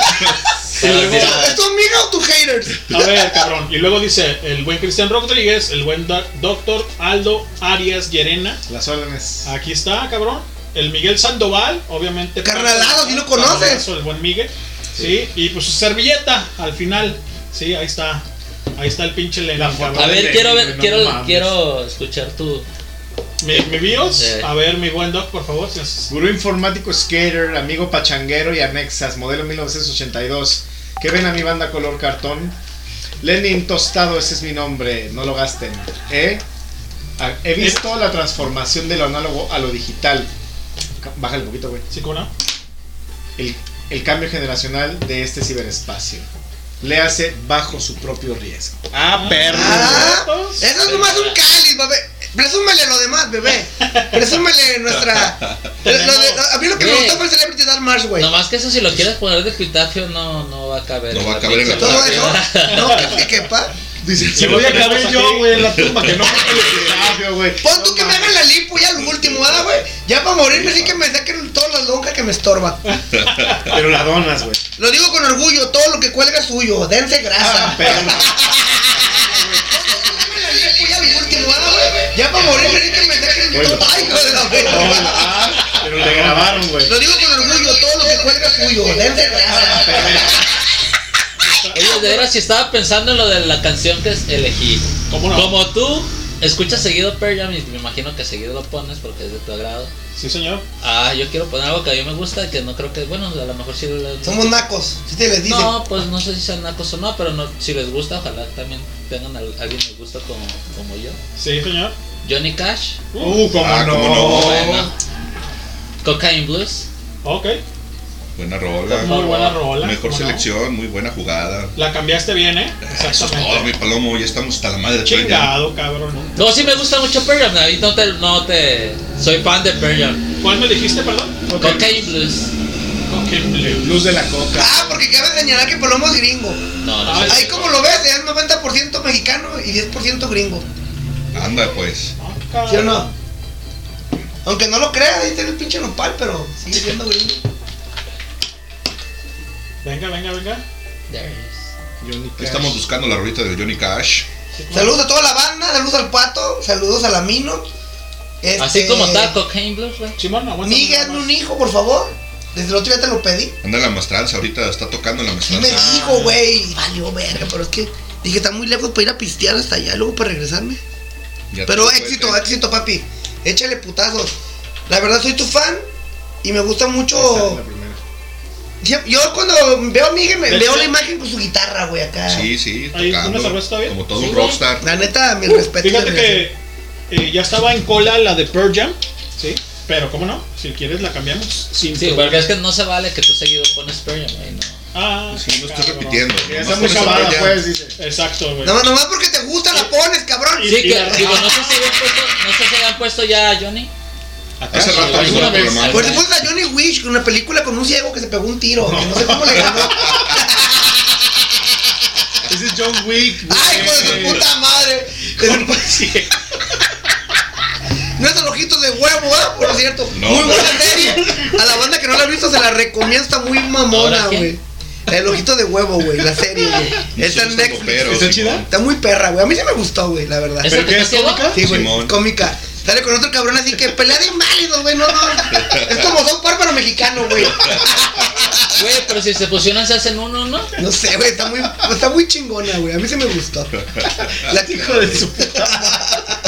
[SPEAKER 2] Y luego-
[SPEAKER 7] ¿Es tu amiga o tu haters?
[SPEAKER 2] a ver, cabrón. Y luego dice el buen Cristian Rodríguez, el buen doc- doctor Aldo Arias Llerena.
[SPEAKER 10] Las órdenes.
[SPEAKER 2] Aquí está, cabrón. El Miguel Sandoval, obviamente.
[SPEAKER 7] Carnalado, sí lo conoces.
[SPEAKER 2] Carnalazo, El buen Miguel. Sí, y pues su servilleta al final. Sí, ahí está. Ahí está el pinche Lenin,
[SPEAKER 10] La
[SPEAKER 2] cabrón.
[SPEAKER 10] foto.
[SPEAKER 8] A ver,
[SPEAKER 10] Lenin,
[SPEAKER 8] quiero
[SPEAKER 10] güey,
[SPEAKER 8] ver,
[SPEAKER 10] no
[SPEAKER 8] quiero,
[SPEAKER 10] mames.
[SPEAKER 8] quiero escuchar tu,
[SPEAKER 2] ¿Mi, mi BIOS?
[SPEAKER 10] Eh.
[SPEAKER 2] A ver, mi buen doc, por favor. si nos-
[SPEAKER 10] Gurú informático skater, amigo pachanguero y anexas, modelo 1982. Que ven a mi banda color cartón. Lenin Tostado, ese es mi nombre, no lo gasten. ¿eh? Ah, He visto la transformación de lo análogo a lo digital. Ca- Bájale un poquito, güey.
[SPEAKER 2] Sí, ¿cómo no?
[SPEAKER 10] El, el cambio generacional de este ciberespacio. Le hace bajo su propio riesgo. ¡Ah, perro!
[SPEAKER 7] Eso es nomás un cáliz, bebé. Presúmele lo demás, bebé. Presúmele
[SPEAKER 10] Ah.
[SPEAKER 7] nuestra. lo de- lo- a mí lo que me
[SPEAKER 8] Güey.
[SPEAKER 7] gustó fue el Celebrity Dark Mars, güey.
[SPEAKER 8] Nomás que eso si lo quieres poner de epitafio no, no va a caber.
[SPEAKER 3] No va a caber en la
[SPEAKER 7] Todo
[SPEAKER 8] tumba.
[SPEAKER 7] eso. No, que- que quepa.
[SPEAKER 10] Dice, si
[SPEAKER 2] Le
[SPEAKER 10] voy a
[SPEAKER 2] voy a
[SPEAKER 10] caber
[SPEAKER 2] poner
[SPEAKER 10] yo,
[SPEAKER 2] aquí.
[SPEAKER 10] güey, en la tumba, que no me el güey.
[SPEAKER 7] Pon tú que me hagan la lipo ya lo último, ¿verdad, güey? Ya para morirme, sí que me saquen todas las lonjas que me estorban.
[SPEAKER 10] Pero la donas, güey.
[SPEAKER 7] Lo digo con orgullo, todo lo que cuelga es suyo. Dense grasa.
[SPEAKER 10] Perro.
[SPEAKER 7] Dame la lipo ya lo último, ¿verdad, güey? Ya para morirme, sí que me saquen
[SPEAKER 10] Bueno.
[SPEAKER 7] todo. Ay, hijo de la verga.
[SPEAKER 10] Ah, Pero le grabaron, güey.
[SPEAKER 7] Lo digo con orgullo, todo lo que cuelga es suyo. Dense grasa.
[SPEAKER 8] Oye, de veras, si estaba pensando en lo de la canción que elegí.
[SPEAKER 2] ¿Cómo no?
[SPEAKER 8] Como tú escuchas seguido Pearl Jam y me imagino que seguido lo pones porque es de tu agrado.
[SPEAKER 2] Sí, señor.
[SPEAKER 8] Ah, yo quiero poner algo que a mí me gusta, que no creo que, bueno, a lo mejor sí lo...
[SPEAKER 7] Somos nacos, si te les dice.
[SPEAKER 8] No, pues no sé si sean nacos o no, pero no, si les gusta, ojalá también tengan a alguien les gusta como, como yo.
[SPEAKER 2] Sí, señor.
[SPEAKER 8] Johnny Cash,
[SPEAKER 10] Uh, cómo
[SPEAKER 3] Ah,
[SPEAKER 10] no.
[SPEAKER 3] cómo no.
[SPEAKER 8] bueno. Cocaine Blues,
[SPEAKER 2] Ok.
[SPEAKER 3] Buena rola.
[SPEAKER 2] Muy buena rola.
[SPEAKER 3] Mejor
[SPEAKER 2] ¿cómo no?
[SPEAKER 3] selección, muy buena jugada.
[SPEAKER 2] La cambiaste bien, ¿eh?
[SPEAKER 3] Eso es todo, mi
[SPEAKER 2] Exactamente.
[SPEAKER 3] palomo. Ya estamos hasta la madre de Pearl
[SPEAKER 2] Chingado, cabrón.
[SPEAKER 8] No, sí me gusta mucho Pearl Jam, David, no te, no te... Soy fan de Pearl Jam.
[SPEAKER 2] ¿Cuál me dijiste, perdón?
[SPEAKER 8] Cocaine Blues.
[SPEAKER 2] Cocaine Blue.
[SPEAKER 10] Luz de la coca.
[SPEAKER 7] Ah, porque cabe señalar que Palomo es gringo.
[SPEAKER 8] No, no.
[SPEAKER 2] Ay,
[SPEAKER 8] sé.
[SPEAKER 7] Ahí como lo ves, es 90% mexicano y 10% gringo.
[SPEAKER 3] Jam. Anda, pues.
[SPEAKER 2] Ah,
[SPEAKER 7] ¿Sí o no? Aunque no lo creas, ahí tiene el pinche nopal, pero sigue siendo gringo.
[SPEAKER 2] Venga, venga, venga.
[SPEAKER 8] There is.
[SPEAKER 10] Johnny Cash.
[SPEAKER 3] Estamos buscando la rolita de Johnny Cash.
[SPEAKER 7] Saludos a toda la banda, saludos al pato, saludos a la Mino. Este,
[SPEAKER 8] Así como tal, Cocaine Blues, güey.
[SPEAKER 2] Simón, aguanta.
[SPEAKER 7] Míganme un hijo, por favor. Desde el otro día te lo pedí.
[SPEAKER 3] Anda en la maestranza, ahorita está tocando en la
[SPEAKER 7] Sí me
[SPEAKER 3] maestranza.
[SPEAKER 7] dijo, güey. Valió verga, pero es que dije, está muy lejos para ir a pistear hasta allá, luego para regresarme.
[SPEAKER 3] Ya
[SPEAKER 7] Pero
[SPEAKER 3] te-
[SPEAKER 7] éxito, éxito, papi. Échale putazos. La verdad, soy tu fan y me gusta
[SPEAKER 10] Esta es la
[SPEAKER 7] mucho.
[SPEAKER 10] primera.
[SPEAKER 7] Yo, yo cuando veo a Miguel, me
[SPEAKER 2] De
[SPEAKER 7] veo
[SPEAKER 2] hecho-
[SPEAKER 7] la imagen con su guitarra, güey, acá.
[SPEAKER 3] Sí, sí,
[SPEAKER 2] Ahí, ¿una
[SPEAKER 3] tocando.
[SPEAKER 2] cerveza está bien?
[SPEAKER 3] Como todo
[SPEAKER 8] Sí,
[SPEAKER 3] un
[SPEAKER 8] güey.
[SPEAKER 3] rockstar.
[SPEAKER 7] La neta, mi respeto.
[SPEAKER 2] Fíjate que eh, ya estaba en cola la de Pearl Jam, ¿sí? Pero, ¿cómo no? Si quieres, la cambiamos. Sin
[SPEAKER 8] Sí,
[SPEAKER 2] problema.
[SPEAKER 8] porque es que no se vale que tú seguido pones Pearl Jam, güey, no.
[SPEAKER 2] Ah,
[SPEAKER 3] Sí, no estoy
[SPEAKER 2] cabrón.
[SPEAKER 3] repitiendo.
[SPEAKER 10] Ya
[SPEAKER 3] Nomás
[SPEAKER 10] está muy
[SPEAKER 3] por eso
[SPEAKER 10] chavada,
[SPEAKER 3] Pearl Jam.
[SPEAKER 10] pues, dice.
[SPEAKER 2] Exacto, güey.
[SPEAKER 7] Nomás, nomás Ah, porque te gusta la pones, cabrón.
[SPEAKER 2] Y-
[SPEAKER 8] Sí,
[SPEAKER 2] y
[SPEAKER 8] que,
[SPEAKER 2] la-
[SPEAKER 8] digo, no sé si habían puesto, no sé si habían puesto ya a Johnny.
[SPEAKER 2] Acá,
[SPEAKER 3] Hace
[SPEAKER 2] güey.
[SPEAKER 3] rato
[SPEAKER 8] alguna
[SPEAKER 3] alguna
[SPEAKER 8] vez.
[SPEAKER 3] programada.
[SPEAKER 7] Pues después a Johnny Wish, con una película con un ciego que se pegó un tiro. que No sé cómo le ganó.
[SPEAKER 10] Ese es John Wick. güey.
[SPEAKER 7] ¡Ay, hijo de su puta madre! Nuestros ojitos de huevo, ¿ah? Por cierto.
[SPEAKER 3] No.
[SPEAKER 7] Muy buena serie. A la banda que no la ha visto se la recomiendo, está muy mamona,
[SPEAKER 8] ¿Ahora qué?
[SPEAKER 7] güey. El ojito de huevo, güey, la serie, güey. Está en
[SPEAKER 3] Son
[SPEAKER 7] Netflix.
[SPEAKER 3] sopoperos,
[SPEAKER 10] ¿Está
[SPEAKER 3] Simón.
[SPEAKER 10] chida?
[SPEAKER 7] Está muy perra, güey. A mí sí me gustó, güey, la verdad.
[SPEAKER 8] ¿Esa
[SPEAKER 10] ¿Pero qué es
[SPEAKER 8] aplicación?
[SPEAKER 10] cómica?
[SPEAKER 7] Sí, güey,
[SPEAKER 3] Simón.
[SPEAKER 7] cómica. Sale con otro cabrón así que pelea de inválidos, güey, no, no. Es como son bárbaro mexicano, güey.
[SPEAKER 8] Güey, pero si se fusionan se hacen uno, ¿no?
[SPEAKER 7] No sé, güey, está muy, está muy chingona, güey. A mí sí me gustó. La
[SPEAKER 10] Hijo de su puta.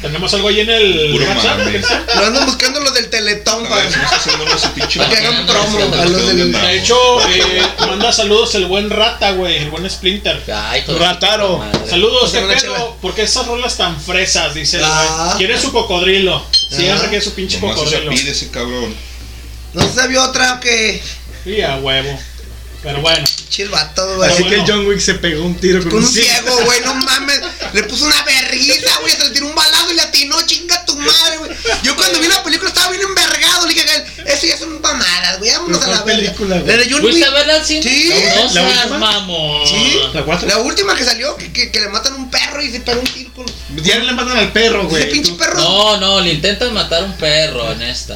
[SPEAKER 2] Tenemos algo ahí en el
[SPEAKER 3] Puro
[SPEAKER 2] WhatsApp.
[SPEAKER 3] mame.
[SPEAKER 2] Cristian?
[SPEAKER 7] Lo andan buscando los del Teletón,
[SPEAKER 3] A ver,
[SPEAKER 7] pa-
[SPEAKER 3] vamos a hacer unos pinche
[SPEAKER 7] Para que
[SPEAKER 3] mame.
[SPEAKER 7] hagan promo a los del-
[SPEAKER 3] ¿Dónde
[SPEAKER 2] De hecho, eh, manda saludos el buen Rata, güey, el buen Splinter.
[SPEAKER 8] Ay, hijo de su
[SPEAKER 10] Rataro.
[SPEAKER 8] puta madre.
[SPEAKER 2] Saludos, qué
[SPEAKER 7] Pásame una
[SPEAKER 2] pedo.
[SPEAKER 7] chela.
[SPEAKER 2] ¿Por qué esas rolas tan fresas? Dice el
[SPEAKER 7] Ah.
[SPEAKER 2] güey. Quiere su cocodrilo. Siempre
[SPEAKER 7] Ah.
[SPEAKER 2] quiere su pinche
[SPEAKER 3] Nomás se
[SPEAKER 2] cocodrilo.
[SPEAKER 3] pide ese cabrón.
[SPEAKER 7] No se vio otra que.
[SPEAKER 2] Y a huevo. Pero bueno.
[SPEAKER 7] Chilvato, güey.
[SPEAKER 10] Así
[SPEAKER 2] bueno.
[SPEAKER 10] que el John Wick se pegó un tiro con
[SPEAKER 7] Con
[SPEAKER 10] un
[SPEAKER 7] un
[SPEAKER 10] ciego.
[SPEAKER 7] ciego, güey, no mames. Le puso una verguiza, güey. Se le tiró un balazo y le atinó, chinga tu madre, güey. Yo cuando vi la película estaba bien envergado. Le dije, a él, eso ya son mamadas, güey. Vámonos a
[SPEAKER 10] ¿Pero
[SPEAKER 7] la
[SPEAKER 10] cuál
[SPEAKER 7] verga.
[SPEAKER 10] película, güey?
[SPEAKER 7] La de
[SPEAKER 2] Pues
[SPEAKER 7] John
[SPEAKER 8] ¿Fuiste a
[SPEAKER 7] Wick.
[SPEAKER 8] verla al cine?
[SPEAKER 7] Sí.
[SPEAKER 8] No
[SPEAKER 10] ¿La
[SPEAKER 8] seas
[SPEAKER 10] última?
[SPEAKER 8] mamón.
[SPEAKER 7] Sí.
[SPEAKER 10] ¿La cuatro?
[SPEAKER 7] La última que salió, que, que- que le matan a un perro y se pega un tiro con.
[SPEAKER 10] Ya le matan al perro,
[SPEAKER 7] Ese
[SPEAKER 10] güey.
[SPEAKER 7] pinche
[SPEAKER 10] Tú-
[SPEAKER 7] perro.
[SPEAKER 8] No,
[SPEAKER 7] No.
[SPEAKER 8] no, le intentan matar a un perro en esta.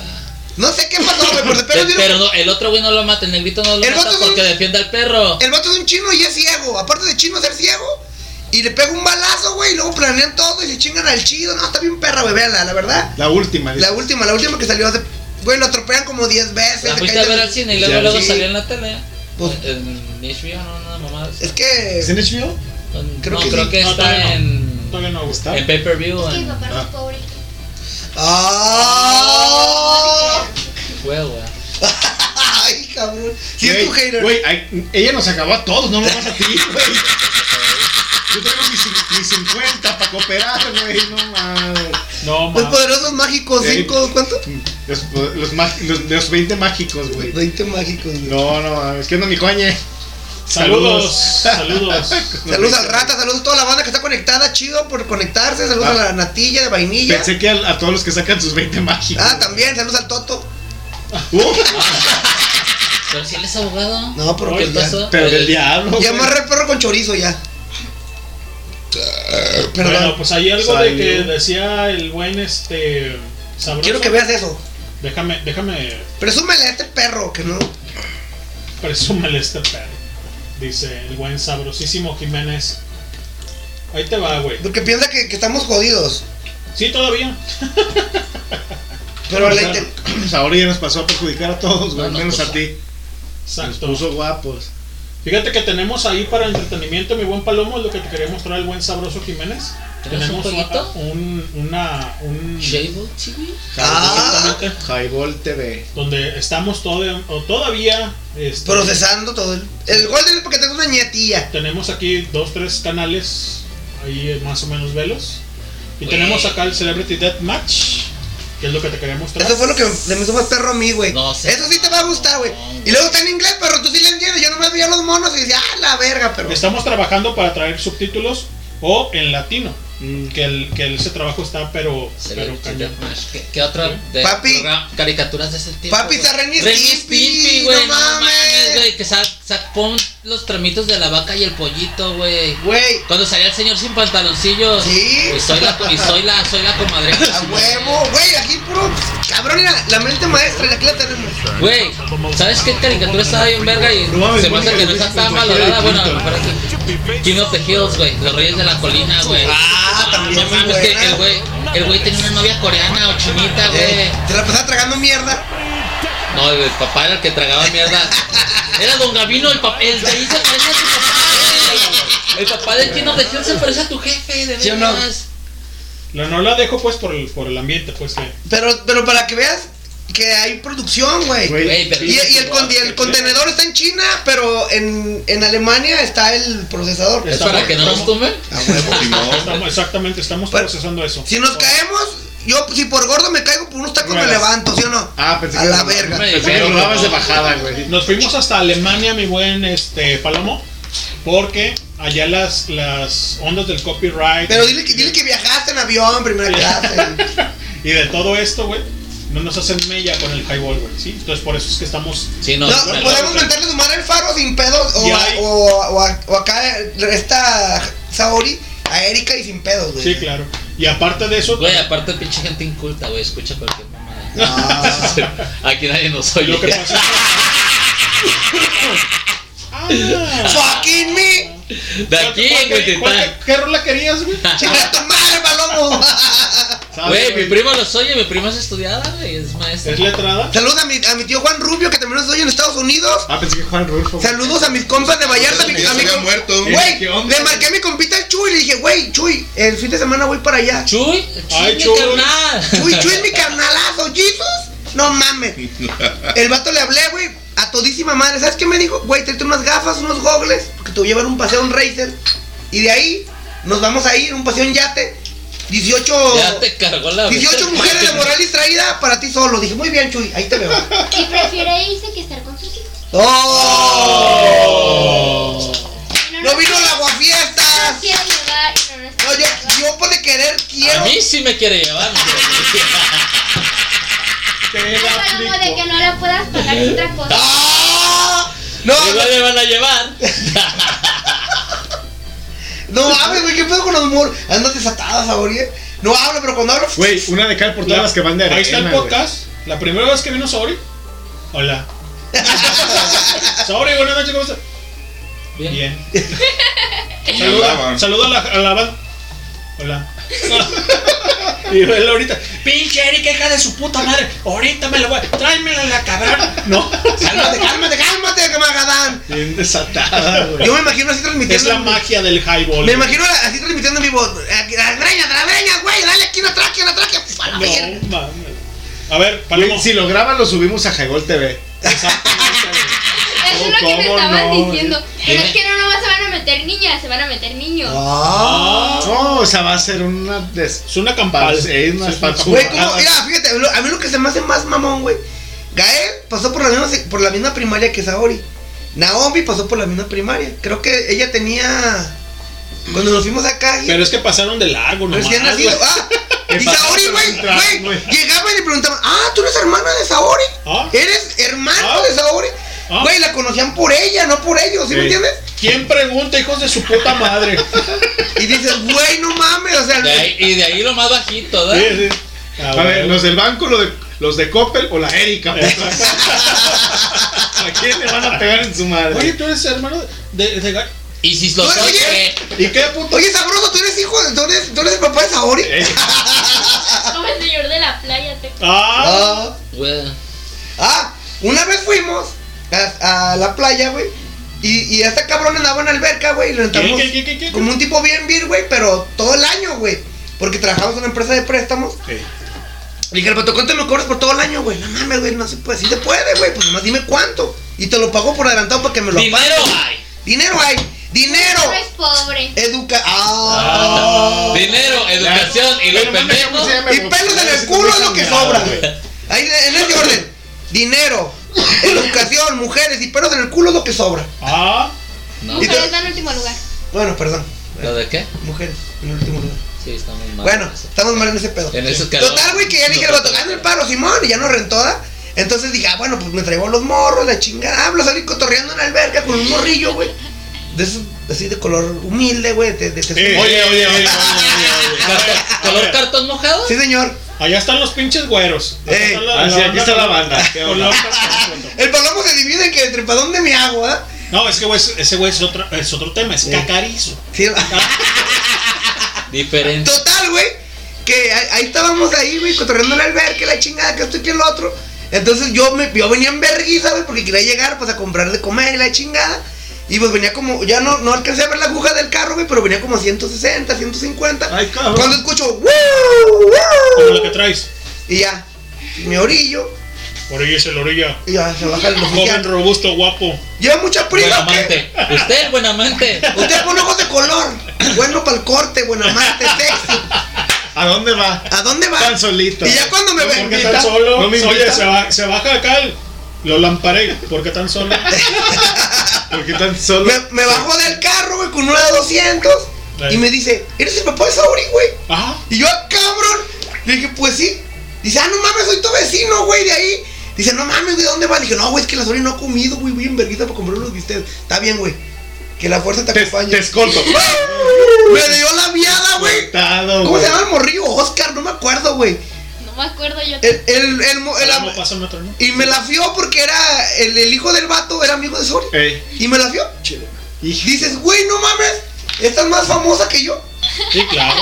[SPEAKER 7] sé qué pasó, güey, pero de perro
[SPEAKER 8] Pe-
[SPEAKER 7] dieron-
[SPEAKER 8] pero no, el otro güey no lo mata, el negrito no lo
[SPEAKER 7] El
[SPEAKER 8] mata
[SPEAKER 7] vato es un-
[SPEAKER 8] porque defiende al perro.
[SPEAKER 7] El vato es un chino y es ciego. Aparte de chino ser ciego. Y le pega un balazo, güey. Y luego planean todo y se chingan al chido. No, está bien perra, güey. Véala, la verdad.
[SPEAKER 10] La última. dice.
[SPEAKER 7] La última, la última que salió hace. Güey, lo atropellan como 10 veces.
[SPEAKER 8] La
[SPEAKER 7] se
[SPEAKER 8] fuiste
[SPEAKER 7] cae
[SPEAKER 8] a
[SPEAKER 7] de-
[SPEAKER 8] ver al cine y luego,
[SPEAKER 10] Ya,
[SPEAKER 8] luego
[SPEAKER 7] sí.
[SPEAKER 8] salió en la tele.
[SPEAKER 7] Pues-
[SPEAKER 8] en en HBO, no, no, mamá.
[SPEAKER 7] Es que.
[SPEAKER 10] ¿Es en HBO?
[SPEAKER 8] Pues, no,
[SPEAKER 7] que
[SPEAKER 8] creo
[SPEAKER 7] sí.
[SPEAKER 8] que
[SPEAKER 2] No,
[SPEAKER 8] está
[SPEAKER 2] todavía no.
[SPEAKER 8] en.
[SPEAKER 2] todavía no.
[SPEAKER 8] En pay-per-view.
[SPEAKER 9] Es que mi
[SPEAKER 8] en-
[SPEAKER 9] papá no es
[SPEAKER 8] Ah.
[SPEAKER 9] pobre.
[SPEAKER 7] ¡Ah!
[SPEAKER 8] Huevo.
[SPEAKER 7] Ay, cabrón. Si es tu hater.
[SPEAKER 10] Güey, ay, ella nos acabó a todos, no nomás a ti, güey. Yo tengo
[SPEAKER 7] Ah,
[SPEAKER 10] mis, mis 50 para cooperar, güey, no mames.
[SPEAKER 2] No
[SPEAKER 7] Los poderosos mágicos,
[SPEAKER 10] Sí.
[SPEAKER 7] cinco, ¿cuánto?
[SPEAKER 10] Los, los, mag- los, los 20 mágicos, güey.
[SPEAKER 7] 20 mágicos, güey.
[SPEAKER 10] No, no, es que no mi coñe.
[SPEAKER 2] Saludos, saludos.
[SPEAKER 7] Saludos al rata, saludos a toda la banda que está conectada, chido por conectarse, saludos
[SPEAKER 10] Ah.
[SPEAKER 7] a la natilla de vainilla.
[SPEAKER 10] Pensé que al- a, todos los que sacan sus 20 mágicos.
[SPEAKER 7] Ah, también, saludos al Toto.
[SPEAKER 10] Uh.
[SPEAKER 8] Pero si él es abogado.
[SPEAKER 7] No, porque
[SPEAKER 8] ¿Qué
[SPEAKER 7] ya-
[SPEAKER 8] pasó?
[SPEAKER 10] Pero del
[SPEAKER 8] Eh,
[SPEAKER 10] diablo.
[SPEAKER 7] Y
[SPEAKER 10] güey.
[SPEAKER 7] amarra el perro con chorizo ya. Perdón.
[SPEAKER 2] Bueno, pues hay algo de
[SPEAKER 10] Salió.
[SPEAKER 2] que decía el buen este. Sabroso.
[SPEAKER 7] Quiero que veas eso.
[SPEAKER 2] Déjame, déjame
[SPEAKER 7] Presúmele a este perro que no.
[SPEAKER 2] presúmele este perro. Dice el buen sabrosísimo Jiménez. Ahí te va, güey.
[SPEAKER 7] Porque piensa que, que estamos jodidos.
[SPEAKER 2] Sí, todavía.
[SPEAKER 7] Pero
[SPEAKER 10] O
[SPEAKER 7] le
[SPEAKER 10] sea,
[SPEAKER 7] inten-
[SPEAKER 10] pues ahora ya nos pasó a perjudicar a todos, güey,
[SPEAKER 8] No, no,
[SPEAKER 10] menos
[SPEAKER 8] pues,
[SPEAKER 10] a ti. Nos
[SPEAKER 2] Exacto.
[SPEAKER 10] puso guapos.
[SPEAKER 2] Fíjate que tenemos ahí para entretenimiento, mi buen Palomo, es lo que te quería mostrar el buen sabroso Jiménez.
[SPEAKER 8] ¿Tenemos un
[SPEAKER 2] Tenemos
[SPEAKER 8] jueguito?
[SPEAKER 2] un, una, un,
[SPEAKER 8] Shable TV.
[SPEAKER 7] Ah,
[SPEAKER 2] exactamente,
[SPEAKER 10] Highball TV.
[SPEAKER 2] donde estamos todo, o todavía este,
[SPEAKER 7] procesando todo. El, el Golden es porque tengo una nietilla.
[SPEAKER 2] Tenemos aquí dos, tres canales ahí eh, más o menos velos. Y
[SPEAKER 8] Güey.
[SPEAKER 2] tenemos acá el Celebrity Death Match, que es lo que te quería mostrar.
[SPEAKER 7] Eso fue lo que me me hizo más perro a mí, güey.
[SPEAKER 8] No sé.
[SPEAKER 7] Eso sí te va a gustar, güey. Y luego está en inglés, pero tú sí le entiendes. Yo nomás veía los monos y decía, ah, la verga, pero.
[SPEAKER 2] Estamos trabajando para traer subtítulos o en latino, mm, que, el, que ese trabajo está pero, pero
[SPEAKER 8] Celebrity
[SPEAKER 2] cañón.
[SPEAKER 8] Deathmatch. ¿Qué, ¿Qué otra de
[SPEAKER 7] Papi.
[SPEAKER 8] progra- caricaturas de ese tipo?
[SPEAKER 7] Papi, está Ren y Stimpy,
[SPEAKER 8] güey.
[SPEAKER 7] no
[SPEAKER 8] No mames,
[SPEAKER 7] mames.
[SPEAKER 8] güey. Que sac, sac, pon los tramitos de la vaca y el pollito, güey.
[SPEAKER 7] Güey,
[SPEAKER 8] Cuando salía el señor sin pantaloncillos.
[SPEAKER 7] Sí. Ah,
[SPEAKER 8] Y soy la, y soy la, soy la comadre.
[SPEAKER 7] a huevo, güey, aquí puro. Cabrón, mira, la mente maestra, aquí la tenemos.
[SPEAKER 8] Güey, ¿sabes qué caricatura estaba bien verga? Y
[SPEAKER 10] No mames,
[SPEAKER 8] se me hace
[SPEAKER 10] güey,
[SPEAKER 8] que no
[SPEAKER 10] güey,
[SPEAKER 8] está tan
[SPEAKER 10] cualquiera
[SPEAKER 8] valorada.
[SPEAKER 10] de
[SPEAKER 8] Bueno, a lo
[SPEAKER 10] Clinton.
[SPEAKER 8] mejor es King of the Hills, güey. Los Reyes de la Colina, güey.
[SPEAKER 7] Ah, también
[SPEAKER 8] No
[SPEAKER 7] muy
[SPEAKER 8] mames, que
[SPEAKER 7] buena.
[SPEAKER 8] el güey, el güey tenía una novia coreana o chinita, güey.
[SPEAKER 7] Eh, Te la pasaba tragando mierda.
[SPEAKER 8] No, el papá era el que tragaba mierda. Era don Gavino, el papá. El de ahí se parecía a tu papá, güey. El papá de King of the Hills se parece a tu jefe, de
[SPEAKER 7] ¿Sí o no?
[SPEAKER 8] veras.
[SPEAKER 2] No, no la dejo pues por el, por el ambiente, pues que
[SPEAKER 7] Pero, pero para que veas que hay producción, güey.
[SPEAKER 10] Güey,
[SPEAKER 8] Güey, pero-
[SPEAKER 7] Y, y el, con- y el contenedor está en China, pero en, en Alemania está el procesador.
[SPEAKER 8] Es para que no nos tumben.
[SPEAKER 3] A huevo, Simón.
[SPEAKER 2] Ah, pues, estamos, exactamente estamos
[SPEAKER 7] Pero-
[SPEAKER 2] procesando eso.
[SPEAKER 7] Si nos caemos, yo si por gordo me caigo por unos tacos me
[SPEAKER 2] Ruedas.
[SPEAKER 7] levanto, ¿sí o no?
[SPEAKER 10] Ah, pensé
[SPEAKER 7] A
[SPEAKER 10] que
[SPEAKER 7] la
[SPEAKER 10] no,
[SPEAKER 7] verga.
[SPEAKER 10] Pensé que lo dabas de bajada, güey.
[SPEAKER 2] Nos fuimos hasta Alemania, mi buen este Palomo, porque allá las, las ondas del copyright.
[SPEAKER 7] Pero dile que, dile que viajaste en avión, primera clase.
[SPEAKER 2] Y de todo esto, güey, no nos hacen mella con el highball, güey, ¿sí? Entonces por eso es que estamos...
[SPEAKER 8] Sí, no.
[SPEAKER 7] No,
[SPEAKER 8] no,
[SPEAKER 7] podemos mandarle su madre al faro sin pedo. O,
[SPEAKER 2] Y
[SPEAKER 7] a-
[SPEAKER 2] hay-
[SPEAKER 7] o, o a- o acá esta Saori a Erika y sin pedos, güey.
[SPEAKER 2] Sí, claro. Y aparte de eso,
[SPEAKER 8] Güey, Eh, aparte pinche gente inculta, güey, escucha cualquier mamada.
[SPEAKER 7] Ah.
[SPEAKER 8] Aquí nadie nos oye.
[SPEAKER 2] lo que pasa Ah,
[SPEAKER 7] Fucking me.
[SPEAKER 8] De aquí,
[SPEAKER 2] ¿cuál- cuál-
[SPEAKER 8] güey,
[SPEAKER 2] cuál-
[SPEAKER 8] te-
[SPEAKER 2] ¿Qué rola querías, güey?
[SPEAKER 7] Chinga tu madre, palomo.
[SPEAKER 8] Güey, mi primo los oye, mi prima es estudiada, güey, es maestra.
[SPEAKER 2] ¿Es letrada?
[SPEAKER 7] Saludos a mi, a mi tío Juan Rubio, que también nos oye en Estados Unidos.
[SPEAKER 10] Ah, pensé que Juan Rulfo. güey.
[SPEAKER 7] Saludos a mis compas de Vallarta, a mi,
[SPEAKER 3] Ya
[SPEAKER 7] a
[SPEAKER 3] se
[SPEAKER 7] mi
[SPEAKER 3] había
[SPEAKER 7] com-
[SPEAKER 3] muerto.
[SPEAKER 7] Güey,
[SPEAKER 10] ¿Qué onda?
[SPEAKER 7] le marqué a mi compita el Chuy y le dije, güey, Chuy, el fin de semana voy para allá.
[SPEAKER 8] Chuy,
[SPEAKER 2] Ay,
[SPEAKER 8] Chuy, mi
[SPEAKER 2] Chuy.
[SPEAKER 8] carnal.
[SPEAKER 7] Chuy, Chuy es mi carnalazo, Jesus. No mames. El vato le hablé, güey, a todísima madre. ¿Sabes qué me dijo? Güey, tráete unas gafas, unos gogles, porque te voy a llevar un paseo, un racer. Y de ahí nos vamos a ir, un paseo en yate. 18,
[SPEAKER 8] Ya te cargó la
[SPEAKER 7] 18 mujeres de moral distraída para ti solo. Dije, muy bien, Chuy, ahí te veo.
[SPEAKER 9] Y prefiere irse que estar con sus hijos.
[SPEAKER 7] ¡Oh!
[SPEAKER 9] Y
[SPEAKER 7] ¡No
[SPEAKER 9] nos-
[SPEAKER 7] vino la
[SPEAKER 9] No nos
[SPEAKER 7] guafiestas!
[SPEAKER 9] quiere ayudar y no nos
[SPEAKER 7] No,
[SPEAKER 9] quiere
[SPEAKER 7] yo,
[SPEAKER 9] ayudar.
[SPEAKER 7] yo por de querer
[SPEAKER 8] A
[SPEAKER 7] quiero.
[SPEAKER 8] mí sí me quiere llevar. güey.
[SPEAKER 2] Te
[SPEAKER 9] No
[SPEAKER 2] la
[SPEAKER 9] hablamos de
[SPEAKER 2] aplico.
[SPEAKER 9] que no la puedas pagar es otra cosa.
[SPEAKER 7] ¡Ah! No,
[SPEAKER 8] Y no le van a llevar.
[SPEAKER 7] no mames, güey, ¿qué pedo con los muros? Andas desatadas ahora, ¿eh? No hablo, pero cuando hablo.
[SPEAKER 10] Güey, una de cal por todas las que van de arena.
[SPEAKER 2] Ahí está el
[SPEAKER 10] güey.
[SPEAKER 2] podcast. La primera vez que vino Saori. Hola. Saori, buenas noches, ¿cómo estás?
[SPEAKER 8] Bien.
[SPEAKER 2] Bien. Saluda,
[SPEAKER 3] Hablaban.
[SPEAKER 2] saluda a la, a la banda. Hola. y él ahorita. Pinche Erika, hija de su puta madre. Ahorita me lo voy a. Tráemela la cabrón. No.
[SPEAKER 7] Cálmate, cálmate, cálmate, Magadán.
[SPEAKER 10] Bien desatada, güey.
[SPEAKER 7] Yo me imagino así transmitiendo.
[SPEAKER 2] Es la magia del highball. güey.
[SPEAKER 7] Me imagino así transmitiendo en vivo. eh, dragraña, dragraña, güey, dale aquí una tráquea, una tráquea. Pf, a la verga.
[SPEAKER 2] No, mames. A ver,
[SPEAKER 10] Güey,
[SPEAKER 2] Palomo.
[SPEAKER 10] si lo graban, lo subimos a Jaibol TV.
[SPEAKER 9] Eso es lo que me
[SPEAKER 10] ¿Cómo
[SPEAKER 9] estaban
[SPEAKER 10] no?
[SPEAKER 9] diciendo. Pero es que no nomás se van a meter niñas, se van a meter niños.
[SPEAKER 10] Ah. No, o sea, va a ser una des...
[SPEAKER 2] Es una campal.
[SPEAKER 10] Es Ah, una
[SPEAKER 2] Es una
[SPEAKER 10] espanzada.
[SPEAKER 7] Güey, ¿cómo? Mira, fíjate, lo- a mí lo que se me hace más mamón, güey. Gael pasó por la misma, sec- por la misma primaria que Saori. Naomi pasó por la misma primaria. Creo que ella tenía. Cuando nos fuimos acá.
[SPEAKER 2] Pero es que pasaron de largo, nomás.
[SPEAKER 7] Recién
[SPEAKER 2] güey.
[SPEAKER 7] nacido. Ah,
[SPEAKER 10] ¿Qué
[SPEAKER 7] y
[SPEAKER 10] pasó?
[SPEAKER 7] Saori, güey,
[SPEAKER 10] Entra,
[SPEAKER 7] güey.
[SPEAKER 10] güey.
[SPEAKER 7] Llegaban y le preguntaban, ah, tú eres hermana de Saori.
[SPEAKER 2] Ah.
[SPEAKER 7] Eres hermano
[SPEAKER 2] Ah.
[SPEAKER 7] de Saori.
[SPEAKER 2] Ah.
[SPEAKER 7] Güey, la conocían por ella, no por ellos, ¿sí me
[SPEAKER 10] Sí.
[SPEAKER 7] entiendes?
[SPEAKER 2] ¿Quién pregunta, hijos de su puta madre?
[SPEAKER 7] Y dices, güey, no mames, o sea,
[SPEAKER 8] De ahí- y de ahí lo más bajito, ¿verdad?
[SPEAKER 2] Sí, sí.
[SPEAKER 10] A ver, los del banco, lo de- los de Coppel o la Erika. pues. ¿A quién le van a pegar en su madre?
[SPEAKER 2] Oye, tú eres hermano de, de Ga-
[SPEAKER 8] Y si lo
[SPEAKER 7] Oye,
[SPEAKER 8] soy,
[SPEAKER 7] oye.
[SPEAKER 8] ¿qué?
[SPEAKER 10] ¿y qué puto?
[SPEAKER 7] oye, sabroso, tú eres hijo, de- tú eres, tú eres el papá de Saori.
[SPEAKER 10] Eh,
[SPEAKER 9] Como el señor de la playa, te
[SPEAKER 2] Ah,
[SPEAKER 7] Ah.
[SPEAKER 8] Güey.
[SPEAKER 7] Ah, una vez fuimos a, a la playa, güey. Y, y este cabrón andaba en alberca, güey. y Rentamos
[SPEAKER 2] ¿Qué, qué, qué, qué, qué?
[SPEAKER 7] como un tipo bien, bien, güey, pero todo el año, güey. Porque trabajamos en una empresa de préstamos.
[SPEAKER 2] Sí.
[SPEAKER 7] Le dije, pato, ¿cuánto me cobras por todo el año, güey? No mames, güey, no se puede. Sí se puede, güey. Pues nomás dime cuánto. Y te lo pago por adelantado para que me lo
[SPEAKER 8] Dinero
[SPEAKER 7] pagues.
[SPEAKER 8] hay.
[SPEAKER 7] Dinero hay. Dinero.
[SPEAKER 9] No eres pobre.
[SPEAKER 7] Educa. Ah.
[SPEAKER 8] Dinero, educación y los
[SPEAKER 10] pero mames, ¿cómo
[SPEAKER 8] pendejos.
[SPEAKER 10] se llama?
[SPEAKER 7] Y pelos en el culo es lo que sobra, güey. Ahí, en ese orden. Dinero, educación, mujeres y pelos en el culo es lo que sobra.
[SPEAKER 2] ah.
[SPEAKER 8] No,
[SPEAKER 9] Mujeres dan último lugar.
[SPEAKER 7] Bueno, perdón.
[SPEAKER 8] ¿lo de qué?
[SPEAKER 7] Mujeres, en el último lugar.
[SPEAKER 8] Sí, está muy mal.
[SPEAKER 7] Bueno, estamos mal en ese pedo.
[SPEAKER 8] En esos calores.
[SPEAKER 7] Total, güey, que ya le dije al vato, hazme el paro, Simón, y ya no rentó, ¿da? Entonces dije, ah, bueno, pues me traigo los morros, la chingada. Ah, Hablo, salí cotorreando en la alberca con un morrillo, güey. De esos, así de color humilde, güey. De, de, de-
[SPEAKER 2] Eh,
[SPEAKER 10] Oye, oye, oye.
[SPEAKER 2] A
[SPEAKER 8] ¿Color
[SPEAKER 2] ver.
[SPEAKER 8] cartón mojado?
[SPEAKER 7] Sí, señor.
[SPEAKER 2] Allá están los pinches güeros. Acá
[SPEAKER 7] Ey,
[SPEAKER 2] está
[SPEAKER 10] ah, sí, aquí está la banda.
[SPEAKER 2] Qué Color cartón.
[SPEAKER 7] El palomo se divide en que entre para dónde me hago, ¿ah?
[SPEAKER 2] No, es que güey, es- ese güey es otro, es otro tema, es cacarizo.
[SPEAKER 7] Sí, ah,
[SPEAKER 8] Diferente.
[SPEAKER 7] Total, güey. Que ahí, ahí estábamos ahí, güey, cotorreando en el albergue, la chingada, que esto y que el otro. Entonces yo, me, yo venía en vergüenza, güey, porque quería llegar, pues, a comprar de comer y la chingada. Y pues venía como, ya no, no alcancé a ver la aguja del carro, güey, pero venía como a 160, 150.
[SPEAKER 10] Ay, cabrón.
[SPEAKER 7] Cuando escucho, ¡Woo! ¡Woo!
[SPEAKER 2] Como lo que traes.
[SPEAKER 7] Y ya, me orillo,
[SPEAKER 2] Orilla es el orilla.
[SPEAKER 7] y ya se baja el
[SPEAKER 2] Joven,
[SPEAKER 7] oficial.
[SPEAKER 2] robusto, guapo.
[SPEAKER 7] Lleva mucha
[SPEAKER 8] Buen
[SPEAKER 7] prisa,
[SPEAKER 8] amante. Usted, buen amante.
[SPEAKER 7] Usted pone ojos de color, bueno para el corte, buen amante, sexy.
[SPEAKER 10] ¿A dónde va?
[SPEAKER 7] ¿A dónde va?
[SPEAKER 10] Tan solito.
[SPEAKER 7] Y ya cuando me ven,
[SPEAKER 2] Porque tan solo.
[SPEAKER 10] No me
[SPEAKER 2] Oye,
[SPEAKER 10] invita.
[SPEAKER 2] se, ba- se baja acá el. Lo lamparé. ¿Por qué tan solo?
[SPEAKER 10] Porque tan solo.
[SPEAKER 7] Me, me bajó del carro, güey, con una de 200. Y me dice, ¿eres el papá de Saori, güey?
[SPEAKER 2] Ajá.
[SPEAKER 7] Y yo, "Ah, cabrón. Le dije, pues sí. Dice, ah, no mames, soy tu vecino, güey, de ahí. Dice, no mames, güey, ¿de dónde vas? Le dije, no, güey, es que la Saori no ha comido, güey, voy en verguita para comprar unos bistecs. Está bien, güey. Que la fuerza te
[SPEAKER 10] Te,
[SPEAKER 7] acompañe.
[SPEAKER 10] te escolto.
[SPEAKER 7] me dio la viada, güey.
[SPEAKER 10] Contado,
[SPEAKER 7] ¿Cómo
[SPEAKER 10] güey.
[SPEAKER 7] se llama el morrillo? Oscar, no me acuerdo, güey.
[SPEAKER 9] No me acuerdo yo.
[SPEAKER 7] El, el, el, mo- el-
[SPEAKER 2] Vamos, pásame otro, ¿no?
[SPEAKER 7] y me la fió porque era el, el hijo del vato, era amigo de Saori.
[SPEAKER 10] Ey.
[SPEAKER 7] Y me la fió.
[SPEAKER 10] Hijo.
[SPEAKER 7] Dices, güey, no mames, esta es más famosa que yo.
[SPEAKER 2] Sí, claro.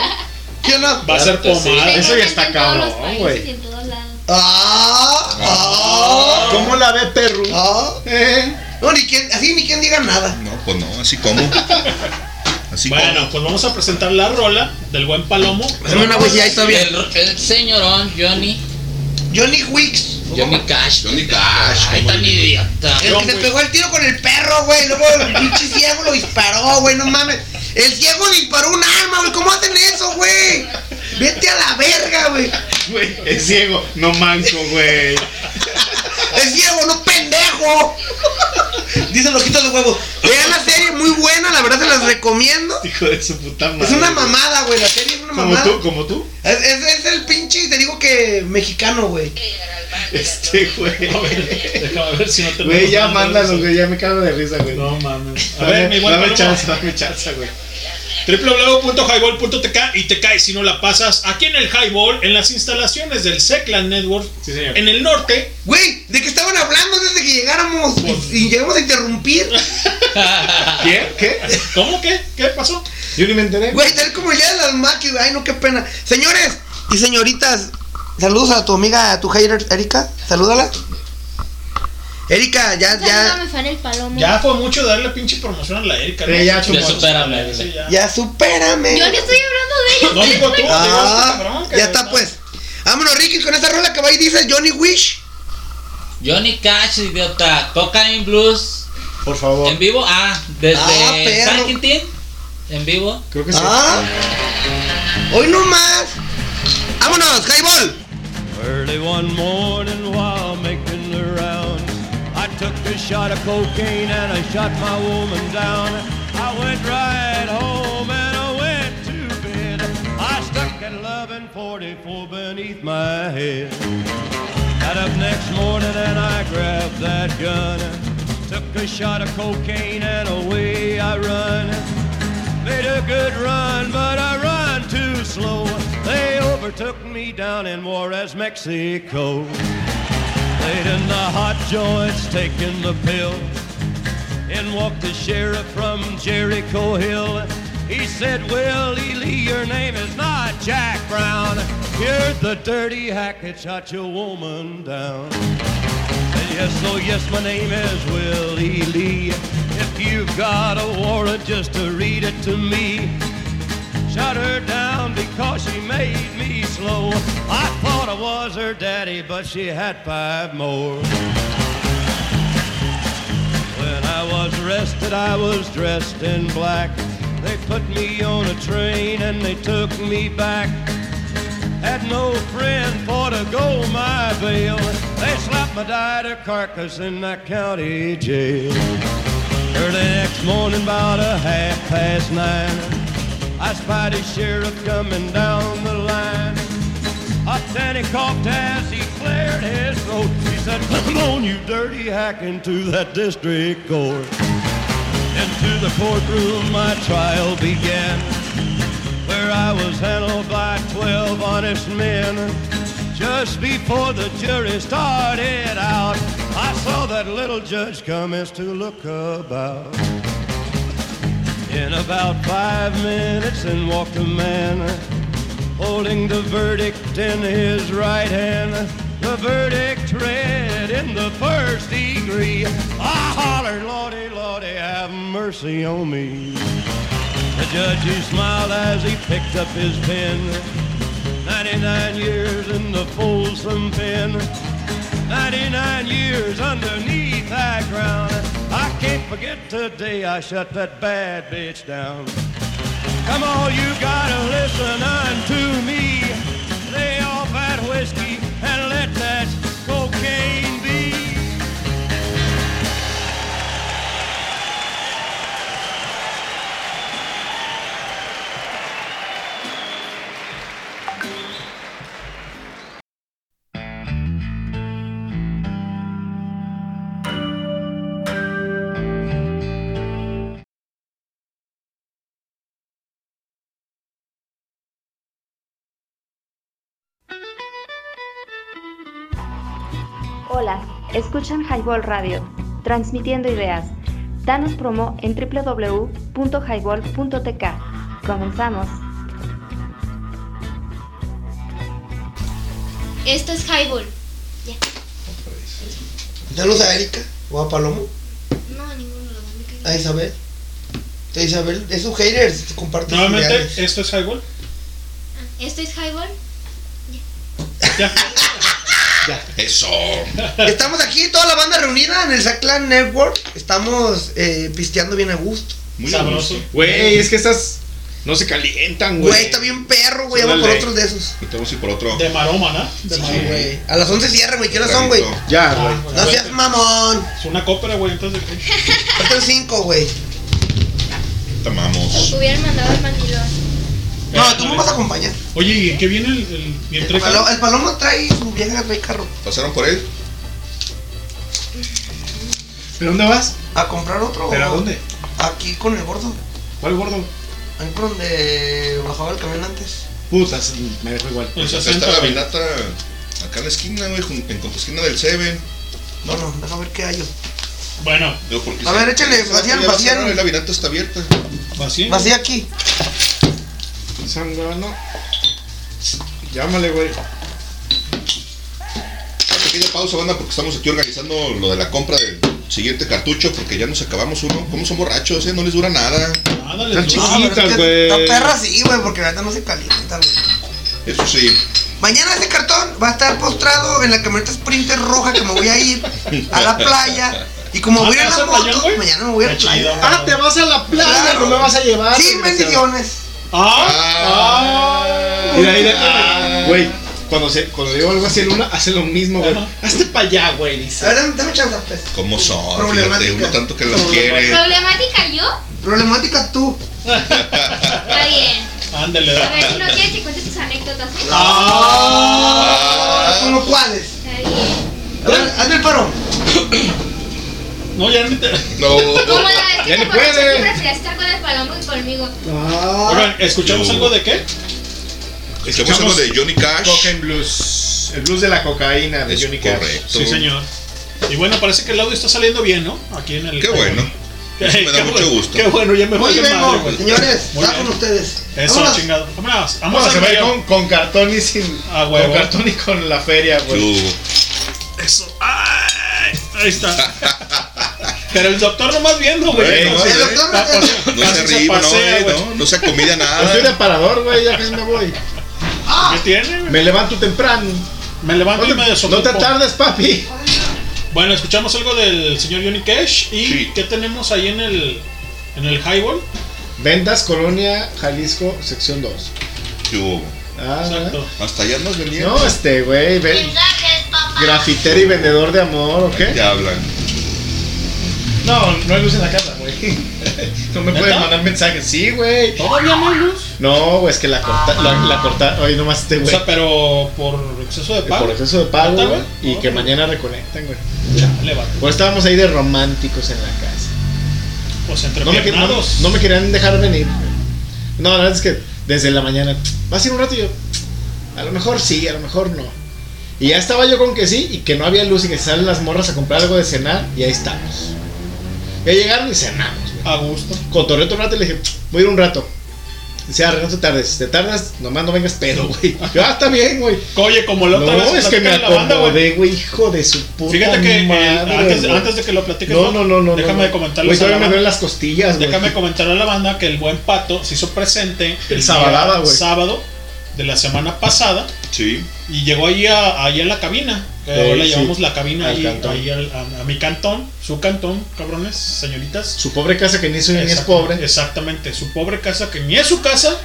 [SPEAKER 7] ¿Quién la?
[SPEAKER 2] Va a ser
[SPEAKER 8] Claro que sí.
[SPEAKER 2] pomada.
[SPEAKER 10] Eso ya está
[SPEAKER 9] En todos los
[SPEAKER 10] cabrón,
[SPEAKER 9] países
[SPEAKER 10] güey.
[SPEAKER 9] y en todos lados.
[SPEAKER 7] Ah, ah,
[SPEAKER 10] ¿Cómo la ve, perro?
[SPEAKER 7] ah.
[SPEAKER 10] Eh.
[SPEAKER 7] No, ni quien, así ni quien diga nada.
[SPEAKER 3] No, pues no, así como. Así
[SPEAKER 2] Bueno, pues vamos a presentar la rola del buen Palomo.
[SPEAKER 7] Hazme una güey ahí todavía.
[SPEAKER 8] El, el señorón Johnny.
[SPEAKER 7] Johnny Wicks.
[SPEAKER 8] Johnny Cash.
[SPEAKER 3] Johnny Cash,
[SPEAKER 8] Ahí está mi idiota.
[SPEAKER 7] El que se pegó el tiro con el perero, güey. Luego el pinche ciego lo disparó, güey. No mames. El ciego disparó un arma, güey. ¿Cómo hacen eso, güey? Vete a la verga, güey.
[SPEAKER 10] Güey, es ciego. No manco, güey.
[SPEAKER 7] El ciego, no pendejo. Dicen los quitos de huevos. Vean la serie, muy buena. La verdad se las recomiendo.
[SPEAKER 10] Hijo de su puta madre.
[SPEAKER 7] Es una mamada, güey. La serie es una
[SPEAKER 10] Como
[SPEAKER 7] mamada.
[SPEAKER 10] tú, como tú.
[SPEAKER 7] Es, es- es el pinche, te digo que mexicano, güey.
[SPEAKER 10] Este, güey.
[SPEAKER 2] A ver, Déjame ver si no tenemos
[SPEAKER 10] Güey, ya
[SPEAKER 2] nada de
[SPEAKER 10] mándalo,
[SPEAKER 2] eso.
[SPEAKER 10] güey. Ya me cago de risa, güey.
[SPEAKER 2] No mames. A
[SPEAKER 10] Dame-
[SPEAKER 2] ver, mi buen
[SPEAKER 10] Dame
[SPEAKER 2] Palomo.
[SPEAKER 10] chance, dame chance, güey.
[SPEAKER 2] www.highball.tk y te caes si no la pasas aquí en el Highball, en las instalaciones del Seclan Network,
[SPEAKER 10] Sí, señor.
[SPEAKER 2] en el norte.
[SPEAKER 7] Güey, ¿de qué estaban hablando desde que llegáramos?
[SPEAKER 2] Pues-
[SPEAKER 7] Y, y llegamos a interrumpir.
[SPEAKER 10] ¿Quién? ¿Qué?
[SPEAKER 2] ¿Cómo que? ¿Qué pasó?
[SPEAKER 10] Yo ni me enteré.
[SPEAKER 7] Güey, tal como el día de las maquis, güey. Ay, no, qué pena. Señores y señoritas, saludos a tu amiga, a tu hater, Erika. Salúdala. Erika,
[SPEAKER 9] Ya.
[SPEAKER 7] ya, ya,
[SPEAKER 9] me fan el palomo.
[SPEAKER 2] Ya fue mucho darle pinche promoción a la Erika.
[SPEAKER 10] Eh, ya,
[SPEAKER 2] Sí,
[SPEAKER 10] tú
[SPEAKER 8] supérame.
[SPEAKER 2] sí, ya.
[SPEAKER 7] ya supérame.
[SPEAKER 9] Yo le estoy hablando hablando de ellos.
[SPEAKER 2] digo tú, digo
[SPEAKER 7] Ah,
[SPEAKER 2] este cabrón que-
[SPEAKER 7] ya está pues. Vámonos, Ricky, con esta rola que va y dice Johnny Wish.
[SPEAKER 8] Johnny Cash, idiota. Toca en blues.
[SPEAKER 10] Por favor.
[SPEAKER 8] En vivo. Ah, desde
[SPEAKER 7] Ah, perro.
[SPEAKER 8] San Quintín. En vivo.
[SPEAKER 10] Creo que sí.
[SPEAKER 7] Ah, hoy no más. Vámonos, Highball.
[SPEAKER 11] Early one morning while making the rounds, I took a shot of cocaine and I shot my woman down. I went right home and I went to bed. I stuck at 1144 beneath my head. Got up next morning and I grabbed that gun. Took a shot of cocaine and away I run. Made a good run, but I run too slow. They overtook me down in Juarez, Mexico. Laid in the hot joints, taking the pills. In walked the sheriff from Jericho Hill. He said, Willie Lee, your name is not Jack Brown. You're the dirty hack that shot your woman down. Said, Yes, oh yes, my name is Willie Lee. If you've got a warrant, just to read it to me. Shut her down because she made me slow. I thought I was her daddy, but she had five more. When I was arrested, I was dressed in black. They put me on a train and they took me back. Had no friend for to go my bail. They slapped my died carcass in that county jail. Early next morning, about a half past nine, I spied a sheriff coming down the line. Up then he coughed as he cleared his throat. He said, "Come on, you dirty hack, into that district court." Into the courtroom, my trial began, where I was handled by twelve honest men. Just before the jury started out, I saw that little judge commence to look about. In about five minutes, in walked a man, holding the verdict in his right hand. The verdict read in the first degree. I hollered, Lordy, Lordy, have mercy on me. The judge, he smiled as he picked up his pen. 99 years in the Folsom pen. 99 years underneath that ground. I can't forget the day I shut that bad bitch down. Come on, you gotta listen unto me. Lay off that whiskey and let that cocaine be.
[SPEAKER 4] Hola, escuchan Highball Radio, transmitiendo ideas. Danos promo en www.highball.tk. Comenzamos.
[SPEAKER 9] Esto es Highball. Ya.
[SPEAKER 7] Saludos a Erika o a Palomo,
[SPEAKER 9] No, a ninguno lo van a
[SPEAKER 7] a Ah, Isabel. A Isabel, es un hater, te comparte sus ideales.
[SPEAKER 2] Nuevamente, esto es Highball.
[SPEAKER 9] Ah, Esto es Highball.
[SPEAKER 2] Ya.
[SPEAKER 3] Eso.
[SPEAKER 7] Estamos aquí, toda la banda reunida en el Zaclan Network. Estamos eh, pisteando bien a gusto.
[SPEAKER 3] Muy
[SPEAKER 2] Sabroso.
[SPEAKER 3] sabroso.
[SPEAKER 10] Güey, es que estas no se calientan, güey.
[SPEAKER 7] Güey, está bien perro, güey.
[SPEAKER 10] Son la
[SPEAKER 7] Vamos por
[SPEAKER 10] ley.
[SPEAKER 7] otros de esos.
[SPEAKER 3] Estamos y por otro.
[SPEAKER 2] De maroma, ¿no? De
[SPEAKER 7] Sí,
[SPEAKER 2] maroma.
[SPEAKER 7] güey. A las 11 cierra, güey. ¿Qué horas son, güey?
[SPEAKER 3] Carrito.
[SPEAKER 10] Ya,
[SPEAKER 2] Ah,
[SPEAKER 10] güey.
[SPEAKER 2] güey,
[SPEAKER 7] No
[SPEAKER 2] güey,
[SPEAKER 7] seas mamón.
[SPEAKER 2] Es una cópera, güey, entonces. ¿qué?
[SPEAKER 7] Faltan 5, güey.
[SPEAKER 3] Tomamos.
[SPEAKER 9] Te hubieran mandado al mandilón.
[SPEAKER 7] No, tú me vas a acompañar.
[SPEAKER 2] Oye, ¿y en qué viene el, el, y el
[SPEAKER 7] El,
[SPEAKER 2] tres-
[SPEAKER 7] palo- el palomo trae su vieja rica carro.
[SPEAKER 3] ¿Pasaron por él?
[SPEAKER 10] ¿Pero dónde vas?
[SPEAKER 7] A comprar otro.
[SPEAKER 10] ¿Pero a dónde?
[SPEAKER 7] Aquí con el gordo.
[SPEAKER 10] ¿Cuál gordo?
[SPEAKER 7] Ahí por donde bajaba el camión antes.
[SPEAKER 10] Putas, me dejó igual.
[SPEAKER 2] El
[SPEAKER 3] Acá está la
[SPEAKER 2] 60, güey.
[SPEAKER 3] vinata. Pues, Acá en la esquina, güey. jun- En contraesquina del Seven.
[SPEAKER 7] Bueno, déjame ver qué hallo.
[SPEAKER 2] Bueno,
[SPEAKER 3] Digo, porque
[SPEAKER 7] A
[SPEAKER 3] se-
[SPEAKER 7] ver, échale,
[SPEAKER 3] se va a
[SPEAKER 7] vacían,
[SPEAKER 3] poner a cerrar,
[SPEAKER 7] vacían.
[SPEAKER 3] La vinata está abierta.
[SPEAKER 2] vacío.
[SPEAKER 7] Vacía aquí.
[SPEAKER 10] Sangano. Llámale, güey.
[SPEAKER 3] Pequeña pausa, banda, porque estamos aquí organizando lo de la compra del siguiente cartucho porque ya nos acabamos uno. ¿Cómo son borrachos, eh? No les dura nada.
[SPEAKER 2] Nada
[SPEAKER 7] Están chiquitas, güey. Están perras, sí, güey, porque la neta no se calientan, güey.
[SPEAKER 3] Eso sí.
[SPEAKER 7] Mañana ese cartón va a estar postrado en la camioneta Sprinter roja que me voy a ir a la playa. Y como voy a ir a la moto, mañana me voy a la playa.
[SPEAKER 10] Ah, te vas a la playa,
[SPEAKER 7] Claro.
[SPEAKER 10] no me vas a llevar.
[SPEAKER 7] Sin bendiciones.
[SPEAKER 10] Ah.
[SPEAKER 7] Ah.
[SPEAKER 10] Mira, mira, güey. Cuando, se, cuando digo algo así en una, hace lo mismo, güey. Hazte para allá, güey, dice.
[SPEAKER 7] A ver, dame chance, pues.
[SPEAKER 3] ¿Cómo son? Fíjate,
[SPEAKER 7] Problemática.
[SPEAKER 3] uno tanto que los quiere.
[SPEAKER 9] ¿Problemática yo?
[SPEAKER 7] Problemática tú.
[SPEAKER 9] Está bien.
[SPEAKER 2] Ándale,
[SPEAKER 9] A
[SPEAKER 2] da.
[SPEAKER 9] ver si no quieres que cuente tus anécdotas. ¿eh?
[SPEAKER 7] Ah, ¿Cómo cuáles?
[SPEAKER 9] Está bien.
[SPEAKER 7] Hazme el paro.
[SPEAKER 2] No, ya ni te.
[SPEAKER 3] No.
[SPEAKER 9] Como la vez que
[SPEAKER 2] Ya ni
[SPEAKER 9] te
[SPEAKER 2] puede.
[SPEAKER 9] borraste, que preferías estar con el palomo que conmigo.
[SPEAKER 7] Ah.
[SPEAKER 2] Oigan, ¿escuchamos algo de qué?
[SPEAKER 3] Escuchamos algo de Johnny Cash.
[SPEAKER 10] Cocaine Blues. El blues de la cocaína de
[SPEAKER 3] Es
[SPEAKER 10] Johnny Cash.
[SPEAKER 3] correcto.
[SPEAKER 2] Sí, señor. Y bueno, parece que el audio está saliendo bien, ¿no? Aquí en el.
[SPEAKER 3] Qué bueno.
[SPEAKER 2] Qué-
[SPEAKER 3] Eso me da
[SPEAKER 2] qué
[SPEAKER 3] mucho
[SPEAKER 2] bueno,
[SPEAKER 3] gusto.
[SPEAKER 2] Qué bueno, ya me voy
[SPEAKER 7] Hoy
[SPEAKER 2] de madre,
[SPEAKER 7] vengo,
[SPEAKER 2] güey.
[SPEAKER 7] señores.
[SPEAKER 2] Muy
[SPEAKER 7] Está
[SPEAKER 2] bien.
[SPEAKER 7] con ustedes.
[SPEAKER 2] Eso,
[SPEAKER 7] Vámonos.
[SPEAKER 2] chingado.
[SPEAKER 10] Vamos
[SPEAKER 2] Vámonos. Vamos
[SPEAKER 10] se va a ir
[SPEAKER 2] a
[SPEAKER 10] con, con cartón y sin.
[SPEAKER 2] Ah, güey,
[SPEAKER 10] con
[SPEAKER 2] güey.
[SPEAKER 10] cartón y con la feria, güey.
[SPEAKER 3] Tú.
[SPEAKER 2] Eso. Ay, ahí está. Pero el doctor nomás viendo, güey.
[SPEAKER 10] Güey,
[SPEAKER 2] No,
[SPEAKER 10] no,
[SPEAKER 2] sí,
[SPEAKER 10] el
[SPEAKER 7] doctor
[SPEAKER 2] pa-
[SPEAKER 7] no-
[SPEAKER 2] pa-
[SPEAKER 3] No se
[SPEAKER 2] casi se
[SPEAKER 3] arriba, no,
[SPEAKER 2] pasea,
[SPEAKER 3] eh,
[SPEAKER 2] güey.
[SPEAKER 3] no, no se acomida
[SPEAKER 10] Pues Estoy de
[SPEAKER 3] nada.
[SPEAKER 10] parador, güey, ya casi me voy.
[SPEAKER 2] ¿Qué tiene, güey?
[SPEAKER 10] Me levanto temprano.
[SPEAKER 2] Me levanto
[SPEAKER 10] No te,
[SPEAKER 2] y me
[SPEAKER 10] no te
[SPEAKER 2] desocupo.
[SPEAKER 10] tardes, papi.
[SPEAKER 2] Bueno, escuchamos algo del señor Johnny Cash. ¿Y
[SPEAKER 3] Sí.
[SPEAKER 2] qué tenemos ahí en el, en el highball?
[SPEAKER 10] Vendas, Colonia, Jalisco, sección 2.
[SPEAKER 3] Tú.
[SPEAKER 10] Ah,
[SPEAKER 2] Exacto.
[SPEAKER 3] Hasta allá nos venían.
[SPEAKER 10] No, este, güey, ven- grafitero y vendedor de amor, ¿o qué?
[SPEAKER 3] Ya hablan.
[SPEAKER 10] No, no hay luz en la casa, güey. No me pueden mandar mensajes. Sí, güey.
[SPEAKER 2] Todavía no hay luz.
[SPEAKER 10] No, güey, es que la corta, la, la corta, oye, nomás este,
[SPEAKER 2] O
[SPEAKER 10] güey.
[SPEAKER 2] sea, pero por exceso de pago.
[SPEAKER 10] Por exceso de pago,
[SPEAKER 2] ¿Neta,
[SPEAKER 10] güey,
[SPEAKER 2] güey? Oh.
[SPEAKER 10] y que
[SPEAKER 2] No,
[SPEAKER 10] mañana reconectan, güey.
[SPEAKER 2] Chale, vato.
[SPEAKER 10] Pues estábamos ahí de románticos en la casa.
[SPEAKER 2] Pues entre
[SPEAKER 10] No me, quer- no-
[SPEAKER 2] piernados.
[SPEAKER 10] no me querían dejar venir. No, la verdad es que desde la mañana, vas a ir un rato y yo, a lo mejor sí, a lo mejor no. Y ya estaba yo con que sí y que no había luz y que salen las morras a comprar algo de cenar y ahí estamos. Ya llegaron y cenamos. güey.
[SPEAKER 2] A gusto.
[SPEAKER 10] Cotorreo otro rato y le dije, voy a ir un rato. Dice, arre, no te tardes. Si te tardas, nomás no vengas pedo, güey. Yo, ah, está bien, güey.
[SPEAKER 2] Oye, como la
[SPEAKER 10] No,
[SPEAKER 2] otra vez
[SPEAKER 10] es que me
[SPEAKER 2] platicaba la banda, güey.
[SPEAKER 10] acomodé, güey, hijo de su puta
[SPEAKER 2] Fíjate que eh,
[SPEAKER 10] madre,
[SPEAKER 2] antes,
[SPEAKER 10] güey.
[SPEAKER 2] antes de que lo platiques,
[SPEAKER 10] No, no, no, no.
[SPEAKER 2] déjame
[SPEAKER 10] no, no. Güey,
[SPEAKER 2] comentarles a la
[SPEAKER 10] todavía me
[SPEAKER 2] banda-
[SPEAKER 10] duelen las costillas, güey.
[SPEAKER 2] Déjame comentarle a la banda que el buen pato se hizo presente
[SPEAKER 10] El
[SPEAKER 2] día
[SPEAKER 10] sabadaba, güey.
[SPEAKER 2] sábado de la semana pasada
[SPEAKER 3] Sí.
[SPEAKER 2] y llegó ahí a, ahí a la cabina. Eh,
[SPEAKER 10] Sí,
[SPEAKER 2] le
[SPEAKER 10] sí.
[SPEAKER 2] llamamos la cabina
[SPEAKER 10] Al
[SPEAKER 2] ahí,
[SPEAKER 10] cantón.
[SPEAKER 2] ahí al- a, a mi cantón, su cantón, cabrones, señoritas.
[SPEAKER 10] Su pobre casa que ni soy ni es
[SPEAKER 2] Exact-
[SPEAKER 10] pobre.
[SPEAKER 2] Exactamente, su pobre casa que ni es su casa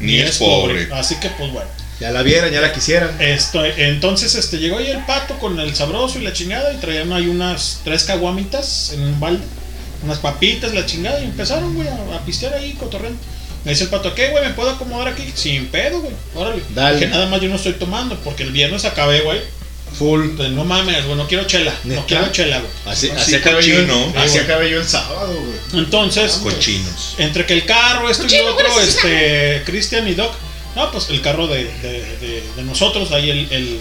[SPEAKER 3] Ni es pobre.
[SPEAKER 2] Así que pues bueno.
[SPEAKER 10] Ya la vieran, ya la quisieran.
[SPEAKER 2] Esto, entonces este llegó ahí el pato con el sabroso y la chingada y traían ahí unas tres caguamitas en un balde, unas papitas, la chingada y empezaron, güey, a, a pistear ahí cotorreando. Me dice el pato, ¿qué, güey? ¿Me puedo acomodar aquí? Sin pedo, güey. Órale.
[SPEAKER 10] Dale.
[SPEAKER 2] Que nada más yo no estoy tomando porque el viernes acabé, güey.
[SPEAKER 10] Full.
[SPEAKER 2] Entonces, no mames, güey, no quiero chela.
[SPEAKER 10] ¿Neta?
[SPEAKER 2] No quiero chela, güey.
[SPEAKER 10] Así,
[SPEAKER 3] Así
[SPEAKER 10] así acabé yo,
[SPEAKER 3] cochino.
[SPEAKER 10] así
[SPEAKER 2] Sí, güey.
[SPEAKER 10] acabé yo el sábado, güey.
[SPEAKER 2] Entonces,
[SPEAKER 3] Cochinos.
[SPEAKER 2] entre que el carro, esto y
[SPEAKER 9] Cochino,
[SPEAKER 2] lo otro,
[SPEAKER 9] güey, sí,
[SPEAKER 2] este, Cristian y Doc. No, pues el carro de, de- de- de nosotros, ahí el, el-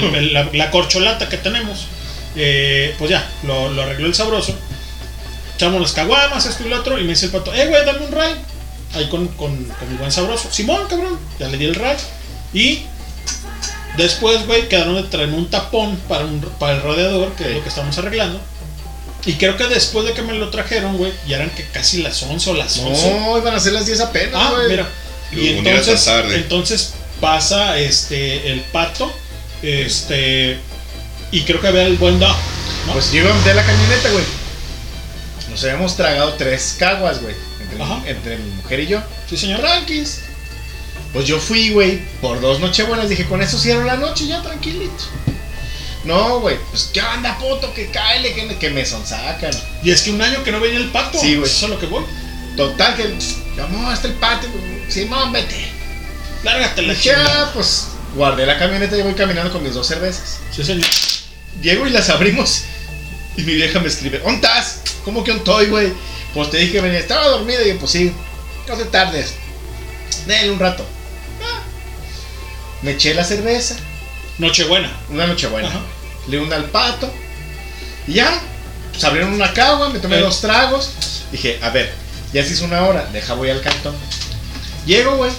[SPEAKER 2] el- el- la, la corcholata que tenemos, eh, pues ya, lo, lo arregló el sabroso. Echamos las caguamas, esto y lo otro, y me dice el pato, eh, güey, dame un ray. Ahí con, con, con el buen sabroso. Simón, cabrón, ya le di el ray. Y después, güey, quedaron de traerme un tapón para, un, para el radiador, que es lo que estamos arreglando. Y creo que después de que me lo trajeron, güey, ya eran que casi las 11 o las 11.
[SPEAKER 10] No, iban a ser las 10 apenas,
[SPEAKER 2] Ah,
[SPEAKER 10] güey.
[SPEAKER 2] mira.
[SPEAKER 3] Lo
[SPEAKER 2] Y
[SPEAKER 3] unieron tan
[SPEAKER 2] entonces,
[SPEAKER 3] tarde.
[SPEAKER 2] entonces pasa este el pato. Este. Y creo que ve el buen Doc. ¿no?
[SPEAKER 10] Pues yo iba a meter la camioneta, güey. Nos habíamos tragado tres caguas, güey. Entre,
[SPEAKER 2] Ajá.
[SPEAKER 10] entre mi mujer y yo.
[SPEAKER 2] sí, señor.
[SPEAKER 10] Tranquis. Pues yo fui, güey, por dos nochebuenas. Dije, con eso cierro la noche ya, tranquilito. No, güey, pues qué onda, puto, que cáele, que me, que me sonsacan.
[SPEAKER 2] Y es que un año que no venía el pato.
[SPEAKER 10] Sí, güey.
[SPEAKER 2] Eso es lo que voy.
[SPEAKER 10] Total, que pues, pss, llamó hasta el patio. güey, Simón, vete.
[SPEAKER 2] Lárgate la
[SPEAKER 10] Y
[SPEAKER 2] chingada.
[SPEAKER 10] ya, pues guardé la camioneta y voy caminando con mis dos cervezas.
[SPEAKER 2] Sí, señor.
[SPEAKER 10] Llego y las abrimos. Y mi vieja me escribe, ¿ontas? ¿Cómo que ontoy, güey? Pues te dije que venía, estaba dormida y yo, pues sí, no te tardes. Dale un rato. Ah. Me eché la cerveza,
[SPEAKER 2] Nochebuena.
[SPEAKER 10] una noche buena.
[SPEAKER 2] Ajá.
[SPEAKER 10] Le un al pato. Y ya, pues abrieron una cagua, me tomé
[SPEAKER 2] Eh.
[SPEAKER 10] dos tragos. Dije, a ver, ya se hizo una hora, deja voy al cantón. Llego, güey.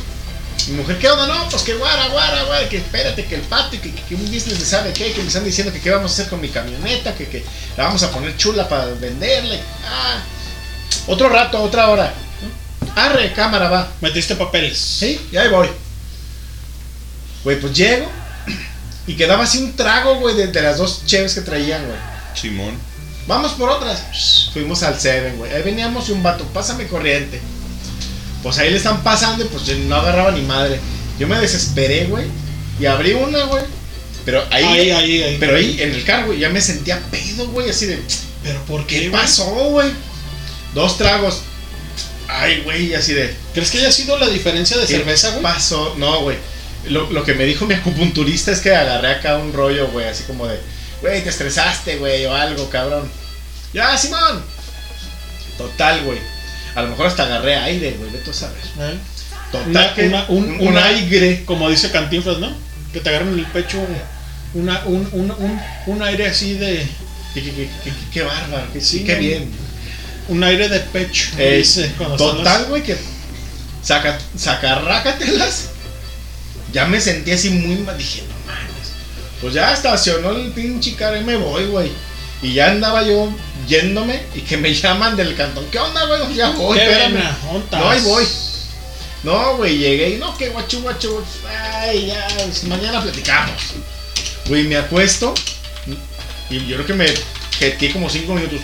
[SPEAKER 10] Mi mujer, ¿qué onda? No, pues que guara, guara, guara, que espérate, que el pato, y que, que, que un business le sabe qué, que me están diciendo que qué vamos a hacer con mi camioneta, que, que la vamos a poner chula para venderle. Ah, otro rato, otra hora. Arre, cámara, va.
[SPEAKER 2] Metiste papeles.
[SPEAKER 10] Sí, y ahí voy. Güey, pues llego y quedaba así un trago, güey, de, de las dos cheves que traían, güey.
[SPEAKER 3] Simón.
[SPEAKER 10] Vamos por otras. Fuimos al Seven, güey. Ahí veníamos y un vato, pásame corriente. Pues ahí le están pasando y pues yo no agarraba ni madre. Yo me desesperé, güey. Y abrí una, güey. Pero ahí,
[SPEAKER 2] Ahí, ahí, ahí.
[SPEAKER 10] pero ahí en el carro, güey, ya me sentía pedo, güey, así de,
[SPEAKER 2] ¿Pero por qué,
[SPEAKER 10] ¿qué
[SPEAKER 2] güey?
[SPEAKER 10] pasó, güey? Dos tragos. Ay, güey, así de,
[SPEAKER 2] ¿Crees que haya sido la diferencia de
[SPEAKER 10] ¿Qué
[SPEAKER 2] cerveza, güey?
[SPEAKER 10] Pasó, no, güey. Lo, lo que me dijo mi acupunturista es que agarré acá un rollo, güey, así como de, güey, te estresaste, güey, o algo, cabrón. Ya, Simón. Total, güey. A lo mejor hasta agarré aire, güey, vete a saber.
[SPEAKER 2] ¿Eh?
[SPEAKER 10] Total,
[SPEAKER 2] Una-
[SPEAKER 10] que
[SPEAKER 2] una- un-
[SPEAKER 10] un
[SPEAKER 2] una-
[SPEAKER 10] aire.
[SPEAKER 2] Como dice Cantinflas, ¿no? Que te agarran el pecho una, un, un, un, un aire así de...
[SPEAKER 10] Qué, qué- qué- qué- qué bárbaro, qué,
[SPEAKER 2] Sí,
[SPEAKER 10] qué
[SPEAKER 2] no.
[SPEAKER 10] bien.
[SPEAKER 2] Un aire de pecho.
[SPEAKER 10] Eh,
[SPEAKER 2] dice, cuando están
[SPEAKER 10] total,
[SPEAKER 2] las-
[SPEAKER 10] güey, que saca, sacarrácatelas. Ya me sentí así muy mal. Dije, no mames. Pues ya estacionó el pinche carro y me voy, güey. Y ya andaba yo yéndome y que me llaman del cantón. ¿Qué onda, güey? Ya voy,
[SPEAKER 2] ¡Qué
[SPEAKER 10] espérame.
[SPEAKER 2] buena ontas!
[SPEAKER 10] No, ahí voy. No, güey, llegué y no, que guachu, guachu, guachu. Ay, ya, pues, mañana platicamos. Güey, me acuesto y yo creo que me jeteé como cinco minutos.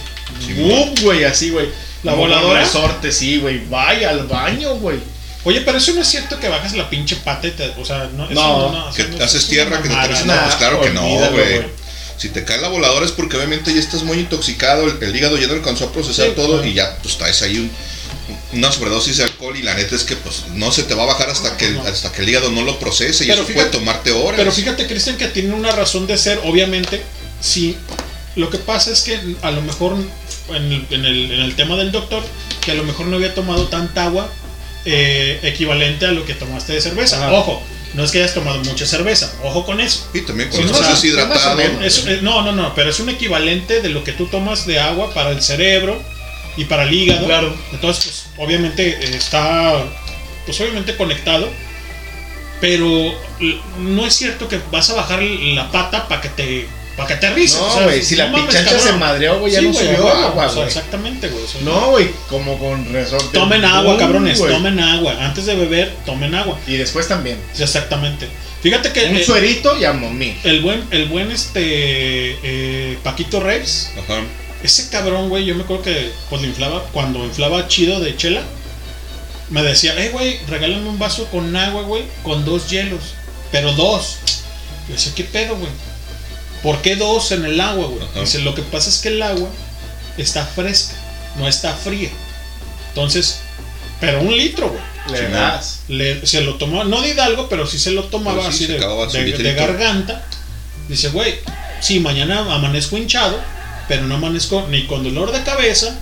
[SPEAKER 10] ¡Uf, güey, así, güey.
[SPEAKER 2] ¿La
[SPEAKER 10] Como
[SPEAKER 2] voladora?
[SPEAKER 10] con Resorte, sí, güey. Vaya al baño, güey.
[SPEAKER 2] Oye, pero eso no es cierto que bajas la pinche pata y te... O sea, no... eso
[SPEAKER 10] No,
[SPEAKER 2] eso
[SPEAKER 3] Que
[SPEAKER 2] no
[SPEAKER 3] te
[SPEAKER 2] es-
[SPEAKER 3] haces
[SPEAKER 2] es
[SPEAKER 3] tierra,
[SPEAKER 2] una
[SPEAKER 3] que te
[SPEAKER 2] mamada,
[SPEAKER 3] traes
[SPEAKER 10] una-
[SPEAKER 2] ¿no?
[SPEAKER 3] una. Pues claro que no,
[SPEAKER 10] olvídalo,
[SPEAKER 3] güey.
[SPEAKER 10] güey.
[SPEAKER 3] Si te cae la voladora es porque obviamente ya estás muy intoxicado, el, el hígado ya no alcanzó a procesar
[SPEAKER 2] Sí,
[SPEAKER 3] todo
[SPEAKER 2] claro.
[SPEAKER 3] y ya pues traes ahí un- una sobredosis de alcohol y la neta es que pues no se te va a bajar hasta que el, hasta que el hígado no lo procese y
[SPEAKER 2] Pero
[SPEAKER 3] eso
[SPEAKER 2] fíjate-
[SPEAKER 3] puede tomarte horas.
[SPEAKER 2] Pero fíjate, Cristian, que tiene una razón de ser, obviamente, sí. Lo que pasa es que a lo mejor en el, en el- en el tema del doctor, que a lo mejor no había tomado tanta agua eh, equivalente a lo que tomaste de cerveza.
[SPEAKER 10] Ajá.
[SPEAKER 2] Ojo, no es que hayas tomado mucha cerveza, ojo con eso.
[SPEAKER 3] y también
[SPEAKER 2] Sí,
[SPEAKER 3] cuando
[SPEAKER 2] o sea,
[SPEAKER 3] estás deshidratado,
[SPEAKER 10] más o menos.
[SPEAKER 2] Es- eh, no, no, no, pero es un equivalente de lo que tú tomas de agua para el cerebro y para el hígado.
[SPEAKER 10] Claro.
[SPEAKER 2] Entonces, pues, obviamente eh, está, pues obviamente conectado, pero l- no es cierto que vas a bajar la pata para que te, para que te rices.
[SPEAKER 10] No,
[SPEAKER 2] o sea,
[SPEAKER 10] güey, si la
[SPEAKER 2] mames,
[SPEAKER 10] pichancha
[SPEAKER 2] cabrón.
[SPEAKER 10] se madreó, güey, ya
[SPEAKER 2] Sí,
[SPEAKER 10] no
[SPEAKER 2] güey,
[SPEAKER 10] subió
[SPEAKER 2] a huevo,
[SPEAKER 10] agua,
[SPEAKER 2] o sea,
[SPEAKER 10] güey.
[SPEAKER 2] exactamente, güey. o sea,
[SPEAKER 10] No, güey, como con resorte.
[SPEAKER 2] Tomen agua,
[SPEAKER 10] Uy,
[SPEAKER 2] cabrones,
[SPEAKER 10] güey.
[SPEAKER 2] tomen agua. Antes de beber, tomen agua.
[SPEAKER 10] Y después también.
[SPEAKER 2] Sí, Exactamente. Fíjate que
[SPEAKER 10] Un
[SPEAKER 2] eh,
[SPEAKER 10] suerito y a momir.
[SPEAKER 2] el buen, el buen este eh, Paquito Reeves,
[SPEAKER 3] ajá,
[SPEAKER 2] ese cabrón, güey, yo me acuerdo que pues lo inflaba, cuando inflaba chido de chela, me decía, eh, güey, regálame un vaso con agua, güey, con dos hielos, pero dos. Yo decía, ¿qué pedo, güey? ¿Por qué dos en el agua, güey?
[SPEAKER 3] Ajá.
[SPEAKER 2] Dice, lo que pasa es que el agua está fresca, no está fría. Entonces, pero un litro, güey.
[SPEAKER 10] Le
[SPEAKER 3] Sí,
[SPEAKER 10] das.
[SPEAKER 2] Le- se lo tomó, no de Hidalgo, pero sí se lo tomaba
[SPEAKER 3] Pero sí,
[SPEAKER 2] así
[SPEAKER 3] se
[SPEAKER 2] de,
[SPEAKER 3] acababa su
[SPEAKER 2] de-
[SPEAKER 3] litrito.
[SPEAKER 2] de garganta. Dice, güey, sí, mañana amanezco hinchado, pero no amanezco ni con dolor de cabeza,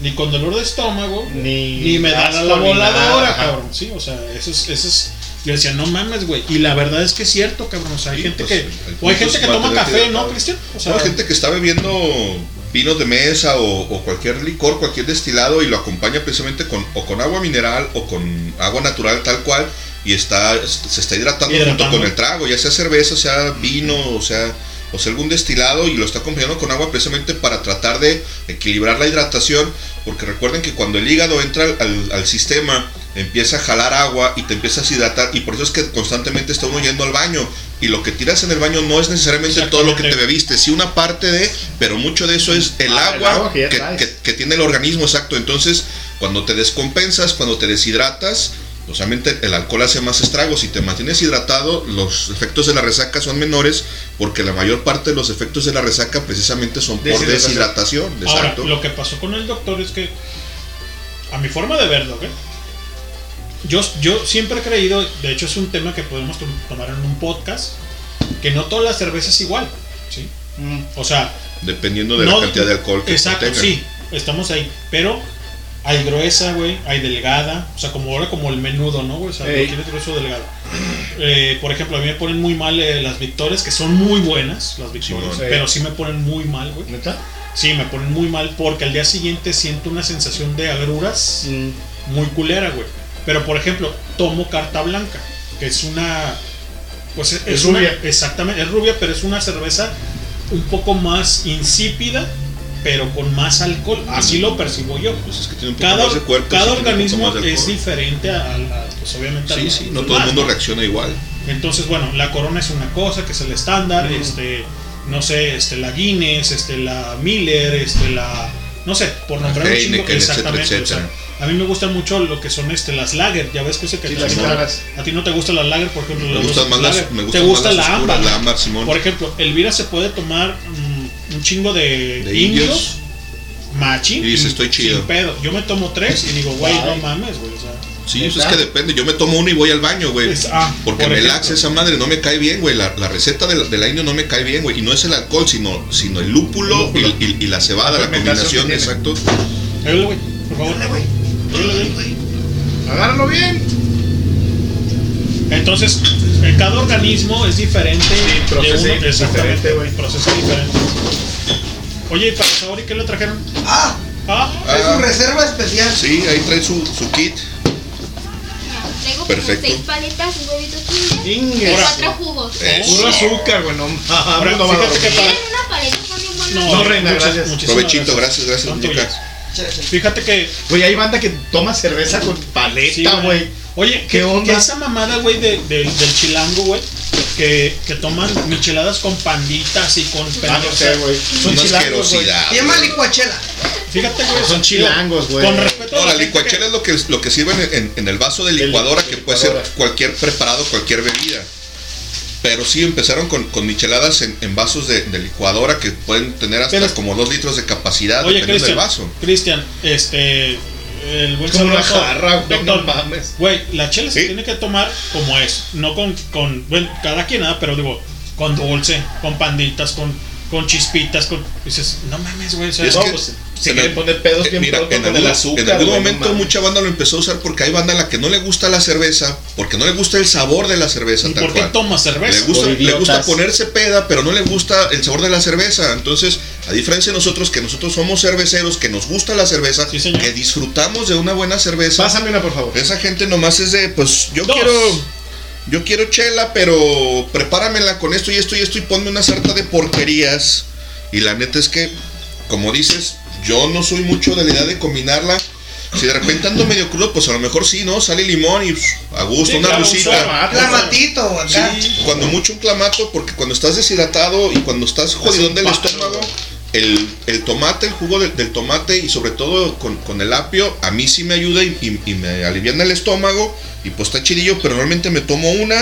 [SPEAKER 2] ni con dolor de estómago,
[SPEAKER 10] Ni,
[SPEAKER 2] ni me da
[SPEAKER 10] asco,
[SPEAKER 2] la
[SPEAKER 10] ni
[SPEAKER 2] voladora,
[SPEAKER 10] nada, ajá.
[SPEAKER 2] cabrón. Sí, o sea, eso es, eso es. Yo decía, no mames, güey. Y la verdad es que es cierto, cabrón. O sea, hay
[SPEAKER 3] Sí,
[SPEAKER 2] gente
[SPEAKER 3] pues,
[SPEAKER 2] que.
[SPEAKER 3] el- el
[SPEAKER 2] O hay
[SPEAKER 3] punto
[SPEAKER 2] gente
[SPEAKER 3] es
[SPEAKER 2] que toma
[SPEAKER 3] mantener
[SPEAKER 2] café, ¿no,
[SPEAKER 3] hidratado.
[SPEAKER 2] Cristian? O sea,
[SPEAKER 3] No, hay gente que está bebiendo vinos de mesa o, o cualquier licor, cualquier destilado y lo acompaña precisamente con o con agua mineral o con agua natural tal cual y está se está hidratando,
[SPEAKER 2] Hidratando.
[SPEAKER 3] junto con el trago, ya sea cerveza, sea vino, o sea o sea algún destilado y lo está acompañando con agua precisamente para tratar de equilibrar la hidratación, porque recuerden que cuando el hígado entra al, al- al sistema empieza a jalar agua y te empiezas a hidratar y por eso es que constantemente está uno yendo al baño y lo que tiras en el baño no es necesariamente todo lo que te
[SPEAKER 2] Exactamente.
[SPEAKER 3] bebiste, sí una parte de, pero mucho de eso es el
[SPEAKER 10] Ah, el
[SPEAKER 3] agua,
[SPEAKER 10] agua que
[SPEAKER 3] que,
[SPEAKER 10] ya traes.
[SPEAKER 3] que- que tiene el organismo, exacto. Entonces, cuando te descompensas, cuando te deshidratas, pues, obviamente el alcohol hace más estragos. Si te mantienes hidratado, los efectos de la resaca son menores, porque la mayor parte de los efectos de la resaca precisamente son por
[SPEAKER 10] Deshidratación.
[SPEAKER 3] deshidratación,
[SPEAKER 2] Ahora,
[SPEAKER 3] exacto.
[SPEAKER 2] lo que pasó con el doctor es que, a mi forma de verlo, ¿ok? yo, yo siempre he creído, de hecho es un tema que podemos tom- tomar en un podcast, que no todas las cervezas es igual, ¿sí?
[SPEAKER 10] Mm.
[SPEAKER 2] O sea,
[SPEAKER 3] Dependiendo de
[SPEAKER 2] no-
[SPEAKER 3] la cantidad de alcohol que
[SPEAKER 2] Exacto,
[SPEAKER 3] contengan.
[SPEAKER 2] sí, estamos ahí, pero hay gruesa, güey, hay delgada, o sea, como ahora como el menudo, ¿no? güey? O sea,
[SPEAKER 10] Ey.
[SPEAKER 2] lo quieres grueso o delgado. Eh, por ejemplo, a mí me ponen muy mal eh, las victorias, que son muy buenas, las victorias,
[SPEAKER 3] Sí.
[SPEAKER 2] pero sí me ponen muy mal, güey.
[SPEAKER 10] ¿Neta?
[SPEAKER 2] Sí, me ponen muy mal porque al día siguiente siento una sensación de agruras
[SPEAKER 10] Mm.
[SPEAKER 2] muy culera, güey. Pero por ejemplo, tomo carta blanca, que es una. Pues es,
[SPEAKER 10] Es
[SPEAKER 2] una-
[SPEAKER 10] rubia.
[SPEAKER 2] Exactamente, es rubia, pero es una cerveza un poco más insípida, pero con más alcohol. Así lo percibo yo.
[SPEAKER 3] Pues poco
[SPEAKER 2] cada
[SPEAKER 3] más de cuerpo,
[SPEAKER 2] cada
[SPEAKER 3] sí tiene un
[SPEAKER 2] organismo
[SPEAKER 3] poco más de
[SPEAKER 2] es
[SPEAKER 3] alcohol.
[SPEAKER 2] diferente a, a la- pues obviamente a
[SPEAKER 3] Sí,
[SPEAKER 2] la-
[SPEAKER 3] sí, no
[SPEAKER 2] los
[SPEAKER 3] todo el
[SPEAKER 2] demás,
[SPEAKER 3] mundo
[SPEAKER 2] ¿no?
[SPEAKER 3] reacciona igual.
[SPEAKER 2] Entonces, bueno, la corona es una cosa que es el estándar, este, no sé, este, la Guinness, este, la Miller, este, la. No sé, por
[SPEAKER 3] La
[SPEAKER 2] nombrar un chingo.
[SPEAKER 3] Heineken,
[SPEAKER 2] exactamente.
[SPEAKER 3] etcétera,
[SPEAKER 2] o sea, a mí me gustan mucho lo que son este, las lager. Ya ves que sé que
[SPEAKER 10] Sí,
[SPEAKER 2] te-
[SPEAKER 10] las
[SPEAKER 2] a ti no-
[SPEAKER 10] claras.
[SPEAKER 2] A ti no te gusta la lager, por ejemplo.
[SPEAKER 3] Me
[SPEAKER 2] la
[SPEAKER 3] gustan más las,
[SPEAKER 2] lager.
[SPEAKER 3] me
[SPEAKER 2] Te
[SPEAKER 3] gustan
[SPEAKER 2] gusta
[SPEAKER 3] más las
[SPEAKER 2] la
[SPEAKER 3] oscuras,
[SPEAKER 2] ámbar.
[SPEAKER 3] la ámbar, Simón.
[SPEAKER 2] Por ejemplo, Elvira se puede tomar mm, un chingo de,
[SPEAKER 3] De
[SPEAKER 2] indios.
[SPEAKER 3] indios.
[SPEAKER 2] Machín.
[SPEAKER 3] Y dice, "Estoy chido".
[SPEAKER 2] Sin pedo. Yo me tomo tres y digo, güey, no
[SPEAKER 10] Ay.
[SPEAKER 2] mames, güey. O sea,
[SPEAKER 3] Sí, pues es
[SPEAKER 10] ¿Verdad?
[SPEAKER 3] que depende. Yo me tomo uno y voy al baño, güey.
[SPEAKER 2] Pues, ah,
[SPEAKER 3] Porque
[SPEAKER 2] por
[SPEAKER 3] me
[SPEAKER 2] ejemplo.
[SPEAKER 3] laxa esa madre, no me cae bien, güey. La, la receta de la, de la indio no me cae bien, güey. Y no es el alcohol, sino, sino el lúpulo,
[SPEAKER 10] Lúpulo.
[SPEAKER 3] Y, y- y la cebada, la,
[SPEAKER 10] La fermentación que
[SPEAKER 3] combinación,
[SPEAKER 10] tiene.
[SPEAKER 3] exacto.
[SPEAKER 2] órale, güey, por favor.
[SPEAKER 10] Dale, güey.
[SPEAKER 2] Órale, güey.
[SPEAKER 10] Agárralo bien.
[SPEAKER 2] Entonces, eh, cada organismo es diferente. de
[SPEAKER 10] procesa
[SPEAKER 2] uno-
[SPEAKER 10] diferente,
[SPEAKER 2] exactamente,
[SPEAKER 10] güey.
[SPEAKER 2] Procesa diferente. Oye, ¿y para Saori qué le trajeron?
[SPEAKER 7] Ah,
[SPEAKER 2] Ah,
[SPEAKER 7] es
[SPEAKER 3] Ah.
[SPEAKER 7] un reserva especial.
[SPEAKER 3] Sí, ahí trae su, su kit.
[SPEAKER 9] Tengo como
[SPEAKER 3] Perfecto.
[SPEAKER 9] seis paletas, un huevito kinder y
[SPEAKER 10] Ingue.
[SPEAKER 9] cuatro jugos.
[SPEAKER 3] Eso.
[SPEAKER 10] Puro azúcar, güey. No
[SPEAKER 2] Ahora,
[SPEAKER 10] mames. No
[SPEAKER 2] fíjate que
[SPEAKER 10] mames.
[SPEAKER 2] para-
[SPEAKER 9] ¿Quieren una paleta también buena?
[SPEAKER 10] No, reina,
[SPEAKER 2] muchas-
[SPEAKER 10] gracias.
[SPEAKER 2] muchísimas
[SPEAKER 3] Provechito, gracias, gracias,
[SPEAKER 2] Tanto
[SPEAKER 3] muñeca.
[SPEAKER 2] ya.
[SPEAKER 7] Chale, chale.
[SPEAKER 2] Fíjate que.
[SPEAKER 10] Güey, hay banda que toma cerveza con
[SPEAKER 2] sí,
[SPEAKER 10] paleta, güey.
[SPEAKER 2] Oye,
[SPEAKER 10] ¿Qué
[SPEAKER 2] ¿qué
[SPEAKER 10] onda?
[SPEAKER 2] esa mamada, güey, de- de- del chilango, güey, que, que toman micheladas con panditas y con
[SPEAKER 10] Ah, no sé, güey. Son
[SPEAKER 3] Una
[SPEAKER 10] chilangos, güey.
[SPEAKER 3] asquerosidad.
[SPEAKER 7] Se llama licuachela.
[SPEAKER 2] Fíjate, güey.
[SPEAKER 10] Son
[SPEAKER 2] digo,
[SPEAKER 10] chilangos, güey.
[SPEAKER 2] Pues, Con respeto a
[SPEAKER 3] No, la
[SPEAKER 2] gente que-
[SPEAKER 3] licuachela es lo que, lo que sirven en, en- en el vaso de licuadora,
[SPEAKER 10] de
[SPEAKER 3] que puede ser
[SPEAKER 10] licuadora.
[SPEAKER 3] cualquier preparado, cualquier bebida. Pero sí empezaron con, con micheladas en, en vasos de, de licuadora que pueden tener hasta
[SPEAKER 2] Pero-
[SPEAKER 3] como dos litros de capacidad
[SPEAKER 2] Oye,
[SPEAKER 3] dependiendo del
[SPEAKER 2] Cristian,
[SPEAKER 3] vaso.
[SPEAKER 2] Cristian, este. El buen
[SPEAKER 10] Es como una
[SPEAKER 2] sabroso,
[SPEAKER 10] jarra, güey, no
[SPEAKER 2] Víctor,
[SPEAKER 10] mames.
[SPEAKER 2] Güey, la chela se
[SPEAKER 3] Sí.
[SPEAKER 2] tiene que tomar como es. No con. con bueno, cada quien nada, pero digo, con dulce, con panditas, con, con chispitas, con. Dices, no mames, güey. O sea,
[SPEAKER 3] Y es
[SPEAKER 2] no,
[SPEAKER 3] que-
[SPEAKER 2] pues,
[SPEAKER 10] Se
[SPEAKER 3] en
[SPEAKER 10] quieren
[SPEAKER 3] el-
[SPEAKER 10] poner pedos
[SPEAKER 3] eh,
[SPEAKER 10] bien
[SPEAKER 3] mira,
[SPEAKER 10] pronto
[SPEAKER 3] en
[SPEAKER 10] con
[SPEAKER 3] algún,
[SPEAKER 10] el azúcar.
[SPEAKER 3] en algún
[SPEAKER 10] güey, no
[SPEAKER 3] momento
[SPEAKER 10] mames.
[SPEAKER 3] mucha banda lo empezó a usar porque hay banda a la que no le gusta la cerveza, porque no le gusta el sabor de la cerveza
[SPEAKER 2] ¿y
[SPEAKER 3] tal
[SPEAKER 2] ¿Por qué
[SPEAKER 3] cual.
[SPEAKER 2] tomas cerveza?
[SPEAKER 3] Le gusta,
[SPEAKER 10] Por
[SPEAKER 3] le gusta
[SPEAKER 10] idiotas.
[SPEAKER 3] ponerse peda, pero no le gusta el sabor de la cerveza. Entonces, a diferencia de nosotros, que nosotros somos cerveceros, que nos gusta la cerveza,
[SPEAKER 2] Sí, señor.
[SPEAKER 3] que disfrutamos de una buena cerveza.
[SPEAKER 10] Pásame una, por favor.
[SPEAKER 3] Esa gente nomás es de, pues yo
[SPEAKER 2] Dos.
[SPEAKER 3] quiero. Yo quiero chela, pero prepáramela con esto y esto y esto y ponme una sarta de porquerías. Y la neta es que, como dices, yo no soy mucho de la idea de combinarla. Si de repente ando medio crudo, pues a lo mejor sí, ¿no? Sale limón y pff, a gusto,
[SPEAKER 2] Sí,
[SPEAKER 3] una
[SPEAKER 2] claro, un
[SPEAKER 3] rusita.
[SPEAKER 2] suero.
[SPEAKER 10] Ah,
[SPEAKER 7] Clamatito, acá.
[SPEAKER 2] Sí.
[SPEAKER 3] Cuando mucho un clamato, porque cuando estás deshidratado y cuando estás jodidón del
[SPEAKER 10] pájaro,
[SPEAKER 3] estómago,
[SPEAKER 10] güey.
[SPEAKER 3] el, el tomate, el jugo del, del tomate y sobre todo con, con el apio, a mí sí me ayuda y, y- y me aliviana el estómago. Y pues está chidillo, pero normalmente me tomo una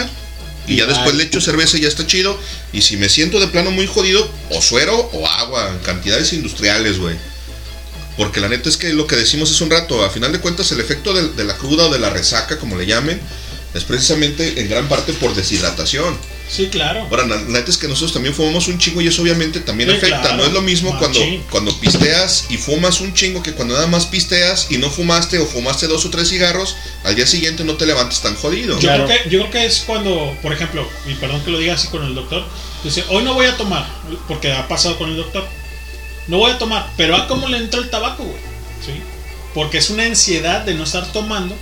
[SPEAKER 3] y ya
[SPEAKER 10] Igual.
[SPEAKER 3] después le echo cerveza y ya está chido. Y si me siento de plano muy jodido, o suero o agua, en cantidades industriales, güey. Porque la neta es que lo que decimos es un rato, a final de cuentas el efecto del- de, la cruda o de la resaca, como le llamen, es precisamente en gran parte por deshidratación.
[SPEAKER 2] Sí, claro.
[SPEAKER 3] Ahora, la la neta es que nosotros también fumamos un chingo y eso obviamente también
[SPEAKER 2] Sí,
[SPEAKER 3] afecta.
[SPEAKER 2] claro.
[SPEAKER 3] No es lo mismo cuando,
[SPEAKER 2] Machín.
[SPEAKER 3] cuando pisteas y fumas un chingo que cuando nada más pisteas y no fumaste o fumaste dos o tres cigarros, al día siguiente no te levantas tan jodido.
[SPEAKER 2] Yo,
[SPEAKER 10] Claro.
[SPEAKER 2] creo que, yo creo que es cuando, por ejemplo, y perdón que lo diga así con el doctor, dice, hoy no voy a tomar, porque ha pasado con el doctor, no voy a tomar, pero a cómo le entra el tabaco, güey, ¿sí? Porque es una ansiedad de no estar tomando,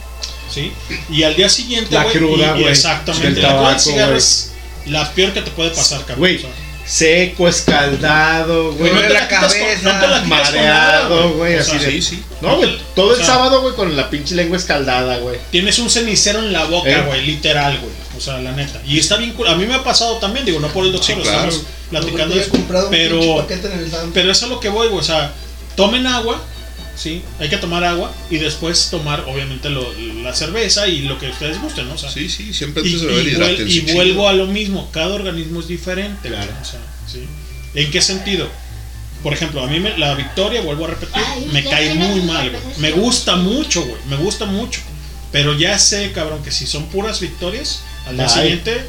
[SPEAKER 2] ¿sí? Y al día siguiente,
[SPEAKER 10] La
[SPEAKER 2] güey,
[SPEAKER 10] cruda,
[SPEAKER 2] y- y
[SPEAKER 10] güey,
[SPEAKER 2] Exactamente,
[SPEAKER 10] del
[SPEAKER 2] la cruda del
[SPEAKER 10] tabaco,
[SPEAKER 2] cigarro
[SPEAKER 10] güey.
[SPEAKER 2] es la peor que te puede pasar, cabrón.
[SPEAKER 10] Güey,
[SPEAKER 2] o sea,
[SPEAKER 10] Seco, escaldado, güey.
[SPEAKER 2] no te
[SPEAKER 7] la
[SPEAKER 2] quitas con-
[SPEAKER 7] cabeza,
[SPEAKER 2] no te la quitas con nada,
[SPEAKER 10] mareado, güey,
[SPEAKER 2] o
[SPEAKER 10] así
[SPEAKER 2] sea,
[SPEAKER 10] de-
[SPEAKER 3] sí.
[SPEAKER 10] No, güey. Todo
[SPEAKER 2] O
[SPEAKER 10] el
[SPEAKER 2] sea,
[SPEAKER 10] sábado, güey, con la pinche lengua escaldada, güey.
[SPEAKER 2] Tienes un cenicero en la boca,
[SPEAKER 10] Eh.
[SPEAKER 2] güey, literal, güey. O sea, la neta. Y está bien cool. A mí me ha pasado también, digo, no por el doctor,
[SPEAKER 3] Sí, Ah, claro.
[SPEAKER 2] estamos platicando.
[SPEAKER 7] Yo había comprado un
[SPEAKER 2] pero,
[SPEAKER 7] pinche paquete en el Dan.
[SPEAKER 2] Pero eso es a lo que voy, güey. O sea, tomen agua, ¿sí? Hay que tomar agua y después tomar, obviamente, lo- la cerveza y lo que ustedes gusten, ¿no? O sea,
[SPEAKER 3] Sí, sí, siempre
[SPEAKER 2] y,
[SPEAKER 3] antes de beber
[SPEAKER 2] y vuel-
[SPEAKER 3] hidrátense,
[SPEAKER 2] y
[SPEAKER 3] chido.
[SPEAKER 2] vuelvo a lo mismo, cada organismo es diferente.
[SPEAKER 10] Claro.
[SPEAKER 2] ¿no? O sea, ¿sí? ¿En qué sentido? Por ejemplo, a mí me- la victoria, vuelvo a repetir,
[SPEAKER 9] Ay,
[SPEAKER 2] me
[SPEAKER 9] ya
[SPEAKER 2] cae
[SPEAKER 9] apenas
[SPEAKER 2] muy
[SPEAKER 9] me
[SPEAKER 2] mal, güey.
[SPEAKER 9] parece.
[SPEAKER 2] Me gusta mucho, güey. Me gusta mucho. Pero ya sé, cabrón, que si son puras victorias, al día
[SPEAKER 10] Ay.
[SPEAKER 2] siguiente,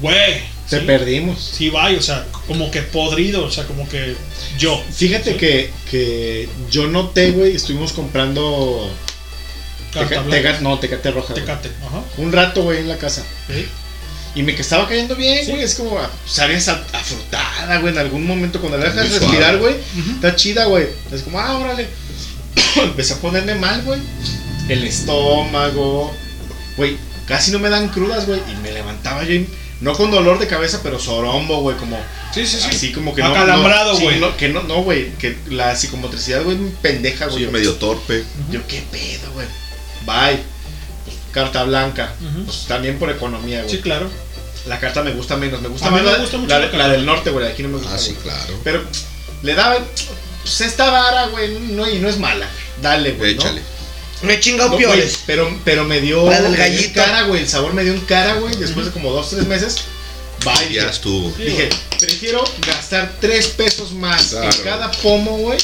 [SPEAKER 2] güey.
[SPEAKER 10] Te
[SPEAKER 2] ¿sí?
[SPEAKER 10] perdimos.
[SPEAKER 2] Sí, vaya, o sea, como que podrido, o sea, como que yo.
[SPEAKER 10] Fíjate
[SPEAKER 2] Sí.
[SPEAKER 10] que, que yo noté, güey, estuvimos comprando
[SPEAKER 2] Carta
[SPEAKER 10] teca-
[SPEAKER 2] blanca.
[SPEAKER 10] teca- no, tecate roja. güey.
[SPEAKER 2] Tecate, ajá.
[SPEAKER 10] Un rato, güey, en la casa.
[SPEAKER 2] ok.
[SPEAKER 10] Y me que estaba cayendo bien,
[SPEAKER 2] Sí.
[SPEAKER 10] güey. Es como, ah, sabes, a- afrutada, güey. En algún momento, cuando la dejas
[SPEAKER 3] Muy
[SPEAKER 10] respirar,
[SPEAKER 3] suave.
[SPEAKER 10] güey, está chida, güey. Es como, ah, órale. Empecé a ponerme mal, güey. el estómago. Güey, casi no me dan crudas, güey. Y me levantaba yo, y- no con dolor de cabeza, pero sorombo, güey, como.
[SPEAKER 2] Sí, sí, sí.
[SPEAKER 10] Así como que no.
[SPEAKER 2] Acalambrado,
[SPEAKER 10] no, sí,
[SPEAKER 2] güey.
[SPEAKER 10] no, que no, no, güey. Que la psicomotricidad, güey, me pendeja, güey.
[SPEAKER 3] Soy medio torpe.
[SPEAKER 10] Yo, ¿qué pedo, güey? Bye. Pues, carta blanca.
[SPEAKER 2] Ujú.
[SPEAKER 10] Pues también por economía, güey.
[SPEAKER 2] Sí, claro.
[SPEAKER 10] La carta me gusta menos. Me gusta
[SPEAKER 2] A mí
[SPEAKER 10] menos
[SPEAKER 2] me
[SPEAKER 10] la-
[SPEAKER 2] gusta mucho
[SPEAKER 10] la,
[SPEAKER 2] la
[SPEAKER 10] la
[SPEAKER 2] carta.
[SPEAKER 10] del norte, güey. de Aquí no me gusta.
[SPEAKER 3] Ah, sí,
[SPEAKER 10] güey.
[SPEAKER 3] claro.
[SPEAKER 10] Pero le daban. Pues esta vara, güey, no, y no es mala. Dale, güey. ¿no?
[SPEAKER 3] Échale.
[SPEAKER 7] Me he chingado
[SPEAKER 10] No, güey,
[SPEAKER 7] peores.
[SPEAKER 10] pero, pero me dio.
[SPEAKER 7] La del
[SPEAKER 10] me dio en
[SPEAKER 7] gallito.
[SPEAKER 10] cara, güey. El sabor me dio un cara, güey. Después de como dos, tres meses. Bye.
[SPEAKER 3] Ya
[SPEAKER 10] dije.
[SPEAKER 3] estuvo.
[SPEAKER 10] Dije, prefiero gastar tres pesos más en
[SPEAKER 3] Claro.
[SPEAKER 10] cada pomo, güey.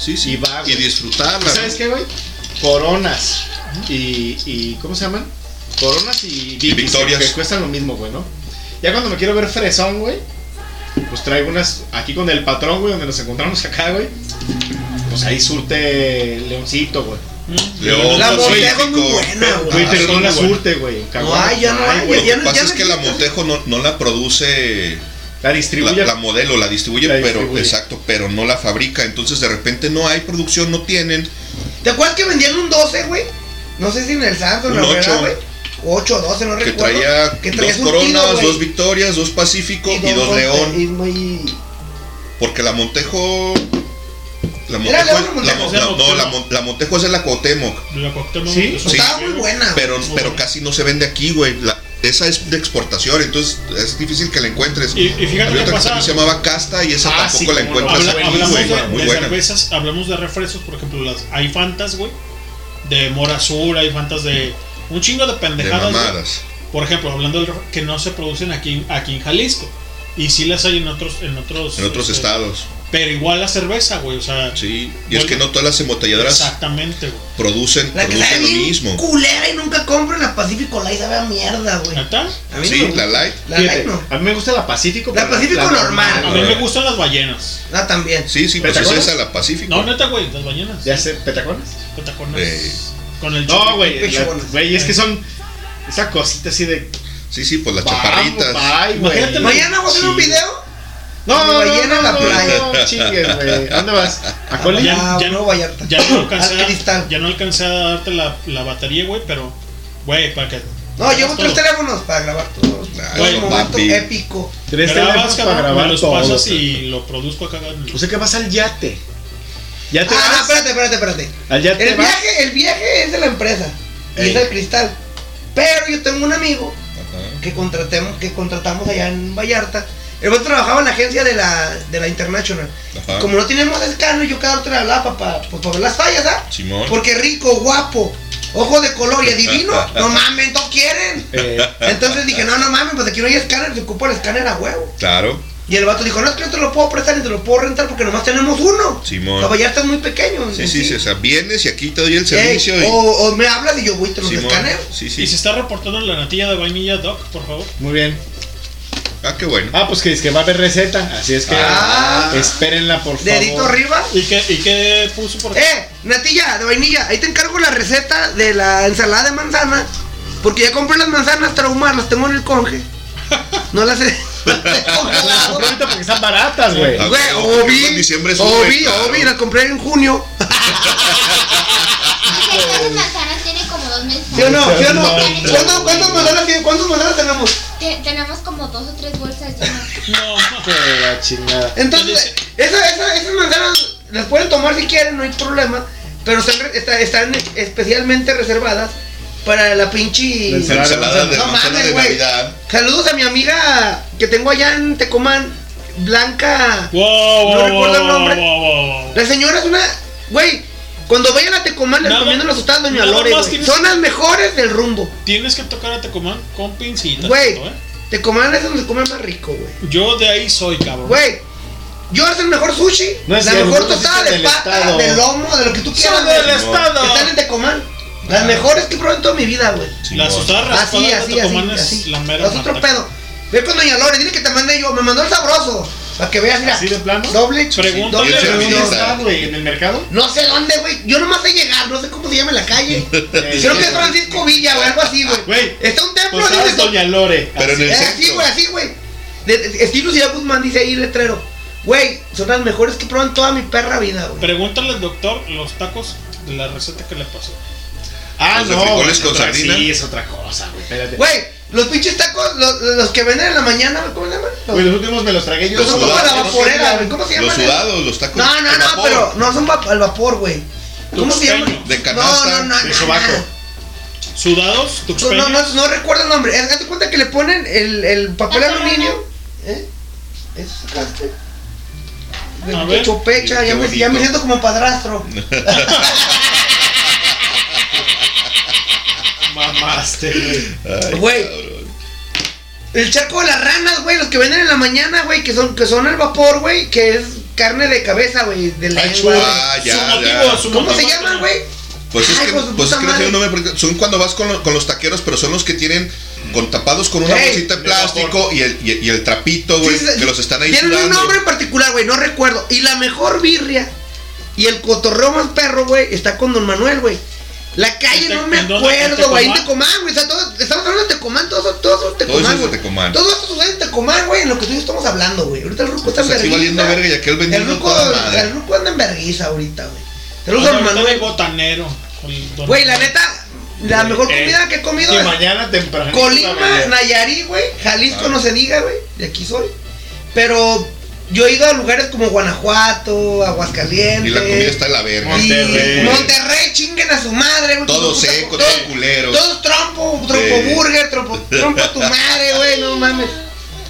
[SPEAKER 3] Sí, sí.
[SPEAKER 10] Y va,
[SPEAKER 3] Y
[SPEAKER 10] güey.
[SPEAKER 3] disfrutarla.
[SPEAKER 10] ¿Y ¿Sabes qué, güey? Coronas. Y, y. ¿Cómo se llaman? Coronas y, Vicky's,
[SPEAKER 3] victorias.
[SPEAKER 10] Que, que cuestan lo mismo, güey, ¿no? Ya cuando me quiero ver fresón, güey. Pues traigo unas aquí con el patrón, güey, donde nos encontramos acá, güey. Pues ahí surte Leoncito, güey.
[SPEAKER 3] León,
[SPEAKER 7] La
[SPEAKER 3] Pacífico.
[SPEAKER 7] Montego es muy buena, güey.
[SPEAKER 10] Güey, pero
[SPEAKER 3] sí,
[SPEAKER 10] no la
[SPEAKER 3] güey.
[SPEAKER 10] surte, güey. en Caguamas.
[SPEAKER 7] No, ay, ya no hay,
[SPEAKER 10] güey.
[SPEAKER 3] Lo que
[SPEAKER 7] Ya no-
[SPEAKER 3] pasa
[SPEAKER 7] ya
[SPEAKER 3] es
[SPEAKER 7] no
[SPEAKER 3] que la
[SPEAKER 7] existe.
[SPEAKER 3] Montejo no, no la produce
[SPEAKER 10] La
[SPEAKER 3] la,
[SPEAKER 10] distribuye.
[SPEAKER 3] la modelo, la distribuye,
[SPEAKER 10] La
[SPEAKER 3] pero
[SPEAKER 10] distribuye.
[SPEAKER 3] exacto, pero no la fabrica. Entonces de repente no hay producción, no tienen.
[SPEAKER 7] ¿Te acuerdas que vendían un 12, güey? No sé si en el Santos,
[SPEAKER 3] Un
[SPEAKER 7] la verdad,
[SPEAKER 3] ocho.
[SPEAKER 7] güey. 8 o 12, no
[SPEAKER 3] Que
[SPEAKER 7] recuerdo.
[SPEAKER 3] traía
[SPEAKER 7] que
[SPEAKER 3] dos
[SPEAKER 7] traías un tiro,
[SPEAKER 3] coronas,
[SPEAKER 7] güey.
[SPEAKER 3] dos victorias, dos Pacífico y, dos León.
[SPEAKER 7] y muy-
[SPEAKER 3] Porque la Montejo. La Montejo,
[SPEAKER 7] ¿Era León o
[SPEAKER 3] es-
[SPEAKER 7] Montejo?
[SPEAKER 3] la- la- no, la, Mon- la Montejo es de la Cuauhtémoc.
[SPEAKER 2] La Cuauhtémoc.
[SPEAKER 10] ¿Sí?
[SPEAKER 2] Eso
[SPEAKER 3] Sí.
[SPEAKER 7] Estaba muy buena. güey.
[SPEAKER 3] Pero, pero casi no se vende aquí, güey. La- esa es de exportación, entonces es difícil que la encuentres.
[SPEAKER 2] Y- y fíjate
[SPEAKER 3] Había
[SPEAKER 2] que
[SPEAKER 3] otra que
[SPEAKER 2] pasa-
[SPEAKER 3] también se llamaba Casta y esa
[SPEAKER 10] Ah,
[SPEAKER 3] tampoco
[SPEAKER 10] sí,
[SPEAKER 3] la
[SPEAKER 10] cómo no.
[SPEAKER 3] encuentras
[SPEAKER 2] Habla-
[SPEAKER 3] aquí,
[SPEAKER 2] hablamos
[SPEAKER 3] güey.
[SPEAKER 2] de,
[SPEAKER 3] Muy
[SPEAKER 2] de
[SPEAKER 3] buena.
[SPEAKER 2] cervezas, hablamos de refrescos, por ejemplo, las, hay fantas, güey, de mora azul, hay fantas de un chingo de
[SPEAKER 3] De
[SPEAKER 2] pendejadas. güey.
[SPEAKER 3] mamadas.
[SPEAKER 2] por ejemplo, hablando del ref- que no se producen aquí, aquí en Jalisco. Y sí las hay en otros, en otros,
[SPEAKER 3] En otros
[SPEAKER 2] este,
[SPEAKER 3] estados.
[SPEAKER 2] Pero igual la cerveza, güey. O sea,
[SPEAKER 3] Sí. Y es que no todas las embotelladoras
[SPEAKER 2] exactamente, güey.
[SPEAKER 3] producen,
[SPEAKER 7] La que sabe
[SPEAKER 3] producen lo
[SPEAKER 7] bien
[SPEAKER 3] mismo.
[SPEAKER 7] culera y nunca compro la Pacifico Light, sabe a mierda, güey.
[SPEAKER 2] ¿Neta?
[SPEAKER 7] A mí no
[SPEAKER 3] Sí,
[SPEAKER 7] me
[SPEAKER 3] la
[SPEAKER 7] gusta.
[SPEAKER 3] light.
[SPEAKER 7] La
[SPEAKER 10] Fíjate,
[SPEAKER 7] Light no.
[SPEAKER 10] A mí me gusta la Pacífico.
[SPEAKER 7] La
[SPEAKER 10] pero
[SPEAKER 7] Pacífico normal.
[SPEAKER 2] A mí me gustan las ballenas.
[SPEAKER 7] La también.
[SPEAKER 3] Sí, sí,
[SPEAKER 10] ¿Pero Ah,
[SPEAKER 3] pues
[SPEAKER 10] te
[SPEAKER 3] es
[SPEAKER 10] acuerdas?
[SPEAKER 3] esa la Pacífico.
[SPEAKER 2] No, neta, güey, las ballenas.
[SPEAKER 10] ¿Ya sé, petacones?
[SPEAKER 2] Petaconas.
[SPEAKER 3] Eh.
[SPEAKER 2] Con el
[SPEAKER 10] No,
[SPEAKER 2] chorrito.
[SPEAKER 10] güey.
[SPEAKER 7] Pecho
[SPEAKER 10] la-
[SPEAKER 7] bolas.
[SPEAKER 10] Güey, es que son. Esa cosita así de.
[SPEAKER 3] Sí, sí, pues las
[SPEAKER 10] Vamos,
[SPEAKER 3] chaparritas.
[SPEAKER 10] bye, güey.
[SPEAKER 2] Imagínate,
[SPEAKER 7] Mañana voy a hacer un
[SPEAKER 10] Sí.
[SPEAKER 7] video.
[SPEAKER 10] No,
[SPEAKER 7] Mi
[SPEAKER 10] no,
[SPEAKER 7] ballena
[SPEAKER 10] no,
[SPEAKER 7] en la
[SPEAKER 10] no,
[SPEAKER 7] playa.
[SPEAKER 10] No, chingues, güey. ¿Dónde vas? ¿A Coli?
[SPEAKER 2] Ya-
[SPEAKER 7] Ah,
[SPEAKER 2] ya no-
[SPEAKER 7] no, Vallarta.
[SPEAKER 2] Ya no alcancé,
[SPEAKER 7] Al
[SPEAKER 2] a,
[SPEAKER 7] cristal.
[SPEAKER 2] ya no alcancé a darte la, la batería, güey, pero, güey, para que.
[SPEAKER 7] No, llevo
[SPEAKER 2] todo.
[SPEAKER 7] tres teléfonos para grabar todos.
[SPEAKER 3] Claro,
[SPEAKER 7] Es un momento
[SPEAKER 3] papi.
[SPEAKER 7] épico.
[SPEAKER 10] Tres
[SPEAKER 2] Grabas,
[SPEAKER 10] teléfonos para
[SPEAKER 2] cabrón, me
[SPEAKER 10] grabar
[SPEAKER 2] los
[SPEAKER 10] todo.
[SPEAKER 2] pasas y lo produzco acá. güey.
[SPEAKER 10] O sea que vas al yate. Ya te
[SPEAKER 7] Ah, no,
[SPEAKER 10] vas.
[SPEAKER 7] espérate, espérate, espérate.
[SPEAKER 10] al yate
[SPEAKER 7] El
[SPEAKER 10] vas.
[SPEAKER 7] viaje, el viaje es de la empresa. Y
[SPEAKER 10] Ey.
[SPEAKER 7] es del cristal. Pero yo tengo un amigo
[SPEAKER 3] Ajá.
[SPEAKER 7] que contratemos, que contratamos allá en Vallarta. El otro trabajaba en la agencia de la, de la International.
[SPEAKER 3] Ajá.
[SPEAKER 7] Como no tenemos escano, yo cada otro le hablaba para ver las fallas, ¿ah?
[SPEAKER 3] Simón.
[SPEAKER 7] Porque rico, guapo, ojo de color y adivino. No mames, no quieren.
[SPEAKER 10] Eh,
[SPEAKER 7] Entonces dije, no, no mames, pues aquí no hay escáner, se ocupa el escáner a huevo.
[SPEAKER 3] Claro.
[SPEAKER 7] Y el vato dijo, no, es que no te lo puedo prestar ni te lo puedo rentar porque nomás tenemos uno.
[SPEAKER 3] Simón.
[SPEAKER 7] La Vallarta es muy pequeño.
[SPEAKER 3] Sí,
[SPEAKER 7] en
[SPEAKER 3] sí, sí. O sea, vienes y aquí te doy el
[SPEAKER 7] Ey,
[SPEAKER 3] servicio. y...
[SPEAKER 7] o, o me hablas y yo voy y te los
[SPEAKER 3] Simón.
[SPEAKER 7] escaneo.
[SPEAKER 3] Sí,
[SPEAKER 2] Y se
[SPEAKER 3] sí.
[SPEAKER 2] está reportando la natilla de vainilla, Doc, por favor.
[SPEAKER 10] muy bien.
[SPEAKER 3] Ah, qué bueno.
[SPEAKER 10] Ah, pues que es que va a haber receta. Así es que.
[SPEAKER 7] Ah.
[SPEAKER 10] espérenla, por favor.
[SPEAKER 7] Dedito arriba.
[SPEAKER 2] ¿Y qué, y qué puso por
[SPEAKER 7] Eh, natilla de vainilla, ahí te encargo la receta de la ensalada de manzana. Porque ya compré las manzanas traumadas, las tengo en el conge. No las he. las he
[SPEAKER 10] Las
[SPEAKER 7] congelado.
[SPEAKER 10] compré ahorita porque están baratas, güey.
[SPEAKER 3] Ah,
[SPEAKER 7] Güey,
[SPEAKER 3] Luego
[SPEAKER 7] obvi.
[SPEAKER 3] en diciembre sube,
[SPEAKER 7] Obvi,
[SPEAKER 3] claro.
[SPEAKER 7] obvi, las compré en junio.
[SPEAKER 9] ¿Cuántas manzanas tiene como dos meses?
[SPEAKER 7] ¿Sí o no? ¿Sí o no?
[SPEAKER 10] No,
[SPEAKER 9] no.
[SPEAKER 7] ¿Cuántas- ¿Cuántas manzanas tiene- cuántas manzanas tenemos?
[SPEAKER 9] Te- tenemos como dos o tres bolsas llenas.
[SPEAKER 2] No,
[SPEAKER 10] Hijo de la chingada.
[SPEAKER 7] Entonces, esa- esa- esas manzanas las pueden tomar si quieren, no hay problema. Pero están, re- está- están especialmente reservadas para la pinche.
[SPEAKER 10] La ensalada.
[SPEAKER 3] Ensalada de
[SPEAKER 7] No
[SPEAKER 3] manzana
[SPEAKER 7] mames,
[SPEAKER 3] de
[SPEAKER 7] güey.
[SPEAKER 3] Navidad.
[SPEAKER 7] Saludos a mi amiga que tengo allá en Tecomán, Blanca.
[SPEAKER 2] Wow, wow,
[SPEAKER 7] No recuerdo el
[SPEAKER 2] wow,
[SPEAKER 7] nombre.
[SPEAKER 2] wow, wow, wow.
[SPEAKER 7] La señora es una. Güey, cuando vayan a Tecomán les
[SPEAKER 2] Nada-
[SPEAKER 7] recomiendo las tostadas Doña
[SPEAKER 2] nada
[SPEAKER 7] Lore.
[SPEAKER 2] más
[SPEAKER 7] güey.
[SPEAKER 2] tienes-
[SPEAKER 7] Son las mejores del rumbo.
[SPEAKER 2] Tienes que tocar a Tecomán con pincita.
[SPEAKER 7] Güey,
[SPEAKER 2] tanto, ¿eh?
[SPEAKER 7] Tecomán es donde se come más rico, güey.
[SPEAKER 2] Yo de ahí soy, cabrón.
[SPEAKER 7] Güey, yo hago el mejor sushi,
[SPEAKER 10] No es
[SPEAKER 7] la
[SPEAKER 10] cierto,
[SPEAKER 7] mejor
[SPEAKER 10] no
[SPEAKER 7] tostada
[SPEAKER 10] existe
[SPEAKER 7] de
[SPEAKER 10] del
[SPEAKER 7] pata,
[SPEAKER 10] estado.
[SPEAKER 7] de lomo, de lo que tú quieras.
[SPEAKER 2] Soy del
[SPEAKER 7] güey.
[SPEAKER 2] estado.
[SPEAKER 7] Están en Tecomán. Las mejores que probé en toda mi vida, güey.
[SPEAKER 2] La tostada
[SPEAKER 7] Así,
[SPEAKER 2] raspada de
[SPEAKER 7] así,
[SPEAKER 2] Tecomán
[SPEAKER 7] así,
[SPEAKER 2] es
[SPEAKER 7] así.
[SPEAKER 2] la mera.
[SPEAKER 7] No es otro
[SPEAKER 2] mata.
[SPEAKER 7] pedo. Ve con Doña Lore, dile que te mande yo. Me mandó el sabroso. Para que veas, mira.
[SPEAKER 10] ¿Así de plano?
[SPEAKER 7] Doble.
[SPEAKER 2] Pregúntale,
[SPEAKER 7] doble-
[SPEAKER 3] Pero
[SPEAKER 10] ¿Dónde
[SPEAKER 3] sí,
[SPEAKER 10] está,
[SPEAKER 3] está.
[SPEAKER 10] güey? ¿En el mercado?
[SPEAKER 7] No sé dónde, güey. Yo nomás sé llegar. No sé cómo se llama la calle. Creo que es Francisco Villa o algo así,
[SPEAKER 10] Güey,
[SPEAKER 7] güey. Está un templo,
[SPEAKER 10] Pues sabes,
[SPEAKER 7] dice.
[SPEAKER 10] Doña Lore.
[SPEAKER 3] Pero en el
[SPEAKER 7] Eh, así,
[SPEAKER 3] centro.
[SPEAKER 7] güey, así, güey. De- de- Estilo Ciudad Guzmán dice ahí el letrero. Güey, son las mejores que prueban toda mi perra vida, güey.
[SPEAKER 2] Pregúntale al doctor los tacos, la receta que le pasó.
[SPEAKER 10] Ah,
[SPEAKER 3] Los de
[SPEAKER 10] no.
[SPEAKER 3] frijoles
[SPEAKER 10] güey,
[SPEAKER 3] con
[SPEAKER 10] otra-
[SPEAKER 3] sardina.
[SPEAKER 10] Sí, es otra cosa, güey. Espérate.
[SPEAKER 7] Güey, los pinches tacos, los, los que venden en la mañana, ¿cómo se llaman? Los-
[SPEAKER 10] Güey, los últimos me los tragué yo.
[SPEAKER 7] Los
[SPEAKER 10] solo.
[SPEAKER 7] como la
[SPEAKER 3] sudados,
[SPEAKER 7] vaporera, güey. ¿Cómo se llaman?
[SPEAKER 3] Los sudados, los tacos.
[SPEAKER 7] No, no,
[SPEAKER 3] de
[SPEAKER 7] no,
[SPEAKER 3] vapor.
[SPEAKER 7] pero no son vap- al vapor, güey. ¿Cómo se
[SPEAKER 2] Tuxteño.
[SPEAKER 7] llaman?
[SPEAKER 3] De canasta,
[SPEAKER 7] No, no, no.
[SPEAKER 10] de
[SPEAKER 7] no,
[SPEAKER 10] sobaco.
[SPEAKER 2] Sudados,
[SPEAKER 7] No,
[SPEAKER 2] tuxpeños.
[SPEAKER 7] no, no, no recuerdo el nombre. Es, hazte cuenta que le ponen el, el papel
[SPEAKER 9] Papel
[SPEAKER 7] aluminio. ¿Eh? Eso sacaste.
[SPEAKER 2] A
[SPEAKER 7] De
[SPEAKER 2] ver.
[SPEAKER 7] chopecha,
[SPEAKER 3] Qué
[SPEAKER 7] ya me, ya
[SPEAKER 3] bonito.
[SPEAKER 7] me siento como padrastro.
[SPEAKER 10] Mamaste, güey.
[SPEAKER 3] Ay,
[SPEAKER 7] Güey.
[SPEAKER 3] cabrón.
[SPEAKER 7] El charco de las ranas, güey, los que venden en la mañana, güey, que son, que son el vapor, güey, que es carne de cabeza, güey, de la
[SPEAKER 2] Ancho,
[SPEAKER 3] Ah, ya,
[SPEAKER 2] su
[SPEAKER 3] ya.
[SPEAKER 2] motivo, su
[SPEAKER 7] ¿Cómo se
[SPEAKER 2] motivo.
[SPEAKER 7] llaman, güey?
[SPEAKER 3] Pues es
[SPEAKER 7] Ay,
[SPEAKER 3] que,
[SPEAKER 7] hijo de su
[SPEAKER 3] pues es
[SPEAKER 7] puta
[SPEAKER 3] que no
[SPEAKER 7] madre.
[SPEAKER 3] tiene un nombre, porque son cuando vas con, lo- con los taqueros, pero son los que tienen con tapados con una
[SPEAKER 7] Ey,
[SPEAKER 3] bolsita de
[SPEAKER 10] de vapor.
[SPEAKER 3] plástico y el, y, y el trapito, güey,
[SPEAKER 7] Sí, sí,
[SPEAKER 3] que los están ahí
[SPEAKER 7] Tienen un
[SPEAKER 3] sudando.
[SPEAKER 7] nombre en particular, güey, no recuerdo. Y la mejor birria y el cotorreo más perro, güey, está con Don Manuel, güey. La calle
[SPEAKER 2] ¿En Te-
[SPEAKER 7] no me
[SPEAKER 2] en dónde?
[SPEAKER 7] acuerdo,
[SPEAKER 2] ¿En
[SPEAKER 7] güey. En
[SPEAKER 2] Tecomán?
[SPEAKER 7] Tecomán, güey. o sea, todo- estamos hablando de Tecomán, todo eso, todo eso es
[SPEAKER 3] Todo eso
[SPEAKER 7] Tecomán,
[SPEAKER 3] es de
[SPEAKER 7] güey.
[SPEAKER 3] Tecomán.
[SPEAKER 7] Todo eso sucede en Tecomán, güey, en lo que tú y yo estamos hablando, güey. Ahorita el ruco está en
[SPEAKER 3] Pues aquí
[SPEAKER 7] vergüenza.
[SPEAKER 3] valiendo verga y aquel
[SPEAKER 7] El
[SPEAKER 3] vendiendo
[SPEAKER 7] ruco,
[SPEAKER 3] toda madre.
[SPEAKER 7] el ruco anda en vergüenza ahorita, güey. Saludos
[SPEAKER 2] Anda
[SPEAKER 7] a Don
[SPEAKER 2] ahorita
[SPEAKER 7] Manuel.
[SPEAKER 2] el botanero. el don-
[SPEAKER 7] Güey, la neta, la mejor
[SPEAKER 10] Eh,
[SPEAKER 7] comida que he comido
[SPEAKER 10] Y
[SPEAKER 7] es
[SPEAKER 10] mañana temprano.
[SPEAKER 7] Colima, Nayarit, güey. Jalisco
[SPEAKER 3] Ah.
[SPEAKER 7] no se diga, güey. De aquí soy. Pero yo he ido a lugares como Guanajuato, Aguascalientes.
[SPEAKER 3] Y la comida está de la verga.
[SPEAKER 10] Monte- Monterrey.
[SPEAKER 7] Monterrey. Monterrey, chinguen a su madre, güey.
[SPEAKER 3] Todo
[SPEAKER 7] Sus putas-
[SPEAKER 3] seco,
[SPEAKER 7] todos-
[SPEAKER 3] todo culero.
[SPEAKER 7] Todos trompo, trompo
[SPEAKER 3] Sí.
[SPEAKER 7] burger, trompo, trompo a tu madre, güey, no mames.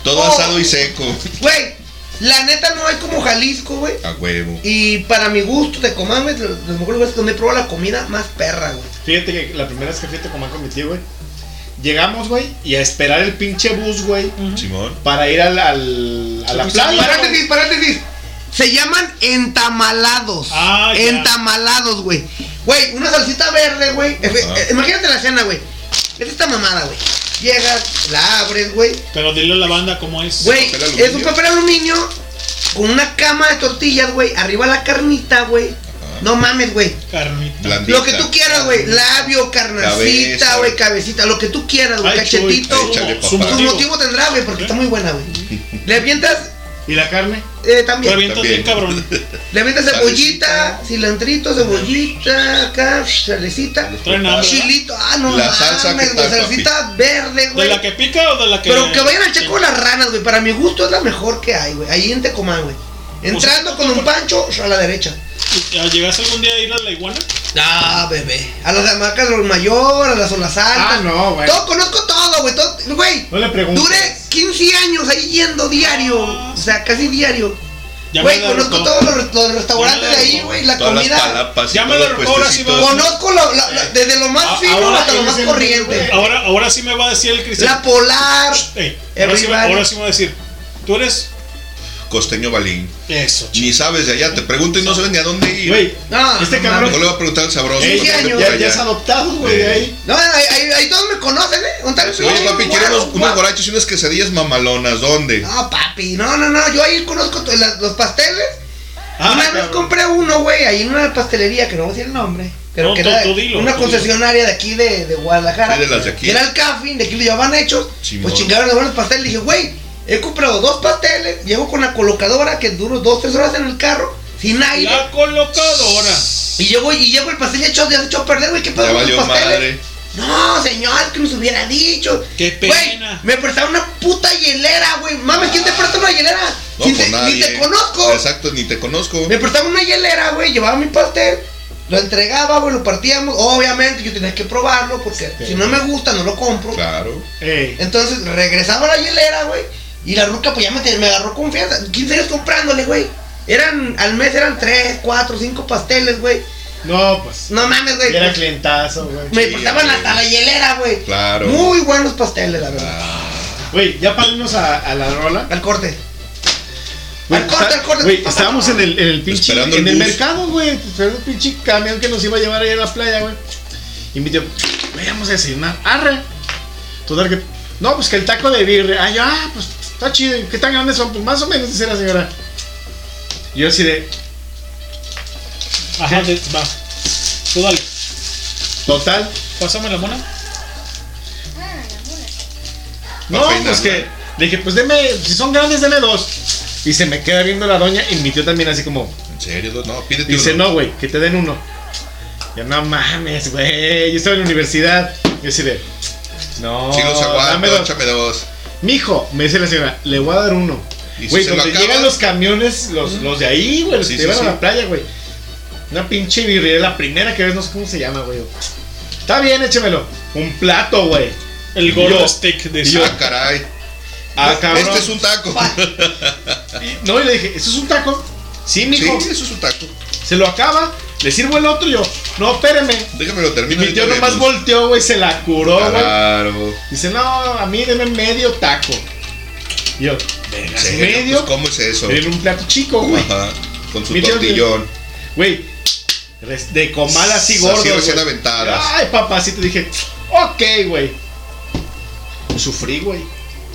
[SPEAKER 3] Todo
[SPEAKER 7] Oh.
[SPEAKER 3] asado y seco.
[SPEAKER 7] Güey, la neta no hay como Jalisco, güey.
[SPEAKER 3] A huevo.
[SPEAKER 7] Y para mi gusto, te comas, güey, de los mejores lugares donde he probado la comida más perra, güey.
[SPEAKER 10] Fíjate que la primera vez que fui a Tecomán con mi tío, güey. Llegamos, güey, y a esperar el pinche bus, güey,
[SPEAKER 3] Simón.
[SPEAKER 10] para ir al, al- a la
[SPEAKER 7] pues,
[SPEAKER 2] Sí,
[SPEAKER 10] playa. güey.
[SPEAKER 7] Paréntesis, paréntesis. Se llaman entamalados.
[SPEAKER 2] Ah, ya.
[SPEAKER 7] entamalados, güey. Güey, una salsita verde, güey. Efe-
[SPEAKER 3] Ajá.
[SPEAKER 7] eh, Imagínate la cena, güey. Es esta mamada, güey. Llegas, la abres, güey.
[SPEAKER 2] Pero dile a la banda cómo es.
[SPEAKER 7] Güey,
[SPEAKER 3] papel aluminio.
[SPEAKER 7] es un papel aluminio con una cama de tortillas, güey. Arriba la carnita, güey. No mames, güey.
[SPEAKER 2] Carnita.
[SPEAKER 3] Blandita.
[SPEAKER 7] Lo que tú quieras, güey. Labio, carnacita,
[SPEAKER 3] Cabeza.
[SPEAKER 7] güey. Cabecita, lo que tú quieras, güey.
[SPEAKER 2] Ay, chuy,
[SPEAKER 7] Cachetito.
[SPEAKER 2] su-
[SPEAKER 3] Échale,
[SPEAKER 2] su
[SPEAKER 3] papá.
[SPEAKER 7] Tu
[SPEAKER 2] motivo.
[SPEAKER 7] motivo tendrá, güey, porque está muy buena, güey. Le avientas
[SPEAKER 10] ¿Y la carne?
[SPEAKER 7] eh,
[SPEAKER 2] Lo
[SPEAKER 7] también.
[SPEAKER 2] avientas bien,
[SPEAKER 3] También.
[SPEAKER 2] cabrón.
[SPEAKER 7] Le metes cebollita, cilantrito, cebollita, acá, chalecita,
[SPEAKER 2] Traen hambre,
[SPEAKER 7] chilito, ah, no
[SPEAKER 3] La salsa,
[SPEAKER 7] mames,
[SPEAKER 3] ¿qué
[SPEAKER 7] güey,
[SPEAKER 3] tal,
[SPEAKER 7] salsita verde,
[SPEAKER 2] ¿De la
[SPEAKER 7] güey.
[SPEAKER 2] que pica o de la Ah, que.?
[SPEAKER 7] Pero que vayan al checo de las ranas, güey, para mi gusto es la mejor que hay, güey, ahí en Tecomán, güey.
[SPEAKER 2] Pues,
[SPEAKER 7] Entrando con un pancho a la derecha.
[SPEAKER 2] ¿Llegaste algún día a ir a la iguana?
[SPEAKER 7] Ah, bebé. A las hamacas del mayor, a las olas altas.
[SPEAKER 10] Ah, no, güey.
[SPEAKER 7] Todo, conozco todo, güey. todo- Güey,
[SPEAKER 10] No le preguntes.
[SPEAKER 7] duré 15 años ahí yendo diario. O sea, casi diario.
[SPEAKER 2] Ya
[SPEAKER 7] Güey,
[SPEAKER 2] me la
[SPEAKER 7] conozco
[SPEAKER 2] arrojó.
[SPEAKER 7] todos los, re- los restaurantes
[SPEAKER 2] Ya
[SPEAKER 7] de
[SPEAKER 2] me la
[SPEAKER 7] ahí,
[SPEAKER 2] arrojó.
[SPEAKER 7] güey. La
[SPEAKER 3] Todas las
[SPEAKER 7] comida.
[SPEAKER 3] palapas y
[SPEAKER 2] Ya me
[SPEAKER 3] todos
[SPEAKER 2] lo
[SPEAKER 3] los
[SPEAKER 2] recuerdo, así
[SPEAKER 3] puestecitos.
[SPEAKER 2] va.
[SPEAKER 7] Conozco la- la- la- desde lo
[SPEAKER 2] A-
[SPEAKER 10] Ah,
[SPEAKER 7] más fino
[SPEAKER 2] ahora
[SPEAKER 7] hasta lo
[SPEAKER 10] eres
[SPEAKER 7] más
[SPEAKER 10] el-
[SPEAKER 7] corriente.
[SPEAKER 2] Ahora, ahora sí me va a decir el
[SPEAKER 7] La
[SPEAKER 2] cristiano.
[SPEAKER 7] polar.
[SPEAKER 2] Eh,
[SPEAKER 7] el
[SPEAKER 2] ahora, sí, me-
[SPEAKER 7] rival.
[SPEAKER 2] ahora sí me va a decir. Tú eres.
[SPEAKER 3] Costeño Balín.
[SPEAKER 2] Eso, chico.
[SPEAKER 3] Ni sabes de allá. Te pregunto y no sabes ni a dónde ir.
[SPEAKER 10] Güey,
[SPEAKER 7] No,
[SPEAKER 10] este
[SPEAKER 7] no
[SPEAKER 10] cabrón.
[SPEAKER 3] No le voy a preguntar al sabroso.
[SPEAKER 10] Ey,
[SPEAKER 3] porque
[SPEAKER 7] ya,
[SPEAKER 3] te
[SPEAKER 7] ya,
[SPEAKER 3] para
[SPEAKER 10] ya, ya
[SPEAKER 3] allá.
[SPEAKER 10] es adoptado, güey,
[SPEAKER 3] Eh.
[SPEAKER 10] ahí.
[SPEAKER 7] No, ahí, ahí- ahí todos me conocen, ¿eh? Un tal
[SPEAKER 3] Oye, papi,
[SPEAKER 7] quiero
[SPEAKER 3] queremos unos borrachos y unas quesadillas mamalonas. ¿Dónde?
[SPEAKER 7] No, papi, no, no, no. Yo ahí conozco to- las- los pasteles.
[SPEAKER 10] Ah,
[SPEAKER 7] una vez
[SPEAKER 10] cabrón.
[SPEAKER 7] compré uno, güey, ahí en una pastelería, que no voy a decir el nombre. Pero
[SPEAKER 2] No,
[SPEAKER 7] que
[SPEAKER 2] tú-
[SPEAKER 7] era
[SPEAKER 2] tú dilo,
[SPEAKER 7] una
[SPEAKER 2] tú
[SPEAKER 7] concesionaria de aquí de, de Guadalajara.
[SPEAKER 3] Sí, de las de aquí.
[SPEAKER 7] Era el Cafin, de aquí lo llevaban hechos.
[SPEAKER 3] Simón.
[SPEAKER 7] Pues chingaron de buenos pasteles. Dije, güey, he comprado dos pasteles. Llego con la colocadora que duro dos, tres horas en el carro, sin aire.
[SPEAKER 2] La colocadora.
[SPEAKER 7] Y llego, y llego el pastel hecho, ya se echó a perder, güey, qué pedo
[SPEAKER 3] Ya
[SPEAKER 7] con los
[SPEAKER 3] valió
[SPEAKER 7] pasteles.
[SPEAKER 3] madre.
[SPEAKER 7] No, señor, que nos hubiera dicho.
[SPEAKER 2] Qué pena.
[SPEAKER 7] Güey, me prestaron una puta hielera, güey. Mames, ¿quién te presta una hielera?
[SPEAKER 3] No,
[SPEAKER 7] Si
[SPEAKER 3] pues
[SPEAKER 7] te-
[SPEAKER 3] nadie.
[SPEAKER 7] Ni te conozco.
[SPEAKER 3] Exacto, ni te conozco.
[SPEAKER 7] Me prestaban una hielera, güey, llevaba mi pastel, lo entregaba, güey, lo partíamos. Obviamente yo tenía que probarlo porque si no me gusta no lo compro.
[SPEAKER 3] Claro.
[SPEAKER 10] Ey.
[SPEAKER 7] Entonces regresaba la hielera, güey, y la ruca pues ya me, te- me agarró confianza. 15 años comprándole, güey. Eran, al mes eran 3, 4, 5 pasteles, güey.
[SPEAKER 10] No, pues.
[SPEAKER 7] No mames, güey.
[SPEAKER 10] Era
[SPEAKER 7] pues,
[SPEAKER 10] clientazo, güey.
[SPEAKER 7] me
[SPEAKER 3] Sí,
[SPEAKER 7] prestaban
[SPEAKER 3] güey.
[SPEAKER 7] hasta la hielera, güey.
[SPEAKER 3] Claro. Ah.
[SPEAKER 7] Muy buenos pasteles, la verdad.
[SPEAKER 10] Güey, ya parimos a, a la rola.
[SPEAKER 7] Al corte.
[SPEAKER 10] Güey,
[SPEAKER 7] al corte,
[SPEAKER 10] está-
[SPEAKER 7] al corte.
[SPEAKER 10] Güey, estábamos en el, en el pinche.
[SPEAKER 3] Esperando el
[SPEAKER 10] en el,
[SPEAKER 3] bus.
[SPEAKER 10] mercado, güey. Esperando el pinche camión que nos iba a llevar ahí a la playa, güey. Y mi tío, "Güey, vamos a desayunar. Arre. Total que. No, pues que el taco de birre. Ah, yo, ah, pues está chido. ¿Y ¿Qué tan grandes son? Pues más o menos, dice la señora. Y Yo así de.
[SPEAKER 2] Ajá, de- va. Tú dale.
[SPEAKER 10] Total.
[SPEAKER 2] Pásame la mona.
[SPEAKER 9] Ah, la mula.
[SPEAKER 10] No,
[SPEAKER 3] Pa' peinarla.
[SPEAKER 10] pues que. Le dije, pues deme. Si son grandes, deme dos. Y se me queda viendo la doña. Y mi tío también, así como.
[SPEAKER 3] En serio, no, pídete
[SPEAKER 10] Dice,
[SPEAKER 3] uno.
[SPEAKER 10] no, güey, que te den uno. Yo no mames, güey. Yo estaba en la universidad. Yo así de. No.
[SPEAKER 3] Si los
[SPEAKER 10] dame
[SPEAKER 3] aguanto,
[SPEAKER 10] dos.
[SPEAKER 3] échame dos.
[SPEAKER 10] Mijo, me dice la señora, le voy a dar uno.
[SPEAKER 3] Y si
[SPEAKER 10] Güey,
[SPEAKER 3] se lo
[SPEAKER 10] cuando
[SPEAKER 3] acaba-
[SPEAKER 10] llegan los camiones, los, los de ahí, güey, los
[SPEAKER 3] Sí,
[SPEAKER 10] que
[SPEAKER 3] sí,
[SPEAKER 10] llevan
[SPEAKER 3] sí.
[SPEAKER 10] a la playa, güey. Una pinche birria, la primera que ves, no sé cómo se llama, güey. Está bien, échemelo. Un plato, güey.
[SPEAKER 2] El
[SPEAKER 10] Yo-
[SPEAKER 2] gordo stick de
[SPEAKER 10] y yo-
[SPEAKER 3] Ah, caray.
[SPEAKER 10] Ah, cabrón.
[SPEAKER 3] Este es un taco.
[SPEAKER 10] No, y le dije, ¿eso es un taco? Sí,
[SPEAKER 3] Sí,
[SPEAKER 10] mijo.
[SPEAKER 3] eso es un taco.
[SPEAKER 10] Se lo acaba, le sirvo el otro y yo, no, espéreme.
[SPEAKER 3] Déjame lo
[SPEAKER 10] Y
[SPEAKER 3] termino.
[SPEAKER 10] mi tío
[SPEAKER 3] ahorita
[SPEAKER 10] nomás
[SPEAKER 3] vemos.
[SPEAKER 10] volteó, güey, se la curó, güey.
[SPEAKER 3] Claro.
[SPEAKER 10] Dice, no, a mí deme medio taco. Y yo,
[SPEAKER 3] ¿En
[SPEAKER 10] "Vergas,
[SPEAKER 3] serio?
[SPEAKER 10] medio.
[SPEAKER 3] Pues, ¿Cómo es eso?
[SPEAKER 10] en un plato chico, güey.
[SPEAKER 3] Ajá. Con su
[SPEAKER 10] Mi tío-
[SPEAKER 3] tortillón.
[SPEAKER 10] Güey, res- de comal así
[SPEAKER 3] Así
[SPEAKER 10] gordo.
[SPEAKER 3] recién
[SPEAKER 10] güey.
[SPEAKER 3] aventadas.
[SPEAKER 10] Ay, papacito, dije, ok, güey. Sufrí, güey.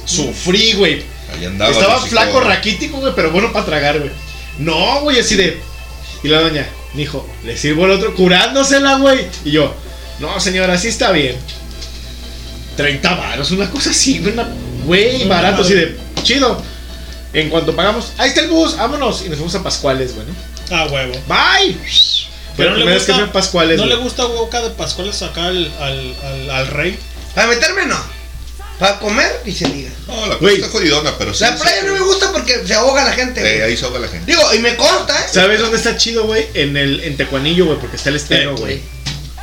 [SPEAKER 10] Sufrí, güey.
[SPEAKER 3] Ahí andaba.
[SPEAKER 10] Estaba
[SPEAKER 3] los
[SPEAKER 10] flaco,
[SPEAKER 3] hijos.
[SPEAKER 10] raquítico, güey, pero bueno para tragar, güey. No, güey, así de. Y la doña, dijo, le sirvo el otro curándosela, güey. Y yo, no, señora, así está bien. 30 varos, una cosa así, güey, una- güey,
[SPEAKER 2] Una
[SPEAKER 10] barato,
[SPEAKER 2] madre.
[SPEAKER 10] así de, chido. En cuanto pagamos, ahí está el bus, vámonos. Y nos fuimos a Pascuales, güey, ¿no?
[SPEAKER 2] Ah, huevo.
[SPEAKER 10] ¡Bye! Pero la
[SPEAKER 2] Pero
[SPEAKER 10] primera
[SPEAKER 2] no le
[SPEAKER 10] vez que
[SPEAKER 2] gusta.
[SPEAKER 10] fui a Pascuales,
[SPEAKER 2] ¿No le
[SPEAKER 10] güey.
[SPEAKER 2] gusta boca de Pascuales acá al, al, al, al rey?
[SPEAKER 7] Para meterme no. Para comer y se liga.
[SPEAKER 3] No, la
[SPEAKER 10] Güey.
[SPEAKER 3] playa está jodidona, pero sí.
[SPEAKER 7] La
[SPEAKER 3] sí.
[SPEAKER 7] playa no me gusta porque se ahoga la gente.
[SPEAKER 3] Eh,
[SPEAKER 7] güey.
[SPEAKER 3] ahí se ahoga la gente.
[SPEAKER 7] Digo, y me consta, ¿eh?
[SPEAKER 10] ¿Sabes dónde está chido, güey? En el en Tecuanillo, güey, porque está el estero,
[SPEAKER 2] Eh,
[SPEAKER 10] güey.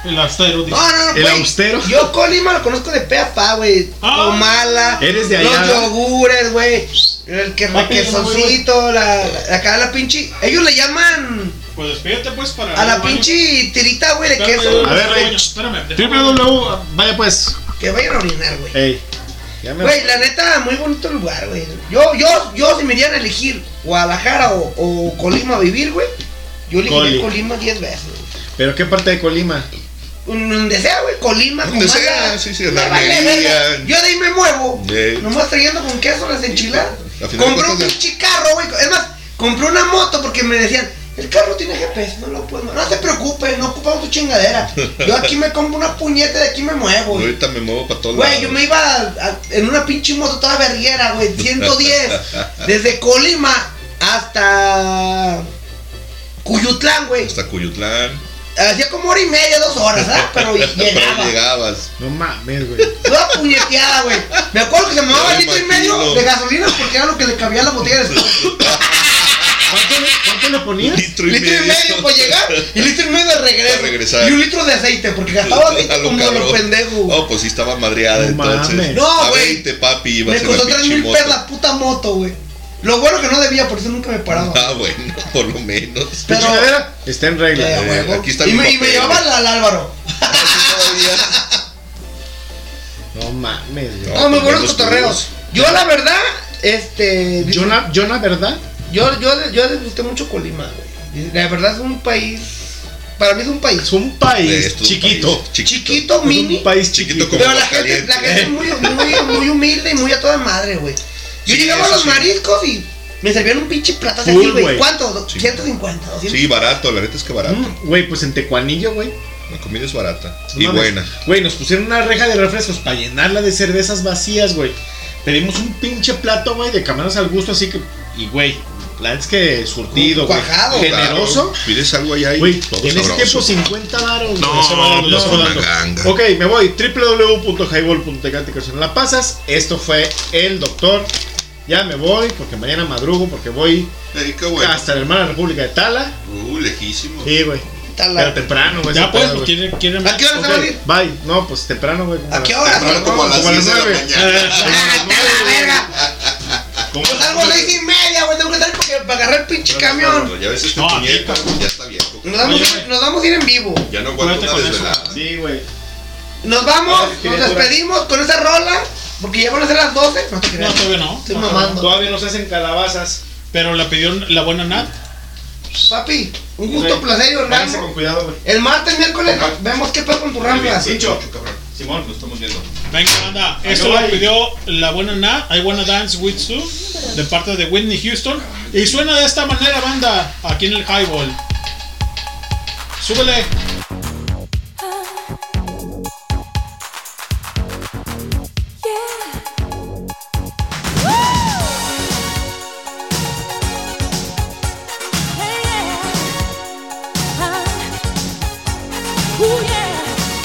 [SPEAKER 2] El astero dice.
[SPEAKER 7] No, no, no,
[SPEAKER 10] El
[SPEAKER 7] güey.
[SPEAKER 10] austero.
[SPEAKER 7] Yo Colima lo conozco de pe a pa, güey.
[SPEAKER 2] Ah.
[SPEAKER 7] Comala.
[SPEAKER 10] Eres de allá. Ah,
[SPEAKER 7] Los yogures, güey. El que
[SPEAKER 2] Papi,
[SPEAKER 7] requesoncito, la, la acá la pinche. Ellos le llaman
[SPEAKER 2] Pues despídete pues para.
[SPEAKER 7] a
[SPEAKER 10] Ah,
[SPEAKER 7] la
[SPEAKER 2] al baño.
[SPEAKER 7] pinche tirita, güey, de
[SPEAKER 2] Espérame,
[SPEAKER 7] queso.
[SPEAKER 10] A ver,
[SPEAKER 2] espérame,
[SPEAKER 10] Rey.
[SPEAKER 2] Espérame. déjame-
[SPEAKER 10] Triple W, vaya pues.
[SPEAKER 7] Que vayan a orinar, güey.
[SPEAKER 10] Ey. Ya me
[SPEAKER 7] Güey, la neta, muy bonito lugar, güey. Yo, yo, yo si me dieran a elegir Guadalajara o, o Colima a vivir, güey, yo elegiría
[SPEAKER 10] Coli.
[SPEAKER 7] Colima 10 veces, güey.
[SPEAKER 10] Pero qué parte de Colima?
[SPEAKER 7] Un- Donde sea, güey, Colima,
[SPEAKER 3] Donde
[SPEAKER 7] Comala,
[SPEAKER 3] sea, sí, sí, en
[SPEAKER 7] me
[SPEAKER 3] la
[SPEAKER 7] vale
[SPEAKER 3] armería.
[SPEAKER 7] verga. Yo de ahí me muevo.
[SPEAKER 3] Eh,
[SPEAKER 7] Nomás trayendo con queso las enchiladas.
[SPEAKER 3] A final de
[SPEAKER 7] Compré un
[SPEAKER 3] cuentas,
[SPEAKER 7] pinche carro, güey. Es más, compré una moto porque me decían, el carro tiene GPS, no lo puedo. No se preocupe, no ocupamos tu chingadera. Yo aquí me compro una puñeta y de aquí me muevo, güey.
[SPEAKER 3] ahorita me muevo para todos
[SPEAKER 7] Güey,
[SPEAKER 3] lados.
[SPEAKER 7] yo me iba a- a- en una pinche moto toda verguera, güey, 110, desde Colima hasta Cuyutlán, güey.
[SPEAKER 3] Hasta Cuyutlán.
[SPEAKER 7] Hacía como hora y media, dos horas, ¿ah? Pero
[SPEAKER 3] Pero
[SPEAKER 7] llegaba.
[SPEAKER 3] llegabas.
[SPEAKER 10] No mames, güey.
[SPEAKER 7] Toda puñeteada, güey. Me acuerdo que se
[SPEAKER 3] Ya
[SPEAKER 7] llamaba
[SPEAKER 3] me
[SPEAKER 7] litro y
[SPEAKER 3] imagino.
[SPEAKER 7] medio de gasolina porque era lo que le cabía a la botella de
[SPEAKER 10] ¿Cuánto le, cuánto le ponías?
[SPEAKER 3] Litro y
[SPEAKER 7] Litro y medio para llegar y litro y medio de regreso.
[SPEAKER 3] Para regresar.
[SPEAKER 7] Y un litro de aceite porque gastaba aceite
[SPEAKER 3] A lo
[SPEAKER 7] como
[SPEAKER 3] cabrón.
[SPEAKER 7] los pendejos.
[SPEAKER 3] Oh, pues sí estaba madreada
[SPEAKER 10] No
[SPEAKER 3] entonces.
[SPEAKER 10] mames.
[SPEAKER 7] No,
[SPEAKER 3] a
[SPEAKER 7] güey.
[SPEAKER 3] 20, papi, ibas
[SPEAKER 7] me
[SPEAKER 3] en
[SPEAKER 7] costó
[SPEAKER 3] la
[SPEAKER 7] 3
[SPEAKER 3] pinche
[SPEAKER 7] mil
[SPEAKER 3] moto.
[SPEAKER 7] pesos la puta moto, güey. Lo bueno que no debía, por eso nunca me paraba.
[SPEAKER 3] Ah, bueno, por lo menos.
[SPEAKER 7] Pero-
[SPEAKER 10] ¿La chingadera? Está en regla.
[SPEAKER 7] Eh, a
[SPEAKER 3] Eh,
[SPEAKER 7] huevo.
[SPEAKER 3] aquí está
[SPEAKER 7] y,
[SPEAKER 3] mi
[SPEAKER 7] me, y me
[SPEAKER 3] papel.
[SPEAKER 7] llevaba al, al Álvaro.
[SPEAKER 3] Todavía.
[SPEAKER 10] No mames, güey.
[SPEAKER 3] No,
[SPEAKER 7] No, me
[SPEAKER 3] pues,
[SPEAKER 7] buenos
[SPEAKER 3] buenos
[SPEAKER 7] cotorreos. Yo, la verdad, este.
[SPEAKER 10] Yo, la, yo la verdad,
[SPEAKER 7] Yo, yo, yo disfruté mucho Colima, güey. La verdad es un país. Para mí es un país.
[SPEAKER 10] es un país
[SPEAKER 3] Eh, esto es un
[SPEAKER 10] chiquito.
[SPEAKER 3] país
[SPEAKER 7] Chiquito,
[SPEAKER 10] Es
[SPEAKER 7] mini.
[SPEAKER 10] un país
[SPEAKER 3] Chiquito
[SPEAKER 10] chiquito.
[SPEAKER 3] como
[SPEAKER 7] pero la gente,
[SPEAKER 3] Aguascalientes.
[SPEAKER 7] la gente es muy, muy, muy humilde y muy a toda madre, güey. Yo
[SPEAKER 3] Sí,
[SPEAKER 7] llegaba a
[SPEAKER 3] eso
[SPEAKER 7] los
[SPEAKER 3] sí.
[SPEAKER 7] mariscos y me servían un pinche plato así,
[SPEAKER 10] Full,
[SPEAKER 7] güey.
[SPEAKER 10] güey.
[SPEAKER 7] ¿Cuánto? Do-
[SPEAKER 3] Sí.
[SPEAKER 7] 150, 200.
[SPEAKER 3] Sí, barato, la neta es que barato.
[SPEAKER 10] Mm, Güey, pues en Tecuanillo, güey.
[SPEAKER 3] La comida es barata.
[SPEAKER 10] No
[SPEAKER 3] y
[SPEAKER 10] mames.
[SPEAKER 3] buena.
[SPEAKER 10] Güey, nos pusieron una reja de refrescos para llenarla de cervezas vacías, güey. Pedimos un pinche plato, güey, de camarones al gusto, así que. Y, güey, la neta es que surtido, güey.
[SPEAKER 7] Cuajado,
[SPEAKER 10] Generoso.
[SPEAKER 3] Claro, pides algo allá y
[SPEAKER 10] Güey,
[SPEAKER 3] todo
[SPEAKER 10] en ese
[SPEAKER 3] sabroso.
[SPEAKER 10] tiempo 50 varos.
[SPEAKER 3] No,
[SPEAKER 10] güey, se va dando,
[SPEAKER 3] pues,
[SPEAKER 10] se va
[SPEAKER 3] una
[SPEAKER 10] dando.
[SPEAKER 3] ganga.
[SPEAKER 10] Ok, me voy. www.highball.tecaticación la pasas. Esto fue el doctor. Ya me voy porque mañana madrugo porque voy
[SPEAKER 3] Ey, qué bueno.
[SPEAKER 10] hasta la hermana República de Tala.
[SPEAKER 3] Uh, lejísimo.
[SPEAKER 10] Sí, güey.
[SPEAKER 7] Tal,
[SPEAKER 10] Pero
[SPEAKER 7] la-
[SPEAKER 10] temprano, güey.
[SPEAKER 2] Ya
[SPEAKER 10] ese
[SPEAKER 2] pues,
[SPEAKER 10] pedo, güey.
[SPEAKER 2] quiere, quiere
[SPEAKER 7] ¿A qué hora se
[SPEAKER 10] Ok,
[SPEAKER 7] va a ir?
[SPEAKER 10] Bye. No, pues temprano, güey. como
[SPEAKER 7] ¿A
[SPEAKER 10] las-
[SPEAKER 7] qué hora?
[SPEAKER 3] Temprano como a las
[SPEAKER 10] Como a las
[SPEAKER 3] 10 de la
[SPEAKER 10] nueve.
[SPEAKER 3] mañana.
[SPEAKER 7] ¡Ah, te la verga!
[SPEAKER 10] Como
[SPEAKER 7] Pues algo a las seis y media, güey. Tengo que estar porque- para agarrar el pinche camión.
[SPEAKER 3] Ya ves este
[SPEAKER 2] No, aquí
[SPEAKER 3] puñeta,
[SPEAKER 2] está.
[SPEAKER 3] ya está viejo.
[SPEAKER 7] Nos vamos,
[SPEAKER 2] Oye, güey.
[SPEAKER 7] nos vamos a ir en vivo.
[SPEAKER 3] Ya no aguanto
[SPEAKER 2] Cuídate
[SPEAKER 3] una
[SPEAKER 2] con eso.
[SPEAKER 3] desvelada.
[SPEAKER 10] Sí, güey.
[SPEAKER 7] Nos vamos,
[SPEAKER 10] Ay,
[SPEAKER 7] nos
[SPEAKER 10] criatura.
[SPEAKER 7] despedimos con esa rola. Porque ya van a ser las 12. No te
[SPEAKER 2] No,
[SPEAKER 7] creas.
[SPEAKER 2] todavía no.
[SPEAKER 7] Estoy mamando.
[SPEAKER 10] Todavía nos hacen calabazas.
[SPEAKER 2] Pero la pidió la buena Nat.
[SPEAKER 7] Papi, un gusto,
[SPEAKER 10] Güey,
[SPEAKER 7] placer
[SPEAKER 10] Váyanse
[SPEAKER 7] y
[SPEAKER 10] con
[SPEAKER 7] orgasmo.
[SPEAKER 10] cuidado, güey.
[SPEAKER 7] El martes, miércoles, vemos qué pasa con tu rampa.
[SPEAKER 10] Chicho.
[SPEAKER 3] Simón, lo estamos viendo.
[SPEAKER 2] Venga, anda. Esto lo
[SPEAKER 10] Acabay.
[SPEAKER 2] pidió la buena Nat. I wanna dance with you. De parte de Whitney Houston. Y suena de esta manera, banda. Aquí en el highball. Súbele.
[SPEAKER 5] I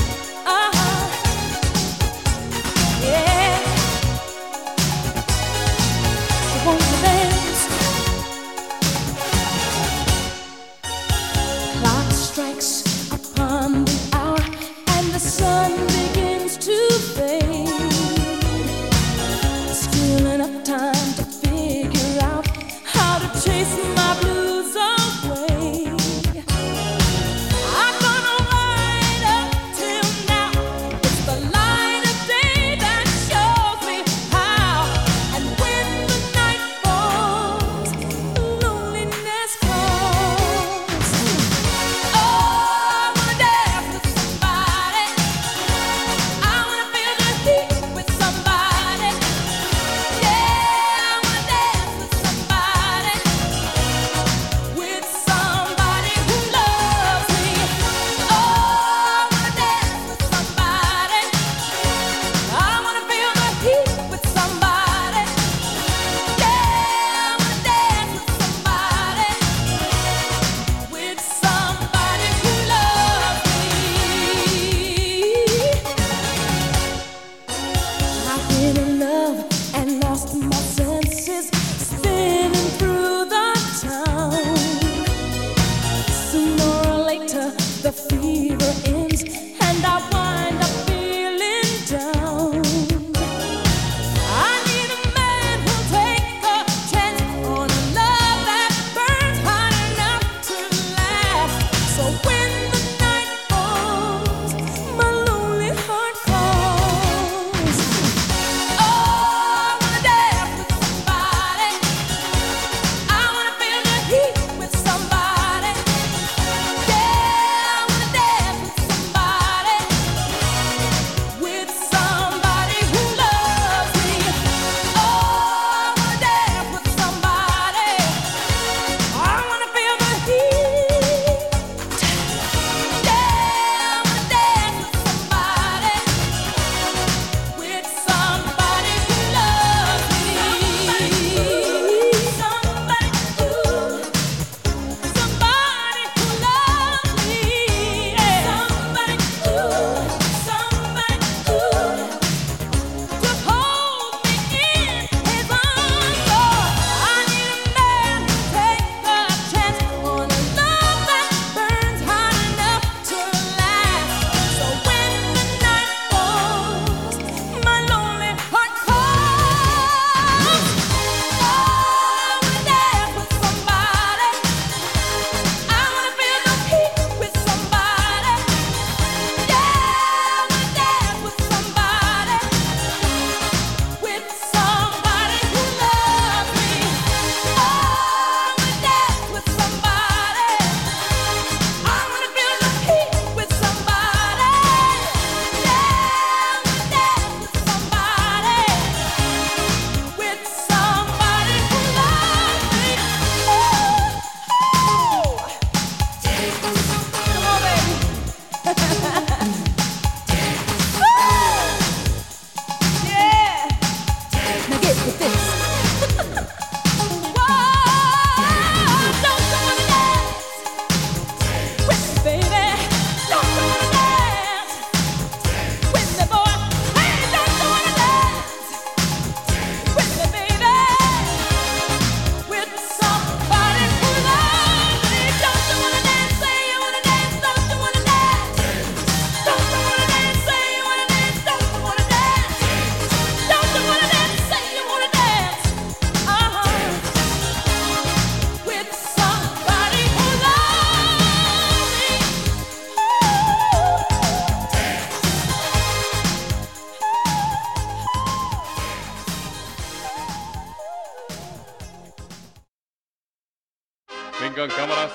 [SPEAKER 12] Vengan cámaras.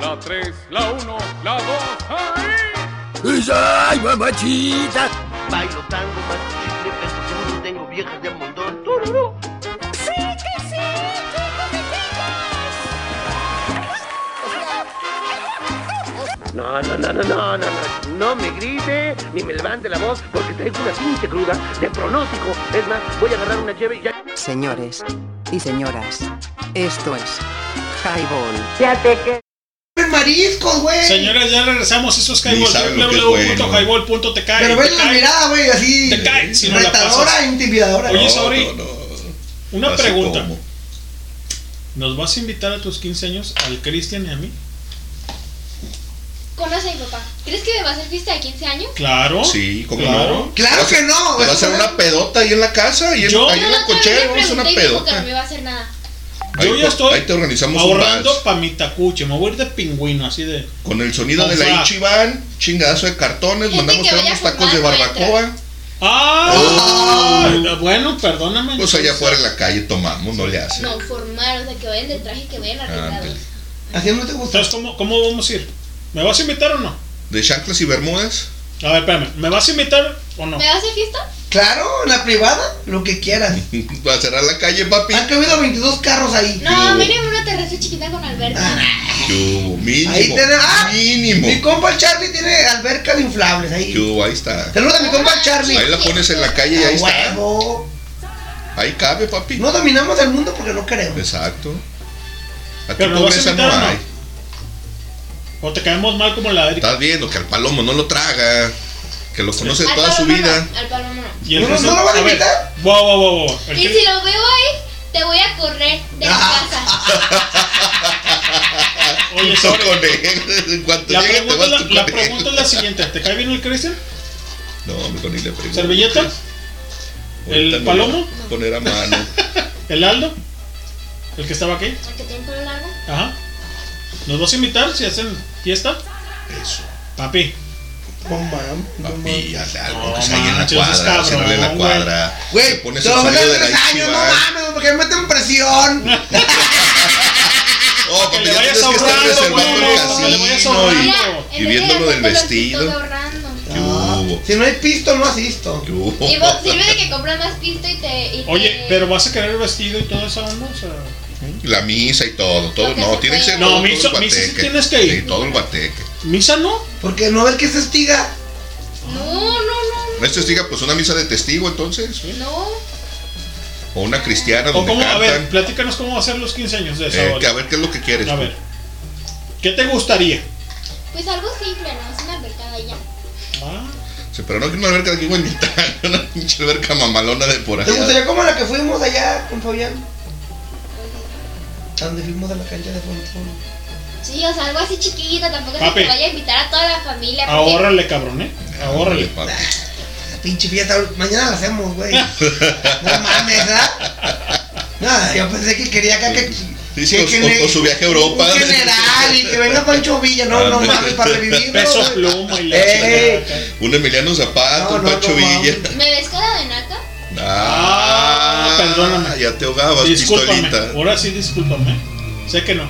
[SPEAKER 12] La 3, la 1, la 2.
[SPEAKER 13] ¡Ay, mamachita! Bailo tango, machicle, peso seguro, tengo viejas de montón. ¡Tururú! ¡Sí, que sí! No, no, no, no, no, no, no, no me grite ni me levante la voz porque traigo una pinche cruda de pronóstico. Es más, voy a agarrar una cheve y ya.
[SPEAKER 11] Señores y señoras, esto es Highball.
[SPEAKER 7] mariscos, güey.
[SPEAKER 2] Señores, ya regresamos. Eso es
[SPEAKER 7] Pues, Ni saben lo que es bueno.
[SPEAKER 2] www.highball.tk.
[SPEAKER 7] Pero ven la mirada, güey, así.
[SPEAKER 2] Te cae, si no la
[SPEAKER 7] retadora
[SPEAKER 2] pasas.
[SPEAKER 7] e intimidadora.
[SPEAKER 2] Oye, Sauri, una
[SPEAKER 7] Así
[SPEAKER 2] pregunta.
[SPEAKER 7] como.
[SPEAKER 2] ¿Nos vas a invitar a tus 15 años al Cristian y a mí?
[SPEAKER 9] Conoce a mi papá. ¿Crees que me va a hacer fiesta de 15 años?
[SPEAKER 2] Claro.
[SPEAKER 3] Sí, como
[SPEAKER 2] Claro.
[SPEAKER 3] no.
[SPEAKER 2] Claro
[SPEAKER 3] Vas a-
[SPEAKER 2] que no,
[SPEAKER 3] Va a
[SPEAKER 2] eso
[SPEAKER 3] ser
[SPEAKER 2] no.
[SPEAKER 3] una pedota ahí en la casa, ahí en,
[SPEAKER 2] Yo-
[SPEAKER 3] ahí en la cochera,
[SPEAKER 9] Le
[SPEAKER 3] vamos a una
[SPEAKER 9] pregunté y dijo que no
[SPEAKER 3] pedota.
[SPEAKER 9] me iba a hacer nada.
[SPEAKER 3] Ahí
[SPEAKER 2] Yo
[SPEAKER 3] te-
[SPEAKER 2] ya estoy
[SPEAKER 3] ahí te organizamos un
[SPEAKER 2] ahorrando para mi tacuche. Me voy a ir de pingüino, así de.
[SPEAKER 3] Con el sonido de
[SPEAKER 2] Ojalá.
[SPEAKER 3] la Ichiban, chingadazo de cartones, mandamos traer unos tacos de barbacoa.
[SPEAKER 2] ¡Ah! Bueno, perdóname.
[SPEAKER 3] Pues allá afuera en la calle tomamos, no le hace.
[SPEAKER 9] No, formal, o sea, que vayan de traje y que vayan
[SPEAKER 3] Ah,
[SPEAKER 9] arreglados.
[SPEAKER 2] Así no te gusta. Entonces, ¿cómo, ¿cómo vamos a ir? ¿Me vas a invitar o no?
[SPEAKER 3] ¿De chanclas y bermudas?
[SPEAKER 2] A ver, espérame. ¿Me vas a invitar o no?
[SPEAKER 9] ¿Me vas a hacer fiesta?
[SPEAKER 7] Claro, la privada, lo que quieras.
[SPEAKER 3] Va a cerrar la calle, papi.
[SPEAKER 7] Han cabido 22 carros ahí.
[SPEAKER 9] No, mínimo una terraza chiquita con alberca.
[SPEAKER 3] Yo, mínimo.
[SPEAKER 7] Ahí tiene. ¡Ah!
[SPEAKER 3] Mínimo.
[SPEAKER 7] Mi compa el Charlie tiene alberca de inflables ahí.
[SPEAKER 3] Yo, ahí está.
[SPEAKER 7] Saluda a mi compa el Charlie.
[SPEAKER 3] Ahí la pones en la calle y ahí
[SPEAKER 7] Ah,
[SPEAKER 3] está.
[SPEAKER 7] huevo.
[SPEAKER 3] Ahí cabe, papi.
[SPEAKER 7] No dominamos el mundo porque no queremos.
[SPEAKER 3] Exacto. Aquí
[SPEAKER 2] Pero ¿nos vas a
[SPEAKER 3] pobreza no
[SPEAKER 2] invitar o no?
[SPEAKER 3] hay.
[SPEAKER 2] ¿O te caemos mal como la Erika?
[SPEAKER 3] Estás viendo que al palomo no lo traga. Que lo conoce toda su vida.
[SPEAKER 9] Al palomo no.
[SPEAKER 2] ¿Y el
[SPEAKER 3] ¿No- no
[SPEAKER 2] Cristian?
[SPEAKER 3] lo van a
[SPEAKER 2] ver,
[SPEAKER 3] invitar?
[SPEAKER 2] Wow, wow, wow, wow. El
[SPEAKER 9] Y
[SPEAKER 2] Cristian-
[SPEAKER 9] si lo veo ahí, te voy a correr de la
[SPEAKER 3] Ah.
[SPEAKER 9] casa.
[SPEAKER 2] Oye,
[SPEAKER 3] Tú
[SPEAKER 2] sorry.
[SPEAKER 3] con él. En cuanto
[SPEAKER 2] La
[SPEAKER 3] llegue, te
[SPEAKER 2] pregunta,
[SPEAKER 3] vas
[SPEAKER 2] es la,
[SPEAKER 3] tú con
[SPEAKER 2] la
[SPEAKER 3] él.
[SPEAKER 2] pregunta es la siguiente. ¿Te cae bien el Cristian?
[SPEAKER 3] No, hombre, con él le pregunto.
[SPEAKER 2] ¿Servilleta?
[SPEAKER 3] Ahorita
[SPEAKER 2] ¿El
[SPEAKER 3] me
[SPEAKER 2] palomo?
[SPEAKER 3] voy a Poner a mano.
[SPEAKER 2] ¿El Aldo? ¿El que estaba aquí?
[SPEAKER 9] ¿El que tiene pelo largo?
[SPEAKER 2] Ajá. ¿Nos vas a invitar si hacen fiesta?
[SPEAKER 3] Eso.
[SPEAKER 2] Papi.
[SPEAKER 3] Papi, hazle algo.
[SPEAKER 2] No
[SPEAKER 3] Que se en la
[SPEAKER 2] manches, es
[SPEAKER 3] cuadra.
[SPEAKER 2] cabrón,
[SPEAKER 3] Se en la
[SPEAKER 2] güey.
[SPEAKER 3] cuadra.
[SPEAKER 7] Güey,
[SPEAKER 3] Te pones
[SPEAKER 7] te
[SPEAKER 3] el
[SPEAKER 7] lo van a
[SPEAKER 3] sonido de
[SPEAKER 7] dar
[SPEAKER 3] la
[SPEAKER 7] tres años, no
[SPEAKER 3] Ichiban.
[SPEAKER 7] mames, porque me meten presión.
[SPEAKER 3] No, Oh,
[SPEAKER 2] le
[SPEAKER 3] papi, ya
[SPEAKER 2] vayas
[SPEAKER 3] tienes que estar
[SPEAKER 2] ahorrando,
[SPEAKER 3] reservando
[SPEAKER 2] güey,
[SPEAKER 3] el
[SPEAKER 2] que le vayas
[SPEAKER 3] casino
[SPEAKER 2] ahorrando.
[SPEAKER 3] y- y viendo lo del Ah. vestido. Ah.
[SPEAKER 9] ahorrando.
[SPEAKER 3] ¿Qué hubo?
[SPEAKER 7] Si no hay pisto, no asisto.
[SPEAKER 3] ¿Qué hubo?
[SPEAKER 9] Y vos, sirve de que compras más pisto y te. y
[SPEAKER 2] Oye,
[SPEAKER 9] te-
[SPEAKER 2] pero vas a querer el vestido y todo eso, ¿no? O sea,
[SPEAKER 3] La misa y todo, todo,
[SPEAKER 9] Lo que
[SPEAKER 3] no,
[SPEAKER 9] se
[SPEAKER 3] tiene que
[SPEAKER 9] pueda.
[SPEAKER 3] ser
[SPEAKER 2] No,
[SPEAKER 3] todo,
[SPEAKER 2] misa-
[SPEAKER 3] todo el
[SPEAKER 2] misa sí
[SPEAKER 3] guateque.
[SPEAKER 2] tienes que ir.
[SPEAKER 3] Sí, todo el guateque.
[SPEAKER 2] ¿Misa no?
[SPEAKER 7] Porque no ves que se estiga.
[SPEAKER 9] No, no, no,
[SPEAKER 3] No esto diga pues una misa de testigo entonces,
[SPEAKER 9] no.
[SPEAKER 3] o una cristiana
[SPEAKER 2] ¿O
[SPEAKER 3] donde
[SPEAKER 2] cómo? A ver,
[SPEAKER 3] cantan.
[SPEAKER 2] platícanos cómo va a ser los 15 años de
[SPEAKER 3] Eh,
[SPEAKER 2] esa
[SPEAKER 3] que a ver qué es lo que quieres.
[SPEAKER 2] A
[SPEAKER 3] pues.
[SPEAKER 2] ver. ¿Qué te gustaría?
[SPEAKER 9] Pues algo simple, ¿no? Es una albercada y ya.
[SPEAKER 3] Ah. Sí, pero no que una alberca de aquí Guaymitán, una pinche alberca mamalona de por
[SPEAKER 7] ¿Te
[SPEAKER 3] allá.
[SPEAKER 7] gustaría como la que fuimos allá con Fabián? A donde fuimos a la cancha de fútbol.
[SPEAKER 9] Sí, o sea, algo así chiquito. Tampoco es que
[SPEAKER 2] Papi.
[SPEAKER 9] te vaya a invitar a toda la familia. porque-
[SPEAKER 2] Ahórrale, cabrón, ¿eh?
[SPEAKER 3] Ah,
[SPEAKER 2] Ahórrale.
[SPEAKER 7] La pinche fiesta, mañana la hacemos, güey. No mames, ¿verdad? Nada, yo pensé que quería acá que.
[SPEAKER 3] Sí, sí, o-
[SPEAKER 7] que
[SPEAKER 3] o-
[SPEAKER 7] ne-
[SPEAKER 3] o su viaje a Europa.
[SPEAKER 7] Un general y que venga Pancho Villa, no, no mames, para revivirlo.
[SPEAKER 2] Peso
[SPEAKER 7] güey.
[SPEAKER 2] pluma y la
[SPEAKER 7] Ey.
[SPEAKER 2] chingada.
[SPEAKER 3] Un Emiliano Zapata, un Pacho Villa.
[SPEAKER 9] ¿Me ves cara de naca?
[SPEAKER 3] Ah,
[SPEAKER 2] perdóname.
[SPEAKER 3] Ya te ahogabas,
[SPEAKER 2] Discúlpame.
[SPEAKER 3] pistolita.
[SPEAKER 2] Ahora sí, discúlpame. Sé que no.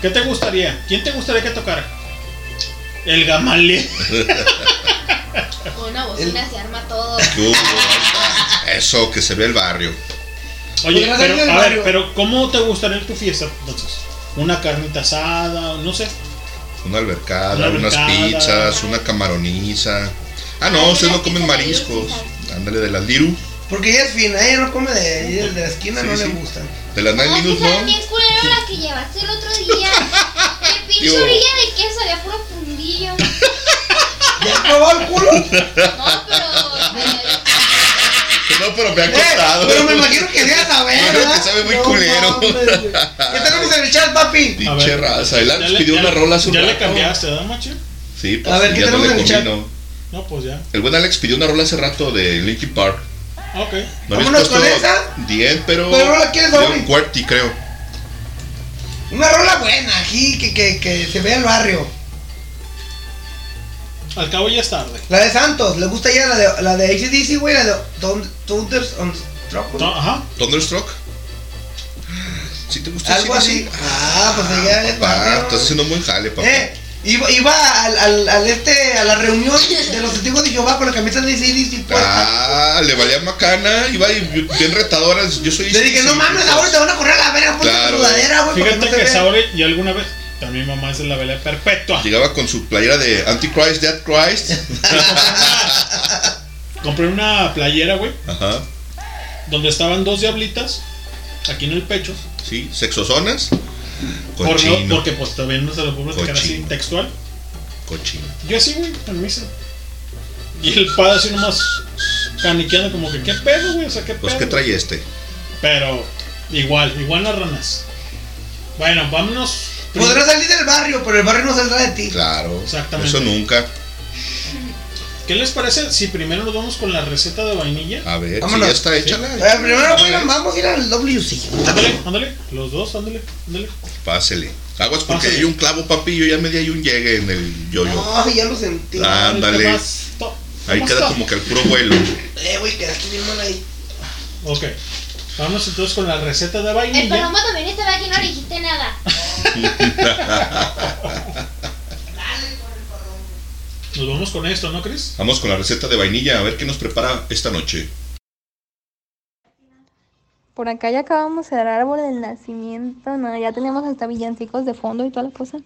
[SPEAKER 2] ¿Qué te gustaría? ¿Quién te gustaría que tocara? El gamalé.
[SPEAKER 9] Con una bocina se arma todo.
[SPEAKER 3] ¿Qué hubo? Ahí está. Eso, que se ve el barrio. Pues
[SPEAKER 2] Oye,
[SPEAKER 9] Podría
[SPEAKER 2] pero,
[SPEAKER 9] ser
[SPEAKER 2] a ver,
[SPEAKER 9] Mario.
[SPEAKER 2] pero ¿cómo te gustaría tu fiesta entonces? ¿Una carnita asada? No sé.
[SPEAKER 3] Una albercada,
[SPEAKER 2] Una albercada.
[SPEAKER 3] unas pizzas, una camaroniza. Ah, no, ustedes no comen mariscos. Ándale de las Liru.
[SPEAKER 7] Porque ella es fina, ella no come de, ella es de la esquina,
[SPEAKER 3] Sí,
[SPEAKER 7] no le
[SPEAKER 3] sí.
[SPEAKER 7] gusta.
[SPEAKER 3] De las Nine
[SPEAKER 9] Ay, que
[SPEAKER 3] Minutes,
[SPEAKER 9] sabe
[SPEAKER 3] no.
[SPEAKER 9] bien culero la que llevaste el otro día. Que pinche
[SPEAKER 3] Digo-
[SPEAKER 9] orilla de queso, había puro fundillo.
[SPEAKER 7] ¿Ya probó el culo?
[SPEAKER 9] No, pero.
[SPEAKER 3] No, pero me ha
[SPEAKER 7] Eh,
[SPEAKER 3] costado.
[SPEAKER 7] pero me imagino que debía saber,
[SPEAKER 3] Yo creo
[SPEAKER 7] ¿verdad?
[SPEAKER 3] que sabe muy
[SPEAKER 7] No
[SPEAKER 3] culero.
[SPEAKER 7] mames, güey. ¿Qué tenemos en el chat, papi?
[SPEAKER 3] Pinche raza. Él
[SPEAKER 2] Ya
[SPEAKER 3] antes
[SPEAKER 2] le-
[SPEAKER 3] Pues pidió
[SPEAKER 2] ya-
[SPEAKER 3] una rola hace un
[SPEAKER 2] Ya le
[SPEAKER 3] rato.
[SPEAKER 2] cambiaste, ¿verdad, macho?
[SPEAKER 3] Sí, pues
[SPEAKER 7] A ver,
[SPEAKER 3] sí,
[SPEAKER 7] ¿qué
[SPEAKER 3] ya no
[SPEAKER 7] tenemos
[SPEAKER 3] le
[SPEAKER 7] en el chat?
[SPEAKER 3] combino.
[SPEAKER 2] No, pues ya.
[SPEAKER 3] El buen Alex pidió una rola hace rato de Linkin Park.
[SPEAKER 2] Ah, Ok.
[SPEAKER 3] No habías
[SPEAKER 7] Vámonos con
[SPEAKER 3] puesto
[SPEAKER 7] esa.
[SPEAKER 3] 10, pero.
[SPEAKER 7] Pero no la quieres,
[SPEAKER 3] de
[SPEAKER 7] Dobby.
[SPEAKER 3] un QWERTY, creo.
[SPEAKER 7] Una rola buena aquí, que, que, que se vea el barrio.
[SPEAKER 2] Al cabo ya es tarde.
[SPEAKER 7] La de Santos, le gusta ya la de, la de ACDC, güey, la de Thund- Thunders on Struck. güey.
[SPEAKER 2] No, ajá.
[SPEAKER 3] Thunderstruck. Si te gusta
[SPEAKER 7] Algo así. Ah, pues allá ya
[SPEAKER 3] Papá, estás haciendo un buen jale, papá.
[SPEAKER 7] Eh, iba, iba al, al, al este, a la reunión de los testigos de Jehová con la camiseta de DC y
[SPEAKER 3] Ah, le valía macana, iba y bien retadora. Yo soy.
[SPEAKER 7] Le dije, no mames, ahora te van a correr a la verga, ponte
[SPEAKER 3] Claro.
[SPEAKER 7] tu sudadera, güey. porque
[SPEAKER 2] Fíjate
[SPEAKER 7] no te
[SPEAKER 2] que
[SPEAKER 7] vean.
[SPEAKER 2] Saori, y alguna vez, también mi mamá es de la velea perpetua.
[SPEAKER 3] Llegaba con su playera de Antichrist, Dead Christ.
[SPEAKER 2] Compré una playera, güey,
[SPEAKER 3] Ajá.
[SPEAKER 2] donde estaban dos diablitas, aquí en el pecho.
[SPEAKER 3] Sí, sexozonas.
[SPEAKER 2] por no-
[SPEAKER 3] Cochino.
[SPEAKER 2] porque pues también no se lo puedo platicar así
[SPEAKER 3] Cochino.
[SPEAKER 2] textual.
[SPEAKER 3] Cochino.
[SPEAKER 2] Yo así, güey, en misa. Y el padre así nomás caniqueando como que, ¿qué pedo, güey? O sea, ¿qué pedo?
[SPEAKER 3] Pues, ¿qué trae este?
[SPEAKER 2] Pero igual, igual las ranas. Bueno, vámonos.
[SPEAKER 7] Podrás salir del barrio, pero el barrio no saldrá de ti.
[SPEAKER 3] Claro.
[SPEAKER 2] Exactamente.
[SPEAKER 3] Eso nunca.
[SPEAKER 2] ¿Qué les parece si primero nos vamos con la receta de vainilla?
[SPEAKER 3] A ver,
[SPEAKER 2] Vámonos.
[SPEAKER 3] si ya está
[SPEAKER 2] Sí.
[SPEAKER 3] hecha la.
[SPEAKER 2] Eh, primero,
[SPEAKER 3] A ver,
[SPEAKER 2] bueno,
[SPEAKER 7] Vamos a ir al WC.
[SPEAKER 2] Ándale, ándale. Los dos, ándale, ándale.
[SPEAKER 3] Pásele. Aguas porque
[SPEAKER 2] Pásele.
[SPEAKER 3] hay un clavo, papi. Yo ya me di ahí un llegue en el yoyo.
[SPEAKER 7] Ay, ya lo sentí.
[SPEAKER 3] Ándale. Ahí queda como que al puro vuelo.
[SPEAKER 7] Eh, güey, quedaste bien mal ahí.
[SPEAKER 2] Ok. Vamos entonces con la receta de
[SPEAKER 9] El
[SPEAKER 2] vainilla.
[SPEAKER 9] palomo también estaba aquí, no le dijiste nada.
[SPEAKER 2] Nos vamos con esto, ¿no, Chris?
[SPEAKER 3] Vamos con la receta de vainilla a ver qué nos prepara esta noche.
[SPEAKER 14] Por acá ya acabamos el árbol del nacimiento, no, ya tenemos hasta villancicos de fondo y toda la cosa.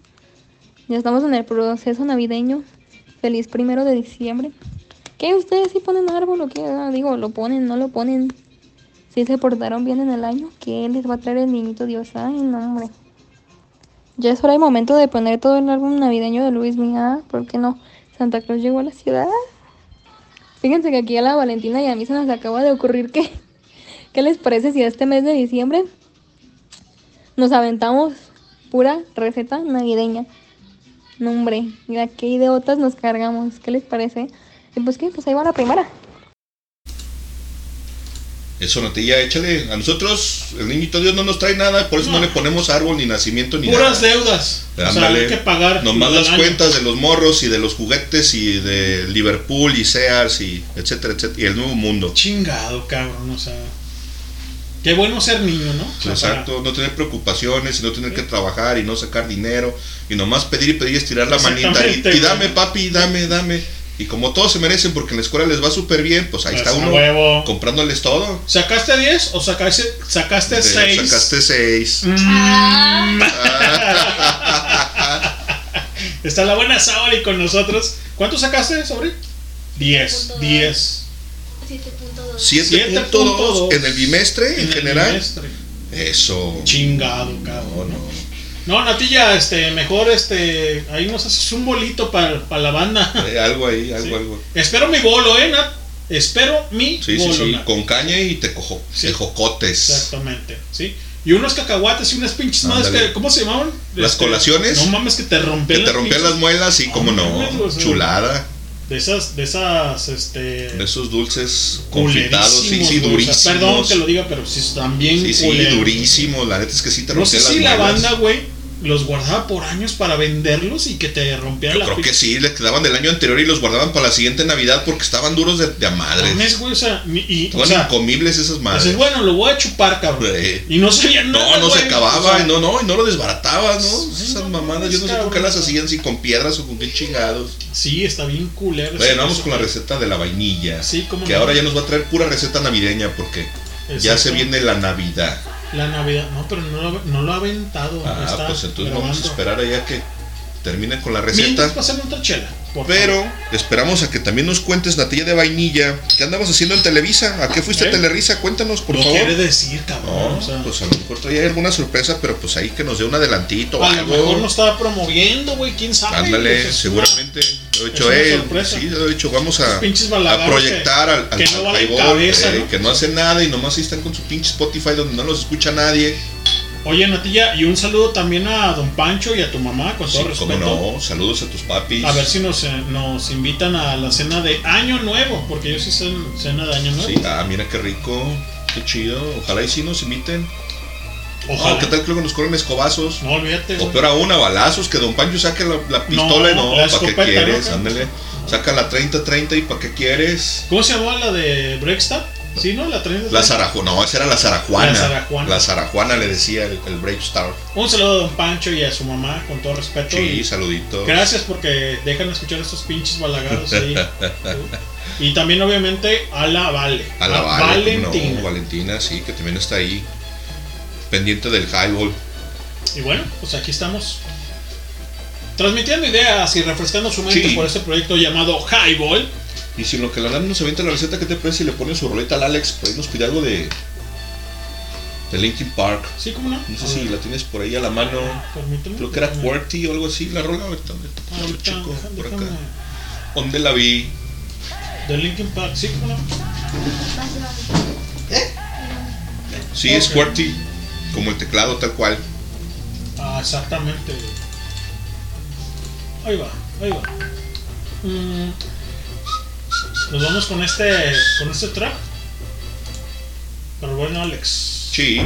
[SPEAKER 14] Ya estamos en el proceso navideño. Feliz primero de diciembre. ¿Qué ustedes si ponen árbol o qué? Ah, digo, lo ponen, no lo ponen. Si se portaron bien en el año, ¿qué les va a traer el niñito Dios? Ay, no, hombre. Ya es hora y momento de poner todo el álbum navideño de Luis Miguel, Ah, ¿por qué no? Santa Claus llegó a la ciudad. Fíjense que aquí a la Valentina y a mí se nos acaba de ocurrir que ¿Qué les parece si este mes de diciembre nos aventamos pura receta navideña? No, hombre, mira qué idiotas nos cargamos. ¿Qué les parece? Y pues qué, pues ahí va la primera.
[SPEAKER 3] Eso, Natilla, échale. A nosotros, el niñito Dios no nos trae nada, por eso no, le ponemos árbol, ni nacimiento, ni
[SPEAKER 2] Puras
[SPEAKER 3] nada.
[SPEAKER 2] deudas. O sea,
[SPEAKER 3] Ándale.
[SPEAKER 2] hay que pagar.
[SPEAKER 3] Nomás
[SPEAKER 2] todo el
[SPEAKER 3] las
[SPEAKER 2] año.
[SPEAKER 3] cuentas de los morros y de los juguetes y de Liverpool y Sears y etcétera, etcétera. Y el nuevo mundo.
[SPEAKER 2] Chingado, cabrón, o sea. Qué bueno ser niño, ¿no? O sea,
[SPEAKER 3] Exacto, no tener preocupaciones y no tener que trabajar y no sacar dinero y nomás pedir y pedir y estirar la manita y,
[SPEAKER 2] Exactamente,
[SPEAKER 3] y dame papi, dame, dame. Y como todos se merecen porque en la escuela les va súper bien, pues ahí
[SPEAKER 2] Pues,
[SPEAKER 3] está
[SPEAKER 2] a
[SPEAKER 3] uno
[SPEAKER 2] huevo.
[SPEAKER 3] comprándoles todo.
[SPEAKER 2] ¿Sacaste 10 o sacaste, sacaste Mm,
[SPEAKER 3] Eh,
[SPEAKER 2] 6?
[SPEAKER 3] Sacaste seis.
[SPEAKER 2] Está la buena Saori con nosotros. ¿Cuánto sacaste, Saori? 10, 10.
[SPEAKER 3] 7.2 en el bimestre en, general.
[SPEAKER 2] bimestre.
[SPEAKER 3] Eso.
[SPEAKER 2] Chingado, cabrón. No, Natilla, este, mejor este, ahí nos haces un bolito para la banda.
[SPEAKER 3] Eh, algo ahí, algo, algo.
[SPEAKER 2] Espero mi bolo, eh, Nat. Espero mi
[SPEAKER 3] Sí, sí,
[SPEAKER 2] bolo.
[SPEAKER 3] sí.
[SPEAKER 2] Nat.
[SPEAKER 3] Con caña y te cojo, tejocotes.
[SPEAKER 2] Exactamente, ¿sí? Y unos cacahuates y unas pinches madres
[SPEAKER 3] Ándale.
[SPEAKER 2] que, ¿cómo se llamaban?
[SPEAKER 3] Las
[SPEAKER 2] Este,
[SPEAKER 3] colaciones.
[SPEAKER 2] No mames que te rompían
[SPEAKER 3] Que te rompían
[SPEAKER 2] pinches-
[SPEAKER 3] las muelas, sí, como
[SPEAKER 2] mames,
[SPEAKER 3] no.
[SPEAKER 2] o sea.
[SPEAKER 3] Chulada.
[SPEAKER 2] De esas, de esas, este.
[SPEAKER 3] De esos dulces confitados, sí,
[SPEAKER 2] culerísimos,
[SPEAKER 3] sí,
[SPEAKER 2] güey. O
[SPEAKER 3] durísimos.
[SPEAKER 2] sea, perdón que lo diga, pero sí están bien
[SPEAKER 3] Sí, sí,
[SPEAKER 2] culeros.
[SPEAKER 3] durísimos. La neta es que sí te
[SPEAKER 2] No sé
[SPEAKER 3] rompían
[SPEAKER 2] si la
[SPEAKER 3] las muelas.
[SPEAKER 2] banda, güey, los guardaba por años para venderlos y que te rompieran
[SPEAKER 3] Yo
[SPEAKER 2] la
[SPEAKER 3] creo
[SPEAKER 2] pinche-
[SPEAKER 3] que sí, les quedaban del año anterior y los guardaban para la siguiente Navidad porque estaban duros de, de a madres.
[SPEAKER 2] Mames, güey, o sea, ni- y, o
[SPEAKER 3] Estaban
[SPEAKER 2] sea,
[SPEAKER 3] incomibles esas madres.
[SPEAKER 2] dices, bueno, lo voy a chupar, cabrón.
[SPEAKER 3] Eh.
[SPEAKER 2] Y no sabía nada.
[SPEAKER 3] No, no se
[SPEAKER 2] güey,
[SPEAKER 3] acababa,
[SPEAKER 2] o sea,
[SPEAKER 3] y no, no, y no lo desbaratabas, ¿no? Esas mamadas, yo no sé por qué
[SPEAKER 2] cabrón.
[SPEAKER 3] las hacían, si con piedras o con qué chingados.
[SPEAKER 2] Sí, está bien culero.
[SPEAKER 3] Bueno,
[SPEAKER 2] esa
[SPEAKER 3] vamos
[SPEAKER 2] cosa.
[SPEAKER 3] con la receta de la vainilla.
[SPEAKER 2] Sí, cómo
[SPEAKER 3] Que
[SPEAKER 2] no.
[SPEAKER 3] ahora ya nos va a traer pura receta navideña porque ya
[SPEAKER 2] Exacto.
[SPEAKER 3] se viene la Navidad.
[SPEAKER 2] La Navidad, no, pero no lo, no lo ha aventado.
[SPEAKER 3] Ah,
[SPEAKER 2] está
[SPEAKER 3] pues entonces vamos a
[SPEAKER 2] grabando.
[SPEAKER 3] esperar allá que termine con la
[SPEAKER 2] Mientras
[SPEAKER 3] receta.
[SPEAKER 2] pasamos otra chela. por
[SPEAKER 3] Pero esperamos a que también nos cuentes, Natilla de Vainilla, ¿qué andabas haciendo en Televisa? ¿A qué fuiste
[SPEAKER 2] ¿Eh?
[SPEAKER 3] a Televisa? Cuéntanos, por
[SPEAKER 2] No
[SPEAKER 3] favor.
[SPEAKER 2] quiere decir, cabrón.
[SPEAKER 3] No,
[SPEAKER 2] o sea,
[SPEAKER 3] pues a lo mejor traía alguna sorpresa, pero pues ahí que nos dé un adelantito o
[SPEAKER 2] a lo mejor no
[SPEAKER 3] algo.
[SPEAKER 2] estaba promoviendo, güey, quién sabe.
[SPEAKER 3] Ándale,
[SPEAKER 2] O sea, es
[SPEAKER 3] seguramente. Lo he
[SPEAKER 2] es
[SPEAKER 3] hecho,
[SPEAKER 2] una
[SPEAKER 3] eh,
[SPEAKER 2] sorpresa.
[SPEAKER 3] sí, lo he hecho, vamos a,
[SPEAKER 2] Esos pinches
[SPEAKER 3] a
[SPEAKER 2] balagardos
[SPEAKER 3] proyectar
[SPEAKER 2] que-
[SPEAKER 3] al, al
[SPEAKER 2] que no valen
[SPEAKER 3] al Highball,
[SPEAKER 2] cabeza,
[SPEAKER 3] eh,
[SPEAKER 2] ¿no?
[SPEAKER 3] que no hace nada y nomás ahí están con su pinche Spotify donde no los escucha nadie.
[SPEAKER 2] Oye, Natilla, y un saludo también a don Pancho y a tu mamá, con
[SPEAKER 3] Sí,
[SPEAKER 2] todo
[SPEAKER 3] cómo
[SPEAKER 2] respeto.
[SPEAKER 3] no, saludos a tus papis.
[SPEAKER 2] A ver si nos, eh, nos invitan a la cena de Año Nuevo, porque ellos sí hacen cena de Año Nuevo.
[SPEAKER 3] Sí, ah, mira qué rico, qué chido. Ojalá y sí nos inviten.
[SPEAKER 2] Ojalá.
[SPEAKER 3] Ah, ¿Qué tal que luego nos corren escobazos?
[SPEAKER 2] No, olvídate.
[SPEAKER 3] O
[SPEAKER 2] güey.
[SPEAKER 3] peor aún, a balazos, que Don Pancho saque la, la pistola y no,
[SPEAKER 2] la
[SPEAKER 3] ¿para qué
[SPEAKER 2] escopeta,
[SPEAKER 3] quieres?
[SPEAKER 2] ¿no?
[SPEAKER 3] Ándale, saca la 30-30 y ¿para qué quieres?
[SPEAKER 2] ¿Cómo se llamaba la de Brexta? Sí, ¿no? La traen
[SPEAKER 3] La Zarajuana, no, esa era la Zarajuana.
[SPEAKER 2] La Zarajuana.
[SPEAKER 3] La Zarajuana le decía el, el Brave Star.
[SPEAKER 2] Un saludo a Don Pancho y a su mamá, con todo respeto.
[SPEAKER 3] Sí,
[SPEAKER 2] y
[SPEAKER 3] saluditos.
[SPEAKER 2] Gracias porque dejan escuchar estos pinches balagados ahí. y también, obviamente, a la Vale.
[SPEAKER 3] A la Vale, ¿cómo no?
[SPEAKER 2] Valentina.
[SPEAKER 3] Valentina, sí, que también está ahí. Pendiente del highball.
[SPEAKER 2] Y bueno, pues aquí estamos. Transmitiendo ideas y refrescando su mente
[SPEAKER 3] Sí.
[SPEAKER 2] por este proyecto llamado Highball.
[SPEAKER 3] Y si en lo que la Nam nos avienta la receta, ¿qué te parece si le pone su roleta al Alex? Por ahí nos pide algo de. de Linkin Park.
[SPEAKER 2] Sí, ¿cómo no?
[SPEAKER 3] No sé
[SPEAKER 2] A
[SPEAKER 3] si
[SPEAKER 2] ver. Mm.
[SPEAKER 3] la tienes por ahí a la mano.
[SPEAKER 2] Permíteme.
[SPEAKER 3] Creo que era
[SPEAKER 2] déjame-
[SPEAKER 3] QWERTY o algo así, la rola. Ahorita, ahorita lo
[SPEAKER 2] Ahorita,
[SPEAKER 3] checo
[SPEAKER 2] déjame-
[SPEAKER 3] por acá.
[SPEAKER 2] déjame.
[SPEAKER 3] ¿Dónde la vi?
[SPEAKER 2] De Linkin Park, sí, ¿cómo no?
[SPEAKER 3] ¿Eh? Sí, es QWERTY. Como el teclado, tal cual.
[SPEAKER 2] Ah, exactamente. Ahí va, ahí va. Mm, Nos vamos con este, con este track. Pero bueno, Alex.
[SPEAKER 3] Sí.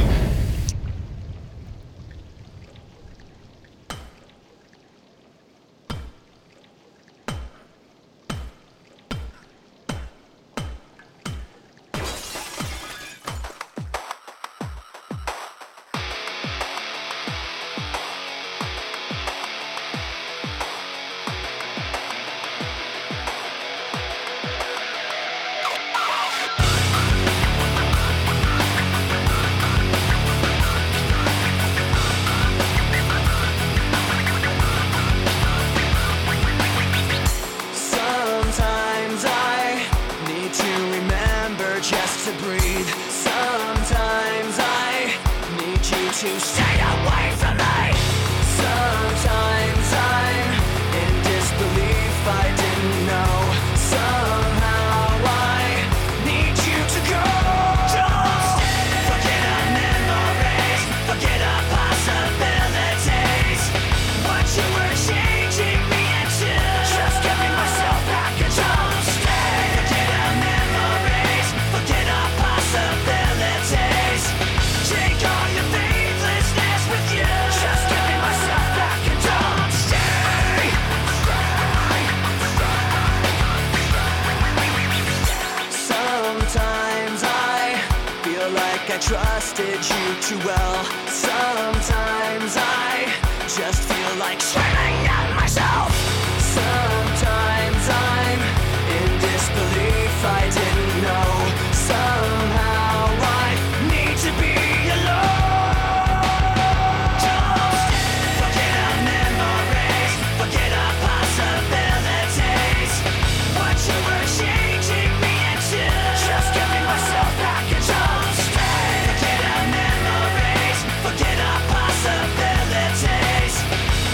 [SPEAKER 5] Sometimes I need to remember just to breathe. Sometimes I need you to stay away from me. Sometimes I'm in disbelief, I didn't know. Somehow I need you to go. Forget our memories, forget our possibilities. What you were changing me into. Just giving myself back control. Stay. Forget our memories. Forget our possibilities. Take all your faithlessness with you. Just giving myself back control. Stay. Sometimes I feel like I trusted you too well. Sometimes I just feel like screaming at myself. Sometimes I'm in disbelief, I didn't know. Somehow I need to be alone. Forget our memories, forget our possibilities. What you were changing me into, just giving myself back control. Stay. Forget our memories, forget our possibilities.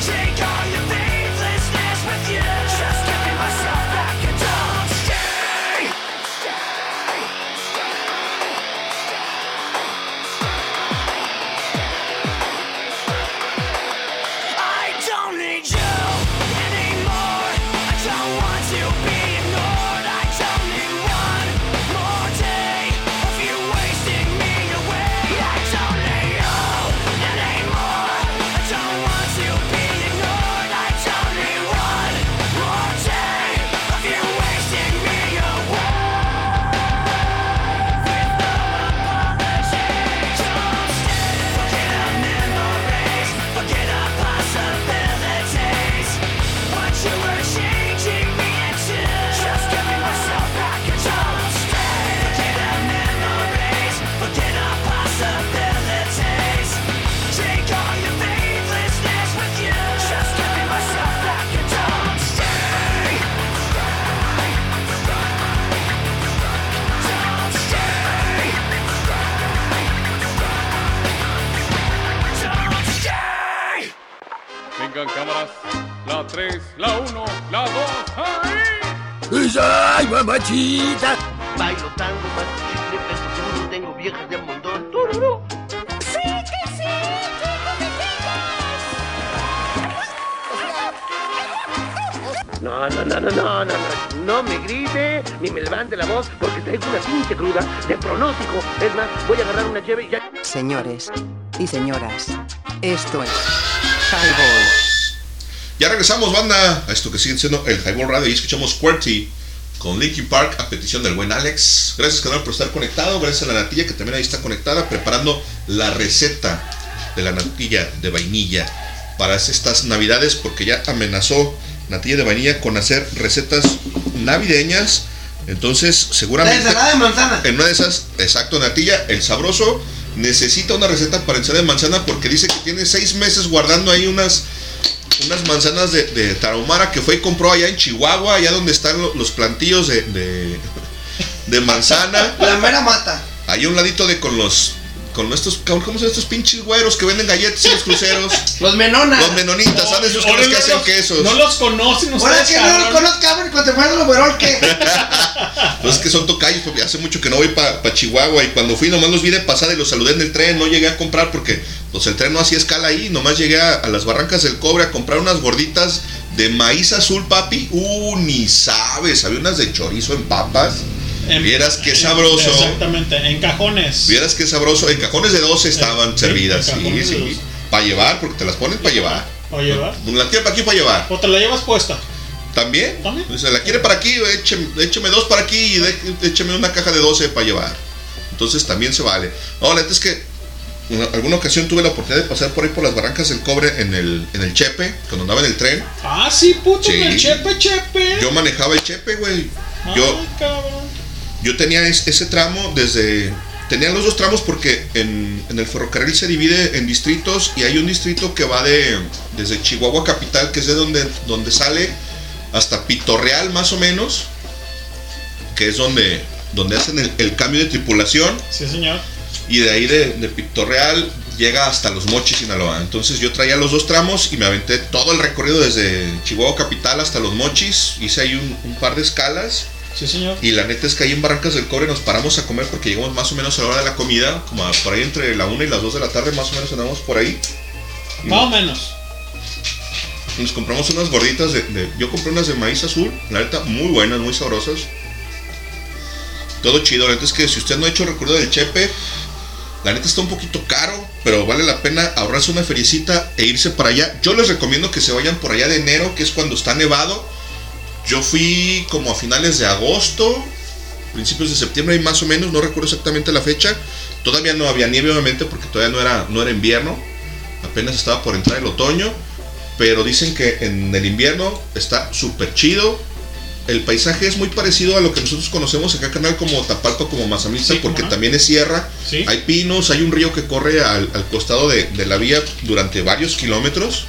[SPEAKER 5] Take all your faithlessness with you, just giving myself back control. Stay. I don't need you anymore. I don't want to be ignored. I don't need one more day of you wasting me away. I don't need you anymore. I don't want to be ignored. I don't need one more day of you wasting me away. With no apologies, don't stay. Forget our memories. Forget our possibilities. What you were changing me into. Just giving myself back control. Stay. Forget our memories. Forget our possibilities. Take all your faithlessness with you. Just giving myself back control. Stay. Don't stay. Don't stay.
[SPEAKER 12] Vengan cámaras. La 3,
[SPEAKER 5] Oh,
[SPEAKER 12] la 1, la 2.
[SPEAKER 13] ¡Ay, mamachita!
[SPEAKER 12] Bailo tango,
[SPEAKER 13] Tengo viejas de a montón.
[SPEAKER 5] Sí que sí,
[SPEAKER 13] No, no, no, no, no, no, no. No me grite ni me levante la voz porque traigo una pinche cruda de pronóstico. Es más, voy a agarrar una lleve y ya.
[SPEAKER 11] Señores y señoras, esto es Highball.
[SPEAKER 3] Ya regresamos, banda, a esto que sigue siendo el Highball Radio y escuchamos QWERTY con Linkin Park a petición del buen Alex. Gracias, canal, por estar conectado. Gracias a la natilla que también ahí está conectada, preparando la receta de la natilla de vainilla para estas navidades, porque ya amenazó Natilla de Vainilla con hacer recetas navideñas. Entonces, seguramente.
[SPEAKER 7] La ensalada de manzana.
[SPEAKER 3] En una de esas, exacto, Natilla, el sabroso necesita una receta para ensalada de manzana porque dice que tiene seis meses guardando ahí unas unas manzanas de, de Tarahumara que fue y compró allá en Chihuahua, allá donde están lo- los plantillos de, de, de manzana.
[SPEAKER 7] La mera mata.
[SPEAKER 3] Ahí a un ladito de con los. Con estos, cabrón, ¿cómo son estos pinches güeros que venden galletas en los cruceros?
[SPEAKER 7] Los menonas.
[SPEAKER 3] Los menonitas, ¿sabes? Esos
[SPEAKER 2] no,
[SPEAKER 3] güeros
[SPEAKER 2] no
[SPEAKER 3] que hacen
[SPEAKER 2] los-
[SPEAKER 3] quesos.
[SPEAKER 2] no los conocen
[SPEAKER 7] Ahora
[SPEAKER 2] ustedes,
[SPEAKER 7] que no lo
[SPEAKER 2] cabrón.
[SPEAKER 7] conozco, cabrón, cuando te fueras al overall, ¿qué?
[SPEAKER 3] Pues es que son tocayos, porque hace mucho que no voy para Chihuahua y cuando fui nomás los vi de pasada y los saludé en el tren, no llegué a comprar porque pues el tren no hacía escala ahí, nomás llegué a, a las barrancas del cobre a comprar unas gorditas de maíz azul, papi. Uh, ni sabes, había unas de chorizo en papas. Vieras qué sabroso.
[SPEAKER 2] Exactamente, en cajones.
[SPEAKER 3] Vieras qué sabroso. En cajones de dos estaban servidas, sí, sí. Para llevar, porque te las ponen para llevar.
[SPEAKER 2] ¿Para llevar?
[SPEAKER 3] Pues La tierra aquí para llevar.
[SPEAKER 2] ¿O te la llevas puesta?
[SPEAKER 3] ¿También? O sea, la quiere para aquí, écheme, écheme dos para aquí y de- écheme una caja de 12 para llevar. Entonces también se vale. Ahora, es que en alguna ocasión tuve la oportunidad de pasar por ahí por las barrancas del cobre en el, en el Chepe, cuando andaba en el tren.
[SPEAKER 2] Ah, sí, puto,
[SPEAKER 3] Sí.
[SPEAKER 2] en el chepe, chepe.
[SPEAKER 3] Yo manejaba el Chepe, güey. Yo,
[SPEAKER 2] Ay, cabrón.
[SPEAKER 3] yo tenía es- ese tramo desde... Tenía los dos tramos porque en, en el ferrocarril se divide en distritos y hay un distrito que va de desde Chihuahua capital, que es de donde, donde sale, hasta Pitorreal más o menos, que es donde, donde hacen el, el cambio de tripulación
[SPEAKER 2] Sí, señor.
[SPEAKER 3] y de ahí de, de Pitorreal llega hasta Los Mochis, Sinaloa. Entonces yo traía los dos tramos y me aventé todo el recorrido desde Chihuahua Capital hasta Los Mochis. Hice ahí un, un par de escalas.
[SPEAKER 2] Sí, señor.
[SPEAKER 3] Y la neta es que ahí en Barrancas del Cobre nos paramos a comer porque llegamos más o menos a la hora de la comida, como a- por ahí entre la 1 y las 2 de la tarde, más o menos andamos por ahí. Y
[SPEAKER 2] Más o menos.
[SPEAKER 3] nos compramos unas gorditas de, de- Yo compré unas de maíz azul, la neta, muy buenas, muy sabrosas. Todo chido, la neta es que si usted no ha hecho recuerdo del Chepe, la neta está un poquito caro, pero vale la pena ahorrarse una feriecita e irse para allá. Yo les recomiendo que se vayan por allá de enero, que es cuando está nevado. Yo fui como a finales de agosto, principios de septiembre y más o menos, no recuerdo exactamente la fecha. Todavía no había nieve, obviamente, porque todavía no era, no era invierno. Apenas estaba por entrar el otoño. Pero dicen que en el invierno está súper chido. El paisaje es muy parecido a lo que nosotros conocemos acá en Canal como Tapalco, como Mazamitla, porque también es sierra. Hay pinos, hay un río que corre al, al costado de, de la vía durante varios kilómetros.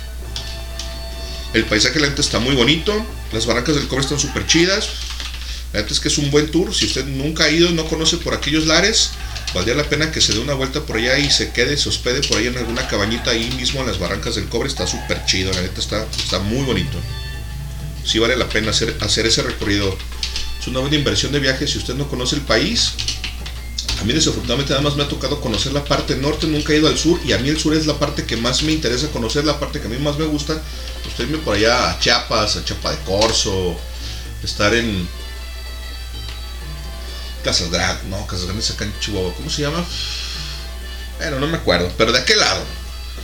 [SPEAKER 3] El paisaje, la neta, está muy bonito. Las barrancas del cobre están súper chidas. La neta es que es un buen tour. Si usted nunca ha ido, no conoce por aquellos lares, valdría la pena que se dé una vuelta por allá y se quede, se hospede por ahí en alguna cabañita ahí mismo en las barrancas del cobre. Está súper chido, la neta está, está muy bonito. Sí vale la pena hacer, hacer ese recorrido. Es una buena inversión de viaje si usted no conoce el país. A mí desafortunadamente nada más me ha tocado conocer la parte norte, nunca he ido al sur y a mí el sur es la parte que más me interesa conocer, la parte que a mí más me gusta. Pues irme por allá a Chiapas, a Chapa de Corzo, estar en, Casas Drag, no, Casas Grandes acá en Chihuahua, ¿cómo se llama? Bueno, no me acuerdo, pero de aquel lado.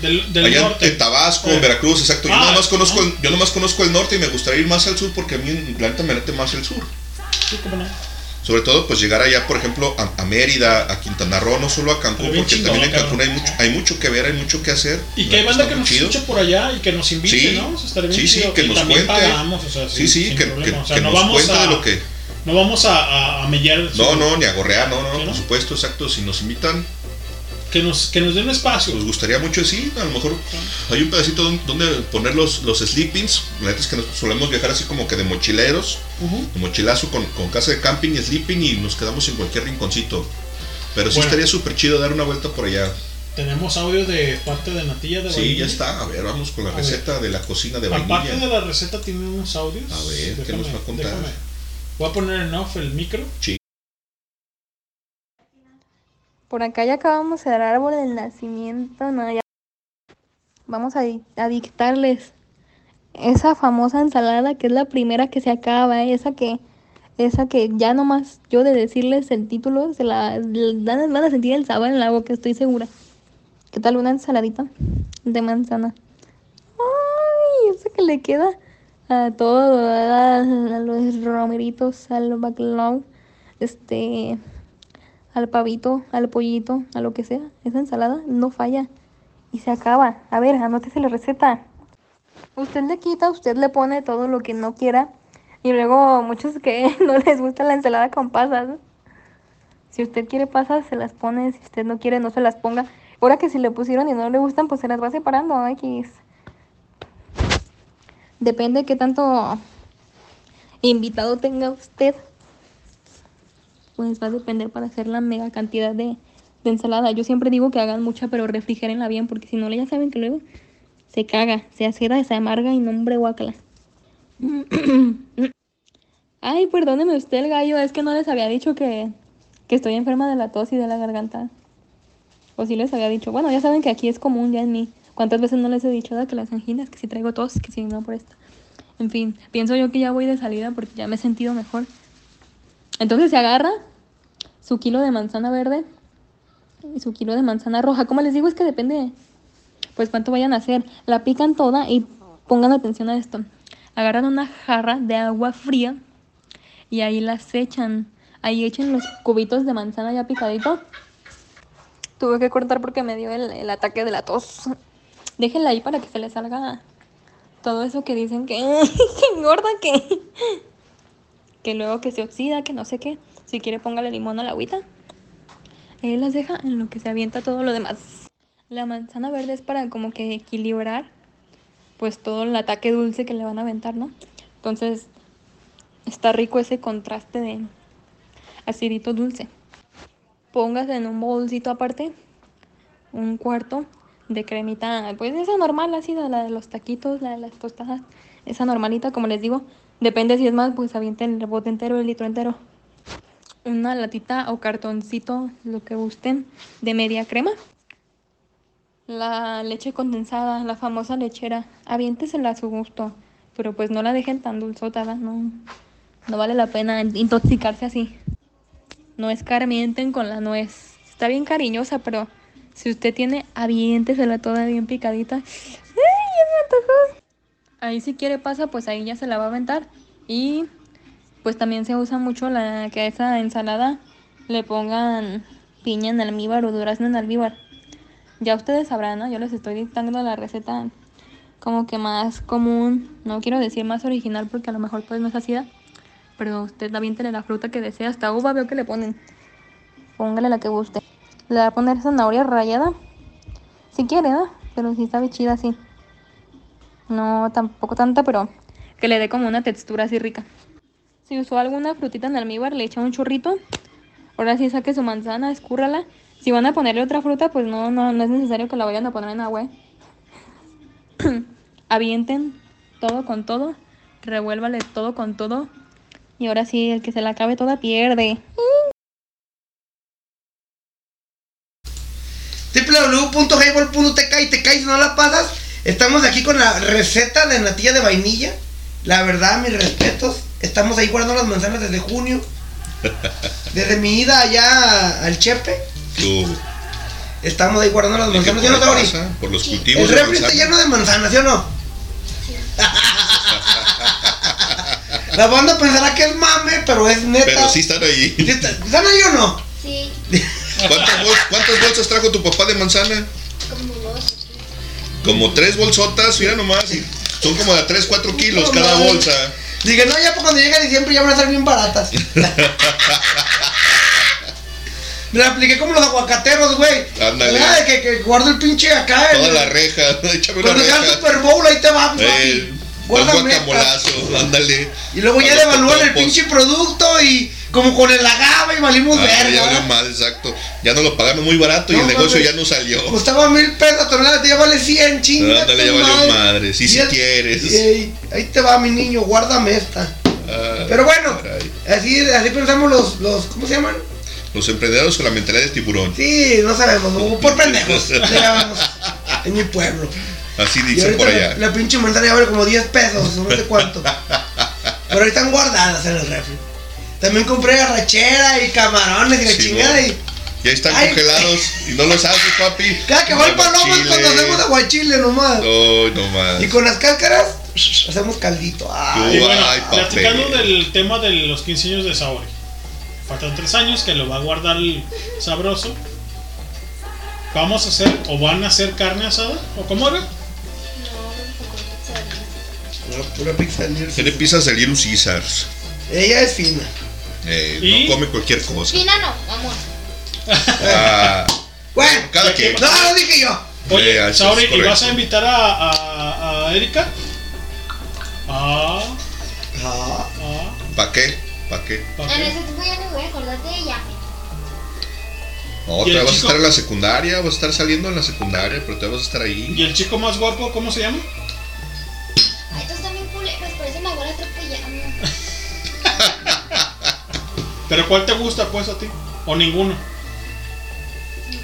[SPEAKER 2] Del, del
[SPEAKER 3] Allá en-
[SPEAKER 2] norte. Ah,
[SPEAKER 3] en Tabasco, en Veracruz, exacto. Yo, nomás conozco el, yo nomás conozco el norte y me gustaría ir más al sur porque a mí en planta me late más el sur.
[SPEAKER 2] Sí, cómo no.
[SPEAKER 3] Sobre todo, pues llegar allá, por ejemplo, a, a Mérida, a Quintana Roo, no solo a Cancún,
[SPEAKER 2] Pero bien
[SPEAKER 3] porque
[SPEAKER 2] chingón,
[SPEAKER 3] también en
[SPEAKER 2] cabrón.
[SPEAKER 3] Cancún hay mucho, hay mucho que ver, hay mucho que hacer.
[SPEAKER 2] Y que hay banda que nos
[SPEAKER 3] chido.
[SPEAKER 2] escuche por allá y que nos invite,
[SPEAKER 3] Sí,
[SPEAKER 2] ¿no? Eso estaría bien
[SPEAKER 3] sí, sí,
[SPEAKER 2] chido.
[SPEAKER 3] que
[SPEAKER 2] Y
[SPEAKER 3] nos
[SPEAKER 2] también
[SPEAKER 3] cuente.
[SPEAKER 2] pagamos, o sea,
[SPEAKER 3] Sí,
[SPEAKER 2] sin-
[SPEAKER 3] sí,
[SPEAKER 2] sin
[SPEAKER 3] que-
[SPEAKER 2] problema.
[SPEAKER 3] que-
[SPEAKER 2] O sea,
[SPEAKER 3] que
[SPEAKER 2] no
[SPEAKER 3] nos
[SPEAKER 2] vamos
[SPEAKER 3] cuente
[SPEAKER 2] a,
[SPEAKER 3] de lo que-
[SPEAKER 2] No vamos a, a, a mellar.
[SPEAKER 3] No,
[SPEAKER 2] su-
[SPEAKER 3] no, ni a gorrear, no, no, por supuesto, exacto. Si nos invitan.
[SPEAKER 2] Que nos, que nos den espacio.
[SPEAKER 3] Nos gustaría mucho, sí, a lo mejor hay un pedacito don- donde poner los, los sleepings. La neta es que nos solemos viajar así como que de mochileros,
[SPEAKER 2] Ujú.
[SPEAKER 3] de mochilazo con, con casa de camping y sleeping y nos quedamos en cualquier rinconcito. Pero sí
[SPEAKER 2] Bueno.
[SPEAKER 3] estaría súper chido dar una vuelta por allá.
[SPEAKER 2] Tenemos audio de parte de Natilla de
[SPEAKER 3] Sí,
[SPEAKER 2] Vainilla.
[SPEAKER 3] ya está. A ver, vamos con la
[SPEAKER 2] A
[SPEAKER 3] receta de la cocina de
[SPEAKER 2] Aparte de
[SPEAKER 3] vainilla.
[SPEAKER 2] la receta tiene unos audios.
[SPEAKER 3] A ver, ¿qué
[SPEAKER 2] Déjame-
[SPEAKER 3] nos va a contar?
[SPEAKER 2] déjame. Voy a poner en off el micro.
[SPEAKER 3] Sí.
[SPEAKER 14] Por acá ya acabamos el árbol del nacimiento, no, ya- Vamos a, di- a dictarles esa famosa ensalada que es la primera que se acaba, ¿eh? esa que, esa que ya nomás yo de decirles el título, se la van, van a sentir el sabor en la boca, estoy segura. ¿Qué tal una ensaladita de manzana? ¡Ay! Esa que le queda a todos, a, a los romeritos, al bacalao, este, al pavito, al pollito, a lo que sea. Esa ensalada no falla y se acaba. A ver, anótese la receta. Usted le quita, usted le pone todo lo que no quiera y luego muchos que no les gusta la ensalada con pasas. ¿no? Si usted quiere pasas, se las pone. Si usted no quiere, no se las ponga. Ahora que si le pusieron y no le gustan, pues se las va separando. ¿no? X. Depende de qué tanto invitado tenga usted. Pues va a depender para hacer la mega cantidad de, de ensalada. Yo siempre digo que hagan mucha, pero refrigérenla bien, porque si no, ya saben que luego se caga, se acera, se amarga y nombre guacala. Ay, perdóneme usted el gallo, es que no les había dicho que, que estoy enferma de la tos y de la garganta. O sí les había dicho. Bueno, ya saben que aquí es común ya en mí. ¿Cuántas veces no les he dicho "Ah, que las anginas, que si traigo tos, que si no por esto? En fin, pienso yo que ya voy de salida porque ya me he sentido mejor. Entonces se agarra su kilo de manzana verde y su kilo de manzana roja. Como les digo, es que depende pues cuánto vayan a hacer. La pican toda y pongan atención a esto. Agarran una jarra de agua fría y ahí las echan. Ahí echan los cubitos de manzana ya picadito. Tuve que cortar porque me dio el, el ataque de la tos. Déjenla ahí para que se le salga todo eso que dicen que, que engorda, que, que luego que se oxida, que no sé qué. Si quiere póngale limón a la agüita. Él las deja en lo que se avienta todo lo demás. La manzana verde es para como que equilibrar pues todo el ataque dulce que le van a aventar, ¿no? Entonces está rico ese contraste de acidito dulce. Póngase en un bolsito aparte un cuarto de cremita, pues esa normal ácida, la de los taquitos, la de las tostadas, esa normalita, como les digo, depende si es más, pues avienten el bote entero, el litro entero una latita o cartoncito, lo que gusten, de media crema. La leche condensada, la famosa lechera, aviéntesela a su gusto, pero pues no la dejen tan dulzota, ¿va? no, no vale la pena intoxicarse así. No escarmienten con la nuez. Está bien cariñosa, pero si usted tiene, aviéntesela toda bien picadita. ¡Ay, ya me antojó! Ahí si quiere pasa, pues ahí ya se la va a aventar. Y pues también se usa mucho la que a esa ensalada le pongan piña en almíbar o durazno en almíbar. Ya ustedes sabrán, ¿no? Yo les estoy dictando la receta como que más común, no quiero decir más original porque a lo mejor pues no es ácida, pero usted la aviéntele la fruta que desea, hasta uva veo que le ponen. Póngale la que guste. Le va a poner zanahoria rallada, si quiere, ¿no? Pero si sabe chida así. No tampoco tanta, pero que le dé como una textura así rica. Si usó alguna frutita en almíbar, le echa un chorrito. Ahora sí saque su manzana, escúrrala. Si van a ponerle otra fruta, pues no, no, no es necesario que la vayan a poner en agua. ¿eh? Avienten todo con todo. Revuélvale todo con todo. Y ahora sí, el que se la acabe toda pierde.
[SPEAKER 7] www.hayball.tk y te caes, no la pasas. Estamos aquí con la receta de natilla de vainilla. La verdad, mis respetos. Estamos ahí guardando las manzanas desde junio. Desde mi ida allá al Chepe.
[SPEAKER 3] Tú,
[SPEAKER 7] Estamos ahí guardando las
[SPEAKER 3] deja por
[SPEAKER 7] manzanas. ¿Sí o no,
[SPEAKER 3] la
[SPEAKER 7] Tauri?
[SPEAKER 3] panza, por los cultivos
[SPEAKER 7] El
[SPEAKER 3] de
[SPEAKER 7] refri está
[SPEAKER 3] manzana.
[SPEAKER 7] lleno de manzanas, ¿sí o no? La banda pensará que es mame, pero es neta.
[SPEAKER 3] Pero sí están ahí.
[SPEAKER 7] ¿Están ahí o no?
[SPEAKER 9] Sí,
[SPEAKER 3] ¿Cuántas, bols- cuántas bolsas trajo tu papá de manzana?
[SPEAKER 9] como dos.
[SPEAKER 3] Como tres bolsotas, mira nomás. y son como de 3, 4 kilos
[SPEAKER 7] No
[SPEAKER 3] cada
[SPEAKER 7] mames.
[SPEAKER 3] bolsa.
[SPEAKER 7] Dije, no, ya para cuando llegue diciembre ya van a estar bien baratas. Me la apliqué como los aguacateros, güey.
[SPEAKER 3] Ándale.
[SPEAKER 7] Ah, de que, que guardo el pinche acá.
[SPEAKER 3] Toda
[SPEAKER 7] el-
[SPEAKER 3] la reja. Échame una
[SPEAKER 7] Cuando llega el
[SPEAKER 3] reja.
[SPEAKER 7] Super Bowl, ahí te va. pues,
[SPEAKER 3] Eh, un
[SPEAKER 7] Guárdame.
[SPEAKER 3] guacamolazo, ándale. este
[SPEAKER 7] Y luego ya
[SPEAKER 3] A los
[SPEAKER 7] devalúan el
[SPEAKER 3] totopos.
[SPEAKER 7] pinche producto y como con el agave y valimos
[SPEAKER 3] Ah,
[SPEAKER 7] verga.
[SPEAKER 3] ya valió
[SPEAKER 7] ¿verdad?
[SPEAKER 3] mal, exacto. Ya nos lo pagaron muy barato y
[SPEAKER 7] No,
[SPEAKER 3] el negocio
[SPEAKER 7] mames.
[SPEAKER 3] ya no salió.
[SPEAKER 7] Costaba mil pesos la tonelada, te ya vale 100, chinga.
[SPEAKER 3] Ah, Ándale, ya
[SPEAKER 7] tu
[SPEAKER 3] valió
[SPEAKER 7] madre.
[SPEAKER 3] madre. Sí, si
[SPEAKER 7] Ya- Y
[SPEAKER 3] quieres.
[SPEAKER 7] ahí, ahí te va mi niño, guárdame esta.
[SPEAKER 3] Ah,
[SPEAKER 7] Pero bueno,
[SPEAKER 3] caray.
[SPEAKER 7] así, así pensamos los, los, ¿cómo se llaman?
[SPEAKER 3] Los emprendedores con la mentalidad de tiburón.
[SPEAKER 7] Sí, no sabemos, no, por pendejos. digamos, en mi pueblo.
[SPEAKER 3] Así
[SPEAKER 7] Y
[SPEAKER 3] dicen
[SPEAKER 7] ahorita
[SPEAKER 3] por
[SPEAKER 7] la,
[SPEAKER 3] allá.
[SPEAKER 7] la pinche manzana ya vale como 10 pesos, no sé cuánto. Pero ahí están guardadas en el refri. También compré arrachera y camarones y la
[SPEAKER 3] Sí,
[SPEAKER 7] chingada
[SPEAKER 3] güey.
[SPEAKER 7] y
[SPEAKER 3] Ya están
[SPEAKER 7] Ay,
[SPEAKER 3] congelados y no los haces, papi.
[SPEAKER 7] cada que va el palomo es cuando hacemos aguachile nomás.
[SPEAKER 3] No, no más.
[SPEAKER 7] Y con las cáscaras, Hacemos caldito.
[SPEAKER 2] Y
[SPEAKER 7] Ay,
[SPEAKER 2] bueno,
[SPEAKER 7] ay, papel.
[SPEAKER 2] platicando del tema de los 15 años de Saori. Faltan 3 años que lo va a guardar el sabroso. Vamos a hacer o van a hacer carne asada o cómo era?
[SPEAKER 7] No, pura pizza del
[SPEAKER 3] Tiene pizzas del Little Caesars.
[SPEAKER 7] Ella es fina.
[SPEAKER 3] Eh,
[SPEAKER 2] ¿Y?
[SPEAKER 3] No come cualquier cosa.
[SPEAKER 9] Fina no, amor.
[SPEAKER 3] Ah,
[SPEAKER 7] Bueno,
[SPEAKER 3] cada quien.
[SPEAKER 7] No, lo dije yo.
[SPEAKER 3] Eh,
[SPEAKER 2] Oye,
[SPEAKER 3] eso es
[SPEAKER 2] Saori, ¿y
[SPEAKER 3] correcto.
[SPEAKER 2] vas a invitar a, a- a Erika? Ah,
[SPEAKER 7] Ah,
[SPEAKER 2] ah,
[SPEAKER 3] ¿Para qué? ¿Para qué?
[SPEAKER 2] ¿para
[SPEAKER 9] En
[SPEAKER 2] qué?
[SPEAKER 9] ese tiempo ya ni voy a acordar de ella.
[SPEAKER 3] No,
[SPEAKER 2] ¿Y el
[SPEAKER 3] todavía vas a
[SPEAKER 2] chico?
[SPEAKER 3] estar en la secundaria, vas a estar saliendo en la secundaria, pero todavía vas a estar ahí.
[SPEAKER 2] ¿Y el chico más guapo, cómo se llama?
[SPEAKER 9] Ay, estos también culeros, parecen abuela atropellada.
[SPEAKER 2] ¿Pero cuál te gusta pues a ti? ¿O ninguno?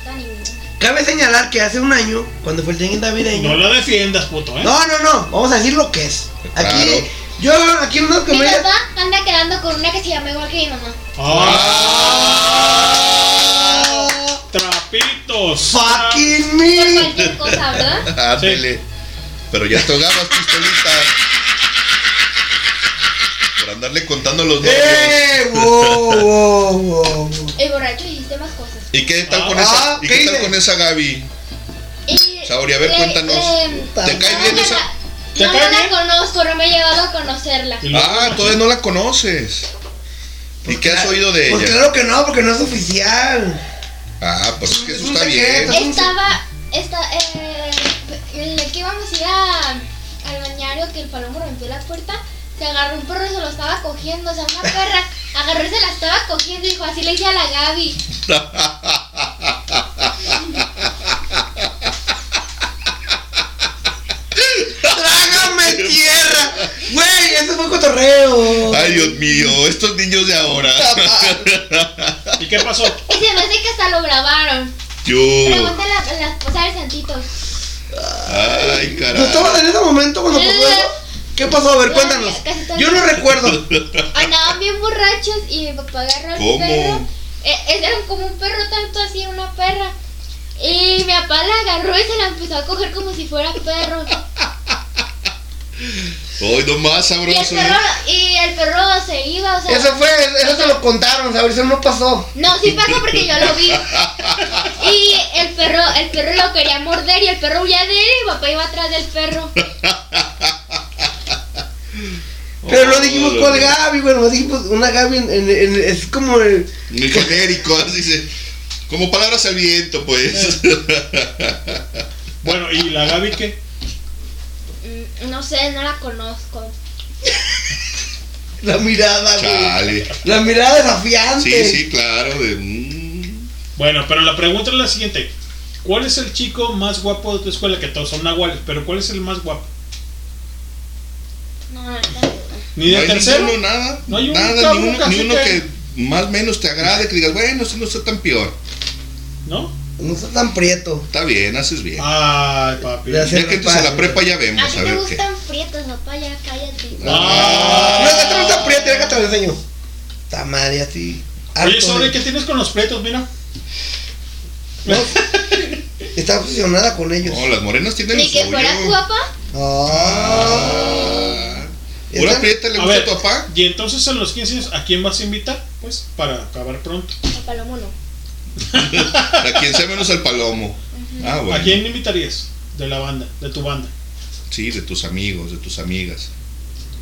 [SPEAKER 9] No, ninguno.
[SPEAKER 7] Cabe señalar que hace un año, cuando fue el Tenguín
[SPEAKER 2] No
[SPEAKER 7] Navideño.
[SPEAKER 2] lo defiendas, puto, ¿eh?
[SPEAKER 7] No, no, no. Vamos a decir lo que es. Aquí, yo, aquí no nos
[SPEAKER 9] Mi
[SPEAKER 7] comemos.
[SPEAKER 9] papá anda quedando con una que se llama igual que mi mamá.
[SPEAKER 2] Ah.
[SPEAKER 7] Pues
[SPEAKER 2] Trapitos.
[SPEAKER 7] Fucking
[SPEAKER 9] Por
[SPEAKER 7] me.
[SPEAKER 9] cualquier cosa, ¿verdad?
[SPEAKER 3] Ándele. Pero ya te ahogabas, pistolita. Por andarle contando los novios.
[SPEAKER 7] ¡Eh! ¡Wow, wow, wow!
[SPEAKER 9] El borracho hiciste más cosas.
[SPEAKER 3] ¿Y qué tal con
[SPEAKER 7] Ah,
[SPEAKER 3] esa? ¿Y
[SPEAKER 7] ¿qué
[SPEAKER 3] qué, tal
[SPEAKER 7] hice?
[SPEAKER 3] con esa Gaby?
[SPEAKER 9] Y
[SPEAKER 3] Saori, a ver,
[SPEAKER 9] le-
[SPEAKER 3] cuéntanos.
[SPEAKER 9] le-
[SPEAKER 3] ¿Te cae
[SPEAKER 9] no
[SPEAKER 3] bien
[SPEAKER 9] me
[SPEAKER 3] esa?
[SPEAKER 9] la-
[SPEAKER 2] ¿Te
[SPEAKER 9] no,
[SPEAKER 2] cae
[SPEAKER 9] no la
[SPEAKER 2] bien?
[SPEAKER 9] conozco, no me he llegado a conocerla.
[SPEAKER 2] Y luego-
[SPEAKER 3] Ah, todavía no la conoces. ¿Y qué has oído de
[SPEAKER 7] Pues
[SPEAKER 3] ella?
[SPEAKER 7] claro que no, porque no es oficial.
[SPEAKER 3] Ah, pues es que
[SPEAKER 7] Es
[SPEAKER 3] eso
[SPEAKER 7] un
[SPEAKER 3] está
[SPEAKER 7] secreto.
[SPEAKER 3] bien.
[SPEAKER 9] Estaba, esta, eh, el que íbamos a ir a- al bañario que el palomo rompió la puerta, se agarró un perro y se lo estaba cogiendo, o sea, una perra agarró y se la estaba cogiendo y dijo, así le hice a la Gaby.
[SPEAKER 7] ¡Trágame tierra! ¡Güey! ¡Eso fue cotorreo!
[SPEAKER 3] Ay, Dios mío, estos niños de ahora.
[SPEAKER 2] ¿Y qué pasó?
[SPEAKER 9] Y se me hace que hasta lo grabaron.
[SPEAKER 3] Yo.
[SPEAKER 9] Pregúntale a la esposa del santito.
[SPEAKER 3] Ah, Ay,
[SPEAKER 7] ¿Tú
[SPEAKER 3] carajo.
[SPEAKER 7] estabas en ese momento cuando
[SPEAKER 3] pues,
[SPEAKER 7] pasó eso? ¿Qué pasó? A ver, cuéntanos. Yo no recuerdo.
[SPEAKER 9] Andaban bien borrachos y mi papá agarró al
[SPEAKER 3] ¿Cómo?
[SPEAKER 9] perro. Eh, era como un perro tanto así, una perra. Y mi papá la agarró y se la empezó a coger como si fuera perro.
[SPEAKER 3] Hoy nomás
[SPEAKER 9] Y el
[SPEAKER 3] sabroso.
[SPEAKER 9] perro, y el perro se iba, o sea.
[SPEAKER 7] Eso fue, eso te lo contaron, ¿sabes? Eso no pasó.
[SPEAKER 9] No, sí pasó porque yo lo vi. Y el perro, el perro lo quería morder y el perro huía de él y mi papá iba atrás del perro.
[SPEAKER 7] Pero no dijimos cuál Gaby, güey. No dijimos una Gaby en, en- en- es como el.
[SPEAKER 3] Muy genérico, así dice. Como palabras al viento, pues.
[SPEAKER 2] Bueno, ¿y la Gaby qué?
[SPEAKER 9] Mm, No sé, no la conozco.
[SPEAKER 7] La mirada, güey.
[SPEAKER 3] Chale.
[SPEAKER 7] La mirada desafiante.
[SPEAKER 3] Sí, sí, claro. De, mm.
[SPEAKER 2] Bueno, pero la pregunta es la siguiente. ¿Cuál es el chico más guapo de tu escuela? Que todos son nahuales, pero ¿cuál es el más guapo?
[SPEAKER 9] No, no, no.
[SPEAKER 2] ¿Ni de
[SPEAKER 3] no hay
[SPEAKER 2] tercero?
[SPEAKER 3] ninguno, nada.
[SPEAKER 2] No hay un
[SPEAKER 3] nada,
[SPEAKER 2] cabrón
[SPEAKER 3] ni uno,
[SPEAKER 2] casi
[SPEAKER 3] ni uno
[SPEAKER 2] que-
[SPEAKER 3] que más o menos te agrade, que digas, bueno, este no está tan peor.
[SPEAKER 2] ¿No?
[SPEAKER 7] No está tan prieto.
[SPEAKER 3] Está bien, haces bien.
[SPEAKER 2] Ay, papi.
[SPEAKER 7] Ya sé.
[SPEAKER 3] ya que entres a la prepa ya vemos,
[SPEAKER 9] A ti
[SPEAKER 3] a
[SPEAKER 9] te
[SPEAKER 3] ver qué.
[SPEAKER 9] gustan prietos, papá, ya cállate.
[SPEAKER 7] Ah, No,
[SPEAKER 2] Ah.
[SPEAKER 7] esta no está prieto, déjate te lo enseño. Está madre así.
[SPEAKER 2] Oye,
[SPEAKER 7] Harto
[SPEAKER 2] Sobre,
[SPEAKER 7] de-
[SPEAKER 2] ¿qué tienes con los pretos? Mira.
[SPEAKER 7] Está obsesionada con ellos.
[SPEAKER 3] No, las morenas tienen lo
[SPEAKER 9] Ni que
[SPEAKER 3] suyo.
[SPEAKER 9] fueras guapa.
[SPEAKER 7] Ah.
[SPEAKER 3] Ah. ¿Pura
[SPEAKER 7] Están-
[SPEAKER 3] prieta le
[SPEAKER 2] A
[SPEAKER 3] gusta
[SPEAKER 2] ver.
[SPEAKER 3] a tu papá?
[SPEAKER 2] Y entonces en los 15 años, ¿a quién vas a invitar? Pues, para acabar pronto.
[SPEAKER 9] El palomo no.
[SPEAKER 3] A quien sea menos al palomo. Ah, bueno.
[SPEAKER 2] ¿A quién invitarías? De la banda, de tu banda.
[SPEAKER 3] Sí, de tus amigos, de tus amigas.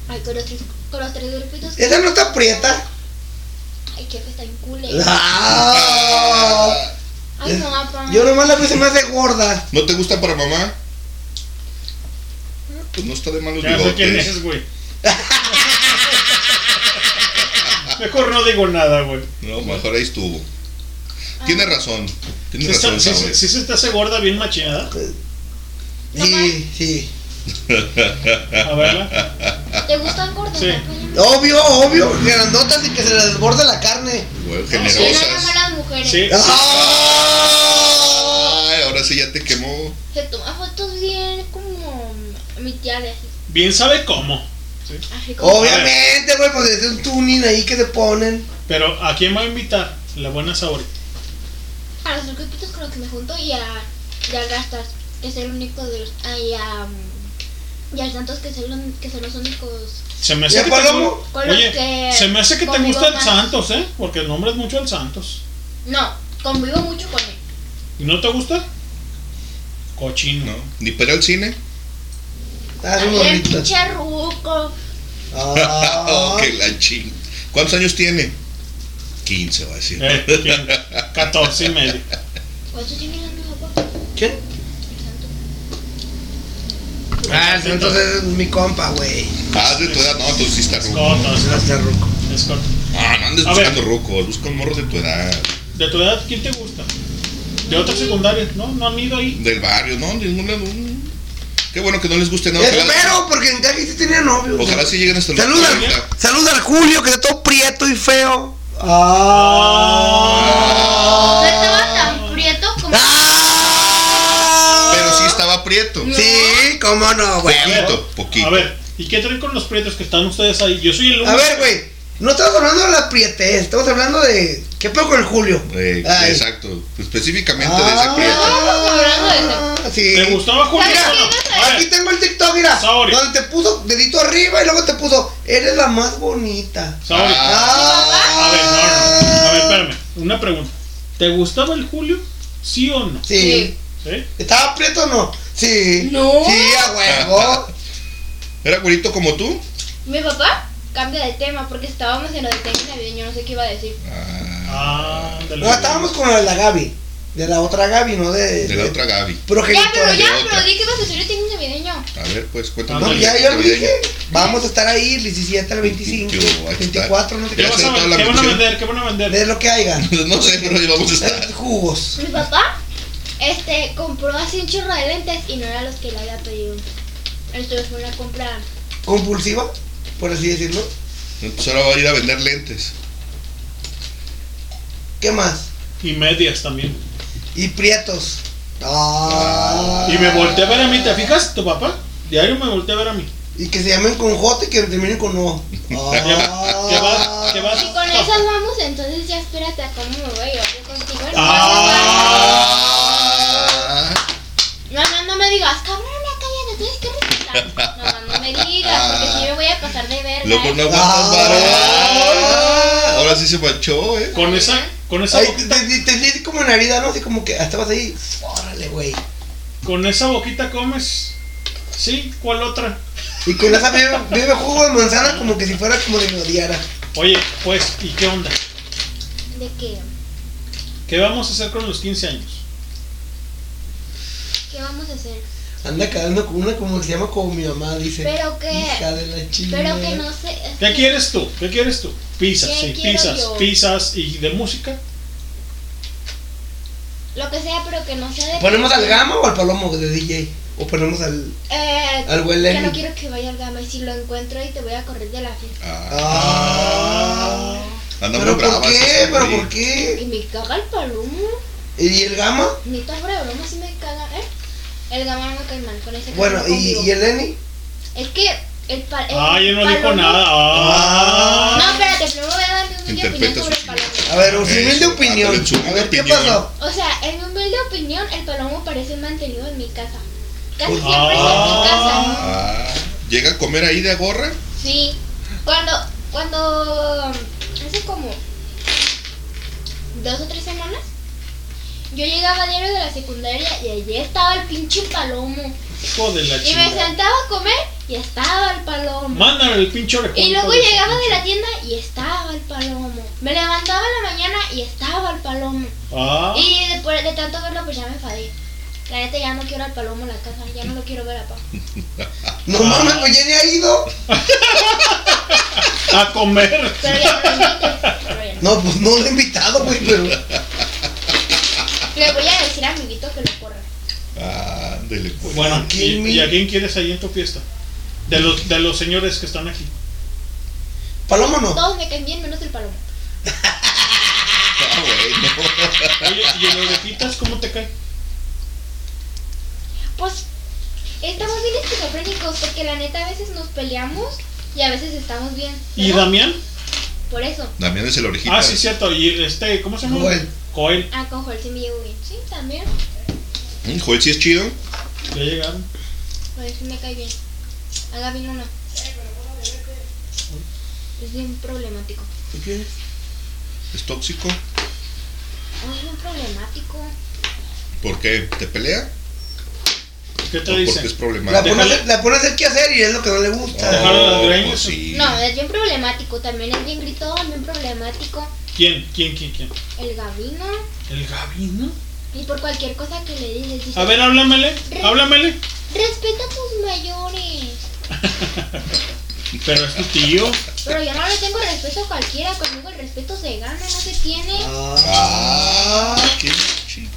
[SPEAKER 9] Ay, con los tres, con los tres grupitos.
[SPEAKER 7] Esa no está prieta.
[SPEAKER 9] Ay, qué está en culé.
[SPEAKER 7] Ah.
[SPEAKER 9] Ay, no, papá.
[SPEAKER 7] Yo nomás la vez se me hace gorda.
[SPEAKER 3] ¿No te gusta para mamá? Ah, Pues no está de malos
[SPEAKER 2] Ya sé quién
[SPEAKER 3] bigotes.
[SPEAKER 2] es, güey. Mejor no digo nada, güey.
[SPEAKER 3] No, mejor ahí estuvo. Tiene
[SPEAKER 9] Ah.
[SPEAKER 3] razón. Tiene
[SPEAKER 2] Si, está- si-
[SPEAKER 3] razón, Saúl.
[SPEAKER 2] si se te hace gorda, bien machinada.
[SPEAKER 7] Pues, Sí, sí.
[SPEAKER 2] A verla.
[SPEAKER 9] ¿Te gustan gordas,
[SPEAKER 2] Sí.
[SPEAKER 9] papá? Ya?
[SPEAKER 7] Obvio, obvio. Grandotas y que se les desborde la carne.
[SPEAKER 3] Güey,
[SPEAKER 9] Sí, no, no,
[SPEAKER 3] generosas.
[SPEAKER 9] las mujeres.
[SPEAKER 2] Sí.
[SPEAKER 3] Ay, ahora sí ya te quemó.
[SPEAKER 9] Se toma fotos bien como mm, mi tía de así.
[SPEAKER 2] Bien sabe cómo.
[SPEAKER 9] así como-
[SPEAKER 7] Obviamente, güey, pues es un tuning ahí que se ponen.
[SPEAKER 2] Pero ¿a quién va a invitar? La buena Saori.
[SPEAKER 7] Oh.
[SPEAKER 9] A los tres grupitos con los que me junto y a, y a Gastas, que es el único de los. Ay, a. mm, Y hay tantos que son, los- que son los únicos.
[SPEAKER 2] Se me hace que te
[SPEAKER 9] Palomo?
[SPEAKER 2] gu-
[SPEAKER 9] Con los
[SPEAKER 2] Oye,
[SPEAKER 9] que
[SPEAKER 2] se me hace que te
[SPEAKER 9] convivo
[SPEAKER 2] gusta el
[SPEAKER 9] más.
[SPEAKER 2] Santos, ¿eh? Porque el nombre es mucho el Santos.
[SPEAKER 9] No, convivo mucho con él.
[SPEAKER 2] ¿Y no te gusta? Cochino.
[SPEAKER 3] Ni para el cine.
[SPEAKER 9] Bien pinche ruco.
[SPEAKER 3] Ah, que la ching. ¿Cuántos años tiene? 15, va a decir.
[SPEAKER 2] 14 Eh, y medio.
[SPEAKER 9] ¿Cuánto tiene la nueva
[SPEAKER 7] ¿Quién? Ah, entonces, es mi compa, güey.
[SPEAKER 3] Ah, de tu edad, no, tú sí estás ruco. Ah, no andes
[SPEAKER 2] A
[SPEAKER 3] buscando rucos, busca un morro de tu edad.
[SPEAKER 2] ¿De tu edad quién te gusta? ¿De otra secundaria? No, no han ido ahí.
[SPEAKER 3] Del barrio, no, de ningún lado. Qué bueno que no les guste nada.
[SPEAKER 7] Espero, porque en Cali sí tenía novio.
[SPEAKER 3] Ojalá sí lleguen hasta el
[SPEAKER 7] Saluda, al- saluda al Julio, que está todo prieto y feo.
[SPEAKER 2] Ah.
[SPEAKER 7] Ah.
[SPEAKER 9] No estaba tan prieto como.
[SPEAKER 3] Pero sí estaba prieto.
[SPEAKER 7] Sí, cómo no, güey.
[SPEAKER 3] Poquito,
[SPEAKER 2] A ver, ¿y qué traen con los prietos que están ustedes ahí? Yo soy el único.
[SPEAKER 7] A ver, güey. No estamos hablando de la prietez, estamos hablando de. ¿Qué pedo con el Julio?
[SPEAKER 3] Eh,
[SPEAKER 7] Ay. Ah.
[SPEAKER 3] exacto, específicamente de ese prieto.
[SPEAKER 7] Sí.
[SPEAKER 2] ¿Te gustaba Julio?
[SPEAKER 7] Mira,
[SPEAKER 2] o no?
[SPEAKER 7] aquí tengo el TikTok, mira.
[SPEAKER 2] Saori.
[SPEAKER 7] Donde te puso dedito arriba y luego te puso, eres la más bonita. Ah.
[SPEAKER 2] Saori.
[SPEAKER 3] Ah.
[SPEAKER 2] A ver, no, no. A ver, espérame. Una pregunta. ¿Te gustaba el Julio? ¿Sí o no?
[SPEAKER 7] Sí.
[SPEAKER 2] ¿Sí?
[SPEAKER 7] ¿Estaba prieto o no? Sí.
[SPEAKER 9] No.
[SPEAKER 7] Sí, a huevo.
[SPEAKER 3] ¿Era güerito como tú?
[SPEAKER 9] Mi papá cambia de tema porque estábamos en lo de tenis navideño, no sé qué iba a decir.
[SPEAKER 2] Ah, de
[SPEAKER 7] No, estábamos con lo de la Gaby. De la otra Gaby, no de.
[SPEAKER 3] De la otra Gaby.
[SPEAKER 9] Ya, pero ya,
[SPEAKER 3] De
[SPEAKER 9] pero
[SPEAKER 3] otra.
[SPEAKER 9] di que ibas a hacer el tenis navideño.
[SPEAKER 3] A ver, pues cuéntame.
[SPEAKER 7] No, ya, ya lo dije. Vamos a estar ahí el 17 al 25,
[SPEAKER 3] Yo, ahí está.
[SPEAKER 7] 24, no sé
[SPEAKER 3] ¿Qué vas a
[SPEAKER 2] ¿Qué
[SPEAKER 3] vender?
[SPEAKER 2] van a vender? ¿Qué van a vender?
[SPEAKER 7] De lo que haya.
[SPEAKER 3] No sé, pero ahí vamos a estar.
[SPEAKER 7] Jugos.
[SPEAKER 9] Mi papá este, compró así un chorro de lentes y no eran los que le había pedido. Entonces fue una compra.
[SPEAKER 7] Compulsiva, por así decirlo.
[SPEAKER 3] Entonces ahora va a ir a vender lentes.
[SPEAKER 7] ¿Qué más?
[SPEAKER 2] Y medias también.
[SPEAKER 7] Y prietos. Ah.
[SPEAKER 2] Y me volteé a ver a mí, ¿te fijas? Tu papá. Diario me volteé a ver a mí.
[SPEAKER 7] Y que se llamen con J y que terminen con O. Ah.
[SPEAKER 2] ¿Qué vas? ¿Qué vas?
[SPEAKER 9] Si con esas vamos, entonces ya espérate a cómo me voy yo contigo. No, no, no, no me digas, cabrón, cállate, tienes que respetar.
[SPEAKER 7] Ah.
[SPEAKER 9] No, no me digas, porque si yo me voy a pasar de verga.
[SPEAKER 3] Loco, no aguantas vara. Ahora sí se manchó, ¿eh?
[SPEAKER 2] Con esa, con esa,
[SPEAKER 7] Ay,
[SPEAKER 2] boquita,
[SPEAKER 7] te, te, te sentí como en herida, ¿no? Así como que estabas ahí. Órale, güey.
[SPEAKER 2] con esa boquita comes. ¿Sí? ¿Cuál otra?
[SPEAKER 7] Y con esa bebe, bebe jugo de manzana como que si fuera como de me odiara.
[SPEAKER 2] Oye, pues, ¿y qué onda?
[SPEAKER 9] ¿De qué?
[SPEAKER 2] ¿Qué vamos a hacer con los 15 años?
[SPEAKER 9] ¿Qué vamos a hacer?
[SPEAKER 7] Anda quedando con una como se llama como mi mamá, dice.
[SPEAKER 9] Pero que-
[SPEAKER 7] Hija de la chingada.
[SPEAKER 9] Pero que no sé.
[SPEAKER 2] ¿Qué quieres tú? ¿Qué quieres tú? Pizzas,
[SPEAKER 9] ¿Qué
[SPEAKER 2] sí,
[SPEAKER 9] quiero
[SPEAKER 2] pizzas,
[SPEAKER 9] yo?
[SPEAKER 2] pizzas y de música.
[SPEAKER 9] Lo que sea, pero que no sea de.
[SPEAKER 7] ¿Ponemos al gama o al palomo de DJ? ¿O ponemos al.?
[SPEAKER 9] Eh,
[SPEAKER 7] Al güey
[SPEAKER 9] que
[SPEAKER 7] Lenny.
[SPEAKER 9] no quiero que vaya al gama y si lo encuentro y te voy a correr de la fiesta.
[SPEAKER 7] Ah.
[SPEAKER 3] Anda muy
[SPEAKER 7] ¿Pero por
[SPEAKER 3] brava.
[SPEAKER 7] qué?
[SPEAKER 3] esa
[SPEAKER 7] ¿Pero
[SPEAKER 3] Saori.
[SPEAKER 7] por qué?
[SPEAKER 9] Y me caga el palomo.
[SPEAKER 7] ¿Y el gama?
[SPEAKER 9] Ni tan fuera de broma si me caga, ¿eh? El gama no me cae mal con ese
[SPEAKER 7] Bueno,
[SPEAKER 9] cabrón
[SPEAKER 7] ¿y,
[SPEAKER 9] convivo.
[SPEAKER 7] y el Lenny?
[SPEAKER 9] Es que el pa- el
[SPEAKER 2] Ay, él no dijo
[SPEAKER 9] palomo-
[SPEAKER 2] nada. Ah.
[SPEAKER 9] No, espérate, primero voy a darle un humilde opinión
[SPEAKER 3] Interpreta
[SPEAKER 9] sobre
[SPEAKER 3] su
[SPEAKER 9] el palomo.
[SPEAKER 7] A ver, o
[SPEAKER 3] Eso,
[SPEAKER 7] si humilde opinión.
[SPEAKER 3] ándale, su
[SPEAKER 7] A ver, ¿qué
[SPEAKER 3] opinión.
[SPEAKER 7] pasó?
[SPEAKER 9] O sea, en mi humilde opinión, el palomo parece mantenido en mi casa. Casi
[SPEAKER 7] Pues
[SPEAKER 2] Ah.
[SPEAKER 9] siempre es en mi Pues, casa.
[SPEAKER 3] Ah, ¿Llega a comer ahí de agorra?
[SPEAKER 9] Sí. Cuando, cuando hace como dos o tres semanas, yo llegaba diario de la secundaria y allí estaba el pinche palomo.
[SPEAKER 2] Hijo de la
[SPEAKER 9] Y me
[SPEAKER 2] chingada.
[SPEAKER 9] sentaba a comer y estaba el palomo.
[SPEAKER 2] Mándale el pinche orejón.
[SPEAKER 9] Y luego
[SPEAKER 2] hijo
[SPEAKER 9] llegaba de la tienda y estaba el palomo. Me levantaba en la mañana y estaba el palomo.
[SPEAKER 2] Ah.
[SPEAKER 9] Y después de tanto verlo, pues ya me enfadé. La neta ya no quiero al palomo en la casa, ya no lo quiero ver a papá.
[SPEAKER 3] Ah.
[SPEAKER 7] No mames, pues ya ni ha ido.
[SPEAKER 2] A comer.
[SPEAKER 9] Pero ya no lo invito. Pero ya no.
[SPEAKER 7] No, pues no lo he invitado, güey, pero.
[SPEAKER 9] Le voy a decir a mi Vito que lo corra.
[SPEAKER 3] Ándele, pues.
[SPEAKER 2] Bueno, ¿y, y a quién quieres ahí en tu fiesta? De los, de los señores que están aquí.
[SPEAKER 7] Palomo no.
[SPEAKER 9] Todos me caen bien menos el palomo.
[SPEAKER 3] Ah, bueno.
[SPEAKER 2] Oye, ¿y el orejitas cómo te cae?
[SPEAKER 9] Pues estamos bien esquizofrénicos porque la neta a veces nos peleamos y a veces estamos bien.
[SPEAKER 2] ¿Y
[SPEAKER 9] ¿verdad?
[SPEAKER 2] Damián?
[SPEAKER 9] Por eso.
[SPEAKER 3] Damián es el orejita.
[SPEAKER 2] Ah, sí, cierto. ¿Y este, cómo se llama?
[SPEAKER 7] Joel.
[SPEAKER 2] Coel.
[SPEAKER 9] Ah, con Joel sí me llevo bien. Sí, también.
[SPEAKER 3] Mm, Joel sí es chido.
[SPEAKER 2] Ya llegaron.
[SPEAKER 9] Joel sí me cae bien. A Gavino no. Es bien problemático.
[SPEAKER 3] ¿Por qué? ¿Es tóxico?
[SPEAKER 9] Ay, Es bien problemático.
[SPEAKER 3] ¿Por qué? ¿Te pelea?
[SPEAKER 2] ¿Qué
[SPEAKER 3] te dice? Porque es
[SPEAKER 7] La
[SPEAKER 3] problemático.
[SPEAKER 7] pone, a hacer- la pone a hacer qué hacer y es lo que no le gusta.
[SPEAKER 3] Oh, pues sí.
[SPEAKER 9] No, es bien problemático. También es bien gritón, bien problemático.
[SPEAKER 2] ¿Quién? ¿Quién? ¿Quién? ¿Quién?
[SPEAKER 9] El Gavino.
[SPEAKER 2] ¿El Gabino?
[SPEAKER 9] Y por cualquier cosa que le dices. dice,
[SPEAKER 2] A ver, háblamele, háblamele.
[SPEAKER 9] Respeta a tus mayores.
[SPEAKER 2] Pero es tu tío.
[SPEAKER 9] Pero yo no le tengo respeto a cualquiera. Conmigo el respeto se gana, no se tiene.
[SPEAKER 3] Ah, qué chi-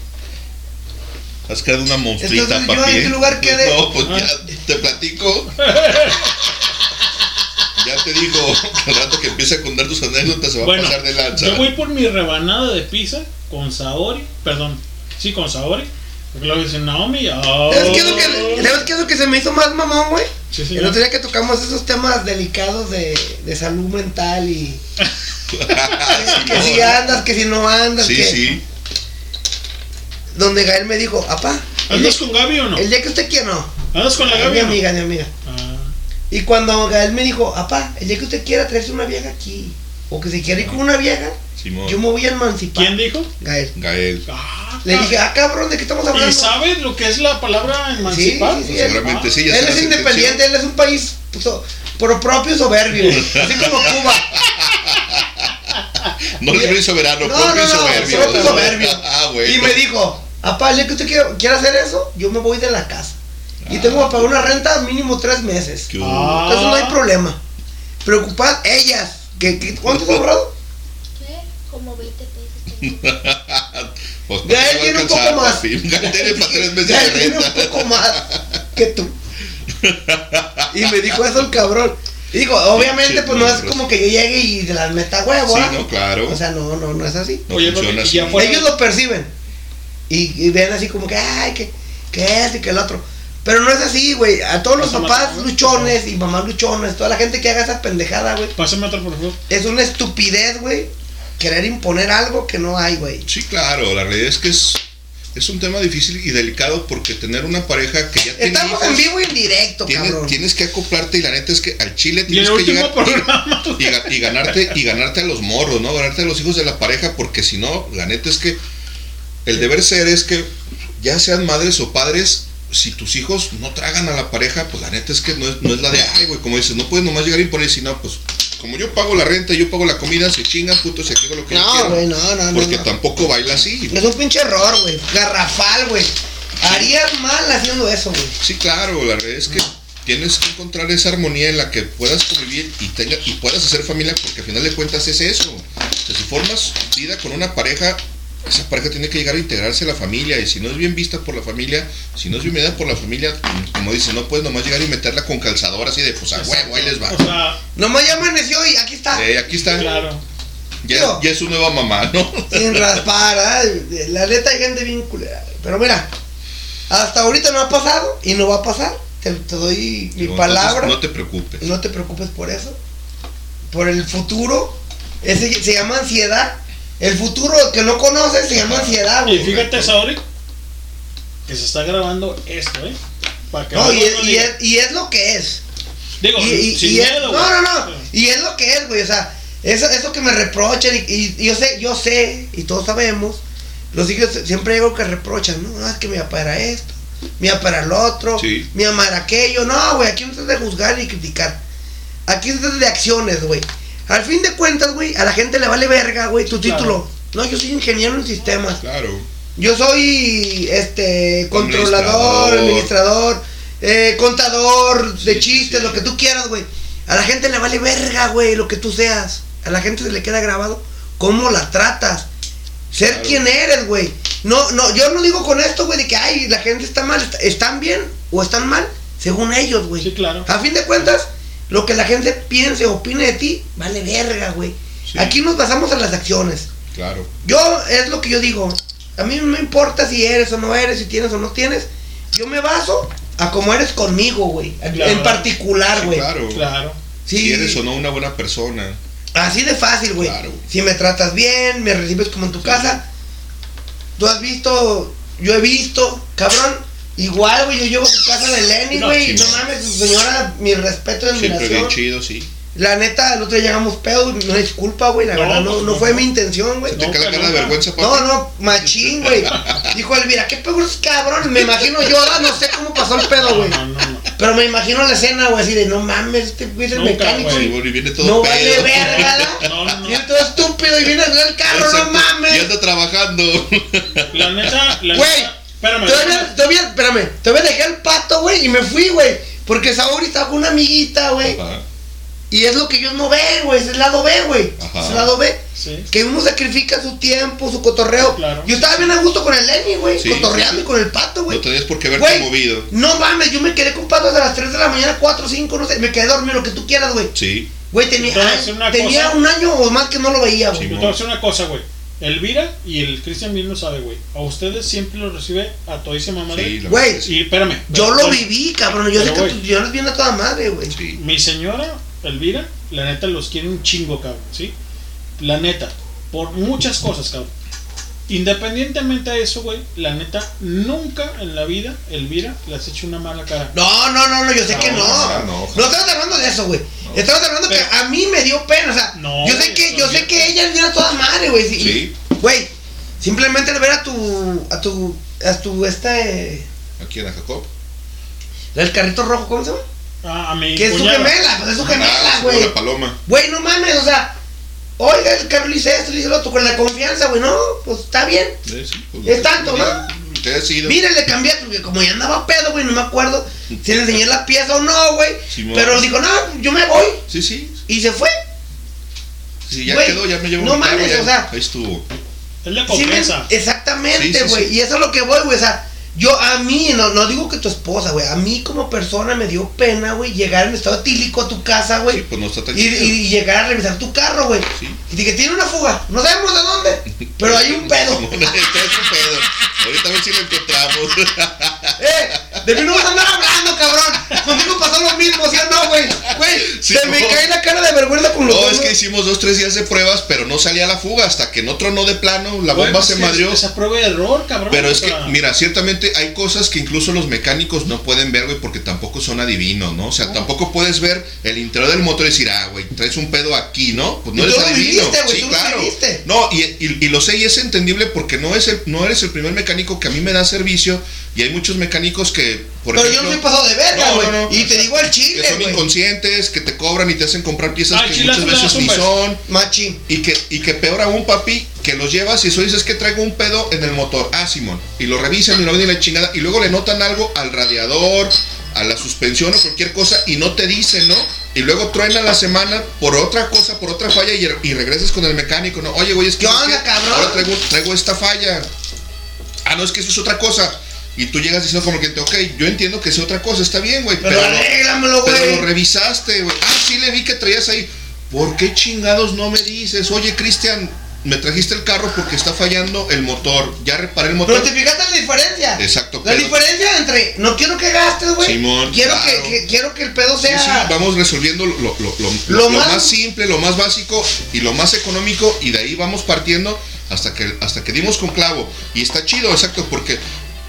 [SPEAKER 3] Has creado una monstruita,
[SPEAKER 7] Entonces, ¿yo
[SPEAKER 3] papi.
[SPEAKER 7] en qué lugar quedé?
[SPEAKER 3] No, pues ya te platico. ya te digo, al rato que empiece a contar tus anécdotas se va
[SPEAKER 2] Bueno,
[SPEAKER 3] a pasar de lanza.
[SPEAKER 2] Yo voy por mi rebanada de pizza con Saori. Perdón, sí, con Saori. Porque luego dicen Naomi. Oh,
[SPEAKER 7] ¿Sabes qué es lo que, ¿sabes qué es lo que se me hizo más mamón, güey?
[SPEAKER 2] Sí,
[SPEAKER 7] El
[SPEAKER 2] señor.
[SPEAKER 7] otro día que tocamos esos temas delicados de, de salud mental y. que si andas, que si no andas.
[SPEAKER 3] Sí,
[SPEAKER 7] que-
[SPEAKER 3] sí.
[SPEAKER 7] Donde Gael me dijo, apá.
[SPEAKER 2] ¿Andas con Gaby o no?
[SPEAKER 7] El día que usted quiera, no.
[SPEAKER 2] ¿Andas con la
[SPEAKER 7] Es
[SPEAKER 2] Gaby
[SPEAKER 7] Mi
[SPEAKER 2] o no?
[SPEAKER 7] amiga, mi amiga.
[SPEAKER 8] Ah.
[SPEAKER 7] Y cuando Gael me dijo, apá, el día que usted quiera traerse una vieja aquí, o que se quiera ir con una vieja,
[SPEAKER 3] Simón.
[SPEAKER 7] yo me voy a emancipar.
[SPEAKER 2] ¿Quién dijo?
[SPEAKER 7] Gael.
[SPEAKER 3] Gael.
[SPEAKER 7] Le dije, ah, cabrón, ¿de qué estamos hablando?
[SPEAKER 2] ¿Y sabes lo que es la palabra emancipar?
[SPEAKER 7] Sí, sí, sí,
[SPEAKER 3] Pues seguramente sí, ya
[SPEAKER 7] él
[SPEAKER 3] será
[SPEAKER 7] es
[SPEAKER 3] sentencia.
[SPEAKER 7] independiente, él es un país so- por propio soberbio, así como Cuba.
[SPEAKER 3] No libre y soberano,
[SPEAKER 7] No, no,
[SPEAKER 3] propio y
[SPEAKER 7] no,
[SPEAKER 3] soberbio.
[SPEAKER 7] propio y soberbio.
[SPEAKER 3] Ah, güey.
[SPEAKER 7] Y me dijo, apá, el día que usted quiera, quiera hacer eso, yo me voy de la casa. Y tengo que pagar una renta mínimo tres meses.
[SPEAKER 3] ¿Qué hubo?
[SPEAKER 7] Entonces no hay problema. Preocupad ellas. ¿Qué, qué, cuánto has ahorrado?
[SPEAKER 9] Como 20 pesos.
[SPEAKER 3] Pues, ¿para
[SPEAKER 7] Gael
[SPEAKER 3] qué se va a
[SPEAKER 7] tiene un
[SPEAKER 3] alcanzar,
[SPEAKER 7] poco más.
[SPEAKER 3] papi? Gael tiene para tres meses
[SPEAKER 7] Ya
[SPEAKER 3] de
[SPEAKER 7] tiene un
[SPEAKER 3] renta.
[SPEAKER 7] poco más que tú. Y me dijo eso el cabrón. Y digo, obviamente,
[SPEAKER 3] Pinche
[SPEAKER 7] pues no es
[SPEAKER 3] negros.
[SPEAKER 7] como que yo llegue y de las meta huevo.
[SPEAKER 3] Sí,
[SPEAKER 7] ¿ah?
[SPEAKER 3] no, claro.
[SPEAKER 7] O sea, no, no, no es así.
[SPEAKER 3] No funciona así.
[SPEAKER 7] Ellos lo perciben. Y, y ven así como que, ay, que, que este, que el otro. Pero no es así, güey. A todos los
[SPEAKER 2] Pásame
[SPEAKER 7] papás
[SPEAKER 2] otro,
[SPEAKER 7] luchones y mamás luchones, toda la gente que haga esa pendejada, güey.
[SPEAKER 2] Pásame otro, por favor.
[SPEAKER 7] Es una estupidez, güey. Querer imponer algo que no hay, güey.
[SPEAKER 3] Sí, claro, la realidad es que es, es un tema difícil y delicado porque tener una pareja que ya tiene
[SPEAKER 7] Estamos
[SPEAKER 3] hijos,
[SPEAKER 7] en vivo y en directo,
[SPEAKER 3] tiene-
[SPEAKER 7] cabrón.
[SPEAKER 3] tienes que acoplarte y la neta es que al chile tienes
[SPEAKER 2] el
[SPEAKER 3] que
[SPEAKER 2] último
[SPEAKER 3] llegar y, ga- y ganarte y ganarte a los morros, ¿no? Ganarte a los hijos de la pareja porque si no, la neta es que el deber ser es que ya sean madres o padres si tus hijos no tragan a la pareja, pues la neta es que no es, no es la de, ay, güey, como dices, no puedes nomás llegar y poner, si no, pues, como yo pago la renta, yo pago la comida, se chingan, puto, se quedó lo que yo
[SPEAKER 7] No,
[SPEAKER 3] quiero".
[SPEAKER 7] güey, no, no, no,
[SPEAKER 3] Porque
[SPEAKER 7] no.
[SPEAKER 3] tampoco baila así.
[SPEAKER 7] Es un pinche error, güey. Garrafal, güey. Harías mal haciendo eso, güey.
[SPEAKER 3] Sí, claro, la realidad es que tienes que encontrar esa armonía en la que puedas convivir y, tenga- y puedas hacer familia, porque al final de cuentas es eso. O sea, si formas vida con una pareja, esa pareja tiene que llegar a integrarse a la familia, y si no es bien vista por la familia, si no es bien mirada por la familia, como dice, no puedes nomás llegar y meterla con calzador así de, pues a huevo, ahí les va.
[SPEAKER 2] O sea,
[SPEAKER 7] Nomás ya amaneció y aquí está.
[SPEAKER 3] Eh, aquí está,
[SPEAKER 2] claro.
[SPEAKER 3] ya, ya es su nueva mamá, ¿no?
[SPEAKER 7] Sin raspar, ay, la neta hay gente bien culera. Pero mira, hasta ahorita no ha pasado y no va a pasar. Te, te doy mi
[SPEAKER 3] Digo,
[SPEAKER 7] palabra.
[SPEAKER 3] entonces, no te preocupes.
[SPEAKER 7] No te preocupes por eso. Por el futuro. Ese se llama ansiedad. El futuro que no conoces se llama ansiedad,
[SPEAKER 2] Y
[SPEAKER 7] güey.
[SPEAKER 2] fíjate, Saori, que se está grabando esto, ¿eh? Para que
[SPEAKER 7] No, y,
[SPEAKER 2] luego
[SPEAKER 7] es,
[SPEAKER 2] no
[SPEAKER 7] y,
[SPEAKER 2] diga-
[SPEAKER 7] es, y es lo que es.
[SPEAKER 2] Digo,
[SPEAKER 7] Y- y-
[SPEAKER 2] sin
[SPEAKER 7] y es-
[SPEAKER 2] miedo, güey.
[SPEAKER 7] no, no, no. Y es lo que es, güey. O sea, eso, eso que me reprochan. Y, y- y yo sé, yo sé, y todos sabemos. Los hijos siempre hay algo que reprochan, ¿no? Ah, es que me para esto, me para el otro,
[SPEAKER 3] Sí.
[SPEAKER 7] me para aquello. No, güey, aquí no se trata de juzgar ni criticar. Aquí se trata de acciones, güey. Al fin de cuentas, güey, a la gente le vale verga, güey, tu
[SPEAKER 2] Claro.
[SPEAKER 7] título. No, yo soy ingeniero en sistemas.
[SPEAKER 3] Claro.
[SPEAKER 7] Yo soy este controlador,
[SPEAKER 3] Administrador.
[SPEAKER 7] administrador, eh, contador de chistes, lo que tú quieras, güey. A la gente le vale verga, güey, lo que tú seas. A la gente se le queda grabado cómo la tratas. Ser
[SPEAKER 3] Claro.
[SPEAKER 7] quien eres, güey. No, no, yo no digo con esto, güey, de que ay, la gente está mal, Est- están bien o están mal, según ellos, güey.
[SPEAKER 2] Sí, claro.
[SPEAKER 7] A fin de cuentas, lo que la gente piense, opine de ti, vale verga, güey.
[SPEAKER 3] Sí.
[SPEAKER 7] Aquí nos basamos en las acciones.
[SPEAKER 3] Claro.
[SPEAKER 7] Yo, es lo que yo digo. A mí no me importa si eres o no eres, si tienes o no tienes. Yo me baso a cómo eres conmigo, güey.
[SPEAKER 2] Claro.
[SPEAKER 7] En particular,
[SPEAKER 3] Sí,
[SPEAKER 7] güey.
[SPEAKER 3] claro.
[SPEAKER 2] Claro.
[SPEAKER 7] Sí.
[SPEAKER 3] Si eres o no una buena persona.
[SPEAKER 7] Así de fácil, güey.
[SPEAKER 3] Claro.
[SPEAKER 7] Si me tratas bien, me recibes como en tu casa. Tú has visto, yo he visto, cabrón. Igual, güey, yo llevo a su casa de Lenny,
[SPEAKER 3] No,
[SPEAKER 7] güey.
[SPEAKER 3] sí,
[SPEAKER 7] No,
[SPEAKER 3] güey.
[SPEAKER 7] mames, su señora, mi respeto y
[SPEAKER 3] Siempre
[SPEAKER 7] admiración.
[SPEAKER 3] bien chido, sí.
[SPEAKER 7] La neta, el otro día llegamos pedo, no es culpa, güey, la
[SPEAKER 3] No,
[SPEAKER 7] verdad, no,
[SPEAKER 3] pues,
[SPEAKER 7] no
[SPEAKER 3] no.
[SPEAKER 7] fue mi intención, güey.
[SPEAKER 3] Se te cae la cara de vergüenza,
[SPEAKER 7] No,
[SPEAKER 3] papi.
[SPEAKER 7] no, machín, güey. Dijo Elvira, qué pedos cabrón, me imagino yo, ah, no sé cómo pasó el pedo, güey. Pero me imagino la escena, güey, así de, no mames, este güey es el mecánico.
[SPEAKER 3] güey.
[SPEAKER 7] y
[SPEAKER 3] Y viene todo
[SPEAKER 7] No
[SPEAKER 3] pedo.
[SPEAKER 7] vale verga, ¿da? Y es todo estúpido y viene a ver el carro, no mames.
[SPEAKER 3] Yo ando trabajando.
[SPEAKER 2] La neta, la
[SPEAKER 7] Güey, todavía, todavía, espérame, todavía dejé el pato, güey, y me fui, güey. Porque Saúl estaba con una amiguita, güey. Y es lo que ellos no ven, güey. Es el lado B, güey.
[SPEAKER 3] Ajá.
[SPEAKER 7] Es el lado B.
[SPEAKER 2] Sí.
[SPEAKER 7] Que uno sacrifica su tiempo, su cotorreo. Yo estaba bien a gusto con el Lenny, güey.
[SPEAKER 3] Sí,
[SPEAKER 7] cotorreando
[SPEAKER 3] sí, sí.
[SPEAKER 7] y con el pato, güey.
[SPEAKER 3] No tenías por qué
[SPEAKER 7] Güey,
[SPEAKER 3] haberte movido.
[SPEAKER 7] No mames, yo me quedé con pato desde las 3 de la mañana, 4, 5, no sé. Me quedé dormido, lo que tú quieras, güey.
[SPEAKER 3] Sí.
[SPEAKER 7] Güey, tenía,
[SPEAKER 2] Entonces, es una
[SPEAKER 7] tenía
[SPEAKER 2] cosa-
[SPEAKER 7] un año o más que no lo veía, güey.
[SPEAKER 2] Yo te voy a decir una cosa, güey. Elvira y el Cristian bien lo sabe, güey. A ustedes siempre los recibe a todísima madre.
[SPEAKER 7] la Güey, verdad que
[SPEAKER 2] y espérame.
[SPEAKER 7] Yo lo
[SPEAKER 2] perdón.
[SPEAKER 7] viví, cabrón. Yo sé
[SPEAKER 2] Pero,
[SPEAKER 7] que
[SPEAKER 2] güey,
[SPEAKER 7] tú, yo les viene a toda madre, güey.
[SPEAKER 2] Mi señora, Elvira, la neta los quiere un chingo, cabrón, ¿sí? La neta, por muchas cosas, cabrón. Independientemente de eso, güey, la neta, nunca en la vida, Elvira, le has hecho una mala cara.
[SPEAKER 7] No, no, no, no, yo sé que no. No, estamos hablando de eso, güey. Estamos hablando que a mí me dio pena, o sea, yo sé que, yo sé que ella le dio a toda madre, güey. Sí. Güey, simplemente al ver a tu, a tu, a tu, este,
[SPEAKER 3] Aquí en Jacob.
[SPEAKER 7] el carrito rojo, ¿cómo se llama?
[SPEAKER 2] Ah, a mi
[SPEAKER 7] Que es su
[SPEAKER 2] cuñada.
[SPEAKER 7] gemela, pues es su gemela,
[SPEAKER 3] Ah,
[SPEAKER 7] güey.
[SPEAKER 3] La paloma.
[SPEAKER 7] Güey, no mames, o sea, oiga, el carro le hice esto, le hice lo otro, con la confianza, güey, no, pues está bien,
[SPEAKER 3] Eh, sí, pues,
[SPEAKER 7] es tanto, ¿no?
[SPEAKER 3] Te has ido.
[SPEAKER 7] Mire, le cambié, porque como ya andaba pedo, güey, no me acuerdo si le enseñé la pieza o no, güey.
[SPEAKER 3] Simón.
[SPEAKER 7] pero dijo, no, yo me voy.
[SPEAKER 3] Sí, sí.
[SPEAKER 7] Y se fue.
[SPEAKER 3] Sí, ya
[SPEAKER 7] Güey,
[SPEAKER 3] quedó, ya me llevo
[SPEAKER 7] no
[SPEAKER 3] mi carro,
[SPEAKER 7] mames,
[SPEAKER 3] ya.
[SPEAKER 7] o sea,
[SPEAKER 3] Ahí estuvo.
[SPEAKER 2] Es la
[SPEAKER 7] Sí, men,
[SPEAKER 2] confianza.
[SPEAKER 3] Sí,
[SPEAKER 7] exactamente,
[SPEAKER 3] sí,
[SPEAKER 7] güey.
[SPEAKER 3] sí.
[SPEAKER 7] Y eso es lo que voy, güey. O sea, yo a mí, no, no digo que tu esposa, güey. A mí como persona me dio pena, güey, llegar en estado etílico a tu casa, güey.
[SPEAKER 3] Pues no está tan
[SPEAKER 7] y,
[SPEAKER 3] chido.
[SPEAKER 7] y llegar a revisar tu carro, güey. Y dije, tiene una fuga. No sabemos de dónde, pero hay un pedo.
[SPEAKER 3] Eh, Ahorita a ver si lo encontramos.
[SPEAKER 7] ¡Eh! De mí no vas a andar hablando, cabrón. Conmigo pasó lo mismo, ¿sí o no, güey? Güey,
[SPEAKER 3] Sí,
[SPEAKER 7] se
[SPEAKER 3] no.
[SPEAKER 7] me cae la cara de vergüenza con los
[SPEAKER 3] No,
[SPEAKER 7] dos,
[SPEAKER 3] es que
[SPEAKER 7] güey.
[SPEAKER 3] hicimos dos, tres días de pruebas, pero no salía la fuga. Hasta que no tronó de plano, la
[SPEAKER 2] Güey,
[SPEAKER 3] bomba
[SPEAKER 2] pues
[SPEAKER 3] se
[SPEAKER 2] es-
[SPEAKER 3] madrió.
[SPEAKER 2] Esa prueba de error, cabrón.
[SPEAKER 3] Pero es
[SPEAKER 2] o
[SPEAKER 3] que,
[SPEAKER 2] sea,
[SPEAKER 3] mira, ciertamente hay cosas que incluso los mecánicos no pueden ver, güey, porque tampoco son adivinos, ¿no? O sea, tampoco puedes ver el interior del motor y decir, ah, güey, traes un pedo aquí, ¿no? Pues no
[SPEAKER 7] Y tú
[SPEAKER 3] eres
[SPEAKER 7] lo
[SPEAKER 3] adivino.
[SPEAKER 7] viviste, güey,
[SPEAKER 3] sí,
[SPEAKER 7] tú lo
[SPEAKER 3] claro.
[SPEAKER 7] viviste.
[SPEAKER 3] No, y, y- y lo sé y es entendible porque no, es el, no eres el primer mecánico que a mí me da servicio y hay muchos mecánicos que, por
[SPEAKER 7] Pero yo
[SPEAKER 3] ejemplo,
[SPEAKER 7] no soy pasado de verga,
[SPEAKER 3] No,
[SPEAKER 7] güey.
[SPEAKER 3] no, no.
[SPEAKER 7] y te digo al chile,
[SPEAKER 3] que son
[SPEAKER 7] güey.
[SPEAKER 3] inconscientes, que te cobran y te hacen comprar piezas
[SPEAKER 7] Ah,
[SPEAKER 3] que
[SPEAKER 7] chilazo
[SPEAKER 3] muchas
[SPEAKER 7] le das
[SPEAKER 3] veces
[SPEAKER 7] un
[SPEAKER 3] ni
[SPEAKER 7] beso.
[SPEAKER 3] son.
[SPEAKER 7] Machi.
[SPEAKER 3] Y que, y que peor aún, papi, que los llevas y eso dices que traigo un pedo en el motor. Ah, Simón. Y lo revisan y lo ven y la chingada. Y luego le notan algo al radiador, a la suspensión o cualquier cosa y no te dicen, ¿no? Y luego truena la semana por otra cosa, por otra falla y, y regresas con el mecánico, ¿no? Oye, güey, es que. ¿Qué onda, cabrón? Ahora traigo, traigo esta falla. Ah, no, es que eso es otra cosa. Y tú llegas diciendo como que, ok, yo entiendo que es otra cosa, está bien, güey.
[SPEAKER 7] Pero arréglamelo, güey.
[SPEAKER 3] Pero lo revisaste, güey. Ah, sí le vi que traías ahí. ¿Por qué chingados no me dices? Oye, Cristian, me trajiste el carro porque está fallando el motor. Ya reparé el motor.
[SPEAKER 7] Pero te fijaste la diferencia.
[SPEAKER 3] Exacto,
[SPEAKER 7] La
[SPEAKER 3] pero-
[SPEAKER 7] diferencia entre no quiero que gastes, güey.
[SPEAKER 3] Simón,
[SPEAKER 7] Quiero
[SPEAKER 3] claro.
[SPEAKER 7] que, que- quiero que el pedo
[SPEAKER 3] Sí,
[SPEAKER 7] sea.
[SPEAKER 3] sí, vamos resolviendo lo, lo- lo- lo-
[SPEAKER 7] Lo
[SPEAKER 3] lo
[SPEAKER 7] más-
[SPEAKER 3] más... simple, lo más básico y lo más económico y de ahí vamos partiendo hasta que, hasta que dimos con clavo. Y está chido, exacto, porque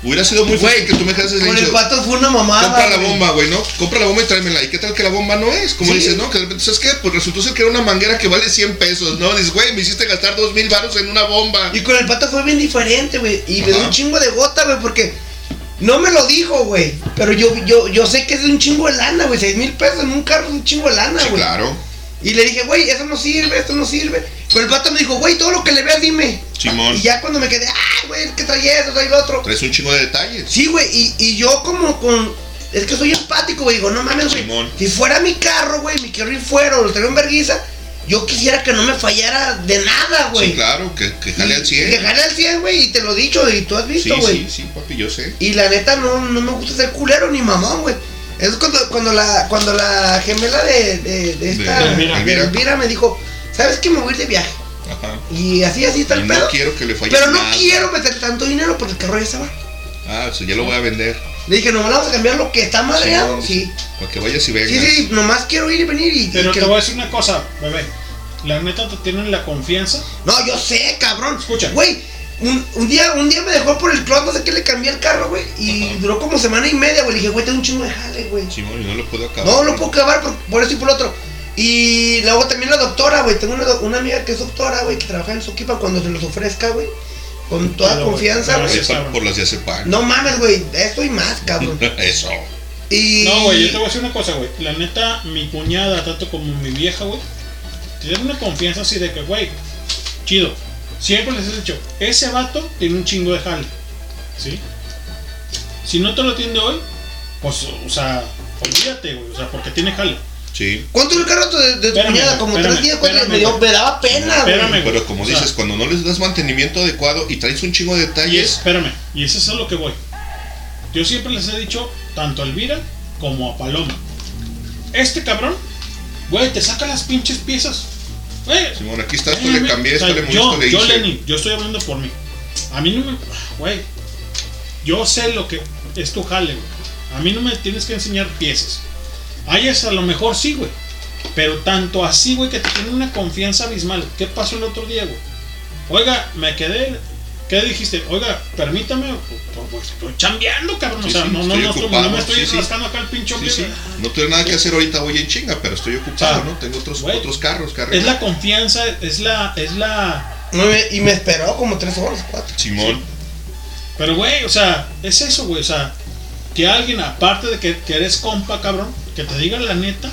[SPEAKER 3] hubiera sido muy fácil que tú me dejases
[SPEAKER 7] Con el pato fue una mamada.
[SPEAKER 3] Compra la
[SPEAKER 7] güey.
[SPEAKER 3] bomba, güey, ¿no? Compra la bomba y tráemela. ¿Y qué tal que la bomba no es? Como
[SPEAKER 7] Sí.
[SPEAKER 3] dices, ¿no? Que de repente, ¿sabes qué? Pues resultó ser que era una manguera que vale 100 pesos, ¿no? Dices, güey, me hiciste gastar 2 mil baros en una bomba.
[SPEAKER 7] Y con el pato fue bien diferente, güey. Y me dio
[SPEAKER 3] Ajá.
[SPEAKER 7] un chingo de gota, güey, porque no me lo dijo, güey. Pero yo, yo, yo sé que es un chingo de lana, güey. Seis mil pesos en un carro es un chingo de lana,
[SPEAKER 3] Sí,
[SPEAKER 7] güey.
[SPEAKER 3] claro.
[SPEAKER 7] Y le dije, güey, eso no sirve, esto no sirve. Pero el pato me dijo, güey, todo lo que le veas, dime.
[SPEAKER 3] Simón.
[SPEAKER 7] Y ya cuando me quedé, ah, güey, ¿qué trae eso? Trae lo otro.
[SPEAKER 3] Traes un chingo de detalles.
[SPEAKER 7] Sí, güey, y, y yo como con... Es que soy empático, güey, digo, no mames, güey. Si fuera mi carro, güey, mi carro y fuera, o lo traigo en verguiza, yo quisiera que no me fallara de nada, güey.
[SPEAKER 3] Sí, claro, que, que jale al 100.
[SPEAKER 7] Que jale al 100, güey, y te lo he dicho, y tú has visto,
[SPEAKER 3] sí,
[SPEAKER 7] güey.
[SPEAKER 3] sí, sí, papi, yo sé.
[SPEAKER 7] Y la neta no, no me gusta ser culero ni mamón, güey. Es cuando, cuando la cuando la gemela de, de, de esta
[SPEAKER 3] De
[SPEAKER 7] de
[SPEAKER 3] Elvira.
[SPEAKER 7] Elvira. me dijo, ¿sabes qué? Me voy a ir de viaje.
[SPEAKER 3] Ajá.
[SPEAKER 7] Y así, así está el
[SPEAKER 3] Y
[SPEAKER 7] pedo.
[SPEAKER 3] no quiero que le falle
[SPEAKER 7] pero no
[SPEAKER 3] nada.
[SPEAKER 7] quiero meter tanto dinero porque el carro ya se va.
[SPEAKER 3] Ah, eso ya lo voy a vender.
[SPEAKER 7] Le dije, nomás vamos a cambiar lo que está madreado. ah, Sí,
[SPEAKER 3] Para que vayas y vengas.
[SPEAKER 7] sí, sí, nomás quiero ir y venir y...
[SPEAKER 2] Pero
[SPEAKER 7] y que-
[SPEAKER 2] te voy a decir una cosa, bebé. La neta te tienen la confianza.
[SPEAKER 7] No, yo sé, cabrón. Escucha. Güey, un, un día, un día me dejó por el clot, no sé qué le cambié el carro, güey. Y duró como semana y media, güey. Le dije, güey, tengo un chingo de jale, güey.
[SPEAKER 3] Simón, y no lo puedo acabar.
[SPEAKER 7] No, lo puedo acabar por, por eso y por lo otro. Y luego también la doctora, güey. Tengo una, do- una amiga que es doctora, güey, que trabaja en Soquipa cuando se los ofrezca, güey. Con toda
[SPEAKER 3] Pero, güey,
[SPEAKER 7] confianza,
[SPEAKER 3] por las
[SPEAKER 7] güey.
[SPEAKER 3] ya se- Por las ya se pagan.
[SPEAKER 7] No mames, güey. Esto y más, cabrón.
[SPEAKER 3] Eso.
[SPEAKER 7] Y...
[SPEAKER 2] No, güey, yo te voy a decir una cosa, güey. La neta, mi cuñada, tanto como mi vieja, güey, tienen una confianza así de que, güey, chido. Siempre les he dicho, ese vato tiene un chingo de jale. ¿Sí? Si no te lo atiende hoy, pues, o sea, olvídate, güey. O sea, porque tiene jale.
[SPEAKER 3] Sí.
[SPEAKER 7] ¿Cuánto el carro de, de tu cuñada? Como tres días, cuatro días. Me, dio- me daba pena, güey.
[SPEAKER 3] Pero como dices, cuando no les das mantenimiento adecuado y traes un chingo de detalles.
[SPEAKER 2] Y espérame, y eso es a lo que voy. Yo siempre les he dicho, tanto a Elvira como a Paloma. Este cabrón, güey, te saca las pinches piezas. Güey,
[SPEAKER 3] Simón, aquí está, esto
[SPEAKER 2] Ay,
[SPEAKER 3] le
[SPEAKER 2] güey,
[SPEAKER 3] cambié,
[SPEAKER 2] o sea,
[SPEAKER 3] esto le moví,
[SPEAKER 2] yo,
[SPEAKER 3] esto le
[SPEAKER 2] Yo,
[SPEAKER 3] hice.
[SPEAKER 2] Lenny, yo estoy hablando por mí. A mí no me. Güey. Yo sé lo que es tu jale, güey. A mí no me tienes que enseñar piezas. Hay es a lo mejor sí, güey. Pero tanto así, güey, que te tiene una confianza abismal. ¿Qué pasó el otro día, güey? Oiga, me quedé. ¿Qué dijiste? Oiga, permítame, por- por- por- estoy chambeando, cabrón.
[SPEAKER 3] Sí,
[SPEAKER 2] o sea,
[SPEAKER 3] sí,
[SPEAKER 2] no, no,
[SPEAKER 3] estoy
[SPEAKER 2] no, estoy-
[SPEAKER 3] ocupado,
[SPEAKER 2] no me estoy
[SPEAKER 3] sí, sí.
[SPEAKER 2] rascando acá el pincho,
[SPEAKER 3] Sí, sí. No tengo nada que hacer ahorita, voy en chinga, pero estoy ocupado, ¿no? Tengo otros, otros carros, carros.
[SPEAKER 2] Es la confianza, es la. Es la
[SPEAKER 7] No, me- y me esperó como tres horas, cuatro.
[SPEAKER 3] Simón.
[SPEAKER 2] Pero, güey, o sea, es eso, güey. O sea, que alguien, aparte de que, que eres compa, cabrón, que te diga la neta.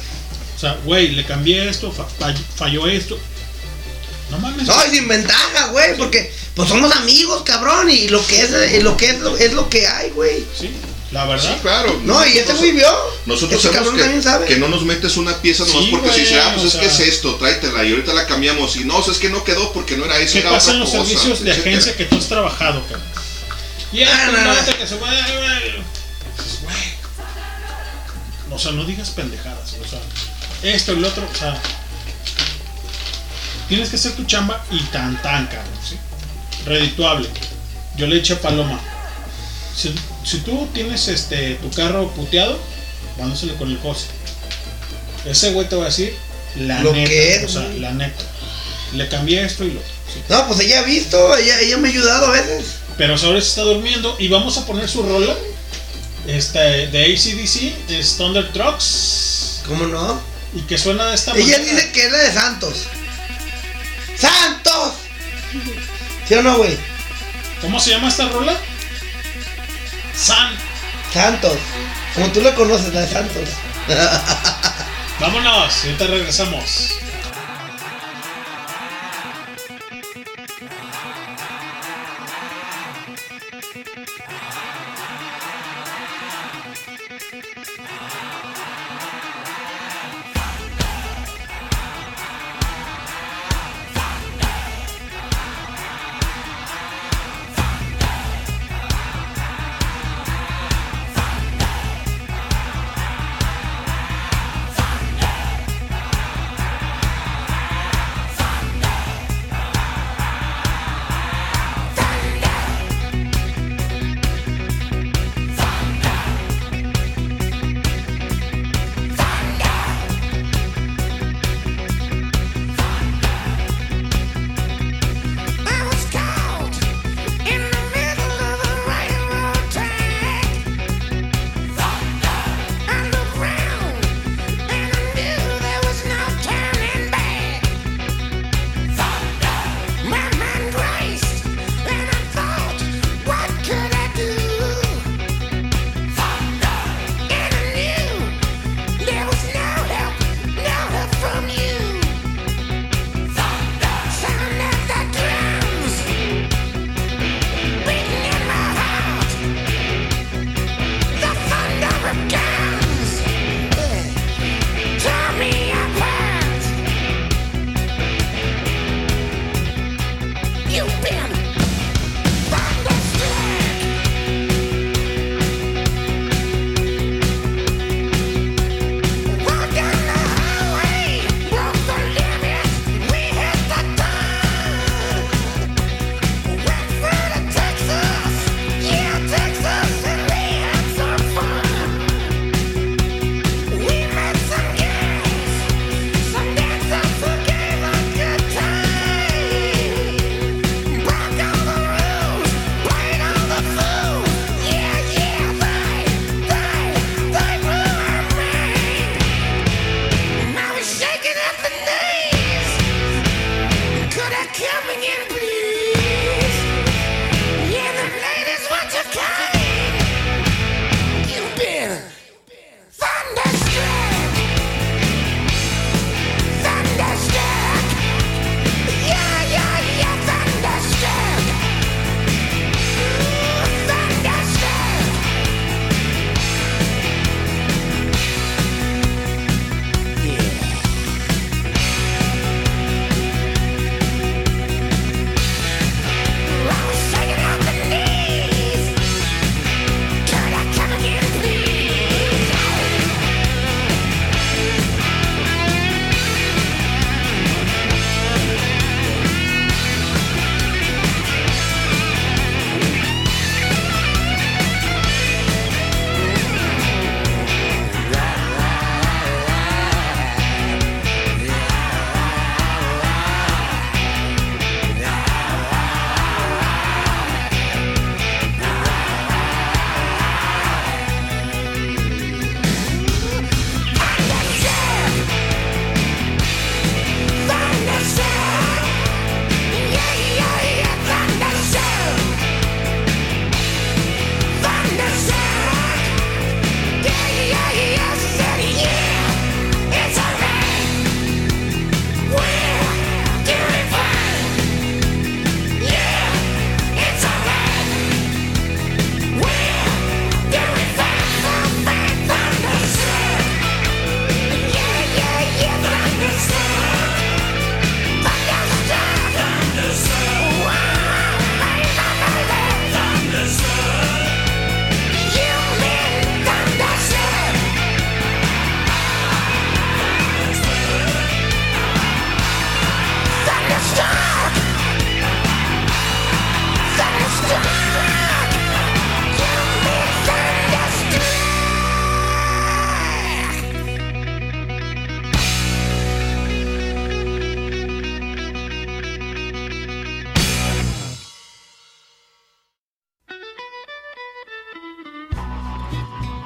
[SPEAKER 2] O sea, güey, le cambié esto, fa- fall- falló esto. No mames.
[SPEAKER 7] No, y sin ventaja, güey, porque pues somos amigos, cabrón, y lo que es, eh, lo que es, lo, es lo que hay, güey.
[SPEAKER 2] Sí, la verdad.
[SPEAKER 3] Sí, claro.
[SPEAKER 7] No, y este
[SPEAKER 3] Nosotros-
[SPEAKER 7] güey vio.
[SPEAKER 3] Nosotros
[SPEAKER 7] Ese
[SPEAKER 3] sabemos
[SPEAKER 7] cabrón también
[SPEAKER 3] que,
[SPEAKER 7] sabe.
[SPEAKER 3] que no nos metes una pieza nomás
[SPEAKER 2] Sí,
[SPEAKER 3] porque
[SPEAKER 2] güey,
[SPEAKER 3] si dices, ah, pues
[SPEAKER 2] o
[SPEAKER 3] es que es
[SPEAKER 2] sea-
[SPEAKER 3] esto, tráetela y ahorita la cambiamos. Y no, o sea, es que no quedó porque no era eso,
[SPEAKER 2] ¿Qué
[SPEAKER 3] era
[SPEAKER 2] pasa
[SPEAKER 3] otra
[SPEAKER 2] en los
[SPEAKER 3] cosa,
[SPEAKER 2] servicios de
[SPEAKER 3] etcétera.
[SPEAKER 2] agencia que tú has trabajado, cabrón? Y
[SPEAKER 7] Ah,
[SPEAKER 2] esto,
[SPEAKER 7] no, no.
[SPEAKER 2] espérate que se vaya, güey. Pues, güey. O sea, no digas pendejadas. O sea, esto, el otro, o sea. Tienes que hacer tu chamba y tan tan, cabrón, ¿sí? Redituable. Yo le eché a Paloma. Si, si tú tienes este tu carro puteado, vándosele con el José. Ese güey te va a decir la
[SPEAKER 7] Lo
[SPEAKER 2] neta.
[SPEAKER 7] que es,
[SPEAKER 2] o sea,
[SPEAKER 7] güey.
[SPEAKER 2] la neta. Le cambié esto y lo otro. ¿sí?
[SPEAKER 7] No, pues ella ha visto, ella, ella me ha ayudado a veces.
[SPEAKER 2] Pero ahora se está durmiendo y vamos a poner su rola este, de ACDC, es Thunder Trucks.
[SPEAKER 7] ¿Cómo no?
[SPEAKER 2] Y que suena de esta
[SPEAKER 7] Ella
[SPEAKER 2] manera.
[SPEAKER 7] dice que es la de Santos. ¡Santos! ¿Sí o no, güey?
[SPEAKER 2] ¿Cómo se llama esta rola? San.
[SPEAKER 7] Santos. Como tú la conoces, la de Santos.
[SPEAKER 2] Vámonos, ahorita regresamos.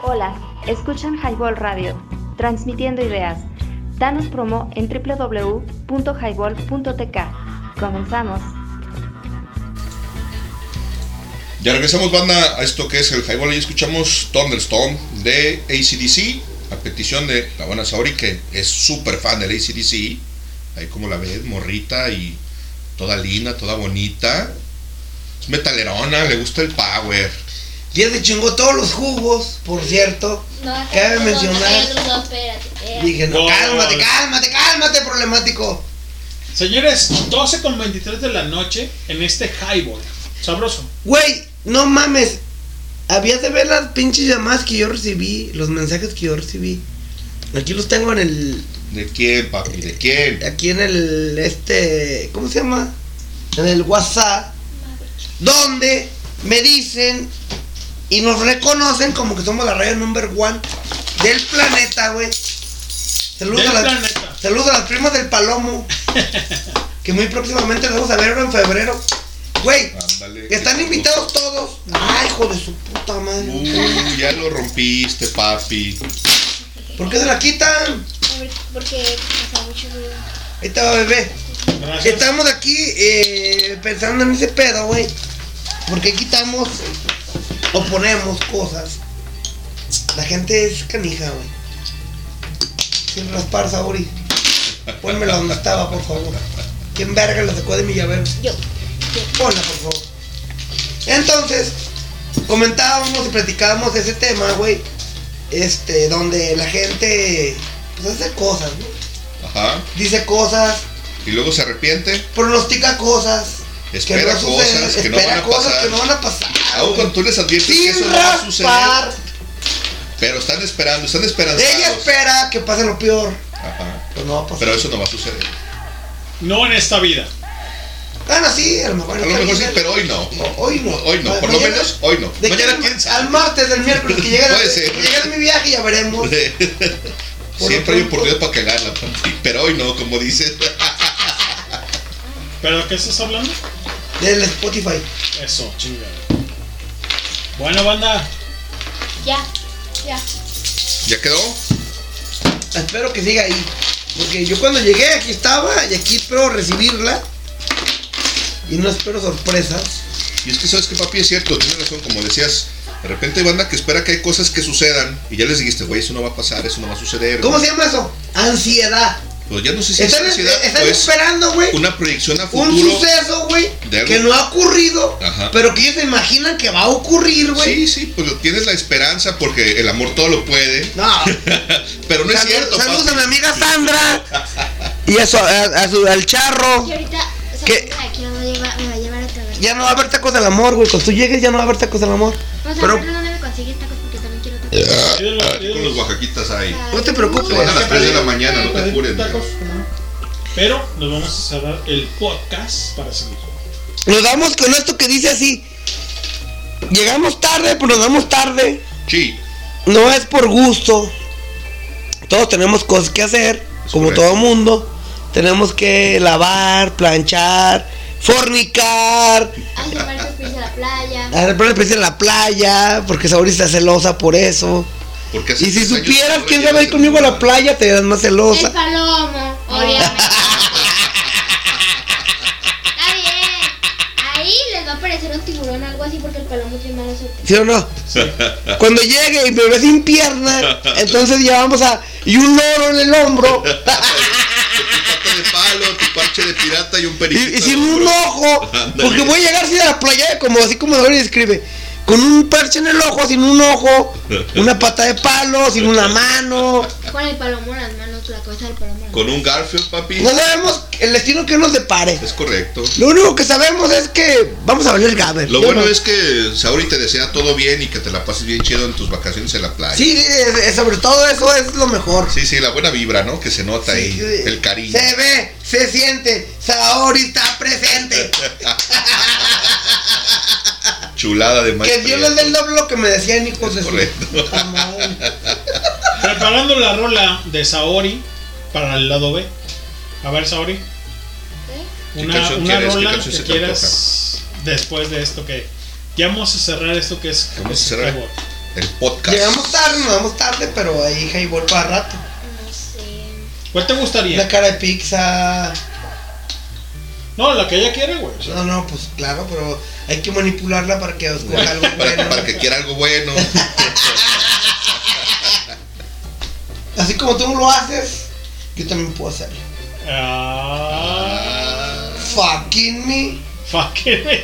[SPEAKER 4] Hola, escuchan Highball Radio, transmitiendo ideas. Danos promo en www.highball.tk. Comenzamos.
[SPEAKER 3] Ya regresamos, banda, a esto que es el highball. Y escuchamos Thunderstorm de ACDC, a petición de la buena Saori, que es súper fan del ACDC. Ahí como la ves, morrita y toda linda, toda bonita. Es metalerona, le gusta el power.
[SPEAKER 7] Y es de chingó todos los jugos, por cierto.
[SPEAKER 9] No,
[SPEAKER 7] Cabe
[SPEAKER 9] no,
[SPEAKER 7] mencionar-
[SPEAKER 9] No, espérate, no, espérate, espérate.
[SPEAKER 7] Dije, no,
[SPEAKER 2] No,
[SPEAKER 7] cálmate,
[SPEAKER 2] no, no.
[SPEAKER 7] cálmate, cálmate, problemático.
[SPEAKER 2] Señores, 12 con 23 de la noche en este highball. Sabroso.
[SPEAKER 7] Güey, no mames. Habías de ver las pinches llamadas que yo recibí, los mensajes que yo recibí. Aquí los tengo en el.
[SPEAKER 3] ¿De quién, papi? ¿De quién?
[SPEAKER 7] Aquí en el. Este. ¿Cómo se llama? En el WhatsApp. Donde me dicen y nos reconocen como que somos la radio number one del planeta, güey. Saludos,
[SPEAKER 2] Del
[SPEAKER 7] a las,
[SPEAKER 2] planeta.
[SPEAKER 7] saludos a las primas del Palomo. que muy próximamente las vamos a ver ahora en febrero. Güey,
[SPEAKER 3] Ándale.
[SPEAKER 7] están invitados todos. Ay, hijo de su puta madre.
[SPEAKER 3] Uy, ya lo rompiste, papi.
[SPEAKER 7] ¿Por qué se la quitan?
[SPEAKER 9] Porque pasa mucho ruido.
[SPEAKER 7] Ahí está, bebé. Estamos aquí eh, pensando en ese pedo, güey. Porque quitamos o ponemos cosas. La gente es canija, güey. Sin raspar, Saori. Pónmela donde estaba, por favor. ¿Quién verga la sacó de mi llavero?
[SPEAKER 9] Yo.
[SPEAKER 7] Ponla, por favor. Entonces, comentábamos y platicábamos de ese tema, güey. Este, donde la gente pues hace cosas, ¿no?
[SPEAKER 3] Ajá.
[SPEAKER 7] Dice cosas,
[SPEAKER 3] Y luego se arrepiente,
[SPEAKER 7] pronostica cosas.
[SPEAKER 3] espera
[SPEAKER 7] suceden,
[SPEAKER 3] cosas que no van
[SPEAKER 7] espera
[SPEAKER 3] a
[SPEAKER 7] cosas
[SPEAKER 3] pasar.
[SPEAKER 7] que no van a pasar.
[SPEAKER 3] Aún cuando tú les adviertes que eso
[SPEAKER 7] Sin
[SPEAKER 3] no va a suceder.
[SPEAKER 7] raspar.
[SPEAKER 3] Pero están esperando, están esperanzados.
[SPEAKER 7] Ella espera que pase lo peor.
[SPEAKER 3] Ajá.
[SPEAKER 7] no pues va a pasar.
[SPEAKER 3] Pero eso no va a suceder.
[SPEAKER 2] No en esta vida.
[SPEAKER 7] Bueno, sí, a lo mejor.
[SPEAKER 3] A lo mejor sí, pero hoy no.
[SPEAKER 7] Hoy no.
[SPEAKER 3] Hoy no, por lo
[SPEAKER 7] Mañana-
[SPEAKER 3] menos hoy no.
[SPEAKER 7] De
[SPEAKER 3] Mañana
[SPEAKER 7] que al- Al martes del miércoles que llegue, la-
[SPEAKER 3] Puede ser.
[SPEAKER 7] que llegue mi viaje ya veremos.
[SPEAKER 3] Siempre hay oportunidad para cagarla, papi. Pero hoy no, como dices.
[SPEAKER 2] ¿Pero qué estás hablando?
[SPEAKER 7] Del Spotify.
[SPEAKER 2] Eso, chingada. Bueno, banda.
[SPEAKER 9] Ya, ya.
[SPEAKER 3] ¿Ya quedó?
[SPEAKER 7] Espero que siga ahí. Porque yo cuando llegué aquí estaba y aquí espero recibirla. Y no espero sorpresas.
[SPEAKER 3] Y es que sabes que papi es cierto, tienes razón, como decías, de repente hay banda que espera que hay cosas que sucedan y ya les dijiste, güey, eso no va a pasar, eso no va a suceder.
[SPEAKER 7] ¿Cómo se llama eso? Ansiedad.
[SPEAKER 3] Pues ya no sé si
[SPEAKER 7] Están,
[SPEAKER 3] es ansiedad
[SPEAKER 7] están
[SPEAKER 3] o es
[SPEAKER 7] esperando, güey.
[SPEAKER 3] una proyección a futuro.
[SPEAKER 7] Un suceso, güey.
[SPEAKER 3] de algo.
[SPEAKER 7] Que no ha ocurrido.
[SPEAKER 3] Ajá.
[SPEAKER 7] Pero que ellos se imaginan que va a ocurrir, güey.
[SPEAKER 3] Sí, sí, pues tienes la esperanza porque el amor todo lo puede.
[SPEAKER 7] No.
[SPEAKER 3] Pero no es
[SPEAKER 7] Salud-
[SPEAKER 3] cierto,
[SPEAKER 7] Saludos
[SPEAKER 3] papi.
[SPEAKER 7] a mi amiga Sandra. y a su- a- a su- al charro.
[SPEAKER 9] Y ahorita, o sea,
[SPEAKER 7] ¿Qué?
[SPEAKER 9] aquí no me, va a llevar- me va a llevar otra vez.
[SPEAKER 7] Ya no va a haber tacos del amor, güey. Cuando tú llegues ya no va a haber tacos del amor.
[SPEAKER 9] Vamos a
[SPEAKER 7] Pero-
[SPEAKER 9] ver dónde me consigues tacos porque también quiero tacos.
[SPEAKER 3] Con los oaxaquitas ahí.
[SPEAKER 7] No te
[SPEAKER 3] Se
[SPEAKER 7] preocupes.
[SPEAKER 3] van a las 3 de la mañana, no te apuren.
[SPEAKER 2] Pero nos vamos a cerrar el podcast para seguir.
[SPEAKER 7] Nos damos con esto que dice así. Llegamos tarde, pero nos damos tarde.
[SPEAKER 3] Sí.
[SPEAKER 7] No es por gusto. Todos tenemos cosas que hacer, como
[SPEAKER 3] correcto.
[SPEAKER 7] todo mundo. Tenemos que lavar, planchar, fornicar,
[SPEAKER 9] A llevar tus pies a la playa.
[SPEAKER 7] hacer por en la playa, porque Saori está celosa por eso.
[SPEAKER 3] Porque hace
[SPEAKER 7] Y si
[SPEAKER 3] tres años
[SPEAKER 7] supieras
[SPEAKER 3] no
[SPEAKER 7] quién
[SPEAKER 3] llevas
[SPEAKER 7] se va a ir
[SPEAKER 3] el
[SPEAKER 7] conmigo a la
[SPEAKER 3] celular.
[SPEAKER 7] playa, te das más
[SPEAKER 9] El
[SPEAKER 7] celosa.
[SPEAKER 9] palomo, obviamente. Está bien. Ahí les va a aparecer un tiburón o algo así porque el palomo tiene mala suerte.
[SPEAKER 7] ¿Sí o no? Cuando llegue y me ve sin pierna, entonces ya vamos a. Y un loro en el hombro.
[SPEAKER 3] Pata de palo, tu parche de pirata y un periquito.
[SPEAKER 7] Y, y sin un ojo,
[SPEAKER 3] Ándale.
[SPEAKER 7] porque voy a llegar así a la playa, como así como Dory describe, con un parche en el ojo, sin un ojo, una pata de palo, sin una mano.
[SPEAKER 9] Con el palomo en las manos, la cabeza del palomo. en las
[SPEAKER 3] Con un Garfield, papi.
[SPEAKER 7] No sabemos el destino que nos depare.
[SPEAKER 3] Es correcto.
[SPEAKER 7] Lo único que sabemos es que vamos a valer Gaber.
[SPEAKER 3] Lo
[SPEAKER 7] Yo
[SPEAKER 3] bueno
[SPEAKER 7] no-
[SPEAKER 3] es que Sauri te desea todo bien y que te la pases bien chido en tus vacaciones en la playa.
[SPEAKER 7] Sí, es- es- sobre todo eso es lo mejor.
[SPEAKER 3] Sí, sí, la buena vibra, ¿no? Que se nota ahí.
[SPEAKER 7] sí.
[SPEAKER 3] El cariño.
[SPEAKER 7] Se ve, se siente, Saori está presente.
[SPEAKER 3] Chulada de
[SPEAKER 7] Que
[SPEAKER 3] maestría.
[SPEAKER 7] Dios les dé el doble lo que me decían, hijos de su
[SPEAKER 3] Correcto.
[SPEAKER 7] puta madre.
[SPEAKER 2] Preparando la rola de Saori para el lado B. A ver, Saori.
[SPEAKER 3] ¿Qué
[SPEAKER 2] Una,
[SPEAKER 3] canción
[SPEAKER 2] una
[SPEAKER 3] quieres? ¿Qué
[SPEAKER 2] rola
[SPEAKER 3] canción se
[SPEAKER 2] que
[SPEAKER 3] te
[SPEAKER 2] quieras después de esto que. Ya vamos a cerrar esto que es.
[SPEAKER 3] Vamos a
[SPEAKER 2] es
[SPEAKER 3] cerrar.
[SPEAKER 2] Highball.
[SPEAKER 3] El podcast.
[SPEAKER 7] Llegamos tarde, nos vamos tarde, pero ahí highball para rato.
[SPEAKER 2] ¿Cuál te gustaría?
[SPEAKER 7] La cara de pizza.
[SPEAKER 2] No, la que ella quiere, güey.
[SPEAKER 7] No, no, pues claro, pero hay que manipularla para que escoja algo bueno.
[SPEAKER 3] Para que quiera algo bueno.
[SPEAKER 7] Así como tú lo haces, yo también puedo hacerlo. Fucking me.
[SPEAKER 2] Ah. Fucking me.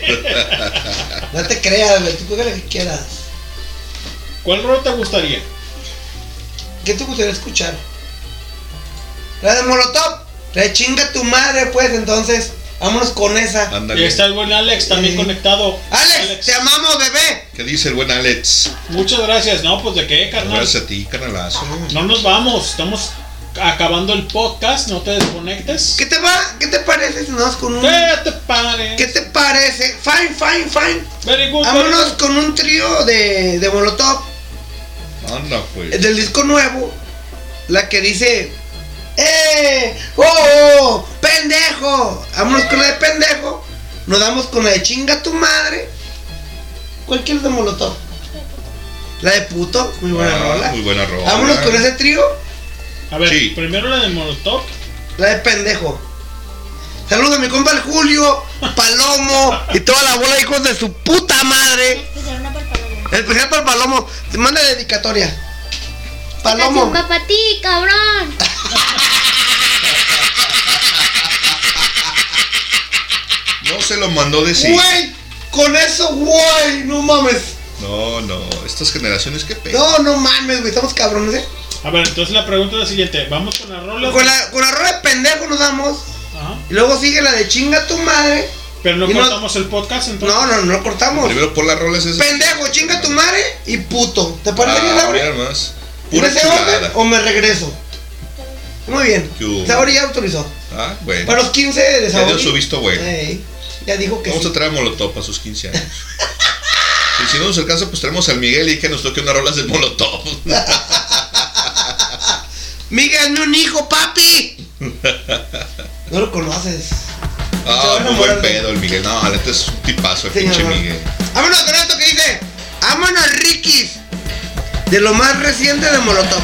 [SPEAKER 7] No te creas, güey, tú juega lo que quieras.
[SPEAKER 2] ¿Cuál rol te gustaría?
[SPEAKER 7] ¿Qué te gustaría escuchar? La de Molotov. Le chinga tu madre, pues, entonces. Vámonos con esa.
[SPEAKER 2] Y está el buen Alex también conectado.
[SPEAKER 7] Alex, te amamos, bebé.
[SPEAKER 3] ¿Qué dice el buen Alex?
[SPEAKER 2] Muchas gracias. No, pues de qué, carnal.
[SPEAKER 3] Gracias a ti, canalazo.
[SPEAKER 2] No nos vamos. Estamos acabando el podcast. No te desconectes.
[SPEAKER 7] ¿Qué te va? ¿Qué te parece si nos vamos con un.
[SPEAKER 2] ¿Qué te parece?
[SPEAKER 7] ¿Qué te parece? Fine, fine, fine.
[SPEAKER 2] Very good.
[SPEAKER 7] Vámonos con un trío de, de Molotov.
[SPEAKER 3] Anda, pues.
[SPEAKER 7] Del disco nuevo. La que dice. ¡Eh! ¡Oh! oh pendejo Vámonos con la de pendejo. Nos damos con la de chinga tu madre. ¿Cuál quieres de Molotov? La de puto. Muy buena
[SPEAKER 3] Ah,
[SPEAKER 7] rola.
[SPEAKER 3] muy buena rola.
[SPEAKER 7] Vámonos con ese trío.
[SPEAKER 2] A ver, primero la de Molotov.
[SPEAKER 7] La de pendejo. Saludos a mi compa el Julio, Palomo y toda la bola de hijos de su puta madre. Especial para el Palomo. Te manda dedicatoria. Palomo.
[SPEAKER 9] Cachumba para ti, cabrón.
[SPEAKER 3] No se lo mandó
[SPEAKER 7] Pues
[SPEAKER 3] decir.
[SPEAKER 7] Güey, con eso, güey, no mames.
[SPEAKER 3] No, no. Estas generaciones, qué pedo.
[SPEAKER 7] No, no mames, güey, estamos cabrones, eh.
[SPEAKER 2] A ver, entonces la pregunta es la siguiente. Vamos con la rola.
[SPEAKER 7] Con la, con la rola de pendejo nos damos. Y luego sigue la de chinga tu madre.
[SPEAKER 2] Pero no
[SPEAKER 7] Y no-
[SPEAKER 2] cortamos el podcast entonces.
[SPEAKER 7] No, no, no lo cortamos.
[SPEAKER 3] Primero por las rolas esas.
[SPEAKER 7] Pendejo, chinga tu madre y puto. ¿Te parece bien,
[SPEAKER 3] Ah,
[SPEAKER 7] Laura?
[SPEAKER 3] mira nomás.
[SPEAKER 7] ¿En
[SPEAKER 3] Pura
[SPEAKER 7] ese orden
[SPEAKER 3] chulada.
[SPEAKER 7] o me regreso? Muy bien.
[SPEAKER 3] ¿Qué hubo?
[SPEAKER 7] Saori ya autorizó.
[SPEAKER 3] Ah, bueno.
[SPEAKER 7] Para los 15 de
[SPEAKER 3] Mm. Ya
[SPEAKER 7] Saori.
[SPEAKER 3] dio su visto bueno.
[SPEAKER 7] Ey, ya dijo que
[SPEAKER 3] Vamos
[SPEAKER 7] sí.
[SPEAKER 3] a traer a Molotov a sus 15 años. y si no nos alcanza, pues traemos al Miguel y que nos toque unas rolas de Molotov.
[SPEAKER 7] Miguel, hazme un hijo, papi. No lo conoces.
[SPEAKER 3] Ah, muy buen pedo el Miguel. No, la neta es un tipazo el
[SPEAKER 7] Sí,
[SPEAKER 3] pinche
[SPEAKER 7] ajá.
[SPEAKER 3] Miguel.
[SPEAKER 7] Vámonos con esto que dice. Vámonos, Rikis. De lo más reciente de Molotov.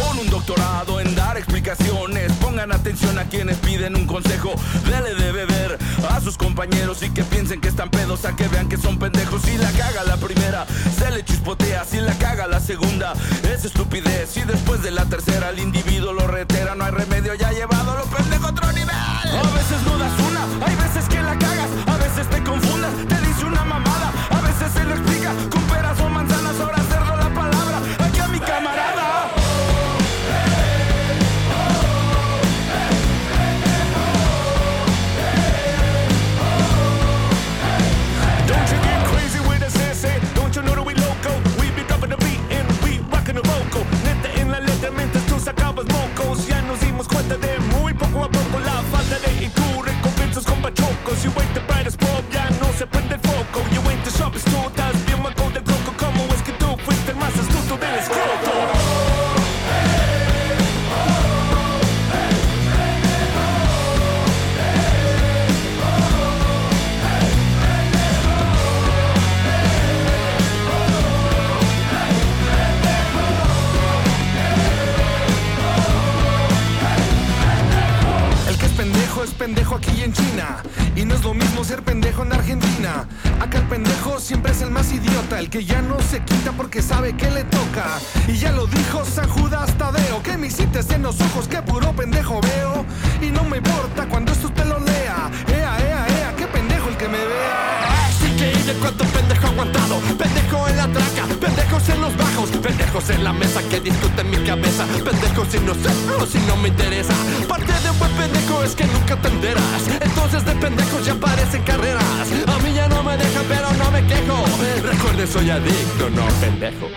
[SPEAKER 15] Con un doctorado en dar explicaciones, pongan atención a quienes piden un consejo. Dele de beber a sus compañeros y que piensen que están pedos, a que vean que son pendejos. Si la caga la primera, se le chispotea. Si la caga la segunda, es estupidez. Y después de la tercera, el individuo lo reitera. No hay remedio, ya ha llevado lo pendejo a otro nivel. A veces no das una, hay veces que la cagas, a veces te confundas, te dice una mamada. A veces se lo explica con peras o manzanas, ahora cerro la palabra. Aquí a mi camarada.
[SPEAKER 5] Don't you get crazy with the sensei? Don't you know that we loco? We be dropping the beat and we rockin' the vocal. Neta en la letra mientras tú sacabas mocos. Ya nos dimos cuenta de muy poco a poco la falta de IQ. Recompensas con pachocos. You ain't the brightest bulb, ya no se prende el foco. You ain't the sharpest tool, estás bien manco de coco. ¿Cómo es que tú fuiste el más astuto del escroto?
[SPEAKER 15] El que es pendejo es pendejo aquí y en China. Y no es lo mismo ser pendejo en Argentina. Acá el pendejo siempre es el más idiota, el que ya no se quita porque sabe que le toca. Y ya lo dijo San Judas Tadeo, que me hiciste en los ojos, que puro pendejo veo. Y no me importa cuando esto usted lo lea. Ea, ea, ea, qué pendejo el que me
[SPEAKER 5] Ah,
[SPEAKER 15] vea. Así que y de cuánto pendejo aguantado, pendejo en la traca, pendejos en los bajos, pendejos en la mesa que discuten mi cabeza, pendejos si no sé o si no me interesa. Parte de un buen pendejo es que nunca te enteras, entonces de pendejos ya parecen carreras. A mí ya no me dejan, pero no me quejo. Recuerde, soy adicto, no pendejo.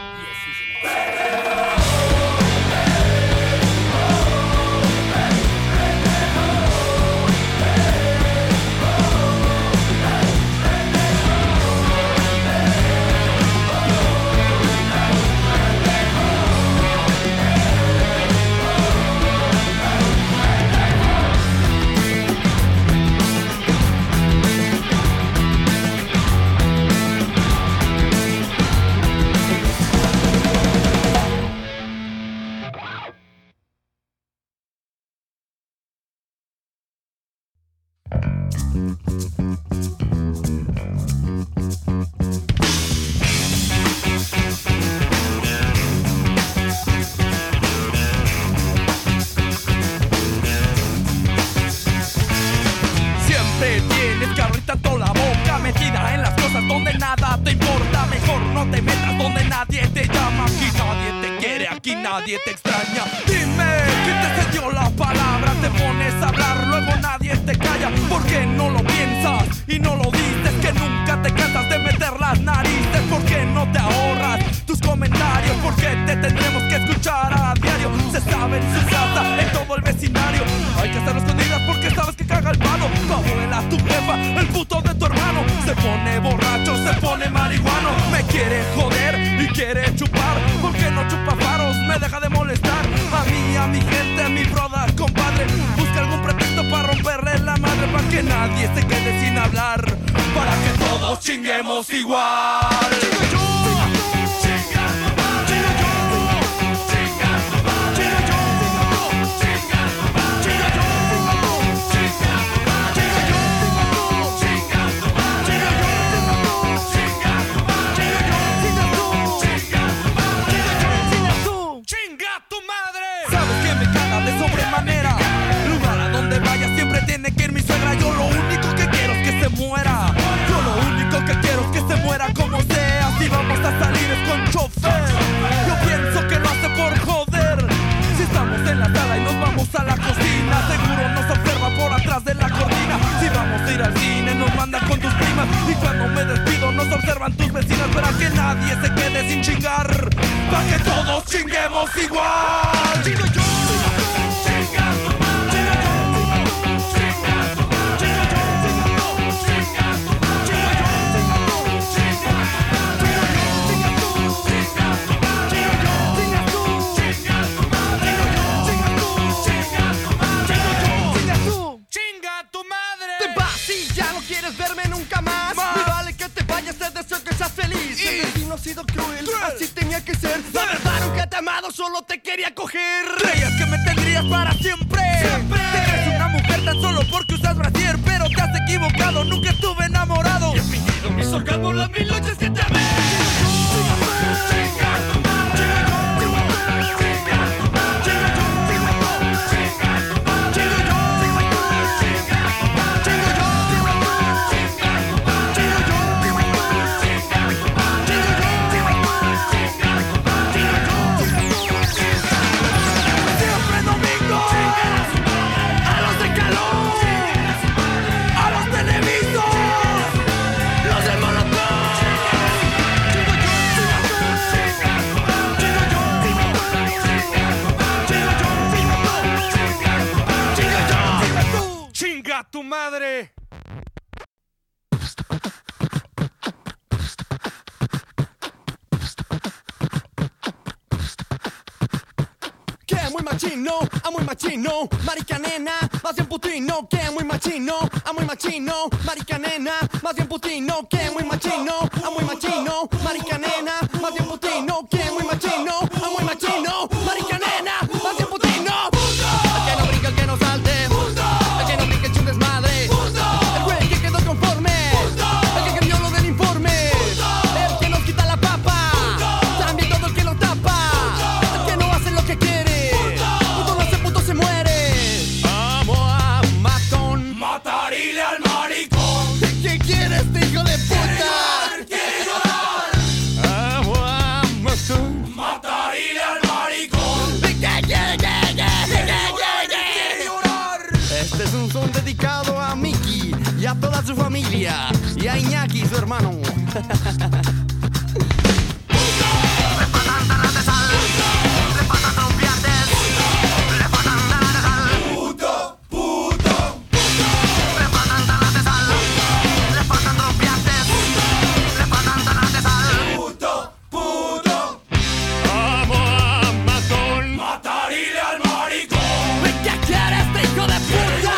[SPEAKER 15] boca metida en las cosas donde nada te importa. Mejor no te metas donde nadie te llama. Aquí nadie te quiere, aquí nadie te extraña. Dime que te cedió la palabra. Te pones a hablar, luego nadie te calla. Porque no lo piensas y no lo dices. Que nunca te cansas de meter las narices. Porque no te ahorras tus comentarios. Porque te tendremos que escuchar a diario. Se sabe en su casa, en todo el vecindario. Hay que hacerlo escondidas porque sabes que caga el palo. Tu abuela, tu jefa, el puto de tu hermano. Se pone borracho, se pone marihuano. Me quiere joder y quiere chupar. Porque no chupa faros, me deja de molestar. A mí, a mi gente, a mi broda, compadre. Busca algún pretexto para romperle la madre. Para que nadie se quede sin hablar. Para que todos chinguemos igual. Sabes que me caga de sobremanera. Lugar a donde vaya siempre tiene que ir mi suegra. Yo lo único que quiero es que se muera. Yo lo único que quiero es que se muera como sea. Si vamos a salir es con chofer. Yo pienso que lo hace por joder. Si estamos en la sala y nos vamos a la cocina, seguro nos observa por atrás de la cortina. Si vamos a ir al cine, nos mandan con tus primas. Y cuando me despido, nos observan tus vecinas para que nadie se quede sin chingar. Para que todos chinguemos igual.
[SPEAKER 5] Te vas y ya no quieres verme nunca más.
[SPEAKER 15] Más.
[SPEAKER 5] Me vale que te vayas, te deseo que seas feliz. El destino ha sido cruel, así tenía que ser. La verdad nunca te he amado, solo te quería coger.
[SPEAKER 15] Creías que me tendrías para siempre. Te crees una mujer tan solo porque usas brasier, pero te has equivocado, nunca estuve enamorado. Y he fingido mis orgasmos las mil noches que te amé.
[SPEAKER 5] A los de calor, a los televisos, los de
[SPEAKER 15] ¡Chinga tu madre!
[SPEAKER 5] Que muy machino, a muy machino, marica nena, más bien putino, que muy machino, a muy machino, marica nena, más bien putino, que muy machino, a muy machino, marica nena, más bien putino, que muy machino, a muy machino, marica nena, más bien putino. El que no brinca, el que no salte, el que no brinca, echa un desmadre, el güey que quedó conforme, el que cambió lo del informe, el que nos quita la papa, también todo el que lo tapa, el que no hace lo que quiere, puto no hace puto se muere. Amo a matón, matarile al maricón. ¿Qué quieres, hijo de puta? Quiere llorar, Amo a matón, matarile al maricón. ¿Qué quiere, qué quiere? Este es un son dedicado a Mickey y a toda su familia y a Iñaki, su hermano.
[SPEAKER 15] ¡Amo a matón! ¡Matarile al maricón! ¿Qué quieres, hijo de puta?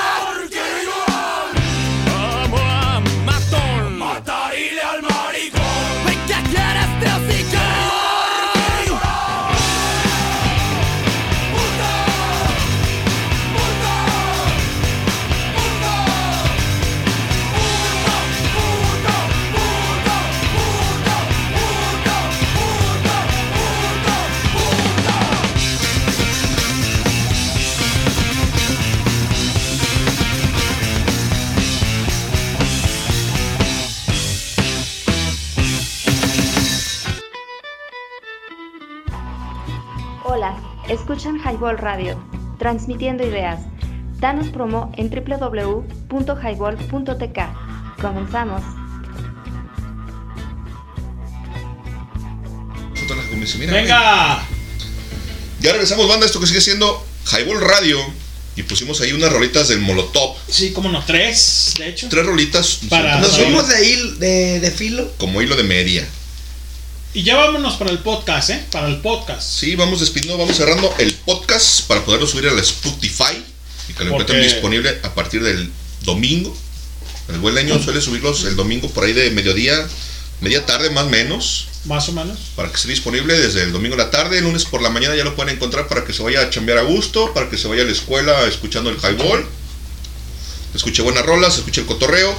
[SPEAKER 15] ¡Quiere llorar! ¡Amo a matón! ¡Matarile al maricón! ¿Qué
[SPEAKER 4] Escuchan Highball Radio, transmitiendo ideas. Danos promo en www.highball.tk. Comenzamos.
[SPEAKER 3] Nosotros las gomis- mira,
[SPEAKER 2] Venga.
[SPEAKER 3] Ya regresamos, banda, esto que sigue siendo Highball Radio. Y pusimos ahí unas rolitas del Molotov.
[SPEAKER 2] Sí, como no, tres, de hecho.
[SPEAKER 3] Tres rolitas.
[SPEAKER 2] Para-
[SPEAKER 3] nosotros
[SPEAKER 2] Nos fuimos
[SPEAKER 7] de, hil- de, de filo.
[SPEAKER 3] Como hilo de media.
[SPEAKER 2] Y ya vámonos para el podcast, ¿eh? Para el podcast.
[SPEAKER 3] Sí, vamos despidiendo, vamos cerrando el podcast para poderlo subir a la Spotify y que lo
[SPEAKER 2] Porque-
[SPEAKER 3] encuentren disponible a partir del domingo. El buen leño suele subirlos el domingo por ahí de mediodía, media tarde más o menos,
[SPEAKER 2] Más o menos.
[SPEAKER 3] para que esté disponible desde el domingo en la tarde, el lunes por la mañana ya lo pueden encontrar para que se vaya a chambear a gusto, para que se vaya a la escuela escuchando el highball, escuche buenas rolas, escuche el cotorreo.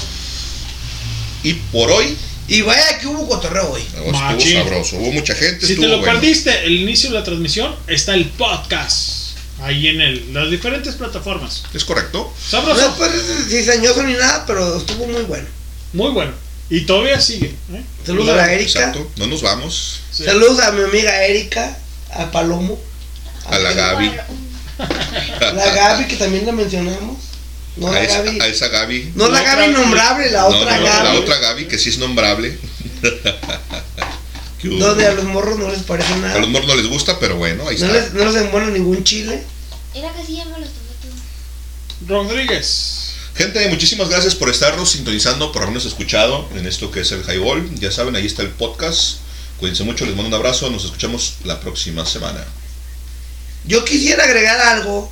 [SPEAKER 3] Y por hoy...
[SPEAKER 7] Y vaya que hubo cotorreo hoy.
[SPEAKER 3] Estuvo
[SPEAKER 2] Machín.
[SPEAKER 3] sabroso, hubo mucha gente.
[SPEAKER 2] Si te
[SPEAKER 3] estuvo
[SPEAKER 2] lo
[SPEAKER 3] bueno.
[SPEAKER 2] perdiste, el inicio de la transmisión está el podcast. Ahí en el, las diferentes plataformas.
[SPEAKER 3] Es correcto.
[SPEAKER 2] Sabroso.
[SPEAKER 7] No es diseñoso ni nada, pero estuvo muy bueno.
[SPEAKER 2] Muy bueno. Y todavía sigue. ¿eh?
[SPEAKER 7] Saludos a la Erika.
[SPEAKER 3] Exacto, no nos vamos.
[SPEAKER 7] Saludos a mi amiga Erika, a Palomo,
[SPEAKER 3] A la Gaby.
[SPEAKER 7] la Gaby que también la mencionamos. No,
[SPEAKER 3] a,
[SPEAKER 7] la
[SPEAKER 3] esa,
[SPEAKER 7] Gaby.
[SPEAKER 3] a esa Gaby.
[SPEAKER 7] No, la
[SPEAKER 3] No,
[SPEAKER 7] Gaby nombrable, la
[SPEAKER 3] no,
[SPEAKER 7] otra
[SPEAKER 3] no,
[SPEAKER 7] Gaby.
[SPEAKER 3] La otra Gaby que sí es nombrable. ¿Qué hubo?
[SPEAKER 7] Donde a los morros no les parece
[SPEAKER 3] A
[SPEAKER 7] nada.
[SPEAKER 3] los morros no les gusta, pero bueno, ahí
[SPEAKER 7] No
[SPEAKER 3] está.
[SPEAKER 7] les, no les envuelan ningún chile.
[SPEAKER 9] Era que se llama los tomates.
[SPEAKER 2] Rodríguez.
[SPEAKER 3] Gente, muchísimas gracias por estarnos sintonizando, por habernos escuchado en esto que es el Highball. Ya saben, ahí está el podcast. Cuídense mucho, les mando un abrazo. Nos escuchamos la próxima semana.
[SPEAKER 7] Yo quisiera agregar algo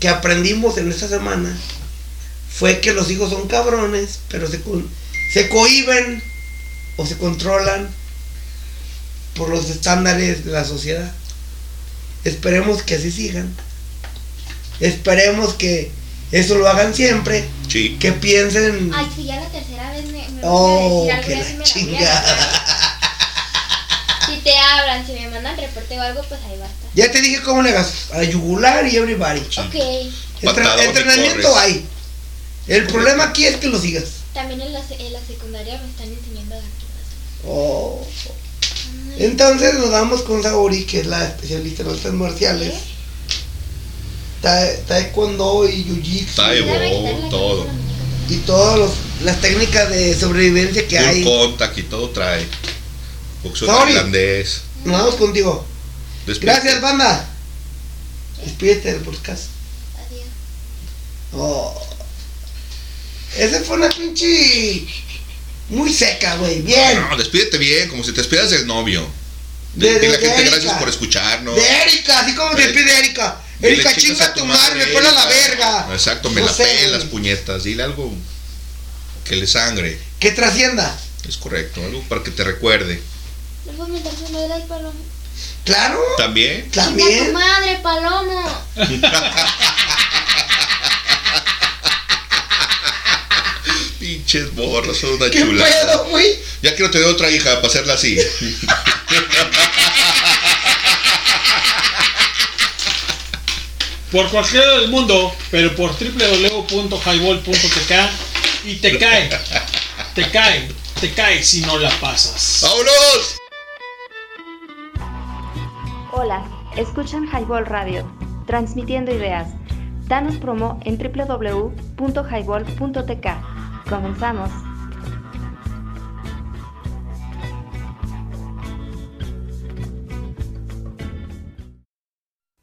[SPEAKER 7] que aprendimos en esta semana. Fue que los hijos son cabrones, pero se, con- se cohiben o se controlan por los estándares de la sociedad. Esperemos que así sigan. Esperemos que eso lo hagan siempre.
[SPEAKER 3] Sí.
[SPEAKER 7] Que piensen...
[SPEAKER 9] Ay, si ya la tercera vez me, me
[SPEAKER 7] Mm. Oh,
[SPEAKER 9] van a
[SPEAKER 7] que
[SPEAKER 9] decir algo, Ah, ya sí
[SPEAKER 7] la
[SPEAKER 9] me
[SPEAKER 7] chingada.
[SPEAKER 9] la Si te hablan, si me mandan reporte o algo, pues ahí basta.
[SPEAKER 7] Ya te dije cómo le hagas. A la yugular y everybody.
[SPEAKER 9] Ok,
[SPEAKER 7] Entre-
[SPEAKER 3] Patada,
[SPEAKER 7] entrenamiento
[SPEAKER 3] corres.
[SPEAKER 7] hay. El problema aquí es que lo sigas.
[SPEAKER 9] también en la, se- en la secundaria me están enseñando a dar clases.
[SPEAKER 7] Oh. Entonces nos damos con Saori, que es la especialista en artes marciales. Tae- Taekwondo y Jiu-Jitsu.
[SPEAKER 3] Taibo, todo.
[SPEAKER 7] Y todas las técnicas de sobrevivencia que
[SPEAKER 3] Un
[SPEAKER 7] hay.
[SPEAKER 3] contact y todo trae. Boxeo
[SPEAKER 7] Sorry.
[SPEAKER 3] tailandés.
[SPEAKER 7] Nos vamos contigo.
[SPEAKER 3] Despide-
[SPEAKER 7] Gracias, banda. Despídete del podcast.
[SPEAKER 9] Adiós.
[SPEAKER 7] Oh. Ese fue una pinche. Muy seca, güey. Bien.
[SPEAKER 3] No, despídete bien, como si te despidas del novio.
[SPEAKER 7] De-
[SPEAKER 3] Dile a la
[SPEAKER 7] de
[SPEAKER 3] gente
[SPEAKER 7] Erika.
[SPEAKER 3] gracias por escucharnos.
[SPEAKER 7] De Erika, así como te pide Erika.
[SPEAKER 3] Dile
[SPEAKER 7] Erika,
[SPEAKER 3] chicas
[SPEAKER 7] chinga
[SPEAKER 3] a
[SPEAKER 7] tu madre, me pone a la verga.
[SPEAKER 3] Exacto, me
[SPEAKER 7] No
[SPEAKER 3] la
[SPEAKER 7] sé,
[SPEAKER 3] pelas, puñetas. Dile algo que le sangre.
[SPEAKER 7] Que trascienda.
[SPEAKER 3] Es correcto, algo para que te recuerde.
[SPEAKER 9] No puedo meter su madre al palomo.
[SPEAKER 7] Claro.
[SPEAKER 3] También.
[SPEAKER 9] Chinga tu madre, palomo.
[SPEAKER 3] Pinches borras, son una
[SPEAKER 7] ¿Qué
[SPEAKER 3] chula.
[SPEAKER 7] pedo, güey?
[SPEAKER 3] Ya quiero tener otra hija para hacerla así.
[SPEAKER 2] Por cualquiera del mundo, pero por www.highball.tk y te cae. Te cae. Te cae si no la pasas.
[SPEAKER 3] ¡Vámonos!
[SPEAKER 4] Hola, escuchan Highball Radio, transmitiendo ideas. Danos promo en www.highball.tk. Comenzamos.